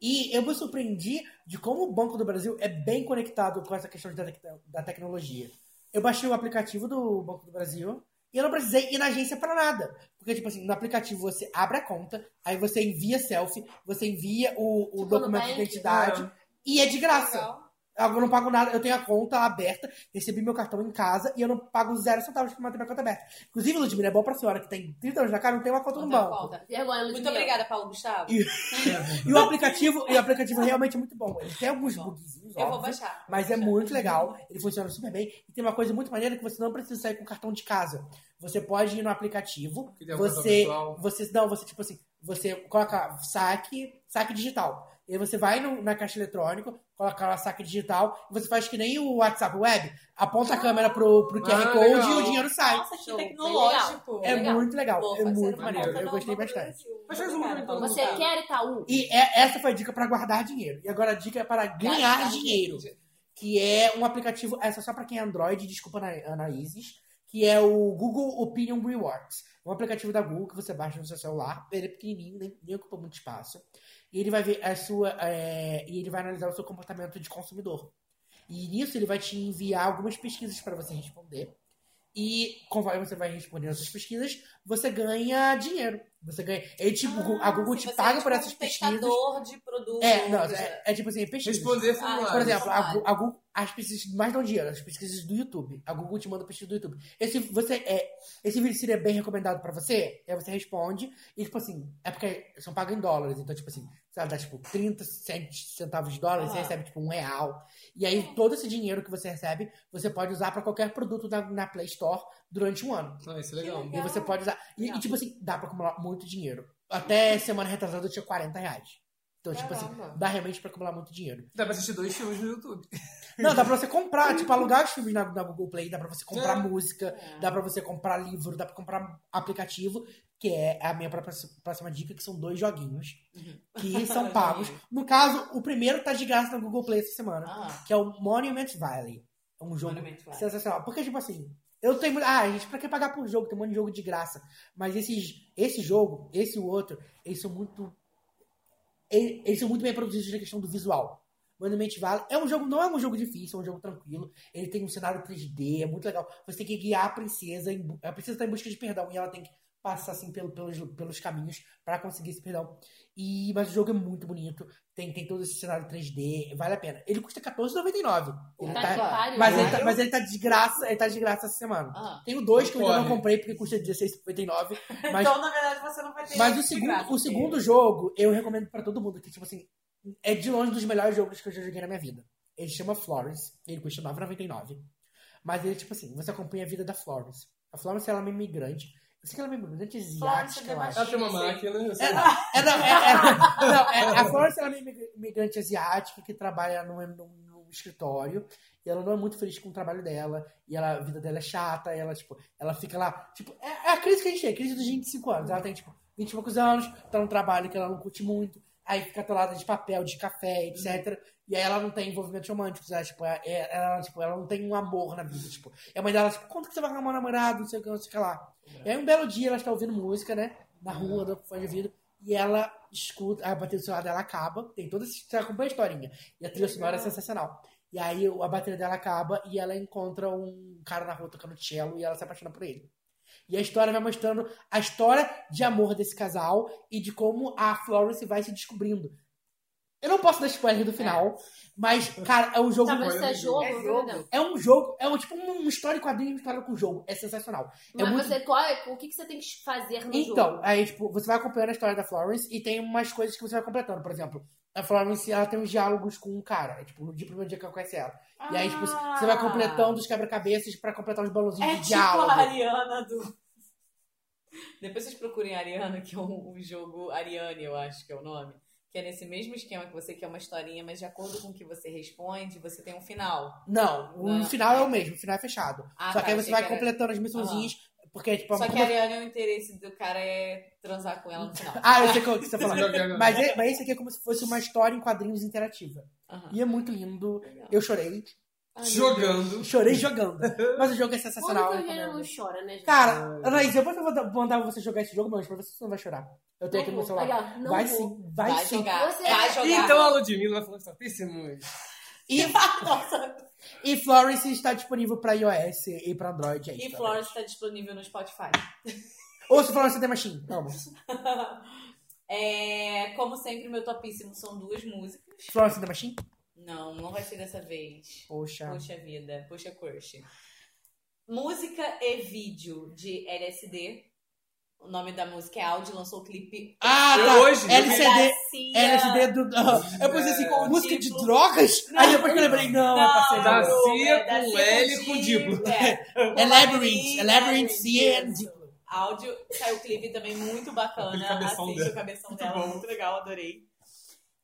A: E eu me surpreendi de como o Banco do Brasil é bem conectado com essa questão da, tec- da tecnologia. Eu baixei o aplicativo do Banco do Brasil e eu não precisei ir na agência pra nada. Porque, tipo assim, no aplicativo você abre a conta, aí você envia selfie, você envia o, o
I: Tipo, no
A: documento de
I: bank,
A: identidade e é de graça. Eu não pago nada, eu tenho a conta aberta, recebi meu cartão em casa e eu não pago zero centavos pra manter minha conta aberta. Inclusive, Ludmilla, é bom pra senhora que tem 30 anos na cara, não tem uma conta no
G: Outra
A: banco.
G: volta.
B: Vergonha,
G: Então Muito
B: Ludmilla.
G: obrigada, Paulo Gustavo.
A: E o aplicativo, e o aplicativo realmente é muito bom. Ele tem alguns bugzinhos,
G: Eu vou
A: óbvio,
G: baixar.
A: mas é muito legal, ele funciona super bem. E tem uma coisa muito maneira que você não precisa sair com o cartão de casa. Você pode ir no aplicativo,
C: Criar um cartão
A: você,
C: virtual.
A: você. Não, você, tipo assim, você coloca saque, saque digital. E aí você vai no- na caixa eletrônica, coloca lá saque digital, e você faz que nem o WhatsApp Web, aponta a câmera pro, pro QR
C: Ah,
A: Code
C: legal.
A: e o dinheiro sai.
G: Nossa, que
B: Show.
G: tecnológico.
A: É muito legal,
G: Vou
A: é
G: fazer
A: muito
G: uma
A: maneiro.
B: tá
G: conta
A: Eu
G: no
A: gostei
G: Banco do
A: bastante.
G: Brasil.
C: Mas faz um
G: Obrigada,
C: momento,
G: Paulo
C: vamos
B: Você
G: Gustavo.
B: quer Itaú?
A: E é- essa foi a dica para guardar dinheiro. E agora a dica é para ganhar
G: Gastar
A: dinheiro, que é um aplicativo, essa é só para quem é Android, desculpa Ana- Anaíses, que é o Google Opinion Rewards. Um aplicativo da Google que você baixa no seu celular, ele é pequenininho, nem, nem ocupa muito espaço. E ele vai ver a sua é, e ele vai analisar o seu comportamento de consumidor. E nisso ele vai te enviar algumas pesquisas para você responder. E conforme você vai respondendo essas pesquisas, você ganha dinheiro. Você ganha. Ele, te- a Google
G: Se
A: te
G: você
A: paga
G: é
A: por
G: tipo
A: essas
G: um
A: pesquisas.
G: pescador né? de produtos.
A: É, não, é, é tipo assim, pesquisa.
C: Responder
G: Ah,
C: formulário.
A: Por exemplo, a,
G: Claro.
A: Gu- a Gu- as pesquisas que mais dão dinheiro, as pesquisas do YouTube. A Google te manda pesquisa do YouTube. Esse, você, é, esse vídeo seria bem recomendado pra você, aí você responde, e tipo assim, é porque são pagos em dólares, então tipo assim, sei lá, dá tipo 30 cent- centavos de dólares, você recebe tipo um real. E aí todo esse dinheiro que você recebe, você pode usar pra qualquer produto na, na Play Store durante um ano.
C: Ah, isso é legal.
A: E você pode usar. E, e, tipo assim, dá pra acumular muito dinheiro. Até semana retrasada eu tinha 40 reais. Então, tipo assim, dá realmente pra acumular muito dinheiro.
C: Dá pra assistir dois filmes no YouTube.
A: Não, dá pra você comprar, tipo, alugar os filmes na, na Google Play, dá pra você comprar
C: É.
A: música, dá pra você comprar livro, dá pra comprar aplicativo, que é a minha própria- próxima dica, que são dois joguinhos que
I: [laughs]
A: são pagos. No caso, o primeiro tá de graça na Google Play essa semana,
G: Ah.
A: que é o Monument Valley. É um jogo
G: Monument Valley.
A: sensacional. Porque, tipo assim, eu tenho. Ah, gente, pra que pagar por jogo? Tem um monte de jogo de graça. Mas esses, esse jogo, esse e o outro, eles são muito. ele- Eles são muito bem produzidos na questão do visual. Monument Valley é um jogo, não é um jogo difícil, é um jogo tranquilo. Ele tem um cenário 3D, é muito legal. Você tem que guiar a princesa. Em, bu- a princesa tá em busca de perdão e ela tem que passar assim pelo- pelos, pelos caminhos pra conseguir esse perdão. E, mas o jogo é muito bonito. Tem, tem todo esse cenário 3D, vale a pena. Ele custa R$14,99. Ele
B: Tá que pariu.
A: mas, ele tá, mas ele tá de graça, ele tá de graça essa semana.
G: é? Ah.
A: Tem o dois que eu ainda não
C: Corre.
A: comprei porque custa R$16,59. Mas,
G: [laughs] Então, na verdade, você não vai ter
A: mas o,
G: esse de
A: segundo,
G: graça,
A: o segundo jogo eu recomendo pra todo mundo, que tipo assim, é de longe dos melhores jogos que eu já joguei na minha vida. Ele chama Florence, ele custa R$9,99. Mas ele, tipo assim, você acompanha a vida da Florence. A Florence ela é uma imigrante. Eu sei que ela é uma imigrante asiática, eu acho.
C: Ela tem uma máquina, né? eu sei.
A: É, não, é, não, é, é, não, é- a Florence ela é uma imigrante asiática que trabalha num, num- num escritório e ela não é muito feliz com o trabalho dela e ela, a vida dela é chata e ela, tipo, ela fica lá, tipo, é, é a crise que a gente tem, a crise dos 25 anos. Ela tem, tipo, 20 e poucos anos, tá num trabalho que ela não curte muito, aí fica atolada de papel, de café, etc. E aí ela não tem envolvimentos românticos, ela, tipo, é- é- ela, tipo, ela não tem um amor na vida, tipo. E a mãe dela, tipo, quando que você vai arrumar um namorado, não sei o que, não sei o que lá. E aí um belo dia ela está ouvindo música, né, na rua, do fone de ouvido, e ela escuta, a bateria do celular dela acaba, tem toda essa, você acompanha a historinha, e a trilha sonora é sensacional. E aí o- a bateria dela acaba e ela encontra um cara na rua tocando cello e ela se apaixona por ele. E a história vai mostrando a história de amor desse casal e de como a Florence vai se descobrindo. Eu não posso dar spoiler do final, mas, cara, é um jogo.
B: Tá, mas isso é jogo?
G: É
B: não
G: jogo.
B: Não.
A: É um jogo, é um, tipo um história em quadrinho misturado com jogo. É sensacional. É
B: Mas
A: muito-
B: você, qual é- o que, que você tem que fazer
G: É um
B: no jogo?
A: Então, aí, tipo, você vai acompanhando a história da Florence e tem umas coisas que você vai completando. Por exemplo, a Florence, ela tem uns diálogos com um cara. É, tipo, no dia primeiro dia que eu conheci ela. E aí, tipo, você vai completando os quebra-cabeças pra completar os balãozinhos
G: Ah! É
A: de
G: tipo
A: diálogo.
G: a Ariana do. Depois vocês procurem Ariana, que é um, um jogo Ariane, eu acho que é o nome. Que é nesse mesmo esquema que você quer uma historinha, mas de acordo com o que você responde, você tem um final.
A: Não, o
G: Não.
A: final é o mesmo, o final é fechado.
G: Ah,
A: Só
G: tá,
A: que aí
G: eu
A: você
G: achei
A: vai
G: que era-
A: completando as missãozinhas. Porque, tipo,
G: Só que é-
A: como-
G: a Ariana, o interesse do cara é transar com ela no final.
A: Ah, eu sei o que você tá
G: [laughs]
C: Você já viu agora.
A: falando. [laughs] mas, é- mas esse aqui é como se fosse uma história em quadrinhos interativa.
G: Aham.
A: E é muito lindo. Eu chorei.
C: Jogando.
A: Chorei jogando. Mas o jogo é sensacional.
B: Quando que o
A: eu
B: Jânio não
A: recomendo.
B: chora, né, gente?
A: Cara, Anaís, depois eu vou da- mandar você jogar esse jogo, mas pra você você não vai chorar. Eu tenho aqui no meu
B: Aí,
A: celular.
B: ó, não
A: Vai
B: vou.
A: sim, vai,
G: Vai
A: sim. é.
G: jogar.
B: Você-
G: Vai jogar.
C: Então a Ludmilla falou só testemunhas.
A: E, e Florence está disponível pra iOS e pra Android. aí,
G: E
A: tá
G: Florence tá disponível no Spotify.
A: vendo? Ouça Florence The Machine. Vamos.
G: É, como sempre, meu topíssimo são duas músicas.
A: Florence é The Machine?
G: Não, não vai ser dessa vez.
A: Poxa.
G: Poxa vida, poxa crush. Música e vídeo de LSD. O nome da música é Audi, lançou o clipe
A: Ah,
C: Eu
A: tá.
C: hoje-
A: LCD.
G: Melancia.
A: LSD do. [laughs] Eu pensei assim,
G: Não,
A: música de
G: É, tipo-
A: drogas?
G: Não.
A: Aí depois que eu lembrei, não, é parceiro.
C: Da
G: não,
C: Cia
G: é da
C: com
G: Cia
C: L com Diplo.
G: É.
A: É Labyrinth, é Labyrinth, Cia and Diplo.
G: áudio. Saiu o clipe também muito
C: Aquele
G: bacana.
C: cabeção
G: Assiste
C: dela.
G: o cabeção
C: Muito
G: dela,
C: bom.
G: muito legal, adorei.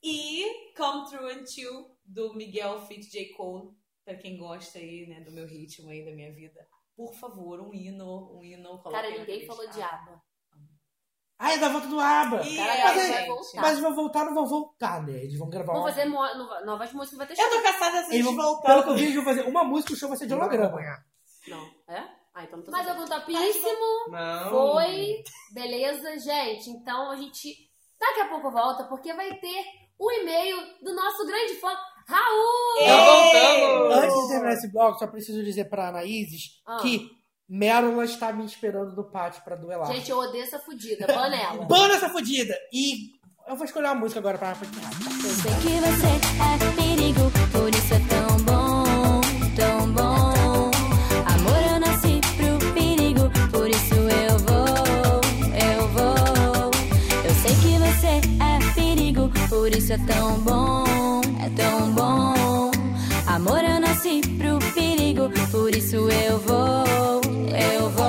G: E Come Through and Chill, do Miguel Fit J. Cole, pra quem gosta aí, né, do meu ritmo aí, da minha vida. Por favor, um hino, um hino.
B: Cara,
G: coloquem na
B: ninguém
G: playlist.
B: falou de aba.
A: Ah, é da volta do Aba.
G: E
B: Cara,
G: é,
A: mas
G: gente.
B: vai voltar.
A: Mas vão voltar, não vão voltar, né? Eles vão gravar
B: Vão
A: uma...
B: tá. fazer mo- no- novas músicas, vai ter
G: Eu
B: show.
G: tô caçada de
A: Eles vão... Pelo
G: eles
A: que
G: voltando.
A: eu vi, eles vão fazer uma música, o show vai ser de holograma.
C: é.
B: Não. É? Ah, então não tô Mas algum
G: Tá
B: topíssimo
C: Não.
B: foi. Beleza, gente? Então a gente daqui a pouco volta, porque vai ter o e-mail do nosso grande fã, Raul!
C: Tá voltando.
A: Antes de terminar esse bloco, só preciso dizer pra Anaíses
B: Ah.
A: que Mérola está me esperando no pátio pra duelar.
B: Gente, eu odeio essa fudida, ban
A: [laughs]
B: ela.
A: Bana essa fodida! E eu vou escolher uma música agora pra
B: Hum.
A: pra-
K: Eu sei que você é perigo, por isso é tão bom, tão bom. Amor, eu nasci pro perigo, por isso eu vou, eu vou. Eu sei que você é perigo, por isso é tão bom, é tão bom. Amor, eu nasci pro perigo, por isso eu vou, eu vou.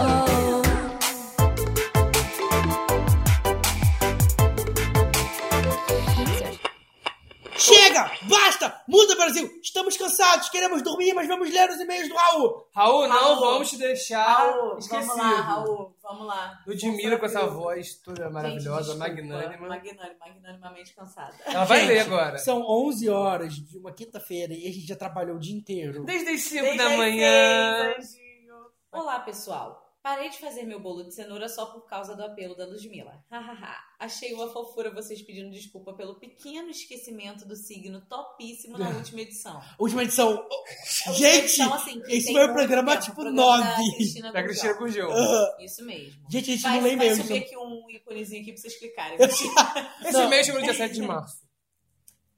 A: Chega! Basta! Muda, Brasil! Estamos cansados, queremos dormir, mas vamos ler os e-mails do Raul!
C: Raul, não
G: Raul.
C: vamos te deixar
G: Raul,
C: esquecido.
G: vamos lá, Raul, vamos lá.
C: Ludmilla com essa
G: Vamos lá.
C: voz toda maravilhosa,
G: Gente, desculpa,
C: magnânima.
G: Magnânima, magnanimamente cansada.
C: Ela vai
A: Gente,
C: ler agora.
A: São 11 horas de uma quinta-feira e a gente já trabalhou o dia inteiro.
C: Desde as 5
G: Desde
C: da
G: as
C: manhã.
G: seis, anjinho. Olá, pessoal. Parei de fazer meu bolo de cenoura só por causa do apelo da Ludmilla. [laughs] Hahaha. Achei uma fofura vocês pedindo desculpa pelo pequeno esquecimento do signo
C: [laughs]
G: topíssimo na última edição.
A: Última edição.
G: Gente,
A: Gente,
G: assim, que
A: esse
G: tem
A: foi o
G: muito
A: programa,
G: tempo,
A: tipo,
G: o programa da
A: nove.
G: Cristina
C: Da Cristina
G: Gugel.
C: Gugel.
G: Isso mesmo.
A: gente, a gente
G: Vai,
A: não lê
G: vai
A: e-mail.
G: subir
A: Então.
G: aqui um íconezinho aqui pra vocês clicarem.
C: Esse mês chegou no dia 7 de março.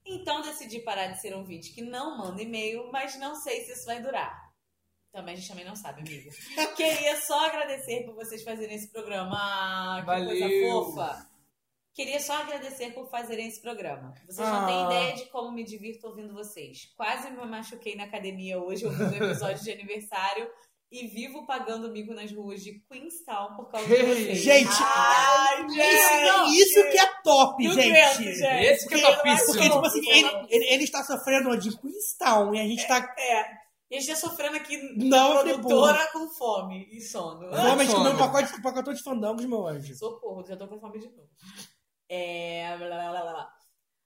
G: Então decidi parar de ser um vídeo que não manda e-mail, mas não sei se isso vai durar. Também a gente também não sabe,
A: [laughs]
G: amiga. Queria só agradecer por vocês fazerem esse programa. Ah, que
C: Valeu.
G: coisa fofa. Queria só agradecer por fazerem esse programa. Vocês não têm
A: Ah.
G: ideia de como me divirto ouvindo vocês. Quase me machuquei na academia hoje ouvindo o episódio de aniversário e vivo pagando mico nas ruas de Queenstown por causa de vocês. Ah,
A: Gente,
G: Ai,
A: Isso, isso que é top,
G: Não aguento,
A: gente.
G: gente. É,
C: Esse que é
G: porque-
A: Porque,
C: topíssimo.
A: tipo assim, ele, ele, ele está sofrendo de Queenstown e a gente está
G: É. E a gente tá sofrendo
I: É,
G: aqui
A: Não,
G: produtora com fome e sono. Ah,
A: realmente
C: fome.
A: comendo um pacote, um pacotão de fandangos, meu anjo.
G: Socorro, já tô com fome de novo. É. Blá, blá, blá, blá, blá.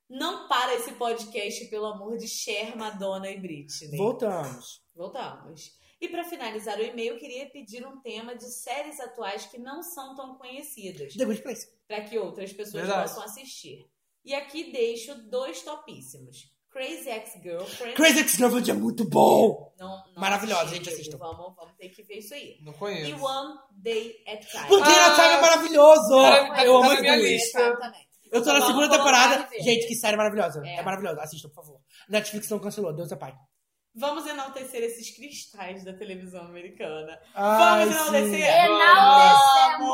G: Não para esse podcast, pelo amor de Cher, Madonna e Britney.
A: Voltamos.
G: Voltamos. E pra finalizar o e-mail, queria pedir um tema de séries atuais que não são tão conhecidas,
A: The Good Place.
G: para que outras pessoas
C: Verdade.
G: possam assistir. E aqui deixo dois topíssimos: Crazy Ex-Girlfriend.
A: Crazy Ex-Girlfriend é muito bom.
G: Não- não
A: Maravilhosa,
G: assisti,
A: gente, assistam.
G: Vamos, vamos ter que ver isso aí.
C: Não
G: E
C: conheço.
G: One Day at a Time.
A: Porque
C: Ah,
A: a saga é maravilhoso.
C: tá-
A: Eu
C: tá
A: amo
C: na
A: esse
C: minha
A: filme.
C: lista.
G: Exatamente.
A: Eu tô na
G: Vamos
A: segunda
G: colocar
A: temporada.
G: e ver.
A: Gente, que série maravilhosa.
G: É.
A: É, maravilhosa. Assista, por favor. Netflix não cancelou. Deus é pai.
G: Vamos enaltecer esses cristais da televisão americana.
A: Ai,
G: Vamos enaltecer.
A: sim.
B: Enaltecemos.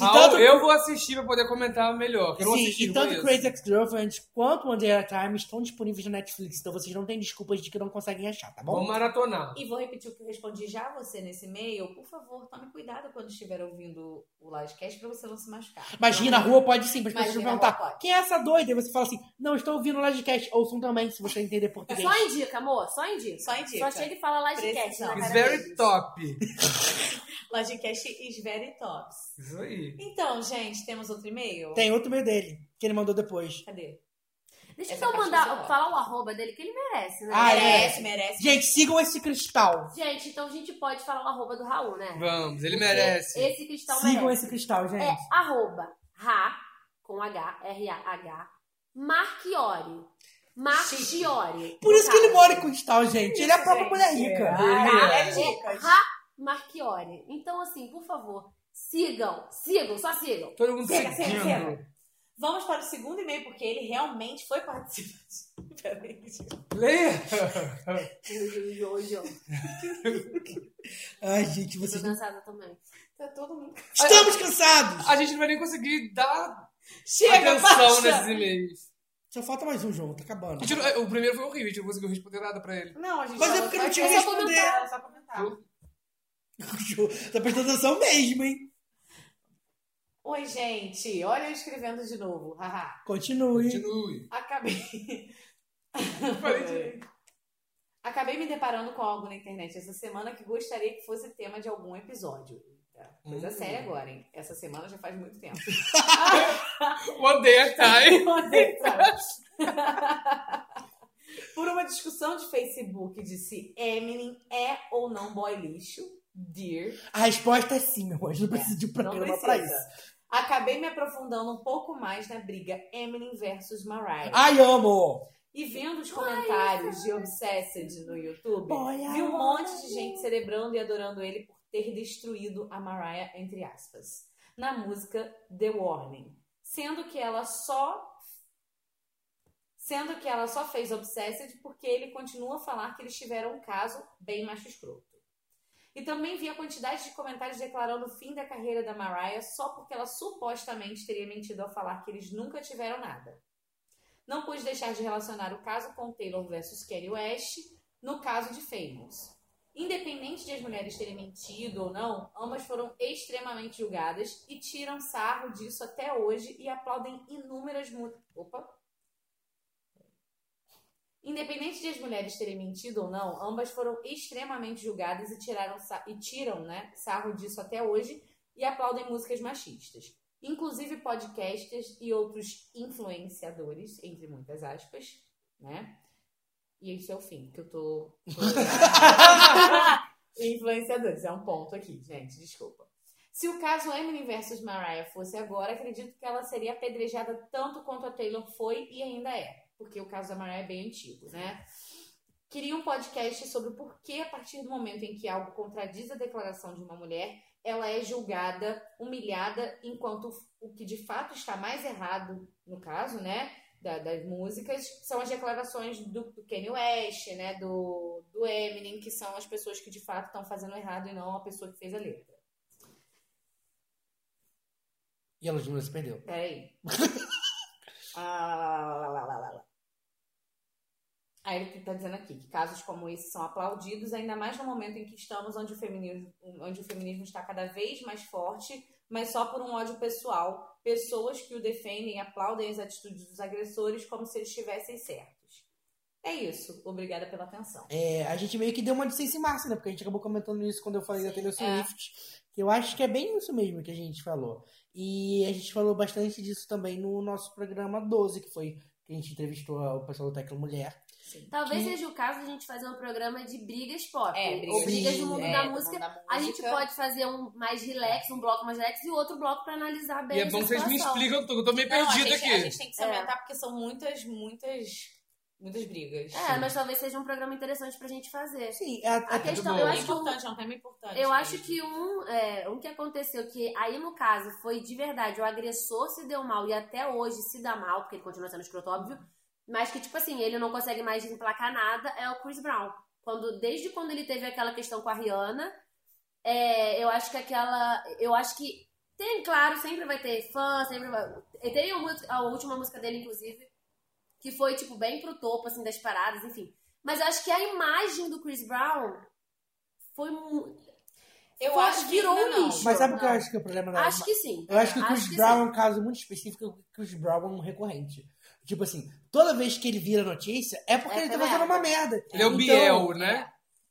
A: E
C: Raul,
A: tanto-
C: eu vou assistir pra poder comentar melhor. que Ah, Eu não
A: Sim,
C: assisti,
A: e
C: não
A: tanto
C: conheço.
A: Crazy Ex-Girlfriend quanto One Day at a Time estão disponíveis na Netflix, então vocês não têm desculpas de que não conseguem achar, tá bom?
C: Vamos maratonar.
G: E vou repetir o que eu respondi já a você nesse e-mail. Por favor, tome cuidado quando estiver ouvindo o livecast pra você não se machucar.
A: Imagina, a rua pode sim, mas as pessoas
G: Imagina,
A: vão
G: a rua
A: perguntar,
G: pode.
A: quem é essa doida? E você fala assim, não, estou ouvindo o Lodcast, ouçam também, se você entender português.
B: Só indica, amor, só indica.
G: Só indica.
B: chega e fala Livecast
G: Precisão.
B: na
C: It's
B: cara
C: very
B: dele.
C: top.
G: [laughs] Logicast is very tops.
C: Isso aí.
G: Então, gente, temos outro e-mail?
A: Tem outro meio dele, que ele mandou depois.
G: Cadê?
B: Deixa eu
G: Essa
B: só
G: parte você
B: mandar,
G: gosta.
B: falar o arroba dele, que ele merece, né?
A: Ah, é.
G: merece, merece.
A: Gente, sigam esse cristal.
B: Gente, então a gente pode falar o arroba do Raul, né?
C: Vamos, ele
B: Porque
C: merece.
B: Esse cristal
G: Então,
A: Sigam
B: merece.
A: esse cristal, gente.
B: É arroba Ra, com H, R-A-H, Marchiori. Marchiori.
A: Por isso que ele
B: Tá?
A: mora com cristal, gente. Ele é a própria mulher rica.
G: Ah, é
B: É
G: dicas.
B: Ra Marchiori. Então, assim, por favor, sigam, sigam, só
A: [laughs]
B: sigam.
C: Todo mundo
G: Chega,
C: seguindo.
G: chega, chega. Vamos para o segundo e-mail, porque ele realmente foi participante. [laughs] Peraí, gente.
C: Leia.
B: Jojo.
A: Ai, gente,
B: Tô
A: vocês. não-
B: cansada também.
G: Tá todo mundo.
A: Estamos cansados!
C: A gente não vai nem conseguir dar
G: Chega,
C: atenção
G: basta!
C: nesses e-mails.
A: Só falta mais um jogo, tá acabando.
C: A gente não- O primeiro foi horrível, a gente não conseguiu responder nada pra ele.
G: Não, a gente
A: Mas é
G: falou
A: porque
G: só
A: não tinha
G: que-
A: que responder.
G: Era só comentar.
A: Tá prestando atenção mesmo, hein?
G: Oi, gente. Olha eu escrevendo de novo. [laughs] Haha.
A: Continue.
C: Continue.
G: Acabei.
C: Falei direito.
G: Acabei me deparando com algo na internet essa semana que gostaria que fosse tema de algum episódio. Eita, Coisa
C: Hum.
G: séria agora, hein? Essa semana já faz muito tempo.
C: One day at
G: [laughs]
C: time.
G: Por uma discussão de Facebook de se Eminem é ou não boy lixo,
A: [laughs]
G: dear,
A: A resposta é sim, meu anjo. Não precisa de um
G: não
A: programa pra
G: precisa.
A: isso.
G: Acabei me aprofundando um pouco mais na briga Eminem versus Mariah.
A: Ai, amo!
G: E vendo os comentários de Obsessed no YouTube,
A: Boy,
G: vi um
A: I
G: monte
A: love
G: de gente celebrando e adorando ele por ter destruído a Mariah, entre aspas, na música The Warning. Sendo que ela só. Sendo que ela só fez Obsessed porque ele continua a falar que eles tiveram um caso bem macho escroto. E também vi a quantidade de comentários declarando o fim da carreira da Mariah só porque ela supostamente teria mentido ao falar que eles nunca tiveram nada. Não pude deixar de relacionar o caso com Taylor versus Kanye West no caso de Famous. Independente de as mulheres terem mentido ou não, ambas foram extremamente julgadas e tiram sarro disso até hoje e aplaudem inúmeras mu- Opa. Independente de as mulheres terem mentido ou não, ambas foram extremamente julgadas e tiraram sa- e tiram, né, sarro disso até hoje e aplaudem músicas machistas inclusive podcasters e outros influenciadores, entre muitas aspas, né? E esse é o fim, que eu tô. [laughs] influenciadores, é um ponto aqui, gente, desculpa. Se o caso Emily versus Mariah fosse agora, acredito que ela seria apedrejada tanto quanto a Taylor foi e ainda é, porque o caso da Mariah é bem antigo, né? Queria um podcast sobre o porquê, a partir do momento em que algo contradiz a declaração de uma mulher, ela é julgada, humilhada, enquanto o que de fato está mais errado, no caso, né, da- das músicas, são as declarações do, do Kanye West, né, do, do Eminem, que são as pessoas que de fato estão fazendo errado e não a pessoa que fez a letra.
A: E ela não se perdeu.
B: [laughs]
G: Peraí. Ah, lá, lá, lá, lá, lá. Aí ele tá dizendo aqui que casos como esse são aplaudidos, ainda mais no momento em que estamos onde o feminismo, onde o feminismo está cada vez mais forte, mas só por um ódio pessoal. Pessoas que o defendem e aplaudem as atitudes dos agressores como se eles estivessem certos. É isso. Obrigada pela atenção.
A: É, a gente meio que deu uma licença em massa, né? Porque a gente acabou comentando isso quando eu falei da Taylor Swift. Que eu acho que é bem isso mesmo que a gente falou. E a gente falou bastante disso também no nosso programa 12, que foi que a gente entrevistou o pessoal do Tecla Mulher.
B: Talvez
A: Que-
B: seja o caso de a gente fazer um programa de brigas pop. ou
A: brigas
B: brigas
A: de-
B: do mundo
A: é,
B: da
G: tá
B: música. A gente pode fazer um mais relax, um bloco mais relax e outro bloco pra analisar bem
C: E é
B: essa
C: bom que vocês me
B: situação.
C: explicam tudo, eu tô meio
G: Não, a,
C: perdido
G: gente, a
C: aqui.
G: gente tem que se
B: É.
G: aumentar Tá, porque são muitas, muitas, muitas brigas.
B: É, mas talvez seja um programa interessante pra gente fazer.
A: Sim, Assim, a, a,
B: A questão,
C: bom.
B: eu
G: É
B: acho que o-
G: importante, é um tema importante.
B: Eu acho que um, é, um que aconteceu, que aí no caso foi de verdade, o agressor se deu mal e até hoje se dá mal, porque ele continua sendo escroto, óbvio, mas que, tipo assim, ele não consegue mais emplacar nada, é o Chris Brown. Quando, desde quando ele teve aquela questão com a Rihanna, é, eu acho que aquela. Eu acho que. Tem, claro, sempre vai ter fã, sempre vai. e Tem uma música- a última música dele, inclusive, que foi, tipo, bem pro topo, assim, das paradas, enfim. Mas eu acho que a imagem do Chris Brown foi mu-
G: Eu
B: Foi-
G: acho que
B: virou
G: ainda
B: um
G: não.
B: lixo.
A: mas sabe o que eu
B: não.
A: acho que é o problema da
B: Acho que sim.
A: Eu acho que o
B: Acho
A: Chris
B: que
A: Brown é um caso muito específico, que o Chris Brown é um recorrente. Tipo assim, toda vez que ele vira notícia, é porque
I: É
A: ele tá
I: pela
A: fazendo
I: época.
A: uma merda.
C: Ele é o
A: Então,
C: Biel, né?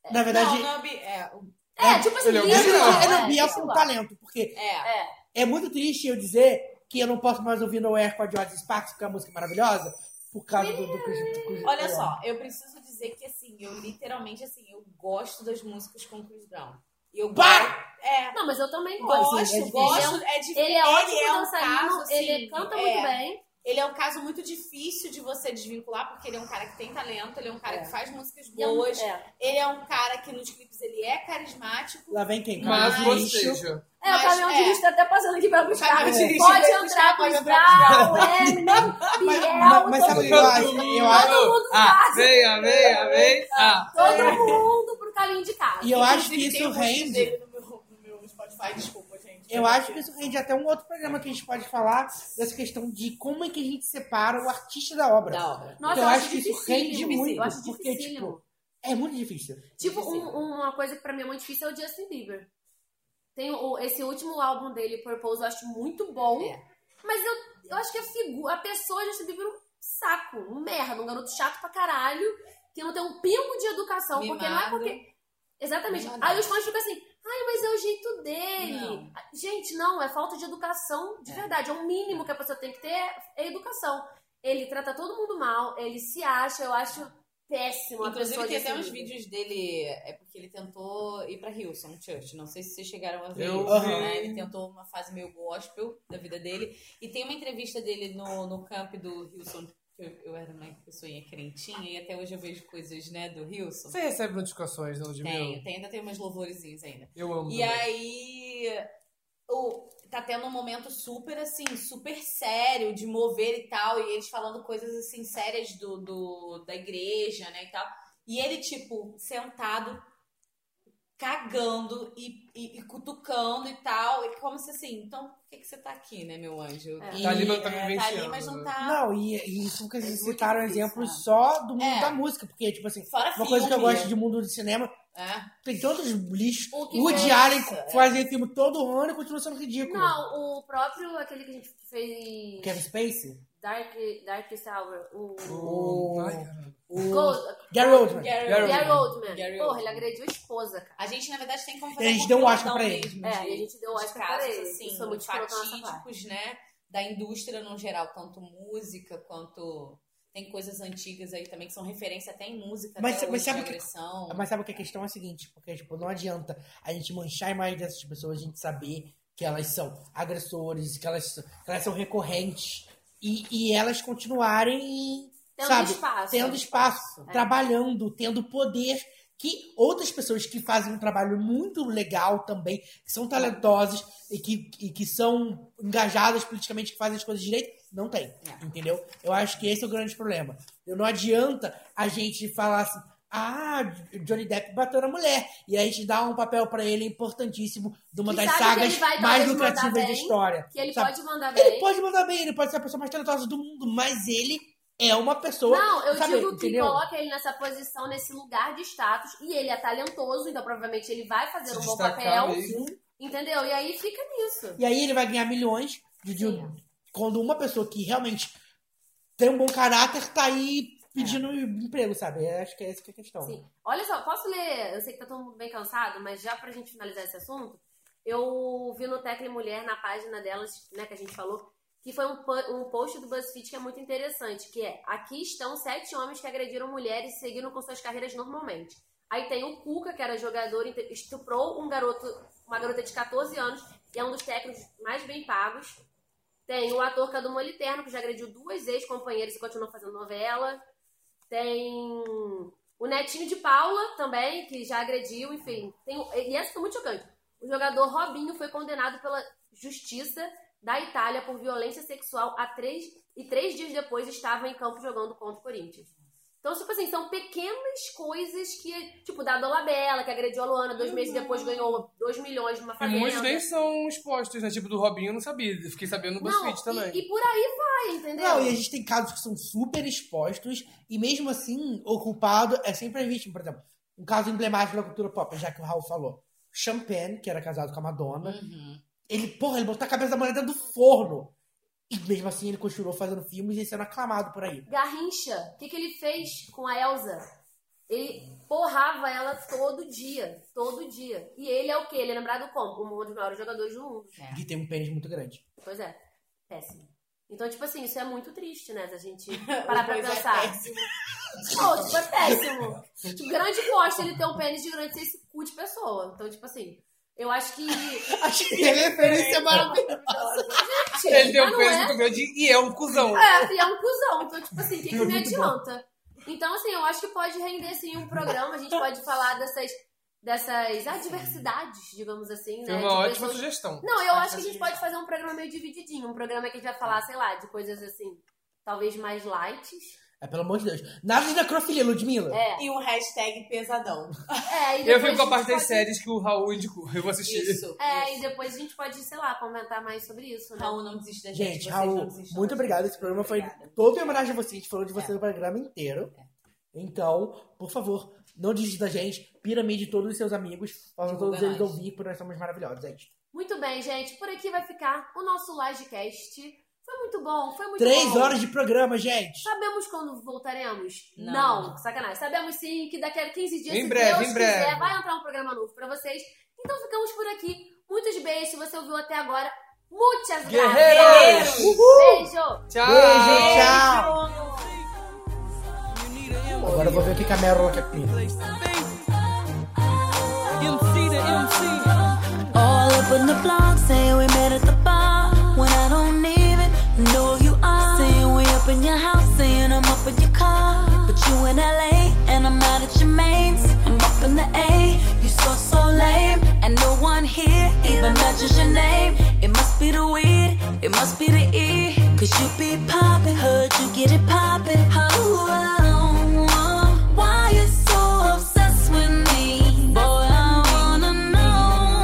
A: Na verdade,
I: Não, não, Bi- é, o-
B: É, tipo assim,
C: Ele é
A: Biel,
B: livro,
C: original.
B: né?
A: é, não, Biel foi um
B: Sei lá.
A: talento, porque
I: é.
B: É.
A: é muito triste eu dizer que eu não posso mais ouvir No Air com a George Sparks, porque é uma música maravilhosa, por causa do... do, do, do
I: Olha só, eu preciso dizer que assim, eu literalmente assim, eu gosto das músicas com Chris Brown. Eu
A: Pá!
I: gosto. É,
B: Não, mas eu também gosto.
I: gosto,
A: difícil.
I: gosto. assim, É difícil.
B: Ele é ótimo
I: um
B: dançarino,
I: caso, assim,
B: ele canta
I: é,
B: muito bem.
I: Ele é um caso muito difícil de você desvincular, porque ele é um cara que tem talento, ele é um cara que faz músicas
B: E é um-
I: boas,
B: é.
I: ele é um cara que nos clipes ele é carismático.
A: Lá vem quem?
C: Mas,
A: Carlos
C: ou
A: Lixo.
C: seja,
B: É,
I: Mas,
B: o caminhão de
I: é.
B: lixo tá até passando aqui pra buscar.
I: caminhão de lixo
B: Pode
I: vai buscar,
B: entrar,
I: pode
B: Chris
I: entrar.
B: Brown, é,
A: [laughs]
B: Eminem,
A: Mas,
B: Biel,
A: mas, mas sabe o que eu acho? Eu acho...
B: Todo mundo
C: ah,
B: faz.
C: vem, ah, vem, ah, vem, ah.
B: todo mundo pro caminho de casa.
A: é? E eu acho que
I: Inclusive, tem
A: isso
I: um post
A: rende.
I: dele No meu, no meu Spotify, desculpa, gente.
A: Eu acho que isso rende até um outro programa que a gente pode falar dessa questão de como é que a gente separa o artista da obra.
I: Da obra.
A: Então,
B: Nossa, eu
A: eu
B: acho
A: acho que isso
B: dificílimo,
A: rende muito,
B: Eu acho
A: porque,
B: dificílimo.
A: É muito difícil.
B: Tipo, um- uma coisa que pra mim é muito difícil é o Justin Bieber. Tem o, esse último álbum dele, Purpose, eu acho muito bom.
I: É.
B: Mas eu, eu acho que a figura, a pessoa Justin Bieber é um saco, um merda, um garoto chato pra caralho, que não tem um pingo de educação, porque não é
I: Mimado.
B: porque. Exatamente.
I: Mimado.
B: Aí os fãs ficam assim, ai, mas é o jeito dele.
I: Não.
B: Gente, não, é falta de educação de verdade. É o mínimo que a pessoa tem que ter é educação. Ele trata todo mundo mal, ele se acha, eu acho péssimo. a
I: Ah. Inclusive,
B: pessoa
I: tem
B: Justin
I: até uns
B: Bieber.
I: vídeos dele. É porque ele tentou ir pra Hillsong Church. Não sei se vocês chegaram a ver
C: Eu
I: isso,
A: vi.
I: né? Ele tentou uma fase meio gospel da vida dele. E tem uma entrevista dele no, no camp do Hillsong. Eu, eu era uma pessoinha crentinha e até hoje eu vejo coisas, né, do Hillsong.
C: Você recebe notificações, não, de
I: Tenho,
C: mim?
I: tem, ainda tem umas louvorezinhas ainda.
C: Eu amo.
I: E
C: também.
I: aí, o, tá tendo um momento super, assim, super sério de mover e tal, e eles falando coisas, assim, sérias do, do, da igreja, né, e tal. E ele, tipo, sentado, cagando e, e, e cutucando e tal, e como se assim, então, por que, que você tá aqui, né, meu anjo?
B: É.
I: E-
C: Tá ali, mas tá
I: é,
C: vivenciando,
I: ali, mas não
C: né?
I: tá...
A: Não, e, e isso que eles
I: é Muito
A: citaram
I: difícil,
A: exemplos
I: né?
A: só do mundo
I: É.
A: da música, porque, tipo assim,
I: Fora
A: uma coisa que eu
I: filme,
A: gosto de mundo do cinema,
I: né?
A: tem tantos lixos.
B: O que
A: O Woody
I: é
B: fez-
A: Allen fazia filme todo ano e continua sendo ridículo.
B: Não, o próprio, aquele que a gente fez
A: Kevin Spacey?
B: Dark, Darkest Hour, o
A: O-
C: Ai, caramba.
A: O...
B: Gold,
A: Gary Oldman.
I: Gary
C: Gary
B: Gary Oldman.
I: Gary
B: Porra,
I: Oldman.
B: ele agrediu a esposa, cara.
I: A gente, na verdade, tem como
A: A gente
I: um
A: deu o Oscar
I: pilotão
A: pra ele.
I: mesmo
B: É,
I: de-
B: e a gente deu
I: de
B: Oscar pra
I: casos,
B: ele.
I: assim,
B: Isso foi muito escroto da nossa parte.
I: fatídicos, né? Da indústria no geral, tanto música quanto. Tem coisas antigas aí também que são referência até em música.
A: Mas-
I: até
A: mas
I: hoje,
A: sabe
I: de
A: que-
I: agressão.
A: Mas sabe que a questão é a seguinte, porque, tipo, não adianta a gente manchar a imagem dessas pessoas, a gente saber que elas são agressores, que elas, são- que elas são recorrentes, e, e elas continuarem,
B: Tendo
A: sabe,
B: espaço.
A: tendo espaço,
B: É.
A: trabalhando, tendo poder, que outras pessoas que fazem um trabalho muito legal também, que são talentosas e que, e que são engajadas politicamente, que fazem as coisas direito, não tem,
B: É.
A: entendeu? Eu acho que esse é o grande problema. Eu- Não adianta a gente falar assim, ah, Johnny Depp bateu na mulher, e a gente dá um papel pra ele importantíssimo de uma
B: Que
A: das
B: sabe que ele
A: sagas
B: vai
A: mais
B: talvez mandar
A: lucrativas da
B: bem,
A: história.
B: Que ele
A: sabe?
B: pode mandar bem.
A: Ele pode mandar bem, ele pode ser a pessoa mais talentosa do mundo, mas ele é uma pessoa.
B: Não, eu
A: sabe,
B: digo que
A: entendeu?
B: coloca ele nessa posição, nesse lugar de status, e ele é talentoso, então provavelmente ele vai fazer
C: Se
B: um bom
C: destacar
B: papel.
C: mesmo.
B: Entendeu? E aí fica nisso.
A: E aí ele vai ganhar milhões de, de-
B: Sim.
A: quando uma pessoa que realmente tem um bom caráter tá aí pedindo emprego, sabe? Eu acho que é essa que é a questão.
B: É. Sim. Olha só, posso ler? Eu sei que tá todo mundo bem cansado, mas já pra gente finalizar esse assunto, eu vi no Tecla Mulher, na página delas, né, que a gente falou, que foi um, po- um post do BuzzFeed que é muito interessante, que é Aqui estão sete homens que agrediram mulheres e seguiram com suas carreiras normalmente. Aí tem o Cuca, que era jogador, inte- estuprou um garoto, uma garota de 14 anos, e é um dos técnicos mais bem pagos. Tem o ator Cadu Moliterno, que já agrediu duas ex-companheiras e continuou fazendo novela. Tem o netinho de Paula também, que já agrediu, enfim. Tem, e essa foi muito chocante. O jogador Robinho foi condenado pela justiça da Itália por violência sexual a três, e três dias depois estava em campo jogando contra o Corinthians. Então, tipo assim, são pequenas coisas que, tipo, da Dolabella, que agrediu a Luana dois meses depois, ganhou dois milhões de uma
C: E
B: fazenda.
C: muitos nem são expostos, né? Tipo, do Robinho eu não sabia. Fiquei sabendo no
B: Não,
C: BuzzFeed também.
B: e, e por aí vai, entendeu?
A: Não, e a gente tem casos que são super expostos e mesmo assim o culpado é sempre a vítima. Por exemplo, um caso emblemático da cultura pop, já que o Raul falou.
B: Uhum.
A: Champagne, que era casado com a Madonna, ele, porra, ele botou a cabeça da mulher dentro do forno. E mesmo assim ele continuou fazendo filmes e sendo aclamado por aí.
B: Garrincha, o que, que ele fez com a Elsa? Ele porrava ela todo dia, todo dia. E ele é o quê? Ele é lembrado como? Um dos maiores jogadores do mundo.
A: E tem um pênis muito grande. [laughs]
B: Pois é, péssimo. Então, tipo assim, isso é muito triste, né? Da gente parar pra pensar. Pô, tipo, é péssimo. Tipo, grande costa ele ter um pênis de grande ser esse cu de pessoa. Então, tipo assim, eu acho que.
A: Acho que a referência é maravilhosa.
B: Gente,
C: Ele tem
B: mas
C: um
B: não
C: peso
B: é.
C: muito grande e é um cuzão.
B: É, e é um cuzão. Então, tipo assim, o que, que me adianta? Então, assim, eu acho que pode render, sim, um programa. A gente
C: Então,
B: pode falar dessas, dessas adversidades, digamos assim, né?
C: Foi uma
B: de
C: ótima
B: pessoas-
C: sugestão.
B: Não, eu acho que a gente pode fazer um programa meio divididinho. Um programa que a gente vai falar, sei lá, de coisas assim, talvez mais light.
A: É, pelo amor de Deus. Naves da Crofilia, Ludmilla.
B: É,
G: E um hashtag pesadão.
B: é e
C: Eu
B: depois
C: fico com a
B: gente
C: parte das
B: pode-
C: séries que o Raul indicou. Eu vou assistir.
G: Isso.
B: É, e depois a gente pode, sei lá, comentar mais sobre isso, né?
A: Então-
G: Raul não desiste da gente.
A: Gente,
G: vocês não
A: Raul,
G: desistam
A: muito
G: da
A: obrigado.
G: gente.
A: Esse programa foi
G: Obrigada.
A: todo em homenagem a você. A gente falou de você no programa inteiro. Então, por favor, não desista da gente. Piramide todos os seus amigos. Façam
G: Divulga
A: todos eles
G: nós.
A: ouvir, porque nós somos maravilhosos, gente.
B: Muito bem, gente. Por aqui vai ficar o nosso Livecast. Foi muito bom, foi muito
A: Três
B: bom.
A: horas de programa, gente.
B: Sabemos quando voltaremos?
G: Não.
B: sacanagem. Sabemos sim que daqui a 15 dias,
C: Em
B: se
C: breve,
B: Deus
C: em breve.
B: quiser, vai entrar um programa novo pra vocês. Então ficamos por aqui. Muitos beijos. Se você ouviu até agora, muitas
C: Guerreiros!
B: graças. Beijo!
C: Tchau!
A: Beijo, tchau. Agora eu vou ver o que que a Meryl quer pedir.
E: All up in the block, saying we met at the bar. When I don't even know who you are. Saying we up in your house, saying I'm up in your car. But you in LA, and I'm out at your mains. I'm up in the A, you so so lame. And no one here even mentions your name. It must be the weed, it must be the E. Cause you be poppin', heard you get it poppin'. Oh, I don't know why you're so obsessed with me. Boy, I wanna know.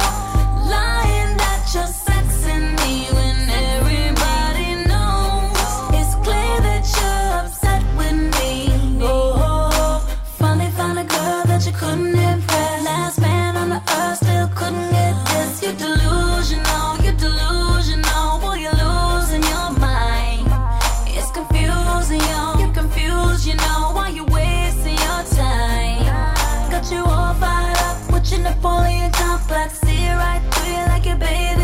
E: Lying that you're sexing me when everybody knows it's clear that you're upset with me. Oh, finally found a girl that you couldn't impress. Last man on the earth still couldn't get this. You're delusional, you're delusional. Boy, you're losing your mind. It's confusing, yo. You're confused, you know. Why you wasting your time? Got you all fired up with your Napoleon complex. See right through you like your baby Uh,